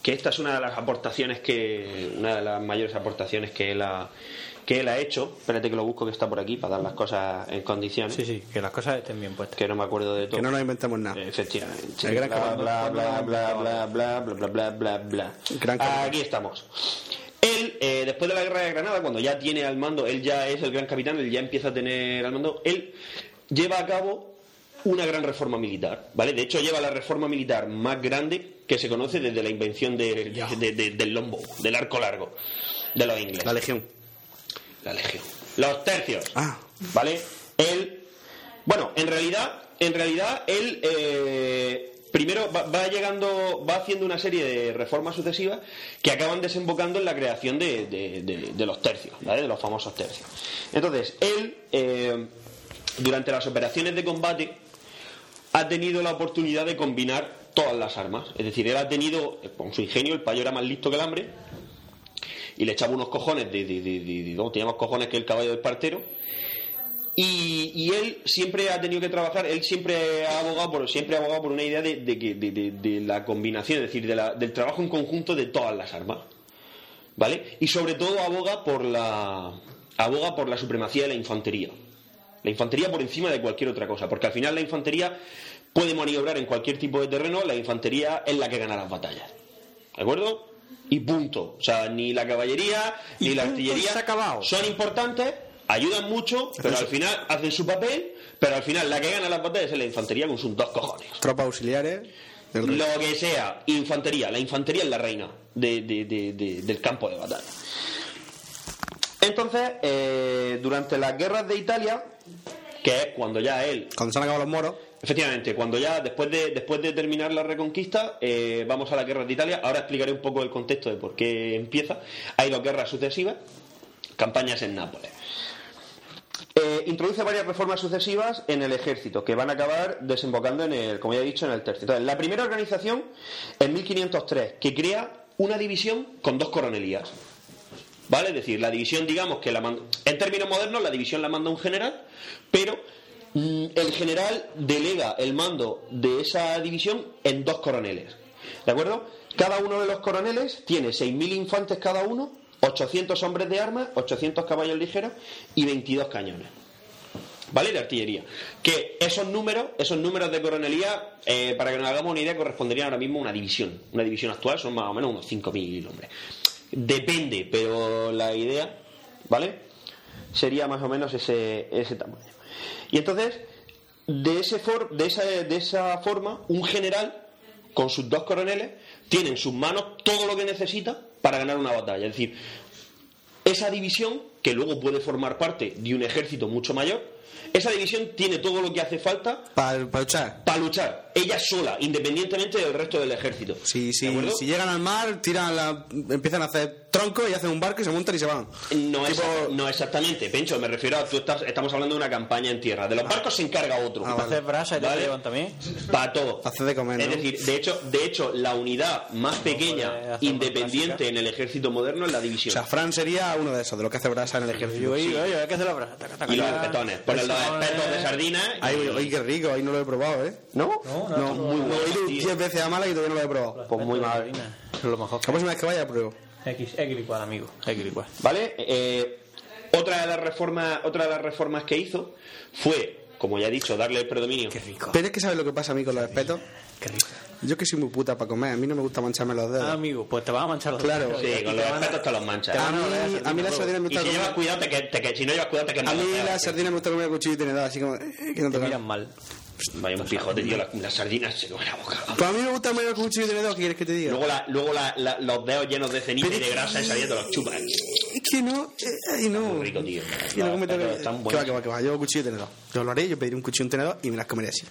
Speaker 3: que esta es una de las aportaciones que. una de las mayores aportaciones que él ha, que él ha hecho. Espérate que lo busco que está por aquí para dar las cosas en condiciones.
Speaker 11: Sí, sí, que las cosas estén bien puestas.
Speaker 3: Que no me acuerdo de todo.
Speaker 14: Que no nos inventamos nada.
Speaker 3: Efectivamente.
Speaker 14: El gran
Speaker 3: bla,
Speaker 14: cabrón.
Speaker 3: bla, bla, bla, bla, bla, bla, bla, bla, bla, bla.
Speaker 14: Gran cabrón.
Speaker 3: Aquí estamos. Él, eh, después de la guerra de Granada, cuando ya tiene al mando, él ya es el gran capitán, él ya empieza a tener al mando, él lleva a cabo una gran reforma militar, ¿vale? De hecho, lleva la reforma militar más grande que se conoce desde la invención de- de- de- del lombo, del arco largo, de los ingleses.
Speaker 14: La legión.
Speaker 3: La legión. Los tercios. ¿Vale? Él. Bueno, en realidad, en realidad, él. eh, Primero va, va llegando, va haciendo una serie de reformas sucesivas que acaban desembocando en la creación de, de- de- de los tercios, ¿vale? De los famosos tercios. Entonces, él, eh, durante las operaciones de combate, ha tenido la oportunidad de combinar todas las armas. Es decir, él ha tenido, eh, con su ingenio, el payo era más listo que el hambre, y le echaba unos cojones de, de, de- de- de- no, tenía más cojones que el caballo del partero y, y él siempre ha tenido que trabajar él siempre ha abogado por siempre ha abogado por una idea de, de que- de- de- de la combinación es decir de la- del trabajo en conjunto de todas las armas vale y sobre todo aboga por la aboga por la supremacía de la infantería la infantería por encima de cualquier otra cosa porque al final la infantería puede maniobrar en cualquier tipo de terreno la infantería es la que gana las batallas ¿De acuerdo? Y punto. O sea, ni la caballería, ni la artillería son importantes, ayudan mucho, pero al final hacen su papel, pero al final la que gana las batallas es la infantería con sus dos cojones.
Speaker 14: Tropas auxiliares. del rey.
Speaker 3: Lo que sea, infantería. La infantería es la reina de- de- de- de- del campo de batalla. Entonces, eh, durante las guerras de Italia, que es cuando ya él
Speaker 14: Cuando se han acabado los moros.
Speaker 3: Efectivamente, cuando ya, después de, después de terminar la reconquista, eh, vamos a la guerra de Italia. Ahora explicaré un poco el contexto de por qué empieza. Hay dos guerras sucesivas, campañas en Nápoles. Eh, introduce varias reformas sucesivas en el ejército, que van a acabar desembocando en el, como ya he dicho, en el tercio. Entonces, la primera organización, en 1503, que crea una división con dos coronelías. ¿Vale? Es decir, la división, digamos que la manda- en términos modernos, la división la manda un general, pero mm, el general delega el mando de esa división en dos coroneles. ¿De acuerdo? Cada uno de los coroneles tiene 6.000 infantes cada uno, 800 hombres de armas, 800 caballos ligeros y 22 cañones. ¿Vale? De artillería. Que esos números, esos números de coronelía, eh, para que nos hagamos una idea, corresponderían ahora mismo a una división. Una división actual son más o menos unos 5.000 hombres. Depende, pero la idea, ¿vale? Sería más o menos ese, ese tamaño. Y entonces, de, ese for- de, esa, de esa forma, un general, con sus dos coroneles, tiene en sus manos todo lo que necesita para ganar una batalla. Es decir, esa división, que luego puede formar parte de un ejército mucho mayor, esa división tiene todo lo que hace falta
Speaker 14: Para luchar.
Speaker 3: para luchar, ella sola, independientemente del resto del ejército.
Speaker 14: Si, si-
Speaker 3: ¿De acuerdo?
Speaker 14: si llegan al mar, tiran la, empiezan a hacer tronco y hacen un barco y se montan y se van.
Speaker 3: No, exa- no exactamente, Pencho, me refiero a tú estás, estamos hablando de una campaña en tierra. De
Speaker 14: Ah.
Speaker 3: los barcos se encarga otro.
Speaker 11: Para hacer brasa y te
Speaker 3: ¿Vale?
Speaker 11: llevan también.
Speaker 3: Para todo.
Speaker 14: Hace Ah, de comer, ¿no?
Speaker 3: Es decir, de hecho, de hecho, la unidad más pequeña, independiente en el ejército moderno es la
Speaker 14: O
Speaker 3: división.
Speaker 14: sea, Fran sería uno de esos, de los que hace brasa en el ejército.
Speaker 11: Oye, oye, hay que hacer la brasa. Taca, taca,
Speaker 3: y los
Speaker 11: taca.
Speaker 3: espetones. Ponen los espetos de sardina.
Speaker 14: Ay, oye, oye, qué rico, ahí no lo he probado, ¿eh?
Speaker 3: ¿No?
Speaker 14: No, muy bueno. He ido 10 veces a mala y todavía no lo he probado.
Speaker 3: Pues muy mal.
Speaker 11: Es lo mejor.
Speaker 14: La próxima vez que vaya, pruebo.
Speaker 2: X, X igual, amigo.
Speaker 15: X igual.
Speaker 3: ¿Vale? Eh, otra, de las reformas, otra de las reformas que hizo fue, como ya he dicho, darle el predominio. Qué rico.
Speaker 1: Pero es que sabes lo que pasa a mí con los espetos. Yo que soy muy puta para comer, a mí no me gusta mancharme los dedos.
Speaker 2: Ah, amigo, pues te vas a manchar los
Speaker 1: Claro.
Speaker 2: dedos.
Speaker 3: Sí, con los espetos te los manchas.
Speaker 14: Ah,
Speaker 1: A mí- a mí las sardinas me
Speaker 3: Y
Speaker 1: gustan
Speaker 3: si
Speaker 1: como-
Speaker 3: llevas cuidado, te, que- te que- si no llevas cuidado, te quemas
Speaker 1: A mí
Speaker 3: los dedos,
Speaker 1: las
Speaker 3: tío.
Speaker 1: sardinas me gusta comer a cuchillo y tenedor, así como eh, que no toca.
Speaker 2: mal.
Speaker 3: Vaya un pijote, tío. Las, las sardinas se comen la boca.
Speaker 1: Pues a mí me gusta comer a cuchillo y tenedor, ¿qué quieres que te diga?
Speaker 3: Luego, la- luego la- la- los dedos llenos de ceniza y de grasa y saliendo los chupas.
Speaker 1: Es que no, eh, ay, no.
Speaker 3: Muy rico, tío.
Speaker 1: (laughs) Y luego me
Speaker 3: Los
Speaker 1: toca-
Speaker 3: dedos están
Speaker 1: Que va,
Speaker 3: buenos.
Speaker 1: que va, que va. Yo cuchillo y tenedor. Yo lo haré, yo pediré un cuchillo y un tenedor y me las comeré así.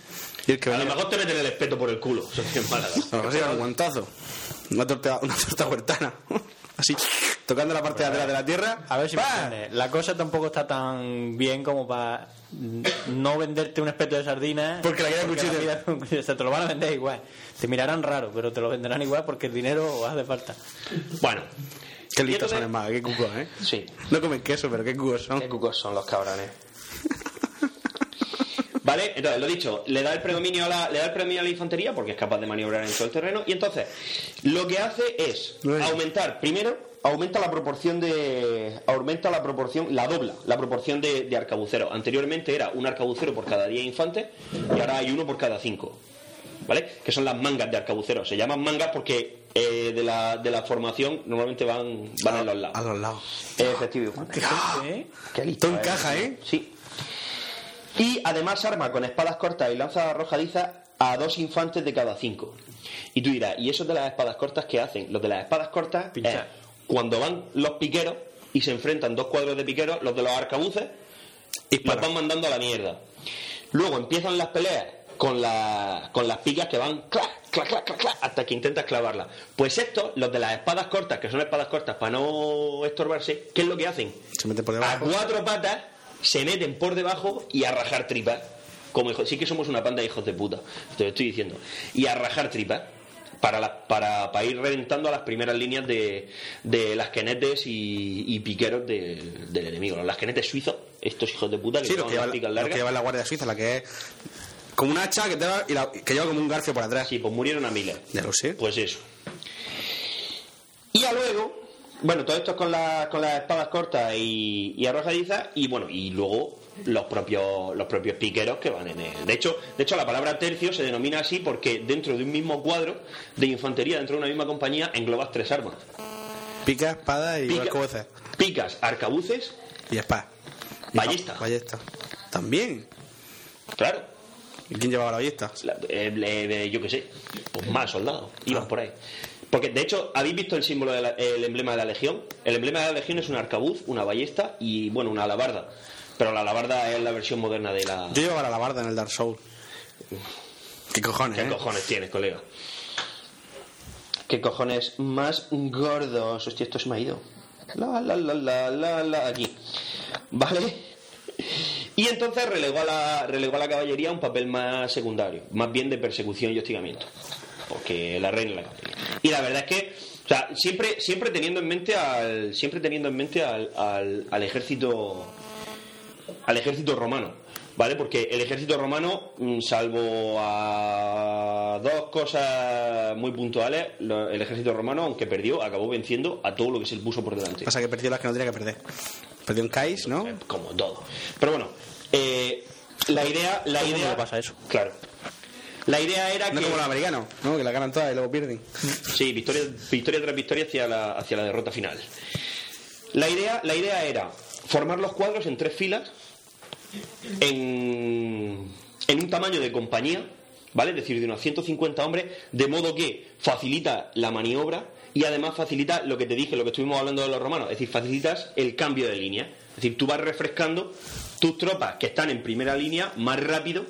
Speaker 1: Y el que
Speaker 3: A lo
Speaker 1: venga-
Speaker 3: mejor te meten el espeto por el culo. Eso sí es
Speaker 1: (laughs)
Speaker 3: Málaga.
Speaker 1: A lo mejor se lleva un guantazo. Una torta, una torta huertana. (laughs) Así, tocando la parte de atrás de la tierra.
Speaker 2: A ver si me
Speaker 1: ¡pam!
Speaker 2: entiendes. La cosa tampoco está tan bien como para no venderte un espeto de sardinas.
Speaker 1: Porque la quieres cuchillo.
Speaker 2: vida es un cuchillo. (laughs) O sea, te lo van a vender igual. Te mirarán raro, pero te lo venderán igual porque el dinero hace falta.
Speaker 3: Bueno.
Speaker 1: Qué listos son, hermano, qué cucos, ¿eh?
Speaker 3: Sí.
Speaker 1: No comen queso, pero qué cucos son. (laughs)
Speaker 3: Qué cucos son los cabrones. Vale, entonces lo dicho, le da el predominio a la, le da el predominio a la infantería porque es capaz de maniobrar en todo el terreno. Y entonces, lo que hace es aumentar, primero, aumenta la proporción de. aumenta la proporción, la dobla, la proporción de, de arcabuceros. Anteriormente era un arcabucero por cada 10 infantes, y ahora hay uno por cada 5. ¿Vale? Que son las mangas de arcabuceros. Se llaman mangas porque eh, de, la, de la formación normalmente van, van en los lados.
Speaker 1: A los lados.
Speaker 3: Efectivo.
Speaker 2: (laughs) ¿Eh?
Speaker 3: Qué listo.
Speaker 1: Todo
Speaker 3: ¡Ah! eh.
Speaker 1: encaja, ¿eh?
Speaker 3: Sí. Y además arma con espadas cortas y lanzas arrojadizas a dos infantes de cada cinco. Y tú dirás, ¿y esos de las espadas cortas qué hacen? Los de las espadas cortas
Speaker 2: Pinchar.
Speaker 3: es cuando van los piqueros y se enfrentan dos cuadros de piqueros, los de los arcabuces, y los van mandando a la mierda. Luego empiezan las peleas con, la- con las picas que van clac, clac, clac, clac, clac, hasta que intentas clavarla. Pues estos, los de las espadas cortas, que son espadas cortas para no estorbarse, ¿qué es lo que hacen?
Speaker 1: Se meten por
Speaker 3: a
Speaker 1: debajo.
Speaker 3: cuatro patas se meten por debajo y a rajar tripas. Como hijo- sí que somos una panda de hijos de puta, te lo estoy diciendo. Y a rajar tripas para, la- para, para ir reventando a las primeras líneas de, de las quenetes y, y piqueros del- del enemigo. Los lasquenetes suizos, estos hijos de puta que
Speaker 1: Sí, lo
Speaker 3: llevan
Speaker 1: que, lleva,
Speaker 3: las picas
Speaker 1: lo que
Speaker 3: largas.
Speaker 1: lleva la Guardia Suiza, la que es como una hacha que, te va- y la- que lleva como un garfio por atrás.
Speaker 3: Sí, pues murieron a miles.
Speaker 1: Ya lo sé.
Speaker 3: Pues eso. Y ya luego, bueno, todo esto es con, la- con las espadas cortas y, y arrojadizas, y bueno, y luego los propios los propios piqueros que van en él. De hecho, de hecho, la palabra tercio se denomina así porque dentro de un mismo cuadro de infantería, dentro de una misma compañía, englobas tres armas.
Speaker 1: Pica, espada y
Speaker 3: Pica.
Speaker 1: arcobuces.
Speaker 3: Picas, arcabuces,
Speaker 1: Y espada. Y
Speaker 3: Ballesta.
Speaker 1: pa- Ballesta. También.
Speaker 3: claro,
Speaker 1: ¿Y quién llevaba la ballesta?
Speaker 3: la- eh, le- eh, yo qué sé, pues más soldados, iban por ahí. Porque de hecho, ¿habéis visto el símbolo del emblema de la legión? El emblema de la legión es un arcabuz, una ballesta y, bueno, una alabarda. Pero la alabarda es la versión moderna de la.
Speaker 1: Yo llevaba la alabarda en el Dark Souls. ¿Qué cojones,
Speaker 3: ¿Qué
Speaker 1: eh?
Speaker 3: cojones tienes, colega? ¿Qué cojones más gordos? Hostia, esto se me ha ido. La, la, la, la, la, la, aquí. ¿Vale? Y entonces relegó a, la, relegó a la caballería un papel más secundario, más bien de persecución y hostigamiento. Porque la reina es la caballería. Y la verdad es que, o sea, siempre, siempre teniendo en mente al. Siempre teniendo en mente al- al, al ejército al ejército romano, ¿vale? Porque el ejército romano, mm, salvo a dos cosas muy puntuales, lo- el ejército romano, aunque perdió, acabó venciendo a todo lo que se le puso por delante.
Speaker 1: Pasa que perdió las que no tenía que perder. Perdió un Kais, ¿no?
Speaker 3: Como todo. Pero bueno, eh, la idea... La
Speaker 2: el mundo
Speaker 3: idea
Speaker 2: le pasa eso.
Speaker 3: Claro. La idea era
Speaker 1: No
Speaker 3: que...
Speaker 1: como los americanos, ¿no? Que la ganan todas y luego pierden.
Speaker 3: Sí, victoria, victoria tras victoria hacia la, hacia la derrota final. La idea, la idea era formar los cuadros en tres filas, en, en un tamaño de compañía, ¿vale? Es decir, de unos 150 hombres, de modo que facilita la maniobra y además facilita lo que te dije, lo que estuvimos hablando de los romanos, es decir, facilitas el cambio de línea. Es decir, tú vas refrescando tus tropas que están en primera línea más rápido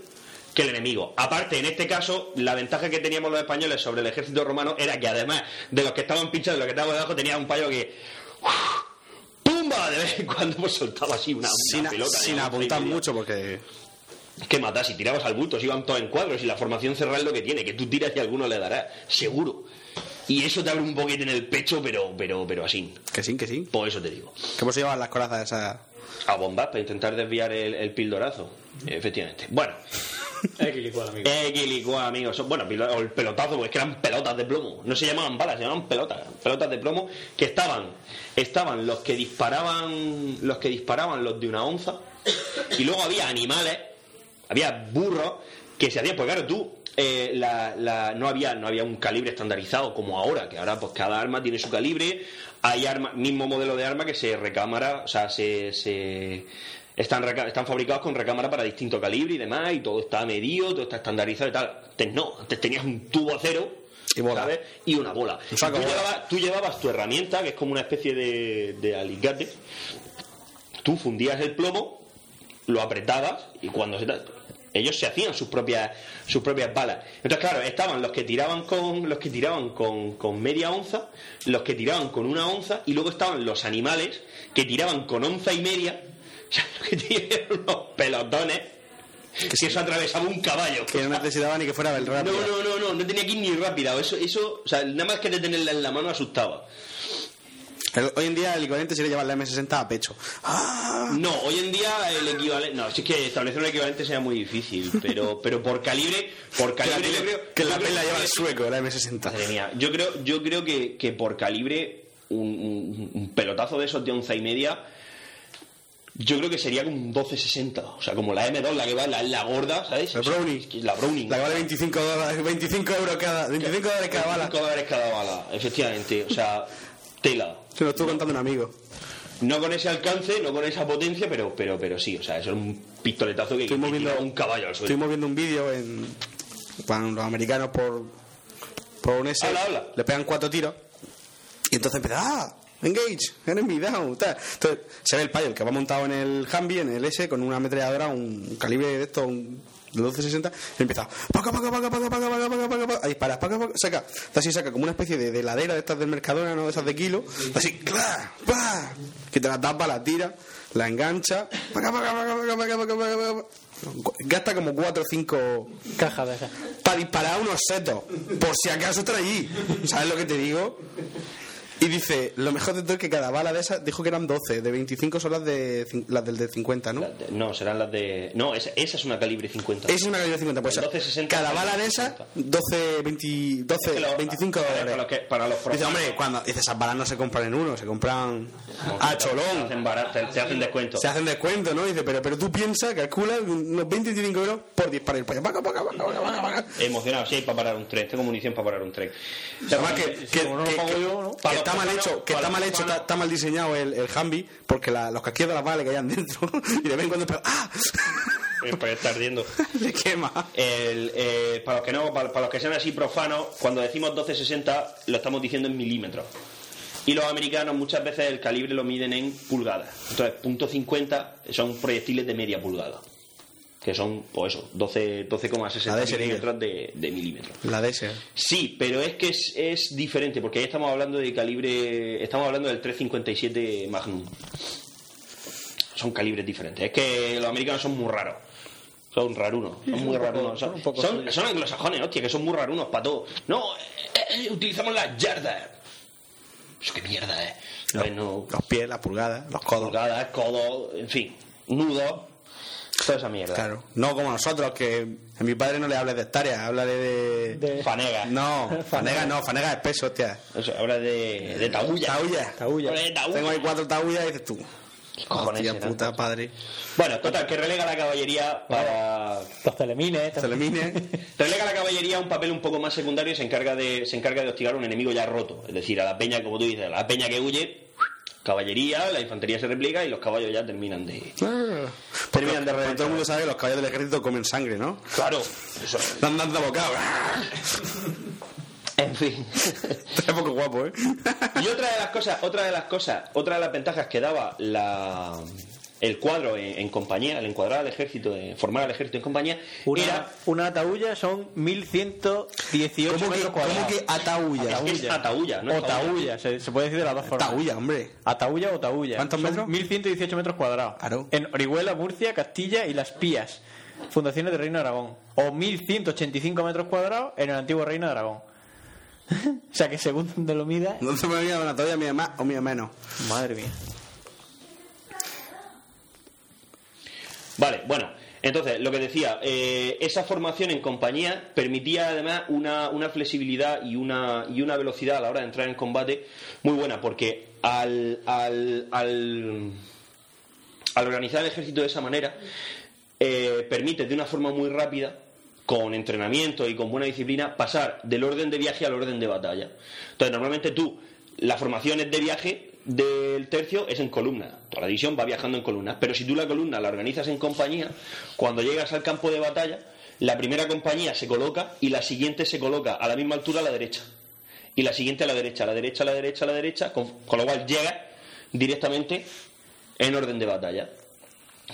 Speaker 3: que el enemigo. Aparte, en este caso, la ventaja que teníamos los españoles sobre el ejército romano era que además de los que estaban pinchados, de los que estaban debajo, tenía un payo que. ¡Uf! ¡Pumba! De vez en cuando pues, soltaba así una, una
Speaker 1: Sin, a-
Speaker 3: pelota. de
Speaker 1: sin
Speaker 3: once y
Speaker 1: apuntar
Speaker 3: media.
Speaker 1: mucho porque...
Speaker 3: ¿Qué matas? Si tirabas al bulto, si iban todos en cuadros, y la formación cerrada es lo que tiene, que tú tiras y alguno le dará, seguro. Y eso te abre un boquete en el pecho, pero, pero, pero así.
Speaker 1: Que sí, que sí.
Speaker 3: Por eso te digo.
Speaker 1: Que por eso llevaban las corazas esas...
Speaker 3: A bombas para intentar desviar el, el pildorazo. Efectivamente. Bueno,
Speaker 2: Equilicua, amigo.
Speaker 3: Equilicua, amigo. Son- Bueno, pilo- o el pelotazo, es que eran pelotas de plomo. No se llamaban balas, se llamaban pelotas. Pelotas de plomo que estaban. Estaban los que disparaban. Los que disparaban los de una onza. Y luego había animales. Había burros que se hacían. Pues claro, tú. eh, la- la- no había no había un calibre estandarizado como ahora que ahora pues cada arma tiene su calibre hay arma, mismo modelo de arma que se recámara o sea se, se- están, reca- están fabricados con recámara para distinto calibre y demás, y todo está medido, todo está estandarizado y tal. Antes no, antes tenías un tubo acero y, ¿sabes? y una bola. Y tú, llevabas, tú llevabas tu herramienta, que es como una especie de, de alicate, tú fundías el plomo, lo apretabas y cuando se ta- ellos se hacían sus propias sus propias balas. Entonces, claro, estaban los que tiraban con los que tiraban con, con media onza, los que tiraban con una onza y luego estaban los animales que tiraban con onza y media, (laughs) o sea, los que tiraban los pelotones que si eso atravesaba un caballo.
Speaker 1: Que no necesitaba ni que fuera el rápido.
Speaker 3: No, no, no, no, no tenía que ir ni rápida. Eso, eso, o sea, nada más que de tenerla en la mano asustaba.
Speaker 1: El- hoy en día el equivalente sería llevar la M60 a pecho. Ah,
Speaker 3: No, hoy en día el equivalente. No, si es que establecer un equivalente sea muy difícil, pero, pero por calibre. Por calibre, yo creo.
Speaker 1: Que la
Speaker 3: yo creo Eh,
Speaker 1: pela lleva el sueco, la M60.
Speaker 3: Madre mía, yo creo, yo creo que, que por calibre, un, un- un pelotazo de esos de onza y media, yo creo que sería como un 1260. O sea, como la M2, la que va, la, la gorda, ¿sabes? La Browning. La Browning.
Speaker 1: La que vale 25 dólares, 25 euros cada, 25 dólares cada bala.
Speaker 3: 25 dólares cada bala, efectivamente. O
Speaker 1: (laughs)
Speaker 3: sea, tela.
Speaker 1: Se lo estuvo contando un amigo.
Speaker 3: No con ese alcance, no con esa potencia, pero, pero, pero sí, o sea, eso es un pistoletazo que, que
Speaker 1: Estuvimos viendo-
Speaker 3: tira un caballo al suelo.
Speaker 1: Estuvimos viendo un vídeo en. Cuando los americanos por. Por un S.
Speaker 3: Habla, habla.
Speaker 1: Le pegan cuatro tiros. Y entonces empieza. ¡Ah! Engage, enemy down. tal. Entonces se ve el payo, el que va montado en el Humvee, en el S, con una ametralladora, un calibre de esto, un. De 1260, y empieza paca, paca, paca, paca, paca, paca, paca, paca, paca, a disparar, paca, paca, saca, así saca como una especie de, de ladera de estas del Mercadona, ¿no? De esas de kilo, así, ¡cla! ¡pa! que te la tapa, la tira, la engancha, paca, paca, paca, paca, paca, paca, paca, paca, paca. Gasta como 4 o 5
Speaker 2: Caja de esas.
Speaker 1: para disparar unos setos. Por si acaso está allí. ¿Sabes lo que te digo? Y dice, lo mejor de todo es que cada bala de esas dijo que eran 12. De 25 son las, de, cin- las del de 50, ¿no?
Speaker 3: No, serán las de. No, esa, esa es una calibre 50.
Speaker 1: Es una calibre 50. Pues
Speaker 3: El 1260
Speaker 1: cada bala de esas, 12, 20, 12 25 dólares.
Speaker 3: para los que- para los
Speaker 1: dice,
Speaker 3: profanos.
Speaker 1: hombre, cuando dice, esas balas no se compran en uno, se compran a
Speaker 3: Te
Speaker 1: cholón.
Speaker 3: hacen, barat- te, te hacen descuento.
Speaker 1: Se hacen descuento, ¿no? Dice, pero, pero tú piensas, calcula unos 20 25 euros por disparar. Pues, paca, paca, paca, paca, paca, paca.
Speaker 3: Emocionado, sí, para parar un tren. Tengo munición para parar un tren.
Speaker 1: Además que, que- que- que- que
Speaker 3: Para los
Speaker 1: está mal
Speaker 3: profanos-
Speaker 1: hecho, que
Speaker 3: para
Speaker 1: está
Speaker 3: los
Speaker 1: mal hecho, está,
Speaker 3: profanos-
Speaker 1: está mal diseñado el, el Humvee, porque la- los casquillos de las balas le caían dentro (laughs) y de vez en cuando ¡ah! (laughs)
Speaker 3: Eh, pues está ardiendo.
Speaker 1: le quema.
Speaker 3: El, eh, para los que no, para, para los que sean así profanos, cuando decimos 1260 lo estamos diciendo en milímetros. Y los americanos muchas veces el calibre lo miden en pulgadas. Entonces, punto .50 son proyectiles de media pulgada. Que son, pues eso, 12
Speaker 1: La de
Speaker 3: 12,60
Speaker 1: ese nivel.
Speaker 3: milímetros de, de milímetro.
Speaker 1: La de ese.
Speaker 3: Sí, pero es que es, es diferente, porque ahí estamos hablando de calibre. Estamos hablando del 357 Magnum. Son calibres diferentes. Es que los americanos son muy raros. Son rarunos, son muy rarunos. Son, son, son anglosajones, hostia, que son muy rarunos para todo. No, eh, eh, utilizamos las yardas. Eso qué mierda, eh. Pues no,
Speaker 1: Los pies, las pulgadas, los codos.
Speaker 3: pulgadas, codos, en fin, nudos. Toda esa mierda.
Speaker 1: Claro. No como nosotros, que a mi padre no le hables de hectáreas, háblale de.
Speaker 3: Fanega. (laughs)
Speaker 1: No, fanega no, fanega es peso, hostia.
Speaker 3: O sea, habla de, de tabulla.
Speaker 1: Tabulla.
Speaker 3: Habla de tabulla.
Speaker 1: Tengo ahí cuatro tabullas y dices tú.
Speaker 3: cojones
Speaker 1: Hostia
Speaker 3: será?
Speaker 1: puta, padre.
Speaker 3: Bueno, total, que relega la caballería para.
Speaker 2: Los telemines.
Speaker 3: (laughs)
Speaker 1: Telemines.
Speaker 3: Relega la caballería a un papel un poco más secundario y se encarga de, se encarga de hostigar a un enemigo ya roto. Es decir, a la peña, como tú dices, a la peña que huye, caballería, la infantería se repliega y los caballos ya terminan de.
Speaker 1: Ah. Porque
Speaker 3: Terminan de reventar.
Speaker 1: todo el mundo sabe que los caballos del ejército comen sangre, ¿no?
Speaker 3: Claro, eso.
Speaker 1: Dan dando bocado. (laughs)
Speaker 3: En fin. (laughs)
Speaker 1: Está poco guapo, ¿eh?
Speaker 3: Y otra de las cosas, otra de las cosas, otra de las ventajas que daba la el cuadro en, en compañía, el encuadrar al ejército, de formar al ejército en compañía,
Speaker 2: Una,
Speaker 3: era
Speaker 2: una ataúlla son 1118
Speaker 1: ¿Cómo que,
Speaker 2: metros cuadrados.
Speaker 1: ¿Cómo que ataúlla?
Speaker 3: es que es ataúlla, no
Speaker 2: o
Speaker 3: es taúlla.
Speaker 2: taúlla, se, se puede decir de las dos formas.
Speaker 1: Ataúlla, hombre.
Speaker 2: Ataúlla o taúlla.
Speaker 1: ¿Cuántos
Speaker 2: Son
Speaker 1: metros?
Speaker 2: 1118 metros cuadrados.
Speaker 1: Claro.
Speaker 2: En Orihuela, Murcia, Castilla y Las Pías. Fundaciones del Reino de Aragón. O 1185 metros cuadrados en el antiguo Reino de Aragón. (laughs) o sea que según donde lo mida.
Speaker 1: No se me olvida una ataúlla mía más o mía menos.
Speaker 2: Madre mía.
Speaker 3: Vale, bueno, Entonces, lo que decía, eh, esa formación en compañía permitía además una, una flexibilidad y una, y una velocidad a la hora de entrar en combate muy buena, porque al, al, al, al organizar el ejército de esa manera, eh, permite de una forma muy rápida con entrenamiento y con buena disciplina, pasar del orden de viaje al orden de batalla. Entonces, normalmente tú, las formaciones de viaje del tercio es en columna. Toda la división va viajando en columnas. Pero si tú la columna la organizas en compañía, cuando llegas al campo de batalla, la primera compañía se coloca y la siguiente se coloca a la misma altura a la derecha. Y la siguiente a la derecha, a la derecha, a la derecha, a la derecha, con, con lo cual llegas directamente en orden de batalla.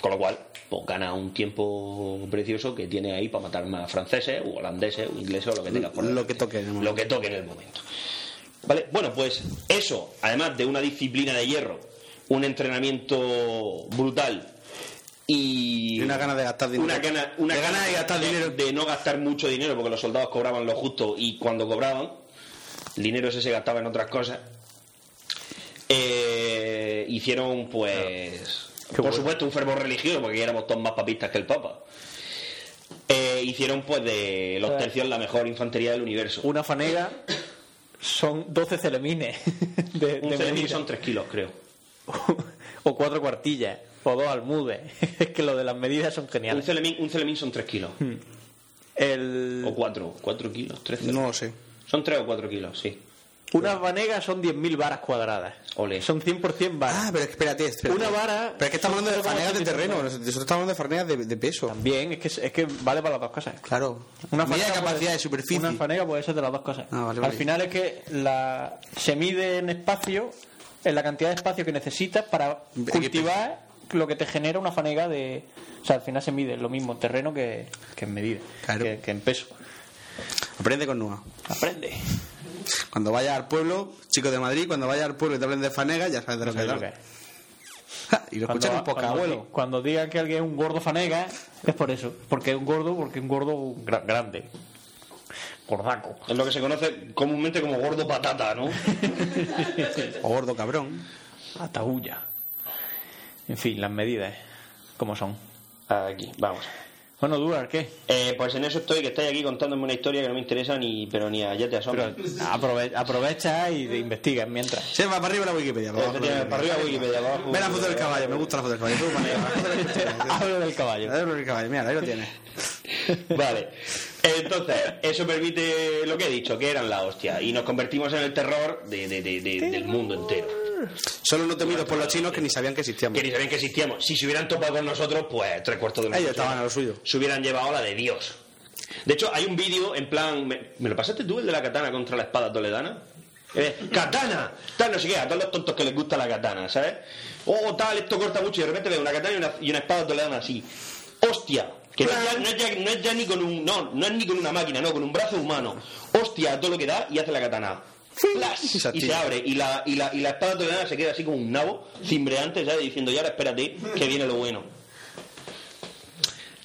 Speaker 3: Con lo cual, pues gana un tiempo precioso que tiene ahí para matar más franceses, u holandeses, o ingleses, o lo que tengas por
Speaker 1: Lo que toque. en el momento.
Speaker 3: pues, lo que toque en el momento. ¿Vale? Bueno, pues eso, además de una disciplina de hierro, un entrenamiento brutal y.
Speaker 1: Una gana de gastar dinero.
Speaker 3: Una gana, una
Speaker 1: De
Speaker 3: gana
Speaker 1: ganas de gastar dinero.
Speaker 3: de no gastar mucho dinero, porque los soldados cobraban lo justo y cuando cobraban, el dinero ese se gastaba en otras cosas. Eh, hicieron, pues. por supuesto, un fervor religioso, porque éramos todos más papistas que el Papa. Eh, hicieron, pues, de los tercios la mejor infantería del universo.
Speaker 2: Una fanega son 12 celemines. (laughs) De,
Speaker 3: Un
Speaker 2: de
Speaker 3: celemín
Speaker 2: medida.
Speaker 3: son 3 kilos, creo.
Speaker 2: (laughs) O cuatro cuartillas. O dos almudes. (laughs) Es que lo de las medidas son
Speaker 3: Un
Speaker 2: geniales.
Speaker 3: celemín, un celemín son 3 kilos.
Speaker 1: Hmm.
Speaker 2: El-
Speaker 3: O 4. 4 kilos, 3
Speaker 1: No lo sé.
Speaker 3: Son 3 o 4 kilos, sí.
Speaker 2: Unas vanegas son 10.000 varas cuadradas.
Speaker 3: Ole.
Speaker 2: Son 100% varas.
Speaker 1: Ah, pero espérate, espérate.
Speaker 2: Una vara-
Speaker 1: Pero es que estamos hablando de
Speaker 2: son
Speaker 1: fanegas de
Speaker 2: 0,85.
Speaker 1: terreno. Nosotros estamos hablando de fanegas de, de peso.
Speaker 2: Bien, es que, es- es que vale para las dos cosas.
Speaker 1: Claro.
Speaker 2: Una
Speaker 1: Mira
Speaker 2: fanega
Speaker 1: capacidad
Speaker 2: puede-
Speaker 1: de superficie.
Speaker 2: Una fanega puede ser de las dos cosas.
Speaker 1: Ah, vale,
Speaker 2: Al
Speaker 1: vale.
Speaker 2: final es que la, se mide en espacio, en la cantidad de espacio que necesitas para
Speaker 1: Ve-
Speaker 2: cultivar lo que te genera una fanega de... O sea, al final se mide lo mismo en terreno que, que en medida,
Speaker 1: Claro.
Speaker 2: que, que en peso.
Speaker 1: Aprende con Nua.
Speaker 2: Aprende.
Speaker 1: Cuando vayas al pueblo, chicos de Madrid, cuando vayas al pueblo y te hablen de fanegas, ya sabes de lo que
Speaker 2: Lo que
Speaker 1: hablan.
Speaker 2: es.
Speaker 1: Y lo escuchan un poco,
Speaker 2: cuando,
Speaker 1: abuelo.
Speaker 2: Cuando digan que alguien es un gordo fanega, es por eso. Porque es un gordo, porque es un gordo gra- grande. Gordaco.
Speaker 3: Es lo que se conoce comúnmente como gordo patata, ¿no?
Speaker 1: O gordo cabrón.
Speaker 2: Ataúlla. En fin, las medidas, ¿cómo son?
Speaker 3: Aquí, vamos.
Speaker 2: Bueno, Duar, ¿qué?
Speaker 3: Eh, pues en eso estoy, que estáis aquí contándome una historia que no me interesa ni, pero ni a ya te asombra.
Speaker 2: Pero aprove- aprovecha y te investigas
Speaker 1: (laughs)
Speaker 2: mientras.
Speaker 1: Se va para arriba la Wikipedia. para abajo la
Speaker 3: Efectivamente, para arriba Wikipedia, para abajo.
Speaker 1: Ve la foto del caballo, me gusta la foto del caballo. Tú, fanega, la foto del caballo.
Speaker 2: Hablo del
Speaker 1: La
Speaker 2: caballo.
Speaker 1: foto del caballo, mira, ahí lo tienes.
Speaker 3: Vale. Entonces, eso permite lo que he dicho, que eran la hostia. Y nos convertimos en el terror de- de- de- de- del mundo entero.
Speaker 1: Solo no temidos por los chinos que ni sabían que existíamos.
Speaker 3: Que ni sabían que existíamos. Si se hubieran topado con nosotros, pues tres cuartos de la
Speaker 1: Ellos
Speaker 3: persona
Speaker 1: estaban a lo suyo.
Speaker 3: Se hubieran llevado la de Dios. De hecho, hay un vídeo en plan. ¿me, me lo pasaste tú el de la katana contra la espada toledana? Eh, ¡Katana! Tal, no sé qué, a todos los tontos que les gusta la katana, ¿sabes? Oh, tal, esto corta mucho y de repente veo una katana y una, y una espada toledana así. ¡Hostia! Que no es, ya, no es ya- no es ya ni con un. No, no es ni con una máquina, no, con un brazo humano. ¡Hostia! a Todo lo que da y hace la katana. ¡Flash!
Speaker 1: Y se
Speaker 3: Y se
Speaker 1: activa.
Speaker 3: abre y la, y la, y la espada toledana se queda así como un nabo, cimbreante, ¿sabes? Diciendo, y ahora espérate, que viene lo bueno.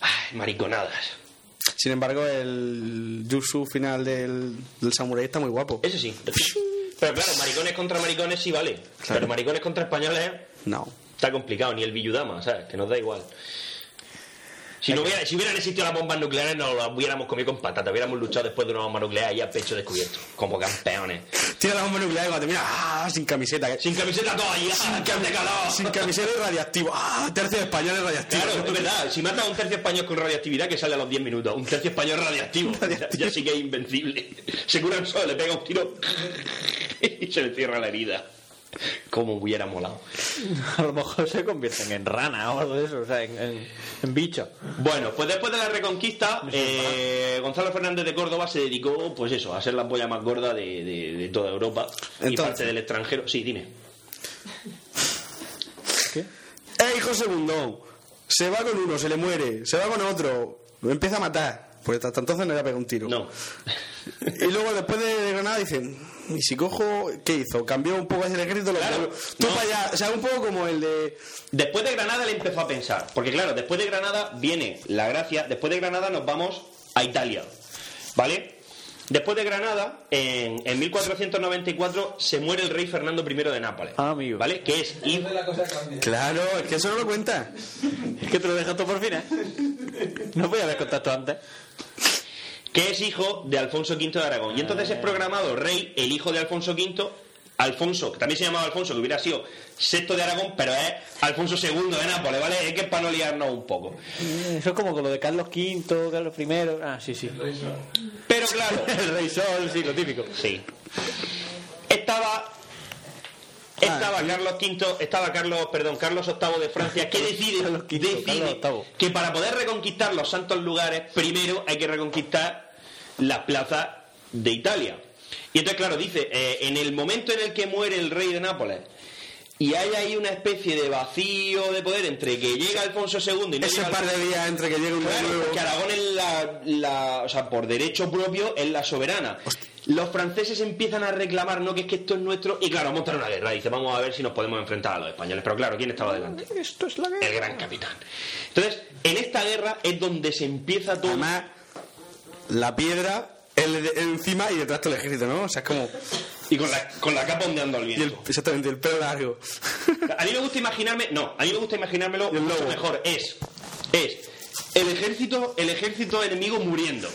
Speaker 3: Ay, mariconadas.
Speaker 1: Sin embargo, el Jutsu final del, del Samurai está muy guapo.
Speaker 3: Ese sí. Pero claro, maricones contra maricones sí vale. Pero maricones contra españoles
Speaker 1: No.
Speaker 3: está complicado. Ni el Villudama, ¿sabes? Que nos da igual. Si, no hubiera, si hubieran existido las bombas nucleares, nos las hubiéramos comido con patata. Hubiéramos luchado después de una bomba nuclear y a pecho descubierto. Como campeones.
Speaker 1: Tira la bomba nuclear y cuando mira, ¡ah! Sin camiseta.
Speaker 3: Sin camiseta todavía. ¡Sin calor!
Speaker 1: Sin camiseta y radiactivo. ¡ah! Tercio de españoles radiactivo.
Speaker 3: Claro, es verdad. Si matas a un tercio español con radioactividad, que sale a los 10 minutos. Un tercio español radioactivo.
Speaker 1: Radioactivo.
Speaker 3: Ya, ya sí que es invencible. Se cura un solo, le pega un tiro y se le cierra la herida. Como hubiera molado.
Speaker 2: A lo mejor se convierten en rana o algo de eso, o sea, en, en- en bicho.
Speaker 3: Bueno, pues después de la reconquista, eh, Gonzalo Fernández de Córdoba se dedicó, pues eso, a ser la polla más gorda de, de- de toda Europa y
Speaker 1: Entonces.
Speaker 3: parte del extranjero. Sí, dime.
Speaker 1: ¡Eh, hijo segundo! Se va con uno, se le muere. Se va con otro. Lo empieza a matar. Porque hasta entonces no le ha pegado un tiro.
Speaker 3: No.
Speaker 1: Y luego después de, de Granada dicen, ¿y si cojo qué hizo? Cambió un poco ese ejército, lo
Speaker 3: Claro,
Speaker 1: cambió. Tú
Speaker 3: no.
Speaker 1: para allá, o sea, un poco como el de...
Speaker 3: Después de Granada le empezó a pensar. Porque claro, después de Granada viene la gracia. Después de Granada nos vamos a Italia. ¿Vale? Después de Granada, en, en 1494 se muere el rey Fernando I de Nápoles. Ah, amigo. ¿Vale? Que es hijo-
Speaker 1: Claro, es que eso no lo cuenta.
Speaker 2: Es que te lo dejas todo por fin, ¿eh? No podía haber contacto antes.
Speaker 3: que es hijo de Alfonso V de Aragón. Y entonces es programado rey el hijo de Alfonso V, Alfonso, que también se llamaba Alfonso, que hubiera sido sexto de Aragón, pero es Alfonso II de Nápoles, ¿vale? Es que es para no liarnos un poco.
Speaker 2: Eso es como con lo de Carlos V, Carlos I. Ah, sí, sí.
Speaker 3: Pero claro. el rey sol, sí, lo típico. Sí. Estaba. Estaba Carlos V, estaba Carlos, perdón, Carlos VIII de Francia, que decide, decide que para poder reconquistar los santos lugares, primero hay que reconquistar las plazas de Italia. Y entonces, claro, dice, eh, en el momento en el que muere el rey de Nápoles, y hay ahí una especie de vacío de poder entre que llega Alfonso II y no
Speaker 1: Ese
Speaker 3: llega
Speaker 1: par de
Speaker 3: Alfonso-
Speaker 1: días entre que llega un
Speaker 3: Claro,
Speaker 1: nuevo-
Speaker 3: porque Aragón es la, la- o sea, por derecho propio es la soberana. Los franceses empiezan a reclamar, no, que es que esto es nuestro. Y claro, montan una guerra. Dice, vamos a ver si nos podemos enfrentar a los españoles. Pero claro, ¿quién estaba delante?
Speaker 1: Esto es la guerra.
Speaker 3: El gran capitán. Entonces, en esta guerra es donde se empieza todo.
Speaker 1: La piedra el de- encima y detrás todo el ejército, ¿no? O sea, es como...
Speaker 3: Y con la, con la capa ondeando al
Speaker 1: Y el-
Speaker 3: viento.
Speaker 1: exactamente, el pelo largo.
Speaker 3: A mí me gusta imaginarme, no, a mí me gusta imaginármelo mucho mejor. Es, es el ejército, el ejército enemigo muriendo,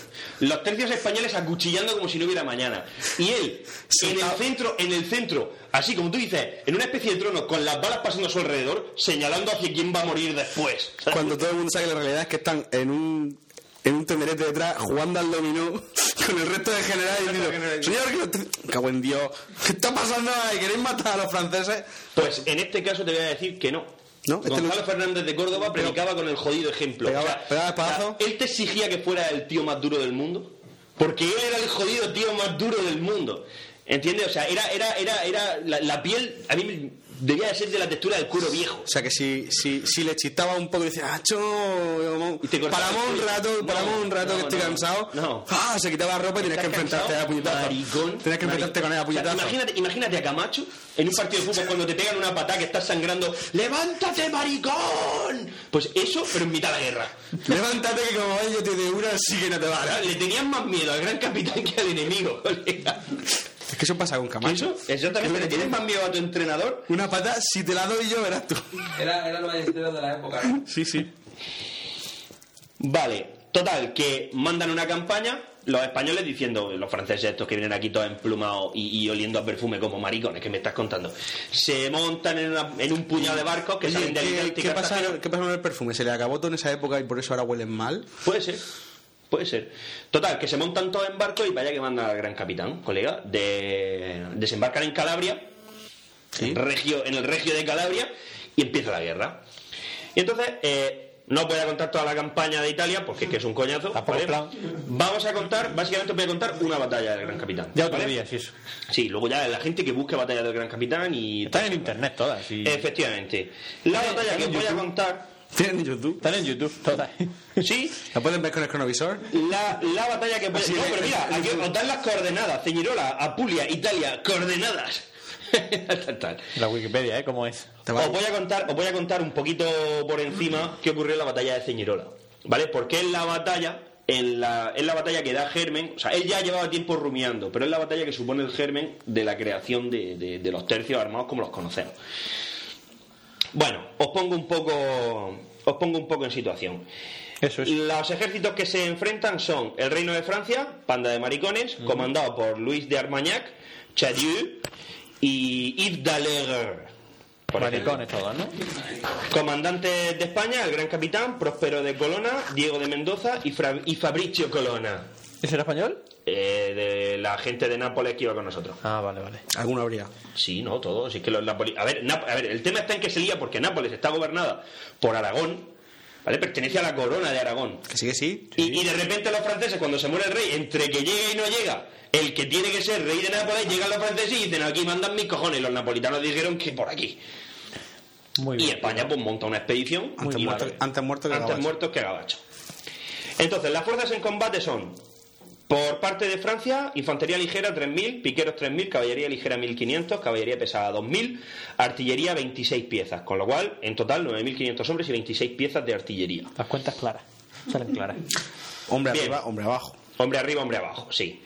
Speaker 3: los tercios españoles acuchillando como si no hubiera mañana, y él en el centro, en el centro, así como tú dices, en una especie de trono con las balas pasando a su alrededor, señalando hacia quién va a morir después.
Speaker 1: Cuando todo el mundo sabe que la realidad es que están en un... En un tenderete detrás, jugando al dominó (laughs) con el resto de generales diciendo: Señor, que lo te- cago en Dios, ¿qué está pasando ahí? ¿Queréis matar a los franceses?
Speaker 3: Pues en este caso te voy a decir que no.
Speaker 1: No, este
Speaker 3: Gonzalo Fernández de Córdoba predicaba con el jodido ejemplo.
Speaker 1: Pegaba- pegaba
Speaker 3: o sea, él te exigía que fuera el tío más duro del mundo, porque él era el jodido tío más duro del mundo. ¿Entiendes? O sea, era, era, era, era la, la piel, a mí me- debía de ser de la textura del cuero viejo.
Speaker 1: O sea que si, si, si le chistaba un poco y decía, ¡Acho!
Speaker 3: cortaba
Speaker 1: Paramos
Speaker 3: el
Speaker 1: un
Speaker 3: cuello.
Speaker 1: rato, paramos
Speaker 3: No,
Speaker 1: un rato
Speaker 3: no,
Speaker 1: que estoy
Speaker 3: no,
Speaker 1: cansado.
Speaker 3: no.
Speaker 1: ¡Ah! Se quitaba la ropa y tenías que
Speaker 3: ¿Estás
Speaker 1: enfrentarte
Speaker 3: cansado?
Speaker 1: a puñetazos.
Speaker 3: Maricón.
Speaker 1: Tenías que enfrentarte con él a
Speaker 3: O sea,
Speaker 1: puñetazos.
Speaker 3: imagínate, imagínate a Camacho en un partido de fútbol cuando te pegan una patada que estás sangrando. ¡Levántate, maricón! Pues eso, pero en mitad de la guerra.
Speaker 1: Levántate que como vaya yo te de una sí que no te vale.
Speaker 3: Le tenían más miedo al gran capitán que al enemigo, (laughs) colega.
Speaker 1: Es que eso pasa con Camacho.
Speaker 3: Exactamente, le tienes más miedo a tu entrenador.
Speaker 1: Una pata, si te la doy yo, verás tú.
Speaker 16: Era, era el ballestero de la época. ¿no?
Speaker 1: Sí, sí.
Speaker 3: Vale, total, que mandan una campaña los españoles diciendo, los franceses estos que vienen aquí todos emplumados y, y oliendo a perfume como maricones, que me estás contando. Se montan en, una- en un puñado de barcos que
Speaker 1: Oye,
Speaker 3: salen de
Speaker 1: ¿qué,
Speaker 3: Alicante y
Speaker 1: qué pasa,
Speaker 3: Cartagena.
Speaker 1: ¿Qué pasa con el perfume? ¿Se le acabó todo en esa época y por eso ahora huelen mal?
Speaker 3: Puede ser, puede ser. Total, que se montan todos en barco y vaya que manda al gran capitán, colega, de desembarcan en Calabria, en, regio, en el regio de Calabria, y empieza la guerra. Y entonces, eh, no voy a contar toda la campaña de Italia, porque es que es un coñazo. ¿vale? Vamos a contar, básicamente os voy a contar una batalla del gran capitán.
Speaker 2: Ya otro
Speaker 3: ¿vale?
Speaker 2: día, sí, eso.
Speaker 3: Sí, luego ya la gente que busca batalla del gran capitán y...
Speaker 2: Están en internet todas. Y...
Speaker 11: Eh,
Speaker 3: Efectivamente. La batalla que os voy a contar...
Speaker 1: ¿Tienen en YouTube?
Speaker 2: Están en YouTube todas. (laughs)
Speaker 3: Sí,
Speaker 1: ¿La pueden ver con el cronovisor?
Speaker 3: La, la batalla que...
Speaker 1: Así
Speaker 3: no,
Speaker 1: es.
Speaker 3: pero mira, aquí os dan las coordenadas. Ceñirola, Apulia, Italia, coordenadas. (laughs) Tal, tal.
Speaker 2: La Wikipedia, ¿eh? ¿Cómo es?
Speaker 3: Os voy, a contar, os voy a contar un poquito por encima qué ocurrió en la batalla de Ceñirola. ¿Vale? Porque es la batalla, en la, es la batalla que da germen, o sea, él ya llevaba tiempo rumiando, pero es la batalla que supone el germen de la creación de, de- de los tercios armados como los conocemos. Bueno, os pongo un poco, os pongo un poco en situación.
Speaker 2: Pues-
Speaker 3: Los ejércitos que se enfrentan son el Reino de Francia, panda de maricones, comandado por Luis de Armagnac, Chadieu y Yves Dallaire. por
Speaker 2: Maricones todas, ¿no?
Speaker 3: Comandantes de España, el gran capitán Próspero de Colona, Diego de Mendoza y, Fra- y Fabricio Colona,
Speaker 2: ¿Ese era español?
Speaker 3: eh, de la gente de Nápoles que iba con nosotros.
Speaker 2: Ah, vale, vale.
Speaker 1: ¿Alguna habría?
Speaker 3: Sí, no, todos. Es que los napoli- A ver, Nap- a ver, el tema está en que se lía porque Nápoles está gobernada por Aragón, ¿vale? Pertenece a la corona de Aragón.
Speaker 1: Que sí, que sí.
Speaker 3: Y, y de repente los franceses, cuando se muere el rey, entre que llega y no llega, el que tiene que ser rey de Nápoles, llegan los franceses y dicen, aquí mandan mis cojones. Los napolitanos dijeron que por aquí.
Speaker 2: Muy
Speaker 3: y España pues monta una expedición.
Speaker 1: Antes
Speaker 3: y va-
Speaker 1: muerto- antes muerto que
Speaker 3: antes
Speaker 1: gabacho.
Speaker 3: muertos que gabacho. Entonces, las fuerzas en combate son, por parte de Francia, infantería ligera 3.000, piqueros 3.000, caballería ligera 1.500, caballería pesada 2.000, artillería 26 piezas, con lo cual, en total, 9.500 hombres y 26 piezas de artillería.
Speaker 2: Las cuentas claras. Salen claras.
Speaker 1: Hombre
Speaker 3: Bien.
Speaker 1: arriba, hombre abajo.
Speaker 3: Hombre arriba, hombre abajo, sí.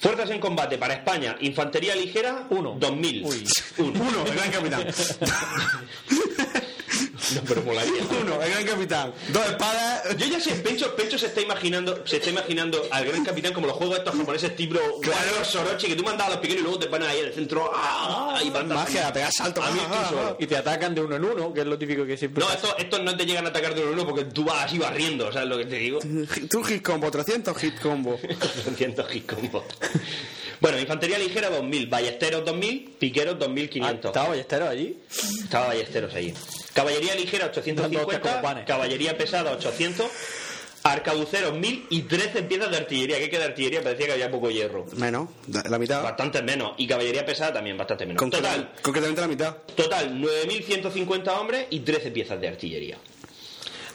Speaker 3: Fuerzas en combate para España, infantería ligera, 1. 2000. (laughs) Uno.
Speaker 14: Uno, el gran capitán.
Speaker 3: No, pero molaría.
Speaker 14: Uno, el gran capitán. Dos espadas.
Speaker 3: Yo ya sé, Pencho, Pencho se está imaginando, se está imaginando al gran capitán como los juegos estos japoneses tipo claro. Sorochi, que tú mandas a los pequeños y luego te van ahí en el centro ¡ah! y mandas
Speaker 14: Magia, pegar salto.
Speaker 3: a mí
Speaker 14: ah, ah,
Speaker 3: tú solo.
Speaker 11: Y te atacan de uno en uno, que es lo típico que siempre.
Speaker 3: No, estos, estos no te llegan a atacar de uno en uno porque tú vas así barriendo, ¿sabes lo que te digo? (laughs)
Speaker 14: Tú hit combo, 300 hit combo.
Speaker 3: 300 hit combo. Bueno, infantería ligera 2000, ballesteros 2000, piqueros 2500.
Speaker 11: Ah, ¿Estaba Ballesteros allí?
Speaker 3: Estaba ballesteros allí. Caballería ligera
Speaker 11: Dando hostias como
Speaker 3: 850,
Speaker 11: panes.
Speaker 3: caballería pesada 800, arcabuceros 1000 y 13 piezas de artillería. ¿Qué queda de artillería? Parecía que había poco hierro.
Speaker 14: Menos, la la mitad.
Speaker 3: Bastante menos. Y caballería pesada también bastante menos. Total,
Speaker 14: Concretamente, concretamente la mitad.
Speaker 3: total 9.150 hombres y 13 piezas de artillería.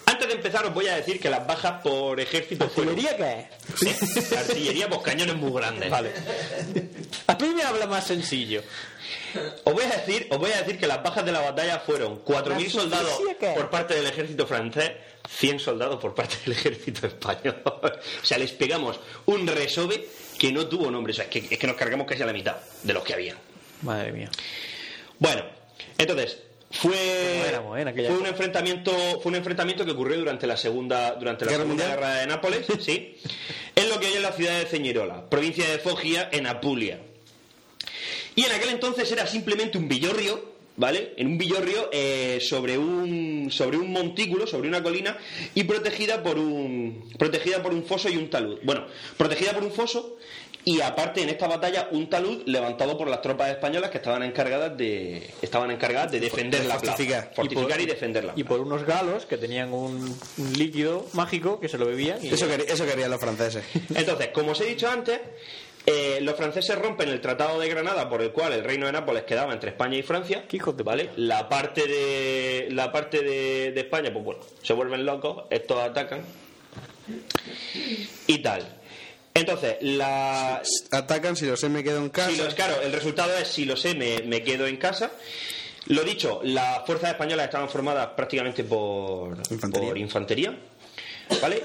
Speaker 3: Antes de empezar os voy a decir que las bajas por ejército fueron...
Speaker 11: ¿Artillería qué es?
Speaker 3: ¿Eh? Artillería, pues cañones muy grandes.
Speaker 11: Vale. A mí me habla más sencillo.
Speaker 3: Os voy a decir, os voy a decir que las bajas de la batalla fueron 4.000 soldados
Speaker 11: justicia que-
Speaker 3: por parte del ejército francés, 100 soldados por parte del ejército español. (laughs) o sea, les pegamos un resobe que no tuvo nombre. O sea, es que, es que nos cargamos casi a la mitad de los que había.
Speaker 11: Madre mía.
Speaker 3: Bueno, entonces fue,
Speaker 11: ¿Cómo éramos en aquella
Speaker 3: fue un
Speaker 11: época?
Speaker 3: enfrentamiento, fue un enfrentamiento que ocurrió durante la segunda, durante la
Speaker 14: ¿Guerra
Speaker 3: Segunda
Speaker 14: Mundial?
Speaker 3: guerra de Nápoles, sí, en lo que hoy es la ciudad de Ceñirola, provincia de Foggia, en Apulia. Y en aquel entonces era simplemente un villorrio, ¿vale? En un villorrio eh, sobre un sobre un montículo, sobre una colina y protegida por un protegida por un foso y un talud. Bueno, protegida por un foso y aparte en esta batalla un talud levantado por las tropas españolas que estaban encargadas de estaban encargadas de defender
Speaker 14: De
Speaker 3: la plaza,
Speaker 14: fortificar.
Speaker 3: fortificar y, defenderla.
Speaker 11: Y por unos galos que tenían un, un líquido mágico que se lo bebían. Y
Speaker 14: Eso, quer- eso querían los franceses.
Speaker 3: Entonces, como os he dicho antes, eh, los franceses rompen el Tratado de Granada por el cual el Reino de Nápoles quedaba entre España y Francia.
Speaker 11: ¿Qué hijos de
Speaker 3: ¿Vale? La parte de la parte de, de España, pues bueno, se vuelven locos, estos atacan y tal. Entonces, la,
Speaker 14: Atacan, si los sé, me quedo en casa.
Speaker 3: si los- claro, el resultado es si lo sé, me, me quedo en casa. Lo dicho, las fuerzas españolas estaban formadas prácticamente por
Speaker 14: Infantería.
Speaker 3: por infantería, ¿vale?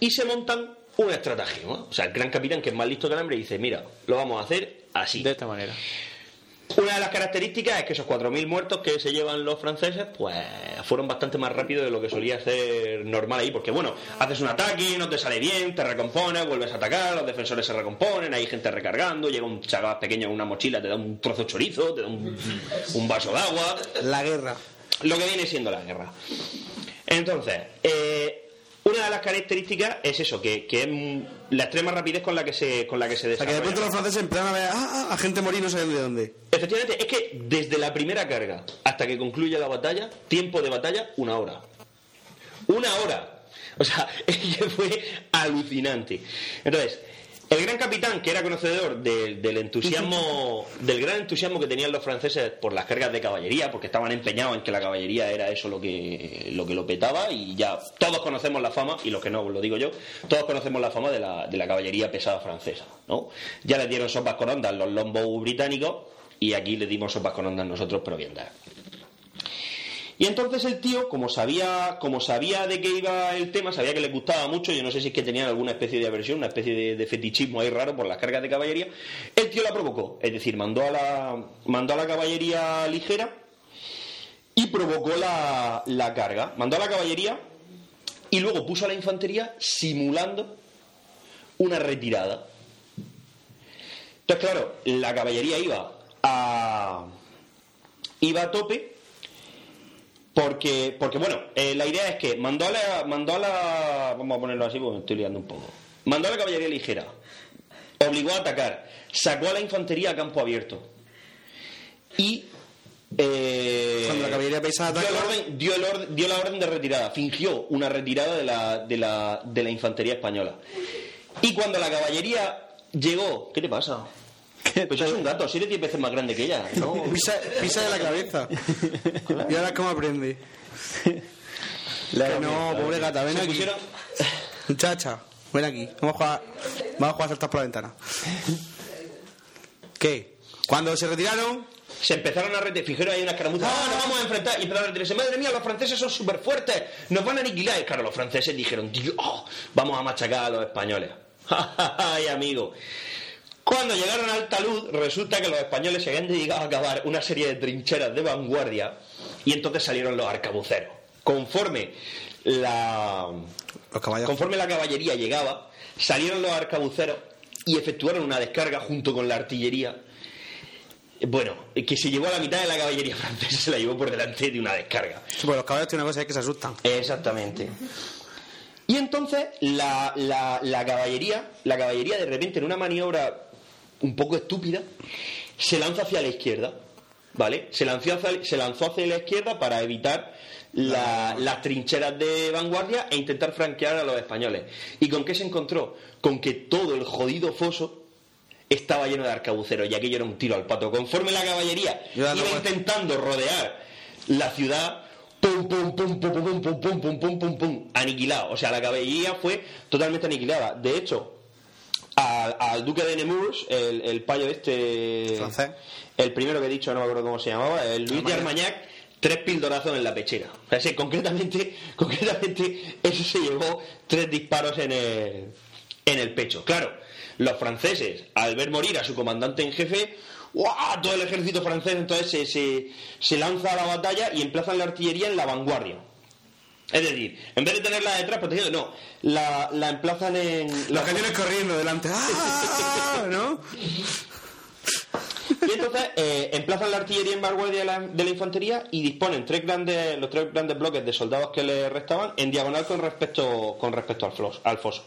Speaker 3: Y se montan un estratagema. O sea, el gran capitán, que es más listo que el hambre, dice, mira, lo vamos a hacer así.
Speaker 11: De esta manera.
Speaker 3: Una de las características es que esos 4.000 muertos que se llevan los franceses, pues fueron bastante más rápidos de lo que solía hacer normal ahí, porque bueno, haces un ataque, no te sale bien, te recompones, vuelves a atacar, los defensores se recomponen, hay gente recargando, llega un chaval pequeño con una mochila, te da un trozo de chorizo, te da un, un vaso de agua,
Speaker 14: La guerra.
Speaker 3: lo que viene siendo la guerra. Entonces, eh, una de las características es eso, que, que es mm, la extrema rapidez con la que se, con la que se
Speaker 14: O sea, que de
Speaker 3: desarrolla.
Speaker 14: pronto los franceses empiezan a ver ah, ah, a gente morir no sé de dónde.
Speaker 3: Efectivamente, es que desde la primera carga hasta que concluya la batalla, tiempo de batalla, una hora. Una hora. O sea, (laughs) es que fue alucinante. Entonces, el gran capitán, que era conocedor del, del entusiasmo, del gran entusiasmo que tenían los franceses por las cargas de caballería, porque estaban empeñados en que la caballería era eso lo que lo, que lo petaba, y ya todos conocemos la fama, y los que no, lo digo yo, todos conocemos la fama de la, de la caballería pesada francesa, ¿no? Ya les dieron sopas con ondas los lombos británicos, y aquí le dimos sopas con ondas nosotros, pero bien dar. Y entonces el tío, como sabía, como sabía de qué iba el tema, sabía que le gustaba mucho, yo no sé si es que tenían alguna especie de aversión, una especie de, de fetichismo ahí raro por las cargas de caballería, el tío la provocó, es decir, mandó a la, mandó a la caballería ligera y provocó la, la carga, mandó a la caballería y luego puso a la infantería simulando una retirada. Entonces, claro, la caballería iba a, iba a tope porque, porque bueno, eh, la idea es que mandó a la, mandó a la. Vamos a ponerlo así porque me estoy liando un poco. Mandó a la caballería ligera. Obligó a atacar. Sacó a la infantería a campo abierto. Y. eh,
Speaker 14: Cuando la caballería pesada
Speaker 3: dio, el
Speaker 14: ataca-
Speaker 3: orden- dio el orden- dio la orden de retirada. Fingió una retirada de la, de la, de la infantería española. Y cuando la caballería llegó. ¿Qué te pasa? Pues es un gato, si eres 10 veces más grande que ella. (laughs) ¿no?
Speaker 14: Pisa, pisa de la cabeza. Y ahora cómo aprende. Que no, pobre gata, ven
Speaker 3: ¿eh? Se
Speaker 14: aquí.
Speaker 3: pusieron-
Speaker 14: Muchacha, ven aquí. Vamos a jugar, vamos a jugar a saltar por la ventana. ¿Qué? Cuando se retiraron,
Speaker 3: se empezaron a retener. Fijaros, hay una escaramuza. ¡Ah, nos vamos a enfrentar! Y empezaron a retirarse. ¡Madre mía, los franceses son súper fuertes! ¡Nos van a aniquilar! Y claro, los franceses dijeron, "Dios, vamos a machacar a los españoles. (laughs) ¡Ay, amigo! Cuando llegaron a alta luz, resulta que los españoles se habían dedicado a acabar una serie de trincheras de vanguardia y entonces salieron los arcabuceros. Conforme la, conforme la caballería llegaba, salieron los arcabuceros y efectuaron una descarga junto con la artillería. Bueno, eh, que se llevó a la mitad de la caballería (laughs) francesa, se la llevó por delante de una descarga.
Speaker 14: Bueno, pues los caballos tienen una cosa es que se asustan.
Speaker 3: Exactamente. Y entonces la, la- la caballería, la caballería de repente en una maniobra un poco estúpida, se lanza hacia la izquierda, ¿vale? Se lanzó hacia, se lanzó hacia la izquierda para evitar la- las trincheras de vanguardia e intentar franquear a los españoles. ¿Y con qué se encontró? Con que todo el jodido foso estaba lleno de arcabuceros y aquello era un tiro al pato. Conforme la caballería iba intentando rodear la ciudad, pum, pum, pum, pum, pum, pum, pum, pum, pum, pum, pum, aniquilado. O sea, la caballería fue totalmente aniquilada. De hecho, al, al duque de Nemours, el, el payo este...
Speaker 14: Francés.
Speaker 3: El primero que he dicho, no me acuerdo cómo se llamaba, el Luis de Armagnac, tres pildorazos en la pechera. O sea, concretamente, (laughs) concretamente, eso se llevó tres disparos en el, en el pecho. Claro, los franceses, al ver morir a su comandante en jefe, ¡guau! todo el ejército francés entonces se, se, se lanza a la batalla y emplazan la artillería en la vanguardia. Es decir, en vez de tenerla detrás protegiendo, no, la, la emplazan en...
Speaker 14: Los cañones corriendo delante. ¡Ah! ¿No?
Speaker 3: Y entonces eh, emplazan la artillería en vanguardia de la, de la infantería y disponen tres grandes, los tres grandes bloques de soldados que le restaban en diagonal con respecto, con respecto al, flos- al foso.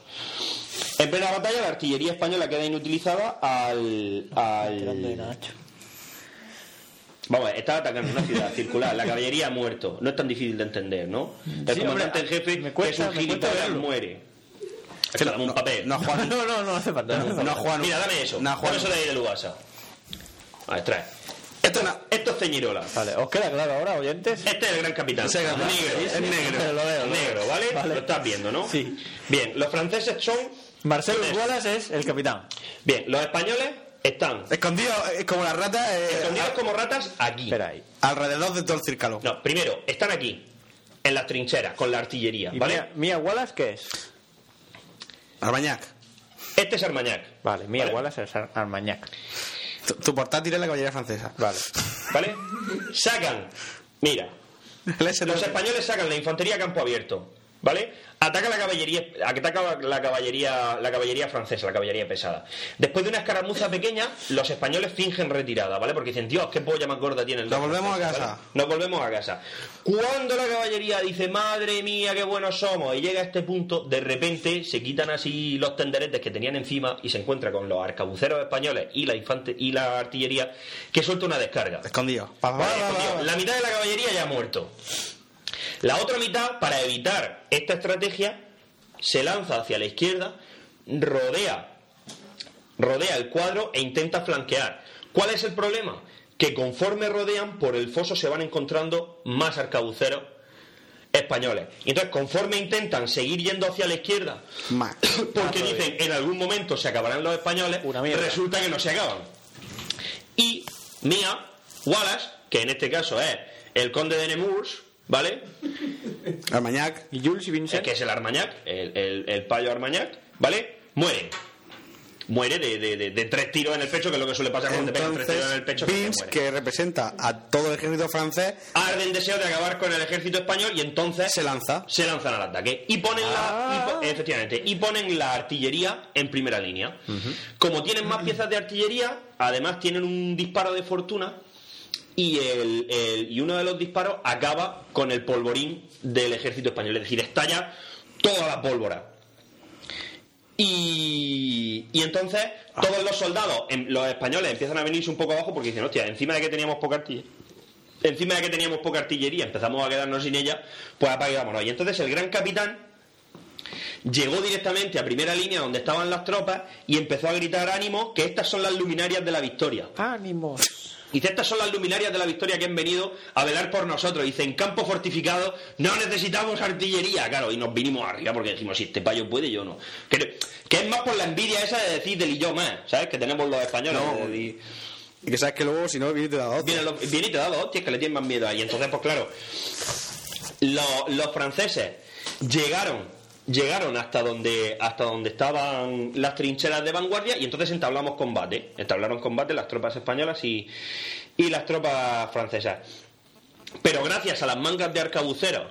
Speaker 3: En plena batalla la artillería española queda inutilizada al... al... Vamos, a ver, estaba atacando una ciudad circular, la caballería ha muerto, no es tan difícil de entender, ¿no? El
Speaker 11: Sí, hombre,
Speaker 3: comandante en jefe,
Speaker 11: me cuesta-
Speaker 3: que es un
Speaker 11: me cuesta
Speaker 3: gilipollas,
Speaker 11: verlo.
Speaker 3: muere. Esto, dame un papel.
Speaker 14: No,
Speaker 1: (laughs)
Speaker 14: Juan.
Speaker 11: No, no, no hace falta.
Speaker 3: Dame un
Speaker 14: No,
Speaker 3: papel.
Speaker 14: Juan.
Speaker 3: Mira, dame eso.
Speaker 14: No, Juan.
Speaker 3: Dame eso de ahí del WhatsApp. A ver, trae. Esto, esto es ceñirola.
Speaker 11: Vale, ¿os queda claro ahora, oyentes?
Speaker 3: Este es el gran capitán.
Speaker 11: Ese es el gran capitán.
Speaker 3: negro.
Speaker 11: Es negro. Pero lo veo, lo veo.
Speaker 3: negro, ¿vale?
Speaker 11: Vale.
Speaker 3: Lo estás viendo, ¿no?
Speaker 11: Sí.
Speaker 3: Bien, los franceses son.
Speaker 11: Marcelo
Speaker 3: Entonces,
Speaker 11: Wallace es el capitán.
Speaker 3: Bien, los españoles están.
Speaker 14: Escondido, eh, como las ratas, eh,
Speaker 3: Escondidos como ratas aquí.
Speaker 11: Espera ahí.
Speaker 14: alrededor de todo el círculo.
Speaker 3: No, primero, están aquí. En las trincheras, con la artillería,
Speaker 11: ¿Y
Speaker 3: ¿vale?
Speaker 11: Mía, Mía Wallace qué es?
Speaker 14: Armañac,
Speaker 3: Este es Armagnac.
Speaker 11: Vale, Mía
Speaker 3: Vale.
Speaker 11: Wallace es Ar- Armagnac.
Speaker 14: tu, tu portátil es la caballería francesa.
Speaker 11: Vale.
Speaker 3: ¿Vale? Sacan. Mira,
Speaker 14: El S2.
Speaker 3: Los españoles sacan la infantería a campo abierto, ¿vale? Ataca la caballería, ataca la caballería, la caballería francesa, la caballería pesada. Después de una escaramuza pequeña, los españoles fingen retirada, ¿vale? Porque dicen, Dios, qué polla más gorda tiene el
Speaker 14: Nos volvemos a casa.
Speaker 3: Nos volvemos a casa. Cuando la caballería dice, madre mía, qué buenos somos, y llega a este punto, de repente se quitan así los tenderetes que tenían encima y se encuentra con los arcabuceros españoles y la infante y la artillería que suelta una descarga.
Speaker 14: Escondido. Pa- pa-
Speaker 3: Vale,
Speaker 14: pa- pa-
Speaker 3: escondido. La mitad de la caballería ya ha muerto. La otra mitad, para evitar esta estrategia, se lanza hacia la izquierda, rodea, rodea el cuadro e intenta flanquear. ¿Cuál es el problema? Que conforme rodean, por el foso se van encontrando más arcabuceros españoles. Y entonces, conforme intentan seguir yendo hacia la izquierda,
Speaker 14: Ma- Ah,
Speaker 3: porque dicen en algún momento se acabarán los españoles,
Speaker 11: Una mierda.
Speaker 3: resulta que no se acaban. Y Mía Wallace, que en este caso es el conde de Nemours, ¿vale?
Speaker 14: Armañac,
Speaker 11: ¿Y Jules y
Speaker 3: El
Speaker 11: Vincent?
Speaker 3: que es el Armagnac, el, el- el payo Armagnac, ¿vale? Muere. Muere de, de- de- de tres tiros en el pecho, que es lo que suele pasar cuando te pegan tres tiros en el
Speaker 14: entonces
Speaker 3: pecho. pues,
Speaker 14: Vince,
Speaker 3: que...
Speaker 14: que representa a todo el ejército francés,
Speaker 3: Arde el deseo de acabar con el ejército español y entonces
Speaker 14: se lanza.
Speaker 3: se lanzan al ataque y ponen la y po- efectivamente y ponen la artillería en primera línea como tienen más piezas de artillería además tienen un disparo de fortuna y el, el- y uno de los disparos acaba con el polvorín del ejército español es decir estalla toda la pólvora y, y entonces todos los soldados, em- los españoles, empiezan a venirse un poco abajo porque dicen, hostia, encima de que teníamos poca artillería, encima de que teníamos poca artillería, empezamos a quedarnos sin ella, pues apague, vámonos. Y entonces el gran capitán llegó directamente a primera línea donde estaban las tropas y empezó a gritar ánimo que estas son las luminarias de la victoria.
Speaker 11: ¡Ánimos!
Speaker 3: Dice, estas son las luminarias de la victoria que han venido a velar por nosotros. Dice, en campo fortificado no necesitamos artillería. Claro, y nos vinimos arriba porque dijimos, si este payo puede, yo no. Que, que es más por la envidia esa de decir del y yo más, ¿sabes? Que tenemos los españoles. de decir-
Speaker 1: Y que sabes que luego, si no, viene y te da dos.
Speaker 3: Viene, lo- viene y te da dos hostias que le tienen más miedo ahí. Entonces, pues claro, lo- los franceses llegaron llegaron hasta donde hasta donde estaban las trincheras de vanguardia y entonces entablamos combate. Entablaron combate las tropas españolas y, y las tropas francesas. Pero gracias a las mangas de arcabuceros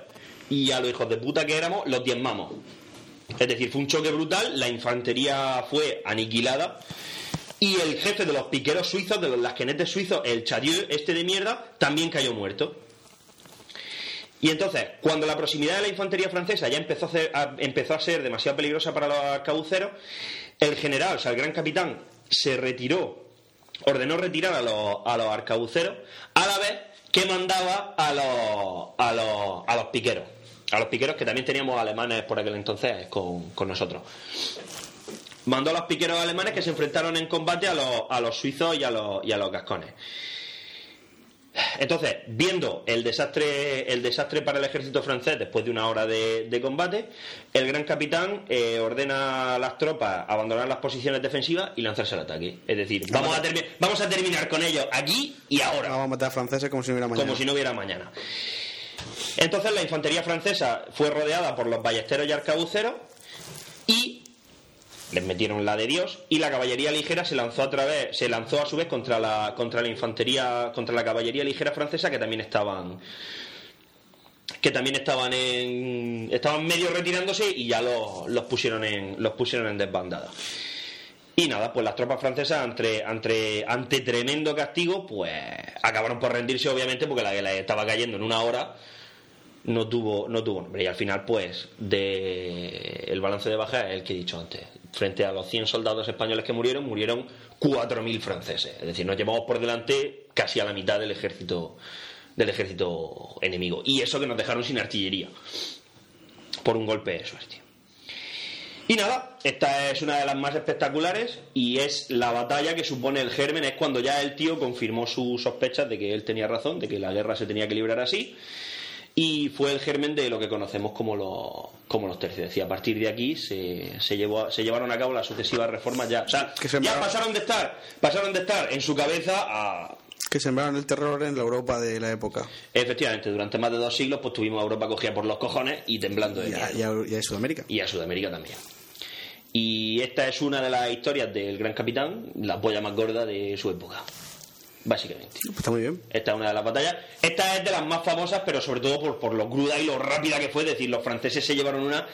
Speaker 3: y a los hijos de puta que éramos, los diezmamos. Es decir, fue un choque brutal, la infantería fue aniquilada y el jefe de los piqueros suizos, de los lasquenetes suizos, el Chadieu, este de mierda, también cayó muerto. Y entonces, cuando la proximidad de la infantería francesa ya empezó a, hacer- a- empezó a ser demasiado peligrosa para los arcabuceros, el general, o sea, el gran capitán, se retiró, ordenó retirar a los, a los arcabuceros, a la vez que mandaba a los, a los, a los piqueros. A los piqueros que también teníamos alemanes por aquel entonces con, con nosotros mandó a los piqueros alemanes que se enfrentaron en combate a los, a los suizos y a los, y a los gascones. Entonces, viendo el desastre, el desastre para el ejército francés después de una hora de, de combate, el gran capitán eh, ordena a las tropas abandonar las posiciones defensivas y lanzarse al ataque. Es decir, vamos a, termi- vamos a terminar con ellos aquí y ahora.
Speaker 1: Vamos a matar a franceses como si no hubiera mañana.
Speaker 3: Como si no hubiera mañana. Entonces la infantería francesa fue rodeada por los ballesteros y arcabuceros y les metieron la de Dios y la caballería ligera se lanzó a través, se lanzó a su vez contra la contra la infantería, contra la caballería ligera francesa que también estaban que también estaban en estaban medio retirándose y ya los, los pusieron en los pusieron en desbandada. Y nada, pues las tropas francesas ante, ante, ante tremendo castigo, pues acabaron por rendirse obviamente porque la que les estaba cayendo en una hora no tuvo no tuvo nombre y al final pues de el balance de baja es el que he dicho antes frente a los 100 soldados españoles que murieron murieron 4.000 franceses es decir nos llevamos por delante casi a la mitad del ejército del ejército enemigo y eso que nos dejaron sin artillería por un golpe de suerte y nada, esta es una de las más espectaculares y es la batalla que supone el germen, es cuando ya el tío confirmó sus sospechas de que él tenía razón, de que la guerra se tenía que librar así, y fue el germen de lo que conocemos como los, como los tercios. Y a partir de aquí se, se, llevó, a- se llevaron a cabo las sucesivas reformas ya. O sea, ya pasaron de estar, pasaron de estar en su cabeza a,
Speaker 1: Que sembraron el terror en la Europa de la época.
Speaker 3: Efectivamente, durante más de dos siglos pues tuvimos a Europa cogida por los cojones y temblando de
Speaker 1: Y a,
Speaker 3: miedo.
Speaker 1: y a- y a Sudamérica.
Speaker 3: Y a Sudamérica también. Y esta es una de las historias del Gran Capitán, la polla más gorda de su época, básicamente.
Speaker 1: Pues está muy bien.
Speaker 3: Esta es una de las batallas. Esta es de las más famosas, pero sobre todo por, por lo cruda y lo rápida que fue. Es decir, los franceses se llevaron una...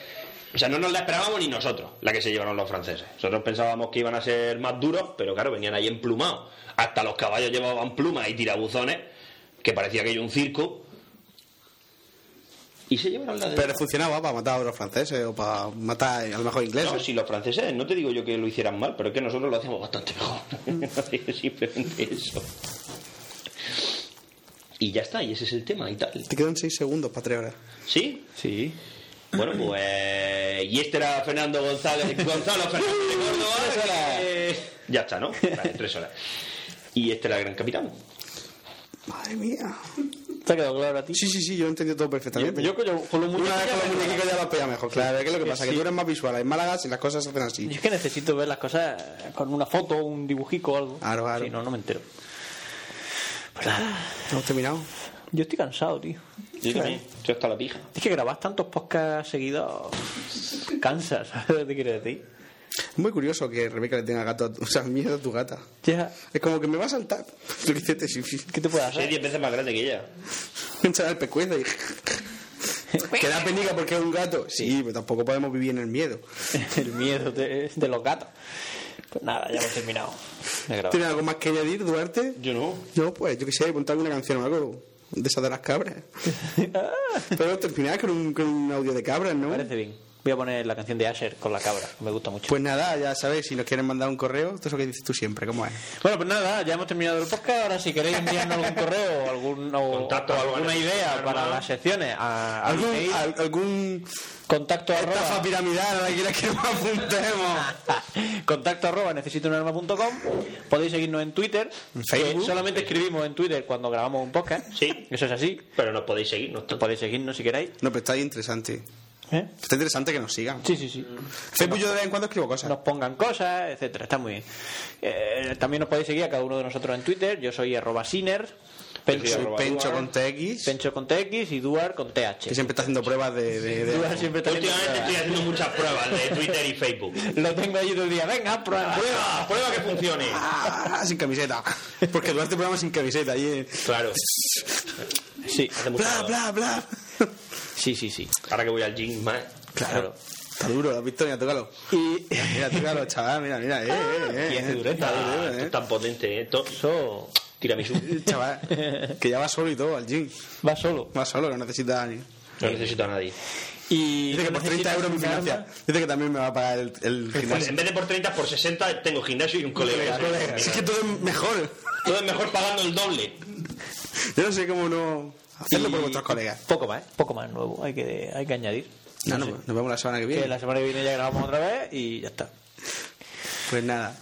Speaker 3: O sea, no nos la esperábamos ni nosotros, la que se llevaron los franceses. Nosotros pensábamos que iban a ser más duros, pero claro, venían ahí emplumados. Hasta los caballos llevaban plumas y tirabuzones, que parecía que era un circo. Y se llevaron la de...
Speaker 1: Pero funcionaba para matar a los franceses o para matar a lo mejor ingleses.
Speaker 3: No, si los franceses, no te digo yo que lo hicieran mal, pero es que nosotros lo hacíamos bastante (laughs) mejor. Simplemente eso. Y ya está, y ese es el tema y tal.
Speaker 1: Te quedan 6 segundos para 3 horas.
Speaker 3: ¿Sí? Sí. Bueno, pues. Y este era Fernando González. Gonzalo Fernández de Córdoba. que- Ya está, ¿no? Vale, tres horas. Y este era el gran capitán.
Speaker 1: Madre mía.
Speaker 2: ¿Te ha quedado claro a ti?
Speaker 1: Sí, sí, sí, yo he entendido todo perfectamente.
Speaker 2: Yo, yo, yo con los
Speaker 1: Una vez con los muñequicos ya lo pega mejor, claro. ¿Qué es lo que
Speaker 2: Que
Speaker 1: pasa?
Speaker 2: sí.
Speaker 1: Que tú eres más visual. En Málaga, si las cosas se hacen así.
Speaker 2: Yo es que necesito ver las cosas con una foto, un dibujico o algo.
Speaker 1: Claro, claro.
Speaker 2: Si no, no me entero.
Speaker 1: Hemos terminado.
Speaker 2: Yo estoy cansado, tío.
Speaker 3: Yo también. Yo hasta la pija.
Speaker 2: Es que grabas tantos podcasts seguidos. Cansas, ¿sabes lo que quiero decir?
Speaker 1: Es muy curioso que Rebeca le tenga gato a tu, (laughs) o sea, miedo a tu gata.
Speaker 2: Ya.
Speaker 1: Es como que me va a saltar. (laughs) Lo que dice este Sifi.
Speaker 2: ¿Qué te puede
Speaker 3: Soy
Speaker 2: hacer?
Speaker 3: diez veces más grande que ella.
Speaker 1: Me echará el pescuezo y... (laughs) que da penica porque es un gato. Sí, pero tampoco podemos vivir en el miedo.
Speaker 2: (laughs) El miedo de, de los gatos. Pues nada, ya hemos terminado. de grabar.
Speaker 1: ¿Tienes algo más que añadir, Duarte?
Speaker 3: Yo no.
Speaker 1: No, pues yo qué sé, ponte alguna canción o algo. De esas de
Speaker 2: (laughs)
Speaker 1: las cabras. Pero terminar con un, con un audio de cabras, ¿no?
Speaker 2: Me parece bien. Voy a poner la canción de Asher con la cabra, que me gusta mucho.
Speaker 1: Pues nada, ya sabéis, si nos quieren mandar un correo, esto es lo que dices tú siempre, ¿cómo es?
Speaker 2: Bueno, pues nada, ya hemos terminado el podcast. Ahora, si queréis enviarnos algún correo o, algún, o-
Speaker 3: Contacto
Speaker 2: o
Speaker 3: arroba
Speaker 2: alguna
Speaker 3: en el
Speaker 2: idea
Speaker 3: sistema,
Speaker 2: para
Speaker 3: ¿no?
Speaker 2: las secciones, a, al
Speaker 1: ¿Algún,
Speaker 2: mail,
Speaker 1: al- algún
Speaker 2: contacto
Speaker 1: estafa
Speaker 2: arroba,
Speaker 1: piramidal a la que la que nos apuntemos?
Speaker 2: (laughs) contacto arroba necesitounarma.com. Podéis seguirnos en Twitter.
Speaker 1: Facebook.
Speaker 2: que Solamente escribimos en Twitter cuando grabamos un podcast.
Speaker 3: Sí.
Speaker 2: Eso es así.
Speaker 3: Pero nos podéis seguir, no
Speaker 2: Podéis seguirnos si queráis.
Speaker 1: No, pero está ahí interesante. Está interesante que nos sigan.
Speaker 2: Sí, sí, sí.
Speaker 1: Facebook yo de vez en cuando escribo cosas.
Speaker 2: Nos pongan cosas, etcétera. Está muy bien. Eh, también nos podéis seguir a cada uno de nosotros en Twitter. Yo soy arroba Siner.
Speaker 1: Yo soy Pencho
Speaker 2: Duar,
Speaker 1: con TX.
Speaker 2: Pencho con TX y Duar con TH.
Speaker 1: Que siempre está haciendo pruebas de. de- de-
Speaker 2: Duar siempre está
Speaker 3: Últimamente estoy haciendo muchas pruebas de Twitter y Facebook.
Speaker 2: Lo tengo allí todo el día. Venga, prueba.
Speaker 3: ¡Prueba! ¡Prueba que funcione!
Speaker 1: Ah, sin camiseta. Porque Duarte programa sin camiseta. Y, eh,
Speaker 3: Claro.
Speaker 2: Sí,
Speaker 1: bla, bla, bla.
Speaker 2: sí, sí, sí.
Speaker 3: Ahora que voy al gym más.
Speaker 1: Claro. Está duro, la pistola, tócalo.
Speaker 2: Y
Speaker 1: Mira, Mira, tócalo, chaval, mira, mira. Eh, eh, eh,
Speaker 3: Y es
Speaker 1: Está duro,
Speaker 3: dureza.
Speaker 1: eh.
Speaker 3: Esto es tan potente, ¿eh? Esto.
Speaker 2: Eso
Speaker 1: (laughs)
Speaker 3: Tiramisú.
Speaker 1: Chaval, que ya va solo y todo al gym.
Speaker 2: va solo.
Speaker 1: Va solo, no necesita ni.
Speaker 3: No necesito a nadie.
Speaker 2: Y
Speaker 1: Dice que
Speaker 2: no
Speaker 1: por 30
Speaker 2: necesitas
Speaker 1: euros me
Speaker 2: un arma.
Speaker 1: financia. Dice que también me va a pagar el, el
Speaker 3: Pues
Speaker 1: gimnasio.
Speaker 3: en vez de por 30, por 60 tengo gimnasio y un colega.
Speaker 1: Si es que todo es mejor.
Speaker 3: Todo es mejor pagando el doble.
Speaker 1: Yo no sé cómo no. Hacerlo por vuestros colegas.
Speaker 2: Poco más, ¿eh? poco más nuevo. Hay que, hay que añadir.
Speaker 1: No, no, nos vemos la semana que
Speaker 2: Que
Speaker 1: viene.
Speaker 2: la semana que viene ya grabamos otra vez y ya está.
Speaker 1: Pues nada.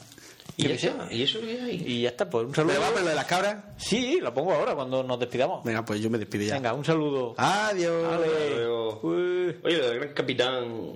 Speaker 3: Y,
Speaker 2: Yo qué
Speaker 3: eso,
Speaker 2: sé.
Speaker 3: y eso que hay.
Speaker 2: Y ya está, pues un
Speaker 1: ¿Me
Speaker 2: saludo.
Speaker 1: va a ver lo de las cabras?
Speaker 2: Sí, lo pongo ahora cuando nos despidamos.
Speaker 1: Venga, pues yo me despido ya.
Speaker 2: Venga, un saludo.
Speaker 1: Adiós.
Speaker 2: Ale.
Speaker 3: Luego-
Speaker 2: Uy.
Speaker 3: Oye, lo del gran capitán.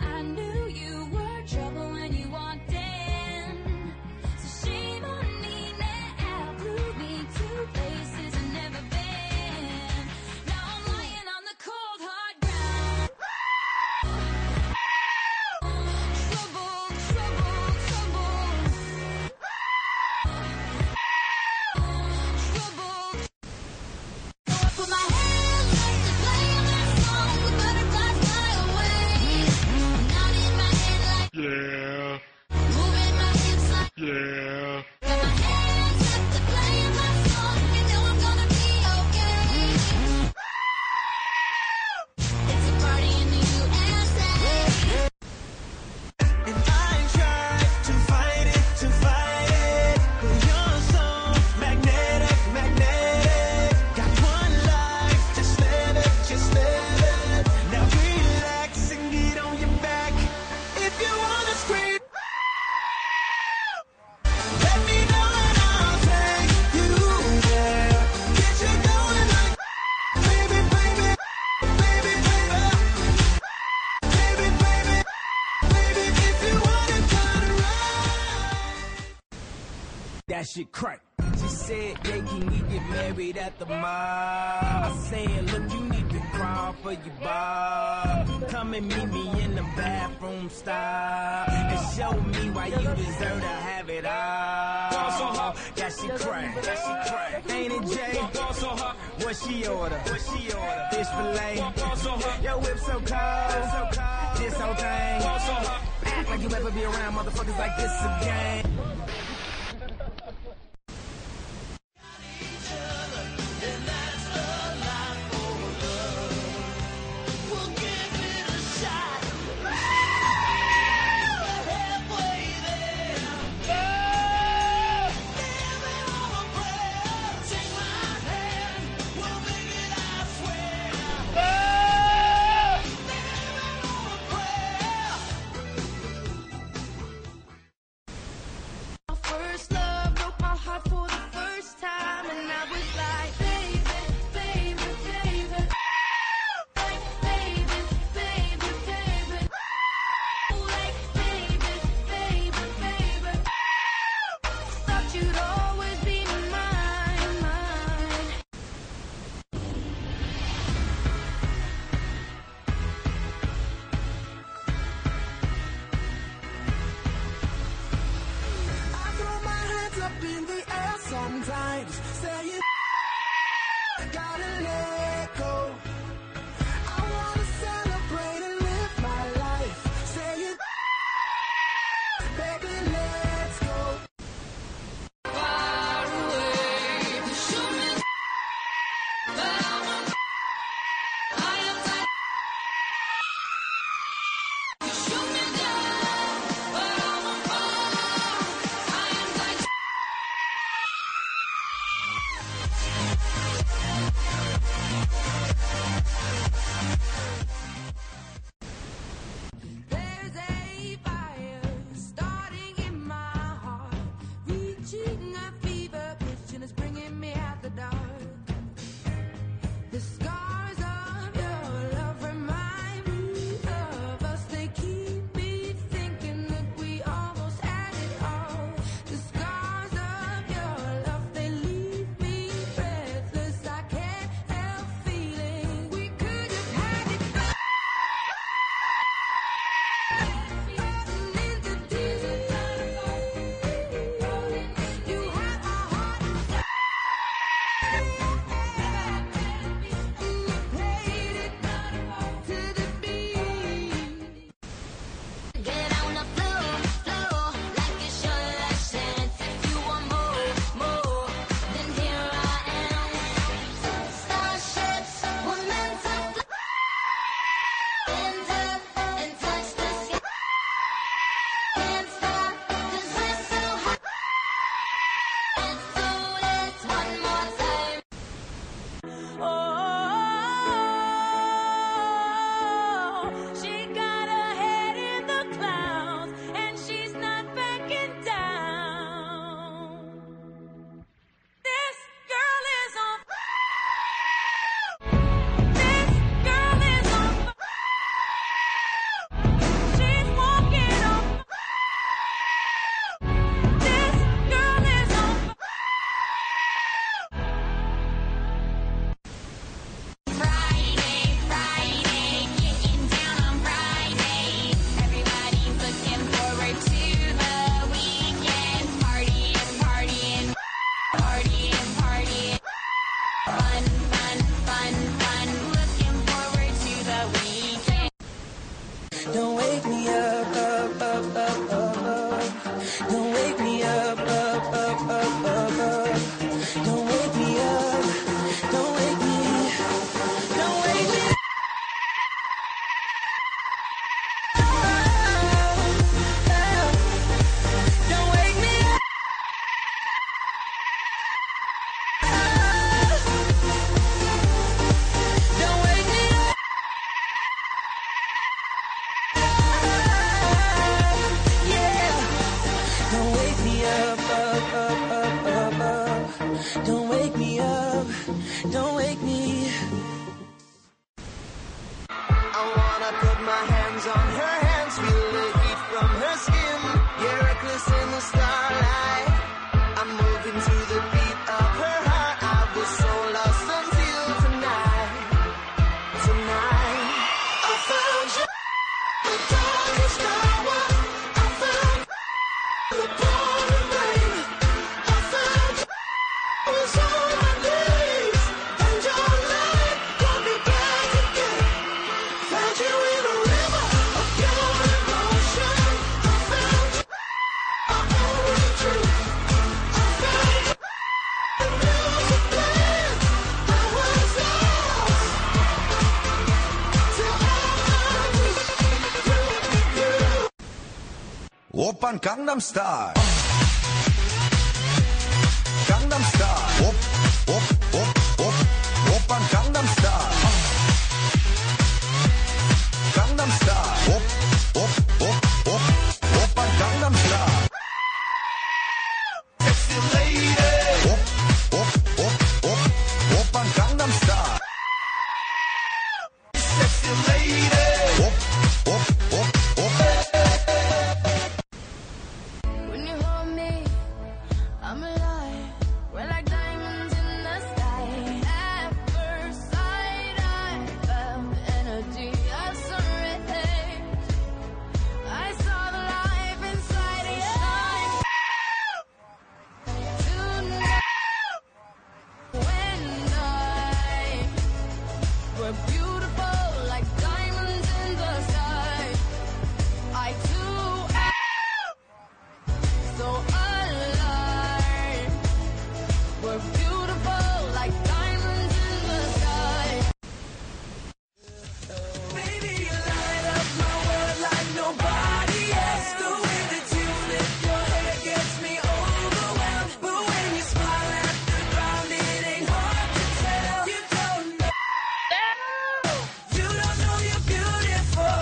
Speaker 17: I knew you were trouble when you walked in. So shame on me now. Blew me to places I've never been. Now I'm lying on the cold hard ground. Trouble, trouble, trouble. Trouble. Put my hands up to play my song. The butterflies fly away. Not in my head like yeah. Moving my hips like yeah. Put my hands up to play my song. You know I'm gonna be okay. It's a party in the USA.
Speaker 4: That shit crack. She said, yeah, can you get married at the mall? I said, look, you need to crawl for your bar. Come and meet me in the bathroom style. And show me why you deserve to have it all. That shit crack. That shit crack. Ain't it Jay? What she order? What she order? Fish fillet. Yo, whip so cold. So cold. This whole thing. Act like you ever be around motherfuckers like this again.
Speaker 17: I'll
Speaker 4: I put my hands on her hands, feel the heat from her skin. Yeah, reckless in the starlight. I'm moving to the beat of her heart. I was so lost until tonight. Tonight, I found you. The darkest hour. I found you upon the rain. I found you was all my days, and your light brought me back again. Found you in a river of pure emotion. I found you, I owe it to. I found you, the music playing. I was lost till all I knew you.
Speaker 18: 오빤 강남 스타일. 강남 스타일. 오, 오, 오, 오, 오빤 강남 스타일. 강남 스타일. 오, 오, 오, 오, 오빤 강남 스타일. 섹시 레이디. 오, 오, 오, 오, 오빤 강남 스타일. 섹시 레이디. 오, 오, 오, 오.
Speaker 10: When you hold me, I'm alive. We're like diamonds in the sky. At first sight, I felt the energy I surrendered. I saw the life inside of you. Tonight, when I were beautiful like diamonds in the sky, I too am so alive. We're beautiful like diamonds in the sky.
Speaker 4: Baby, you light up my world like nobody else. The way that you lift your head gets me overwhelmed. But when you smile at the ground, it ain't hard to tell. You don't know. You don't know you're beautiful.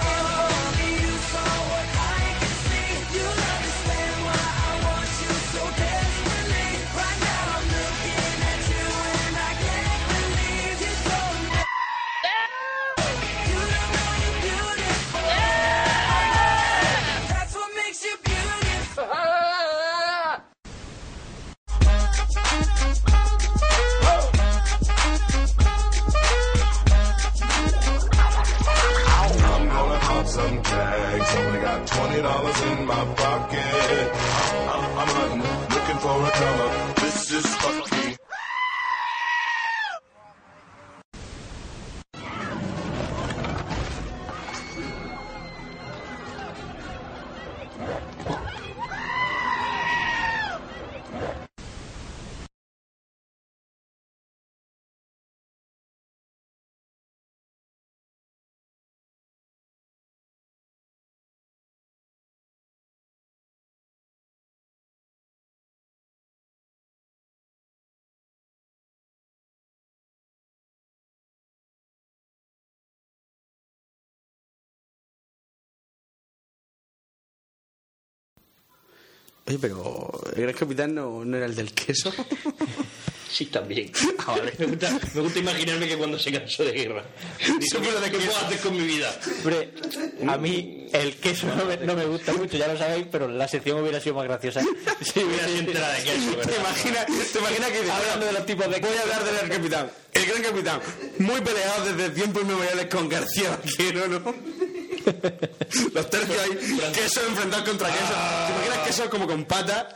Speaker 4: Only you saw what I can see. You'll understand why I want you so desperately. Right now I'm looking at you and I can't believe you don't know. That's what makes you beautiful.
Speaker 17: I'm gonna pop some tags. Only got twenty dollars in my pocket. I'm, I'm hunting, looking for a comer. This is fucking.
Speaker 1: Oye, pero el gran capitán no, no era el del queso.
Speaker 3: Sí, también.
Speaker 1: Ah,
Speaker 3: (laughs) Me, gusta, me gusta imaginarme que cuando se cansó
Speaker 1: (laughs)
Speaker 3: de guerra. Dice, mira de qué puedo hacer con mi vida.
Speaker 2: Hombre, a mí el queso no me, no me gusta mucho, ya lo sabéis, pero la sección hubiera sido más graciosa. (laughs) Si hubiera sido
Speaker 3: entrada de queso,
Speaker 1: (laughs)
Speaker 3: ¿verdad?
Speaker 1: ¿Te imaginas, te imaginas que dices, hablando de los tipos de Voy a hablar del gran capitán. El gran capitán, muy peleado desde tiempos inmemoriales con García Vaquero, (laughs) ¿no? Los tercios ahí, queso enfrentado contra queso. ¿Te imaginas queso como con patas?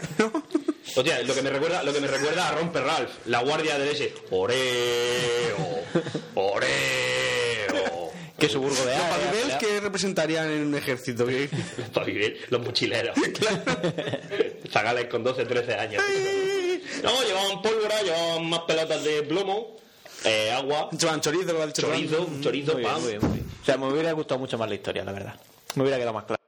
Speaker 3: O sea, lo que me recuerda, lo que me recuerda a Romper Ralph, la guardia del ese. Oreo, oreo.
Speaker 2: Que su burgo de
Speaker 1: Los
Speaker 2: Águeda,
Speaker 1: papibel
Speaker 2: ¿verdad?
Speaker 1: que representarían en un (laughs) ejército. que-
Speaker 3: Los papibel, los mochileros. Zagales con 12, 13 años. No, llevaban pólvora, llevaban más pelotas de plomo, eh, agua,
Speaker 1: Llevan chorizo, ¿verdad?
Speaker 3: chorizo, chorizo,
Speaker 2: Muy bien,
Speaker 3: pan.
Speaker 2: muy bien, muy bien. O sea, me hubiera gustado mucho más la historia, la verdad. Me hubiera quedado más claro.